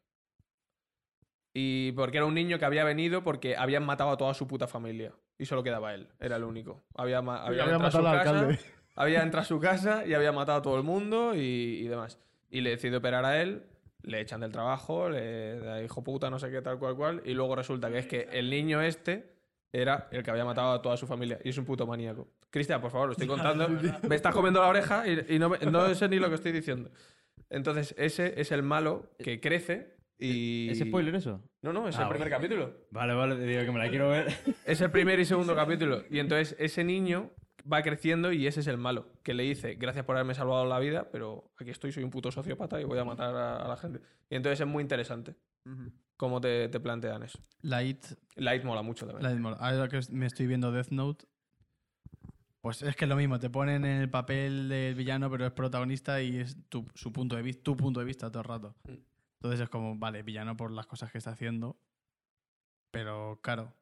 Speaker 1: Y porque era un niño que había venido porque habían matado a toda su puta familia y solo quedaba él, era el único. Había, ma- había
Speaker 3: había
Speaker 1: entrado a su
Speaker 3: matado al
Speaker 1: casa,
Speaker 3: alcalde.
Speaker 1: había entrado a su casa y había matado a todo el mundo y, y demás. Y le decide operar a él, le echan del trabajo, le da hijo puta, no sé qué, tal cual cual. Y luego resulta que es que el niño este era el que había matado a toda su familia y es un puto maníaco. Cristian, por favor, lo estoy contando. me estás comiendo la oreja y, y no, me- no sé ni lo que estoy diciendo. Entonces, ese es el malo que crece y.
Speaker 2: ¿Es spoiler eso?
Speaker 1: No, no, es
Speaker 2: Ah,
Speaker 1: el primer
Speaker 2: bueno.
Speaker 1: capítulo.
Speaker 2: Vale, vale, te digo que me la quiero ver.
Speaker 1: Es el primer y segundo capítulo. Y entonces ese niño va creciendo y ese es el malo, que le dice, gracias por haberme salvado la vida, pero aquí estoy, soy un puto sociópata y voy a matar a, a la gente. Y entonces es muy interesante cómo te, te plantean eso.
Speaker 4: Light,
Speaker 1: Light mola mucho también.
Speaker 4: Light Mola. Ahora que me estoy viendo Death Note, pues es que es lo mismo. Te ponen en el papel del villano, pero es protagonista y es tu, su punto de vista, tu punto de vista todo el rato.
Speaker 1: Mm.
Speaker 4: Entonces es como, vale, villano por las cosas que está haciendo, pero claro.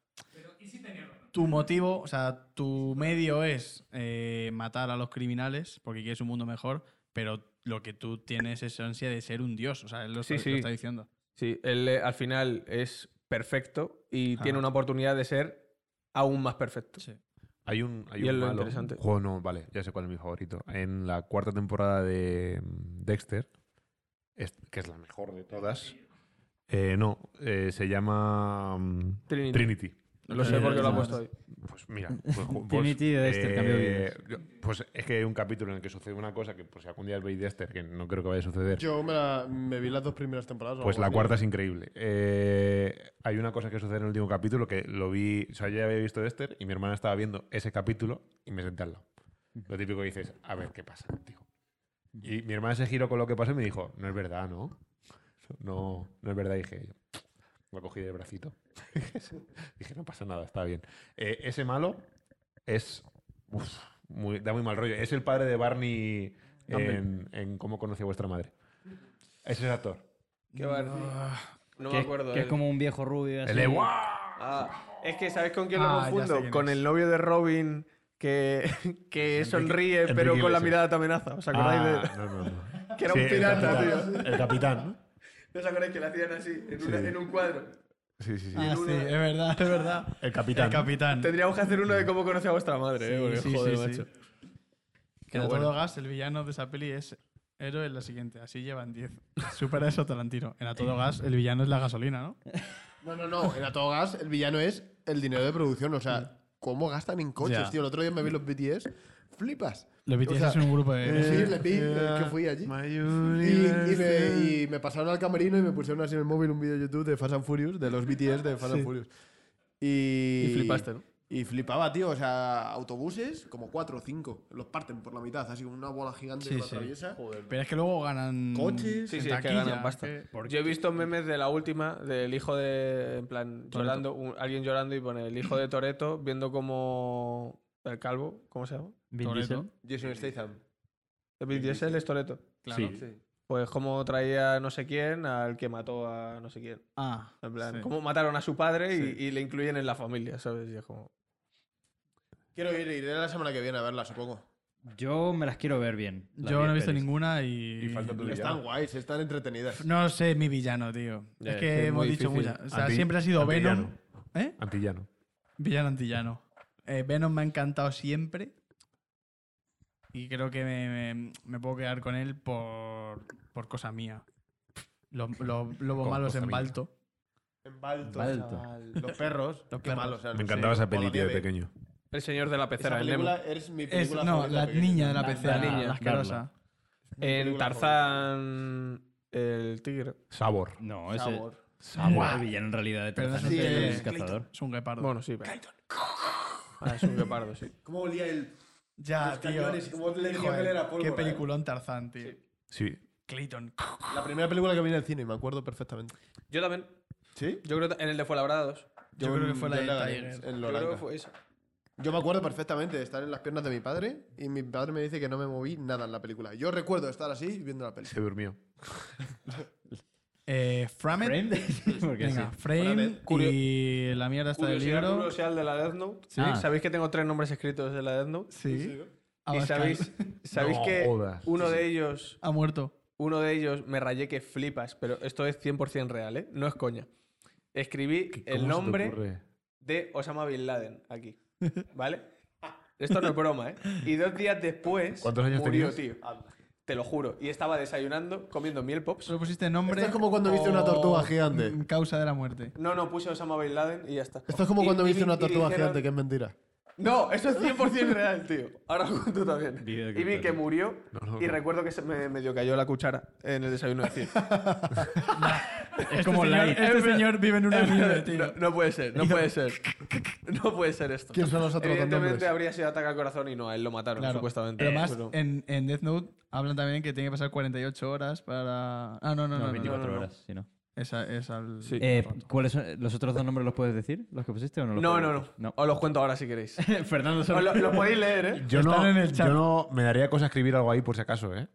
Speaker 4: tu motivo, o sea, tu medio es eh, matar a los criminales porque quieres un mundo mejor, pero lo que tú tienes es ansia de ser un dios. O sea, él lo,
Speaker 6: Sí,
Speaker 4: está,
Speaker 6: sí.
Speaker 4: lo está diciendo.
Speaker 6: Sí, él eh, al final es perfecto y
Speaker 4: Ajá.
Speaker 6: tiene una oportunidad de ser aún más perfecto.
Speaker 4: Sí.
Speaker 5: Hay un, hay
Speaker 6: Y es
Speaker 5: un
Speaker 6: lo
Speaker 5: malo.
Speaker 6: interesante.
Speaker 5: Juego, no, vale, ya sé cuál es mi favorito. En la cuarta temporada de mm, Dexter, es- que es la mejor de todas. eh, no, eh, se llama mm,
Speaker 6: Trinity.
Speaker 5: Trinity.
Speaker 6: Lo sé porque lo ha
Speaker 2: Ah,
Speaker 6: puesto ahí.
Speaker 5: Pues mira, pues, ju- pues,
Speaker 2: Trinity de Dexter, cambio de vidas.
Speaker 5: yo- Pues es que hay un capítulo en el que sucede una cosa que, pues, si algún día veis Dexter, que no creo que vaya a suceder,
Speaker 3: Yo me, la- me vi las dos primeras temporadas. o
Speaker 5: Pues
Speaker 3: algo
Speaker 5: la
Speaker 3: así.
Speaker 5: cuarta es increíble. Eh, hay una cosa que sucede en el último capítulo que lo vi. O sea, yo ya había visto Dexter y mi hermana estaba viendo ese capítulo y me senté al lado. Lo típico que dices, a ver qué pasa, tío. Y mi hermana se giró con lo que pasó y me dijo, no es verdad, ¿no? No, no es verdad, dije yo. Lo cogí del bracito. dije, no pasa nada, está bien. Eh, ese malo es. uf, muy- da muy mal rollo. Es el padre de Barney en, en Cómo conocí a vuestra madre. Ese es el actor.
Speaker 4: Ah.
Speaker 6: Qué barbaridad. No me
Speaker 2: que,
Speaker 6: acuerdo.
Speaker 2: que
Speaker 6: de
Speaker 1: eh.
Speaker 2: es
Speaker 6: él.
Speaker 2: como un viejo rubio.
Speaker 5: El
Speaker 2: así.
Speaker 5: de "Guau".
Speaker 6: Ah, es que ¿sabes con quién lo
Speaker 4: Ah, ya sé
Speaker 6: confundo?
Speaker 4: quién
Speaker 6: con
Speaker 4: es.
Speaker 6: el novio de Robin que, que sonríe
Speaker 5: Enrique
Speaker 6: pero con la
Speaker 5: Iglesias.
Speaker 6: mirada te amenaza. ¿Os acordáis de-
Speaker 5: Ah, no, no, no.
Speaker 6: que era un
Speaker 5: Sí,
Speaker 6: pirata,
Speaker 5: el
Speaker 6: tío?
Speaker 5: capitán, El capitán, ¿no?
Speaker 6: ¿No os acordáis que le hacían así en, una-
Speaker 5: Sí.
Speaker 6: en un cuadro?
Speaker 5: Sí, sí, sí.
Speaker 4: Ah, sí, es verdad, es verdad.
Speaker 5: El capitán.
Speaker 4: El capitán.
Speaker 6: Tendríamos que hacer uno de cómo conoce a vuestra madre, ¿eh?
Speaker 4: Sí,
Speaker 6: Porque,
Speaker 4: sí,
Speaker 6: joder,
Speaker 4: sí, sí.
Speaker 6: macho.
Speaker 4: Que a todo gas, el villano de esa peli es héroe en la siguiente. Así llevan 10. Supera eso Tarantino. En a todo gas, el villano es la gasolina, ¿no?
Speaker 3: Eh, No, no, no. En A Todo Gas, el villano es el dinero de producción. O sea, ¿cómo gastan en coches,
Speaker 4: Ya.
Speaker 3: tío? El otro día me vi los BTS. Flipas.
Speaker 4: Los BTS
Speaker 3: O sea, eh,
Speaker 4: es un grupo de.
Speaker 3: Sí, le vi, que fui allí. Y, y me, y me pasaron al camerino y me pusieron así en el móvil un vídeo de YouTube de Fast and Furious, de los BTS de Fast and Furious. Y,
Speaker 6: Y flipaste, ¿no?
Speaker 3: Y flipaba, tío. O sea, autobuses, como cuatro o cinco, los parten por la mitad, así como una bola gigante
Speaker 4: Sí,
Speaker 3: que lo
Speaker 4: sí.
Speaker 3: atraviesa.
Speaker 4: Pero es que luego ganan.
Speaker 3: Coches.
Speaker 6: Sí,
Speaker 4: en
Speaker 6: sí, es que
Speaker 4: taquilla,
Speaker 6: ganan pasta.
Speaker 4: que-
Speaker 6: Yo he visto memes de la última, del hijo de. En plan, llorando, un- alguien llorando y pone el hijo de Toreto viendo como. El calvo, ¿cómo se llama?
Speaker 2: Vin
Speaker 4: Toretto.
Speaker 2: Diesel.
Speaker 3: Jason Statham.
Speaker 6: El Vin Diesel es Toreto.
Speaker 4: Claro.
Speaker 6: Pues como traía no sé quién al que mató a no sé quién.
Speaker 4: Ah,
Speaker 6: En plan,
Speaker 4: sí.
Speaker 6: cómo mataron a su padre y, y le incluyen en la familia, ¿sabes? Y es como.
Speaker 3: Quiero ir, iré la semana que viene a verla, supongo.
Speaker 2: Yo me las quiero ver bien. las
Speaker 4: Yo no he
Speaker 2: diez
Speaker 4: visto
Speaker 2: pelis.
Speaker 4: ninguna y.
Speaker 5: Y falta tu villano.
Speaker 3: Están guays, están entretenidas.
Speaker 4: No sé, mi villano, tío.
Speaker 6: Ya,
Speaker 4: es
Speaker 6: es que
Speaker 4: que
Speaker 6: es
Speaker 4: hemos
Speaker 6: muy
Speaker 4: dicho
Speaker 6: difícil.
Speaker 4: muchas. O sea,
Speaker 5: Anti-
Speaker 4: siempre ha sido Venom.
Speaker 5: antillano.
Speaker 4: ¿Eh?
Speaker 5: Antillano.
Speaker 4: Villano antillano. Eh, Venom me ha encantado siempre. Y creo que me, me- me puedo quedar con él por, por cosa mía. Los, los lobos
Speaker 5: Con
Speaker 4: malos
Speaker 5: cosa
Speaker 4: en
Speaker 5: mía.
Speaker 4: Balto.
Speaker 3: En Balto,
Speaker 2: Balto.
Speaker 3: chaval. Los perros.
Speaker 4: Los
Speaker 3: qué
Speaker 4: perros.
Speaker 3: malos eran,
Speaker 5: Me
Speaker 3: no sé,
Speaker 5: encantaba esa
Speaker 3: como la
Speaker 5: peli, tío, de
Speaker 3: nieve.
Speaker 5: pequeño.
Speaker 6: El señor de la pecera,
Speaker 3: Esa
Speaker 6: el Nemo.
Speaker 3: película es mi
Speaker 4: Es-
Speaker 3: película
Speaker 4: no,
Speaker 3: favorita
Speaker 4: la
Speaker 3: pequeño.
Speaker 4: niña de la
Speaker 2: La-
Speaker 4: pecera,
Speaker 6: la niña,
Speaker 4: la asquerosa.
Speaker 6: En
Speaker 3: película
Speaker 6: Tarzán. El tigre.
Speaker 5: Sabor.
Speaker 2: No, ese.
Speaker 3: Sabor.
Speaker 2: Sabor. El villano en realidad de
Speaker 4: Pero no
Speaker 2: Tarzán
Speaker 4: sé
Speaker 2: es
Speaker 4: qué-
Speaker 2: el cazador.
Speaker 4: Es un guepardo.
Speaker 6: Bueno, sí. pero- Ah, es un guepardo, sí.
Speaker 3: ¿Cómo olía el...?
Speaker 4: ya,
Speaker 3: los cañones, como le decía que él era pólvora,
Speaker 4: qué
Speaker 3: eh.
Speaker 4: peliculón Tarzán, tío.
Speaker 5: Sí.
Speaker 4: Clayton.
Speaker 3: La primera película que vi en el cine, me acuerdo perfectamente.
Speaker 6: Yo también.
Speaker 3: ¿Sí?
Speaker 6: Yo creo que en el de Fuenlabrada 2.
Speaker 4: Yo, creo que fue la
Speaker 3: yo
Speaker 4: de
Speaker 3: en
Speaker 4: Tiger.
Speaker 3: en
Speaker 6: Yo
Speaker 3: Loranca.
Speaker 6: creo
Speaker 3: Yo,
Speaker 6: que fue esa.
Speaker 3: me acuerdo perfectamente de estar en las piernas de mi padre y mi padre me dice que no me moví nada en la película. Yo recuerdo estar así viendo la película.
Speaker 5: Se durmió.
Speaker 4: Eh, Framed.
Speaker 2: Frame. Porque sí.
Speaker 4: Venga, Frame
Speaker 6: Curio-
Speaker 4: y la mierda está del
Speaker 6: Curiosidad
Speaker 4: libro.
Speaker 6: curiosidad de la Death Note.
Speaker 2: Sí. Ah.
Speaker 6: ¿Sabéis que tengo tres nombres escritos de la Death Note?
Speaker 4: Sí.
Speaker 6: y
Speaker 4: Abascal.
Speaker 6: sabéis, sabéis
Speaker 5: No
Speaker 6: que
Speaker 5: jodas.
Speaker 6: uno de ellos,
Speaker 4: Ha muerto.
Speaker 6: uno de ellos me rayé que flipas, pero esto es 100% real, ¿eh? No es coña. Escribí
Speaker 5: ¿Qué-
Speaker 6: el
Speaker 5: cómo se te
Speaker 6: nombre
Speaker 5: ocurre?
Speaker 6: de Osama Bin Laden aquí, ¿vale? Esto no es broma, ¿eh? Y dos días después
Speaker 5: ¿Cuántos años
Speaker 6: murió,
Speaker 5: tenías?
Speaker 6: tío. Te lo juro. Y estaba desayunando, comiendo miel pops.
Speaker 4: Solo pusiste nombre.
Speaker 3: Esto es como cuando viste una
Speaker 4: o
Speaker 3: tortuga gigante.
Speaker 4: Causa de la muerte.
Speaker 6: No, no, puse Osama Bin Laden y ya está.
Speaker 3: Esto es como
Speaker 6: Y-
Speaker 3: cuando
Speaker 6: y
Speaker 3: viste
Speaker 6: di-
Speaker 3: una
Speaker 6: y
Speaker 3: tortuga
Speaker 6: dijeron-
Speaker 3: gigante, que es mentira.
Speaker 6: No, eso es 100% real, tío. Ahora lo cuento también.
Speaker 2: Video de
Speaker 6: Y vi
Speaker 2: cartón.
Speaker 6: que murió
Speaker 5: No, no,
Speaker 6: y
Speaker 5: no.
Speaker 6: recuerdo que se me medio cayó la cuchara en el desayuno de cien.
Speaker 2: Es como
Speaker 4: señor,
Speaker 2: Light.
Speaker 4: Este señor vive en una nieve,
Speaker 6: no,
Speaker 4: tío.
Speaker 6: no puede ser, no puede ser. No puede ser esto.
Speaker 3: ¿Quién son los otros dos nombres?
Speaker 6: Evidentemente habría sido ataque al corazón y no, a él lo mataron,
Speaker 4: Claro.
Speaker 6: supuestamente.
Speaker 4: Además,
Speaker 6: Pero-
Speaker 4: en, en Death Note hablan también que tiene que pasar 48 horas para. Ah, no, no, no. no,
Speaker 2: No,
Speaker 4: no.
Speaker 2: 24
Speaker 6: no.
Speaker 2: horas, si no.
Speaker 4: Esa es al.
Speaker 6: Sí.
Speaker 2: Eh, ¿Cuáles son los otros dos nombres los puedes decir? ¿Los que pusiste o no los
Speaker 6: no,
Speaker 2: puedes
Speaker 6: no, no,
Speaker 2: decir? No.
Speaker 6: Os los cuento ahora si queréis.
Speaker 2: Fernando
Speaker 6: Os
Speaker 2: solo.
Speaker 6: lo, los podéis leer, ¿eh?
Speaker 5: Yo
Speaker 4: Están
Speaker 5: no,
Speaker 4: en el chat.
Speaker 5: yo no me daría cosa escribir algo ahí por si acaso, ¿eh?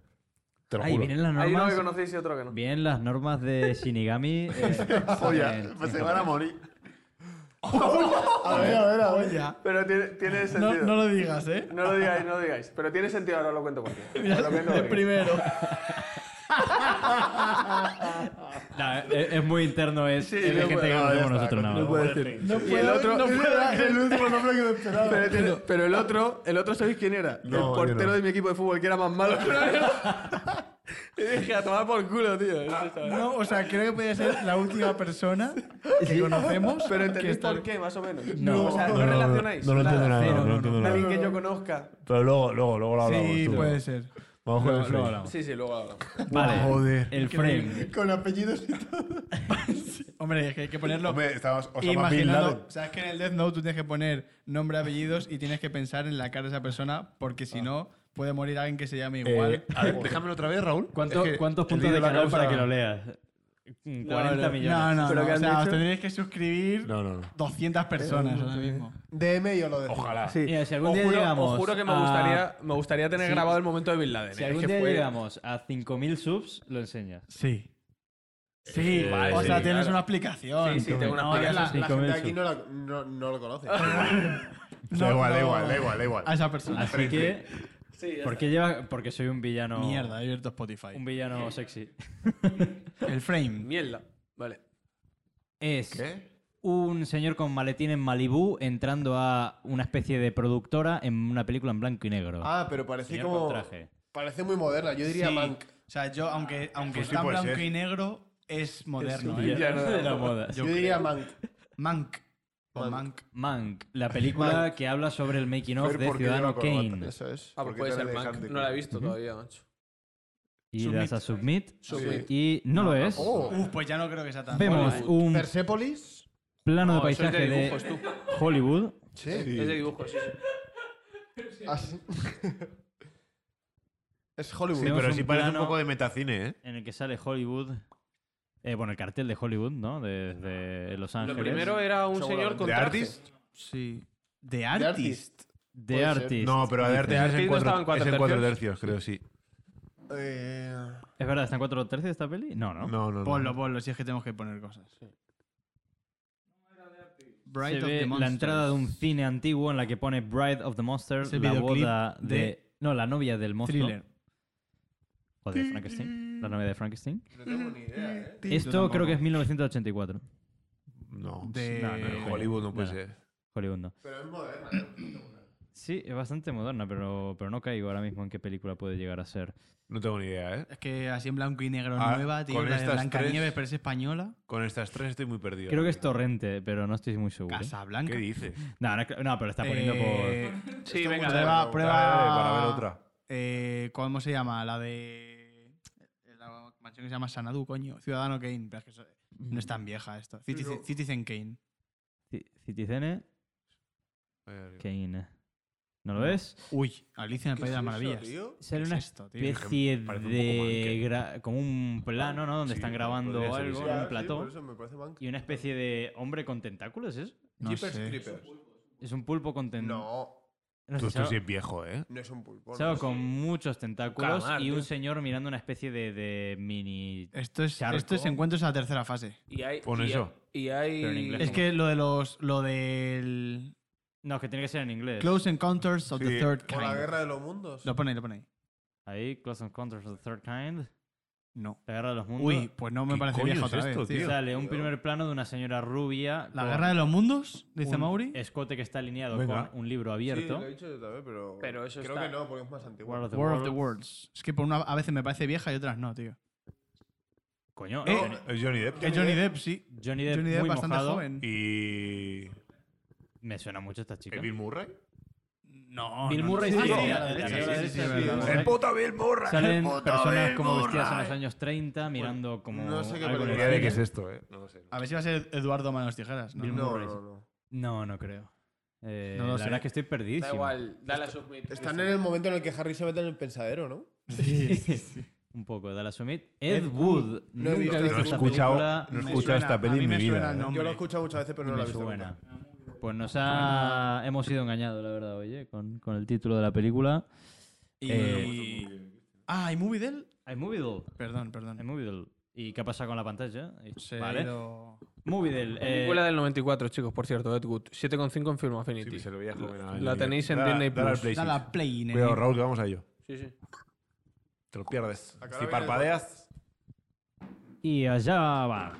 Speaker 5: Te lo
Speaker 2: Ay,
Speaker 5: juro.
Speaker 2: vienen las
Speaker 6: Hay uno que
Speaker 2: normas.
Speaker 6: conocéis y otro que no.
Speaker 2: Vienen las normas de Shinigami. eh, en-
Speaker 3: Joya, pues se van a morir. A ver, a ver, a ver.
Speaker 4: Olla.
Speaker 6: Pero tiene, tiene
Speaker 4: No,
Speaker 6: sentido.
Speaker 4: no lo digas, ¿eh?
Speaker 6: No lo digáis, no lo digáis. Pero tiene sentido, ahora lo cuento por ti.
Speaker 4: Mira,
Speaker 6: Lo cuento
Speaker 4: el
Speaker 6: por ti.
Speaker 4: primero.
Speaker 2: Nah, es, es muy interno, es,
Speaker 6: Sí,
Speaker 2: es de
Speaker 6: no
Speaker 2: gente
Speaker 6: puedo-
Speaker 2: que
Speaker 6: no, ya
Speaker 2: hacemos
Speaker 6: está,
Speaker 2: nosotros
Speaker 6: no
Speaker 2: nada.
Speaker 6: puedo decir.
Speaker 4: No
Speaker 6: Y el
Speaker 4: puedo,
Speaker 6: otro,
Speaker 4: no puedo
Speaker 3: Es el último nombre que me esperaba.
Speaker 6: pero, tiene- pero el otro, el otro, ¿sabéis quién era?
Speaker 5: No,
Speaker 6: el
Speaker 5: yo
Speaker 6: portero
Speaker 5: no.
Speaker 6: de mi equipo de fútbol, que era más malo que una mierda. Y dije, a tomar por culo, tío.
Speaker 4: No, o sea, creo que puede ser la última persona que conocemos.
Speaker 6: Pero
Speaker 4: que
Speaker 6: entendéis
Speaker 4: está-
Speaker 6: por qué, más o menos.
Speaker 2: No.
Speaker 6: o sea, no,
Speaker 5: No, no, no,
Speaker 6: relacionáis.
Speaker 5: no lo entiendo nada, no lo entiendo nada.
Speaker 6: Nadie que yo conozca.
Speaker 5: Pero luego, luego, luego lo hablamos.
Speaker 4: Sí, pues,
Speaker 5: tú.
Speaker 4: puede ser.
Speaker 5: Vamos con
Speaker 2: Luego-
Speaker 5: el
Speaker 2: luego
Speaker 5: frame.
Speaker 2: hablamos.
Speaker 6: Sí, sí, luego hablamos.
Speaker 2: Vale,
Speaker 3: Joder.
Speaker 2: el frame.
Speaker 3: Con apellidos y todo.
Speaker 4: Hombre, es que hay que ponerlo.
Speaker 5: Hombre, estabas Osama Bin Laden.
Speaker 4: Imaginando, sabes que en el Death Note tú tienes que poner nombre, apellidos y tienes que pensar en la cara de esa persona porque si no puede morir alguien que se llame igual.
Speaker 5: Ah. Eh, a ver, déjamelo otra vez, Raúl.
Speaker 2: ¿Cuánto-
Speaker 5: Es que
Speaker 2: ¿Cuántos
Speaker 5: el
Speaker 2: puntos
Speaker 5: vídeo
Speaker 2: de
Speaker 5: lo
Speaker 2: canal
Speaker 5: acabas
Speaker 2: para
Speaker 5: a-
Speaker 2: que lo leas? 40 millones.
Speaker 4: no, no,
Speaker 6: Pero
Speaker 4: no,
Speaker 6: ¿qué
Speaker 4: o
Speaker 6: han
Speaker 4: sea, os
Speaker 6: dicho?
Speaker 4: tendréis que suscribir
Speaker 5: No, no, no.
Speaker 4: 200 personas ahora mismo.
Speaker 3: DM yo lo dejo.
Speaker 5: Ojalá.
Speaker 1: Sí.
Speaker 2: Mira, si algún
Speaker 1: os,
Speaker 2: día
Speaker 1: juro, os
Speaker 2: llegamos
Speaker 1: juro que me
Speaker 2: a-
Speaker 1: gustaría, me gustaría tener
Speaker 2: Sí.
Speaker 1: grabado el momento de Bin Laden.
Speaker 2: Si
Speaker 1: ¿eh?
Speaker 2: algún
Speaker 1: que
Speaker 2: día
Speaker 1: fue-
Speaker 2: llegamos a 5.000 subs, lo enseñas.
Speaker 4: Sí. Sí,
Speaker 5: Vale,
Speaker 4: o
Speaker 5: sí,
Speaker 4: sea, tienes
Speaker 1: claro.
Speaker 4: una explicación.
Speaker 1: Sí, sí, tengo una
Speaker 4: No,
Speaker 1: explicación.
Speaker 4: la-
Speaker 2: Sí,
Speaker 3: La
Speaker 2: con
Speaker 3: gente
Speaker 2: eso.
Speaker 3: aquí no, la- no- no lo conoce.
Speaker 5: da
Speaker 4: no,
Speaker 5: igual, da
Speaker 4: no. Ah,
Speaker 5: igual, da igual, da igual.
Speaker 4: A esa persona.
Speaker 2: Así que,
Speaker 6: Sí, ya
Speaker 2: ¿por qué lleva? Porque soy un villano.
Speaker 4: Mierda, he abierto Spotify.
Speaker 1: eh.
Speaker 2: Un villano sexy.
Speaker 4: El frame.
Speaker 6: Mierda. Vale.
Speaker 2: Es un señor con maletín en Malibú entrando a una especie de productora en una película en blanco y negro.
Speaker 3: Ah, pero parece
Speaker 2: señor
Speaker 3: como.
Speaker 2: con traje.
Speaker 3: Parece muy moderna. Yo diría
Speaker 4: Sí.
Speaker 3: Mank.
Speaker 4: O sea, yo, aunque, aunque
Speaker 5: Pues sí
Speaker 4: está en
Speaker 5: puede
Speaker 4: blanco
Speaker 5: ser.
Speaker 4: y negro, es moderno. ¿eh?
Speaker 2: Villano de la moda.
Speaker 3: Yo, diría Mank.
Speaker 4: Mank. O Mank.
Speaker 2: Mank, la película que habla sobre el making of
Speaker 5: Fer,
Speaker 2: de
Speaker 5: ¿por qué lleva
Speaker 2: Ciudadano
Speaker 5: corbata?
Speaker 2: Kane
Speaker 3: Eso es.
Speaker 1: Ah, pues
Speaker 5: Porque
Speaker 1: puede
Speaker 5: te
Speaker 1: ser
Speaker 5: la
Speaker 1: Mank.
Speaker 5: dejaste,
Speaker 1: No la he
Speaker 5: tío.
Speaker 1: visto todavía, macho.
Speaker 2: y
Speaker 4: Submit.
Speaker 2: das a submit
Speaker 1: Submit.
Speaker 2: y no lo es.
Speaker 3: Oh.
Speaker 4: Uf, pues ya no creo que sea tan
Speaker 2: Vemos
Speaker 4: buena, ¿eh?
Speaker 2: un
Speaker 3: Persepolis.
Speaker 2: plano de
Speaker 1: No, eso es
Speaker 2: paisaje
Speaker 1: de
Speaker 2: de,
Speaker 1: dibujos, tú.
Speaker 2: Hollywood.
Speaker 3: Sí.
Speaker 1: Es de dibujos, sí, sí.
Speaker 3: Ah, sí. es Hollywood.
Speaker 2: Sí.
Speaker 5: Pero
Speaker 2: un
Speaker 5: sí parece un
Speaker 2: plano-
Speaker 5: poco de metacine, ¿eh?
Speaker 2: en el que sale Hollywood. eh, bueno, el cartel de Hollywood, ¿no? Desde Los
Speaker 1: Lo
Speaker 2: Ángeles.
Speaker 1: primero era un señor con
Speaker 5: ¿De
Speaker 1: traje.
Speaker 5: Artist?
Speaker 4: Sí. The
Speaker 3: The
Speaker 4: Artist.
Speaker 3: Artist.
Speaker 2: de
Speaker 3: puede ser.
Speaker 2: Artist.
Speaker 5: No, pero de Artist es
Speaker 1: Artist
Speaker 5: en
Speaker 1: no estaba
Speaker 5: cuatro,
Speaker 1: en cuatro
Speaker 5: es en cuatro tercios,
Speaker 1: tercios.
Speaker 5: creo, sí.
Speaker 3: Eh,
Speaker 2: ¿Es verdad? ¿Están 4 tercios esta peli? No, no.
Speaker 5: No, no, no.
Speaker 4: Ponlo, ponlo, si es que tenemos que poner cosas.
Speaker 2: Se
Speaker 4: Bright of
Speaker 2: ve
Speaker 4: the
Speaker 2: la
Speaker 4: Monsters.
Speaker 2: entrada de un cine antiguo en la que pone Bride of the Monster,
Speaker 4: Ese
Speaker 2: la
Speaker 4: videoclip
Speaker 2: boda de...
Speaker 4: de-
Speaker 2: No, la novia del monstruo.
Speaker 4: thriller.
Speaker 2: O de Frankenstein. La novia de Frankenstein.
Speaker 3: no tengo ni idea, ¿eh?
Speaker 2: Esto creo que es 1984.
Speaker 5: No,
Speaker 4: De-
Speaker 5: no, no, en Hollywood no puede
Speaker 2: Nada.
Speaker 5: ser.
Speaker 2: Hollywood no.
Speaker 3: Pero es moderna. ¿eh?
Speaker 2: Sí, es bastante moderna, pero, pero no caigo ahora mismo en qué película puede llegar a ser.
Speaker 5: No tengo ni idea, ¿eh?
Speaker 4: Es que así en blanco y negro
Speaker 5: Ah,
Speaker 4: nueva, tío.
Speaker 5: con
Speaker 4: La de
Speaker 5: estas
Speaker 4: Blancanieves,
Speaker 5: tres-
Speaker 4: pero es española.
Speaker 5: Con estas tres estoy muy perdido.
Speaker 2: Creo que es Torrente, pero no estoy muy seguro.
Speaker 4: Casablanca.
Speaker 5: ¿Qué dices?
Speaker 2: No, no, no, pero está poniendo
Speaker 4: Eh,
Speaker 1: Sí, venga,
Speaker 4: prueba,
Speaker 1: dale.
Speaker 4: prueba.
Speaker 5: Dale, dale, para ver otra.
Speaker 4: eh, ¿Cómo se llama? La de. La mansión que se llama Sanadu, coño. Ciudadano Kane. Pero es que eso- no es tan vieja esto. Citizen, Citizen Kane.
Speaker 2: por Ci- Citizen
Speaker 5: Vaya,
Speaker 2: Kane. ¿No lo ves?
Speaker 4: Uy, Alicia en el
Speaker 3: ¿Qué es
Speaker 4: País
Speaker 3: eso,
Speaker 4: de las Maravillas.
Speaker 3: tío?
Speaker 2: Sale
Speaker 4: ¿Qué
Speaker 2: una
Speaker 4: es esto, tío?
Speaker 2: especie
Speaker 5: parece un poco
Speaker 2: de...
Speaker 5: Mank, ¿eh?
Speaker 2: gra- como un plano, ¿no? Donde
Speaker 5: Sí,
Speaker 2: están
Speaker 5: podría
Speaker 2: grabando
Speaker 5: ser,
Speaker 2: algo
Speaker 5: sí.
Speaker 2: en
Speaker 5: Ah,
Speaker 2: un
Speaker 3: sí,
Speaker 2: plató.
Speaker 3: por eso me parece Mank.
Speaker 2: y una especie de hombre con tentáculos, ¿es?
Speaker 4: No
Speaker 3: Jeepers
Speaker 4: sé.
Speaker 3: Creepers.
Speaker 2: Es un pulpo con tentáculos.
Speaker 3: No,
Speaker 5: Tú, tú sí es viejo, ¿eh?
Speaker 3: no es un pulpo. no
Speaker 2: Chao,
Speaker 3: sé.
Speaker 2: con muchos tentáculos
Speaker 1: Calamar,
Speaker 2: y un
Speaker 1: tío.
Speaker 2: señor mirando una especie de, de mini.
Speaker 4: Esto es,
Speaker 2: Charco.
Speaker 4: esto es encuentros a la tercera fase.
Speaker 1: Y hay,
Speaker 5: Pon
Speaker 1: y,
Speaker 5: eso.
Speaker 1: Y hay...
Speaker 2: Pero en inglés.
Speaker 4: Es que lo de los. Lo del.
Speaker 2: No, que tiene que ser en inglés.
Speaker 4: Close Encounters of the
Speaker 5: Sí,
Speaker 4: Third
Speaker 3: O la
Speaker 4: Kind.
Speaker 3: guerra de los mundos.
Speaker 4: Lo pone ahí, lo pone ahí.
Speaker 2: Ahí, Close Encounters of the Third Kind,
Speaker 4: No.
Speaker 2: la guerra de los mundos.
Speaker 4: Uy, pues no me
Speaker 5: ¿Qué
Speaker 4: parece
Speaker 5: coño
Speaker 4: viejo
Speaker 5: es
Speaker 4: otra
Speaker 5: esto,
Speaker 4: vez.
Speaker 2: Y
Speaker 4: tío.
Speaker 5: tío?
Speaker 2: sale un primer plano de una señora rubia.
Speaker 4: La guerra de los mundos, dice Mauri.
Speaker 2: Escote que está alineado
Speaker 5: Venga.
Speaker 2: con un libro
Speaker 3: Sí,
Speaker 2: abierto.
Speaker 3: lo he dicho yo también, pero.
Speaker 1: Pero eso
Speaker 3: Creo
Speaker 1: está-
Speaker 3: que no, porque es más
Speaker 2: War
Speaker 3: antiguo.
Speaker 2: of the
Speaker 4: War of the
Speaker 2: Worlds.
Speaker 4: Words. Es que por una, a veces me parece vieja y otras no, tío.
Speaker 2: Coño,
Speaker 4: Eh,
Speaker 2: Johnny-
Speaker 5: Es Johnny Depp.
Speaker 4: Es Johnny Depp, sí.
Speaker 2: Johnny Depp,
Speaker 4: Johnny Depp
Speaker 2: muy
Speaker 4: bastante
Speaker 2: mojado.
Speaker 4: joven.
Speaker 5: Y.
Speaker 2: Me suena mucho esta chica.
Speaker 5: ¿eh, ¿Bill Murray?
Speaker 4: No.
Speaker 2: Bill
Speaker 4: no, no.
Speaker 2: Murray sí,
Speaker 4: Ah,
Speaker 2: sí,
Speaker 4: no,
Speaker 2: la
Speaker 4: la
Speaker 2: derecha,
Speaker 4: derecha,
Speaker 2: la
Speaker 4: sí,
Speaker 2: derecha,
Speaker 4: sí,
Speaker 2: sí,
Speaker 4: es
Speaker 2: Bill
Speaker 4: verdad.
Speaker 2: Murray.
Speaker 5: puto Bill Murray!
Speaker 2: Salen
Speaker 5: puto
Speaker 2: personas
Speaker 5: Bill
Speaker 2: como vestidas en
Speaker 5: Murray!
Speaker 2: los años 30, mirando como.
Speaker 3: no sé qué
Speaker 2: algo en
Speaker 5: Ni
Speaker 2: el
Speaker 5: idea de qué es
Speaker 2: cine.
Speaker 5: esto, ¿eh? No lo sé.
Speaker 4: A ver si va a ser Eduardo Manos Tijeras. No,
Speaker 2: Ah, Bill
Speaker 4: no.
Speaker 3: No,
Speaker 2: Murray.
Speaker 3: no, no.
Speaker 2: No, no creo. Eh,
Speaker 4: No lo
Speaker 2: la
Speaker 4: sé.
Speaker 2: verdad es que estoy
Speaker 1: Da
Speaker 2: perdidísimo.
Speaker 1: igual, dale a submit.
Speaker 3: Están en el momento en el que Harry se mete en el pensadero, ¿no?
Speaker 2: Un poco, dale a Summit. Ed Wood.
Speaker 3: No he
Speaker 2: Nunca he visto
Speaker 3: visto,
Speaker 5: No he
Speaker 3: pero
Speaker 2: esta
Speaker 5: escuchado,
Speaker 2: película.
Speaker 5: no he
Speaker 4: Me
Speaker 5: escuchado
Speaker 4: suena,
Speaker 5: esta peli
Speaker 4: a mí
Speaker 5: en mi
Speaker 4: me suena
Speaker 2: Ah,
Speaker 5: vida.
Speaker 4: el
Speaker 5: ¿eh?
Speaker 3: Yo
Speaker 4: nombre.
Speaker 3: lo he escuchado muchas veces, pero no
Speaker 2: Me
Speaker 3: lo he visto.
Speaker 2: suena. Pues nos ha... hemos sido engañados, la verdad, oye, con, con el título de la película.
Speaker 4: Y...
Speaker 2: Eh,
Speaker 4: Ah, ¿y Movie Dell?
Speaker 2: I Movidel.
Speaker 4: Perdón,
Speaker 2: I
Speaker 4: perdón.
Speaker 2: Movidel. ¿Y qué ha pasado con la pantalla? Y-
Speaker 4: Se ha
Speaker 2: vale.
Speaker 4: ido-
Speaker 2: Movie del. eh,
Speaker 1: Película del 94, chicos, por cierto, Ed Wood. 7,5 en Film Affinity.
Speaker 5: se lo veía joven a-
Speaker 1: la tenéis en
Speaker 5: Dale a-
Speaker 1: Disney
Speaker 5: dale al
Speaker 1: Plus.
Speaker 5: Play
Speaker 4: Da
Speaker 5: Six.
Speaker 4: la play, eh. nene.
Speaker 5: Cuidado, Raúl, que vamos a ello.
Speaker 1: Sí, sí.
Speaker 5: Te lo pierdes.
Speaker 3: Acá viene
Speaker 5: Si
Speaker 3: el
Speaker 5: parpadeas,
Speaker 2: Y allá va.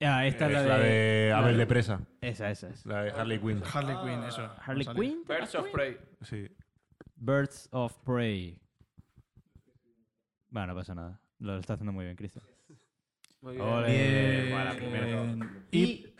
Speaker 2: Ah, esta
Speaker 5: es
Speaker 2: es la de.
Speaker 5: Abel de Presa,
Speaker 2: Esa, esa es.
Speaker 5: la de Harley Quinn.
Speaker 4: Harley Quinn, eso.
Speaker 2: Harley
Speaker 4: Sale.
Speaker 2: Quinn.
Speaker 1: Birds of Prey.
Speaker 5: Sí.
Speaker 2: Birds of Prey. Bueno, no pasa nada. Lo está haciendo muy bien, Cristo.
Speaker 1: Muy bien.
Speaker 2: Ole. Bueno, la primera. Y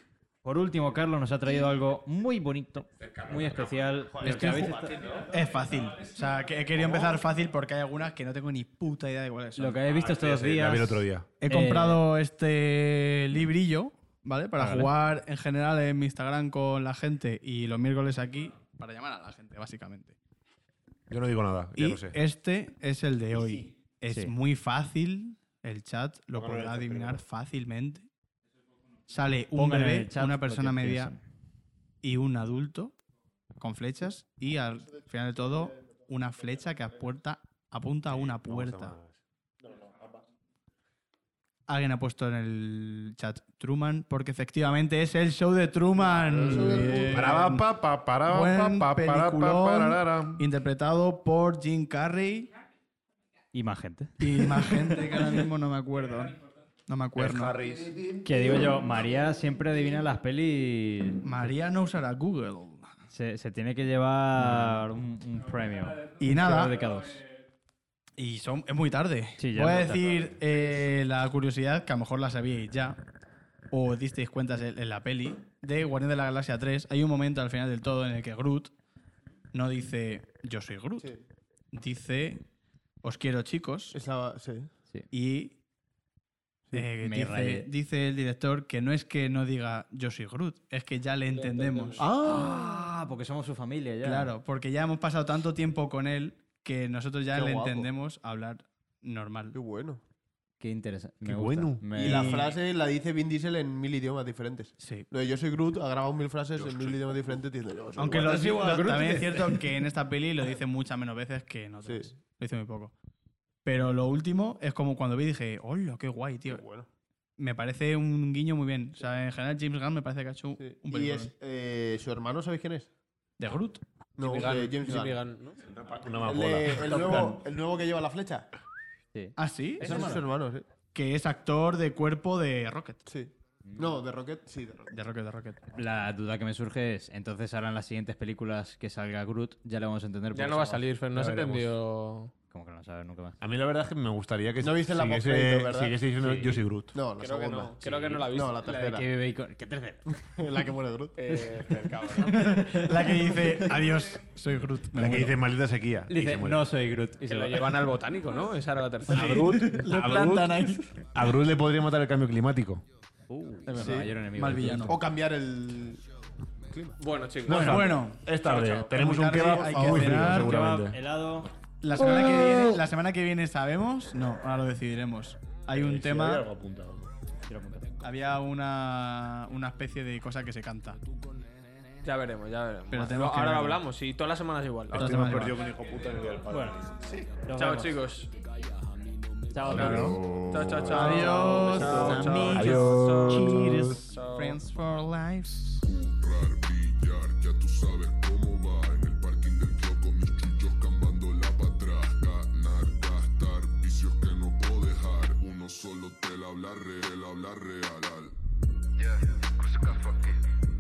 Speaker 2: por último, Carlos nos ha traído algo muy bonito, muy especial. del que habéis esta-
Speaker 4: Es fácil. O sea, que he querido empezar fácil porque hay algunas que no tengo ni puta idea de cuáles son.
Speaker 2: Lo que habéis visto estos dos
Speaker 5: Ah, La
Speaker 2: días.
Speaker 5: vi el otro día.
Speaker 4: He comprado este librillo, ¿vale? Para
Speaker 2: Vale.
Speaker 4: jugar en general en mi Instagram con la gente y los miércoles aquí para llamar a la gente, básicamente.
Speaker 5: Yo no digo nada, ya
Speaker 4: Y
Speaker 5: lo sé.
Speaker 4: este es el de hoy. Es
Speaker 2: Sí.
Speaker 4: muy fácil, el chat lo
Speaker 5: Póngalo en el
Speaker 4: podrá
Speaker 2: este
Speaker 5: chat
Speaker 4: adivinar
Speaker 5: primero.
Speaker 4: fácilmente. Sale un
Speaker 2: Pongan en
Speaker 4: bebé,
Speaker 2: el chat
Speaker 4: una
Speaker 2: lo que
Speaker 4: persona media
Speaker 2: piensan.
Speaker 4: y un adulto con flechas y al final de todo una flecha que apuerta- apunta a una puerta. Alguien ha puesto en el chat Truman porque efectivamente es el show de Truman. Bien.
Speaker 5: Paraba, pa, pa, paraba,
Speaker 4: Eh, Buen
Speaker 5: pa, pa, para, pa,
Speaker 4: peliculón.
Speaker 5: pararara.
Speaker 4: Interpretado por Jim Carrey
Speaker 2: Y más gente.
Speaker 4: y más gente que ahora mismo no me acuerdo. No me
Speaker 5: Ed
Speaker 4: acuerdo.
Speaker 5: Pues Harris.
Speaker 2: Que digo yo, María siempre adivina las pelis.
Speaker 4: María no usará Google.
Speaker 2: Se, se tiene que llevar un, un premio.
Speaker 4: Y nada,
Speaker 2: De K2.
Speaker 4: Y son, es muy tarde.
Speaker 2: Sí, ya
Speaker 4: Voy a
Speaker 2: es muy
Speaker 4: decir eh, la curiosidad, que a lo mejor la sabíais ya, o os disteis cuentas en, en la peli, de Guardián de la Galaxia 3. Hay un momento al final del todo en el que Groot no dice, yo soy Groot. Dice, os quiero chicos.
Speaker 3: Es la- sí.
Speaker 4: Y eh,
Speaker 2: me
Speaker 4: dice,
Speaker 2: rayé.
Speaker 4: dice el director que no es que no diga, yo soy Groot, es que ya le entendemos.
Speaker 2: Ah, porque somos su familia ya.
Speaker 4: Claro, porque ya hemos pasado tanto tiempo con él que nosotros ya
Speaker 3: Qué
Speaker 4: le
Speaker 3: guapo.
Speaker 4: entendemos hablar normal.
Speaker 3: Qué bueno.
Speaker 2: Qué interesante. Me
Speaker 5: Qué
Speaker 2: gusta.
Speaker 5: bueno.
Speaker 2: Me-
Speaker 3: Y la frase la dice Vin Diesel en mil idiomas diferentes.
Speaker 4: Sí.
Speaker 3: Lo de Yo soy Groot ha grabado mil frases en mil idiomas diferentes. Diciendo, "Yo soy
Speaker 4: Aunque
Speaker 3: Groot".
Speaker 4: lo,
Speaker 2: Cuando es igual a
Speaker 4: lo-
Speaker 2: Groot,
Speaker 4: también es
Speaker 2: dice.
Speaker 4: cierto que en esta peli lo dice muchas menos veces que en otras.
Speaker 3: Sí.
Speaker 4: Lo dice muy poco. Pero lo último es como cuando vi dije, hola, qué guay, tío. Me parece un guiño muy bien. O sea, en general James Gunn me parece que ha hecho
Speaker 3: Sí.
Speaker 4: un
Speaker 3: Y
Speaker 4: peliculón.
Speaker 3: es eh, su hermano, ¿sabéis quién es?
Speaker 4: de Groot.
Speaker 3: No,
Speaker 1: Jimmy Gunn,
Speaker 3: de James
Speaker 1: Jimmy
Speaker 3: Gunn.
Speaker 1: Gunn, ¿no?
Speaker 5: Una
Speaker 3: El,
Speaker 5: magola.
Speaker 3: de- el nuevo, el nuevo que lleva la flecha.
Speaker 4: Ah, sí.
Speaker 3: Ese es su hermano, sí.
Speaker 4: Que es actor de cuerpo de Rocket.
Speaker 3: Sí. No, de Rocket, sí, de Rocket.
Speaker 4: De Rocket, de Rocket.
Speaker 2: La duda que me surge es, entonces ahora en las siguientes películas que salga Groot ya le vamos a entender.
Speaker 1: Ya
Speaker 2: porque
Speaker 1: no va a
Speaker 2: somos-
Speaker 1: salir, Fer, no
Speaker 5: Ya
Speaker 1: has
Speaker 5: veremos.
Speaker 1: entendido.
Speaker 2: Como que no sabe nunca más.
Speaker 5: A mí la verdad es que me gustaría que
Speaker 3: No viste la
Speaker 5: siguiese,
Speaker 3: postcrédito, ¿verdad?
Speaker 5: siguiese diciendo yo soy Groot.
Speaker 3: No, la
Speaker 1: Creo que
Speaker 3: segunda.
Speaker 1: no. Creo que no la viste.
Speaker 3: No, la tercera.
Speaker 2: ¿Qué bacon? ¿Qué tercera?
Speaker 3: la que muere Groot.
Speaker 1: Eh, Fer, cabrón.
Speaker 4: La que dice, adiós, soy Groot. Me
Speaker 5: La que
Speaker 4: muero".
Speaker 5: dice maldita sequía. y
Speaker 2: Dice,
Speaker 5: se muere.
Speaker 2: no soy Groot. Y
Speaker 1: Que
Speaker 2: se
Speaker 1: lo
Speaker 2: lo
Speaker 1: llevan al botánico, ¿no? Esa era la tercera.
Speaker 5: A Groot, a, Groot, a Groot le podría matar el cambio climático.
Speaker 2: Es
Speaker 3: Sí.
Speaker 2: mi mayor enemigo.
Speaker 4: Mal villano.
Speaker 3: O cambiar el.
Speaker 1: Bueno, chicos.
Speaker 5: No,
Speaker 4: Bueno,
Speaker 5: Es tarde. Tenemos
Speaker 4: Muy
Speaker 5: un
Speaker 4: tarde,
Speaker 5: kebab
Speaker 4: hay que
Speaker 5: muy frío,
Speaker 4: cenar,
Speaker 5: seguramente.
Speaker 2: Helado.
Speaker 4: la semana, que viene, la semana que viene sabemos. No, ahora lo decidiremos. Hay un tema.
Speaker 2: Quiero apuntar.
Speaker 4: Había una, una especie de cosa que se canta.
Speaker 1: Ya veremos, ya veremos.
Speaker 4: Pero
Speaker 1: Bueno,
Speaker 4: tenemos que
Speaker 1: ahora lo
Speaker 4: verlo.
Speaker 1: hablamos y todas las semanas igual.
Speaker 4: Ahora se me ha olvidado.
Speaker 5: con hijo puta en el día del padre.
Speaker 2: Bueno. nos
Speaker 1: Chao,
Speaker 2: vemos.
Speaker 1: chicos.
Speaker 2: Chao,
Speaker 1: Chao, chao, chao.
Speaker 4: Adiós,
Speaker 1: Chao, chao,
Speaker 4: amigos.
Speaker 1: chao, chao,
Speaker 4: Cheers.
Speaker 1: chao.
Speaker 4: Friends for life.
Speaker 7: comprar billar, ya tú sabes cómo va. En el parking del club con mis chuchos cambándola para atrás. Ganar, gastar, vicios que no puedo dejar. Uno solo te la habla real, habla real. al-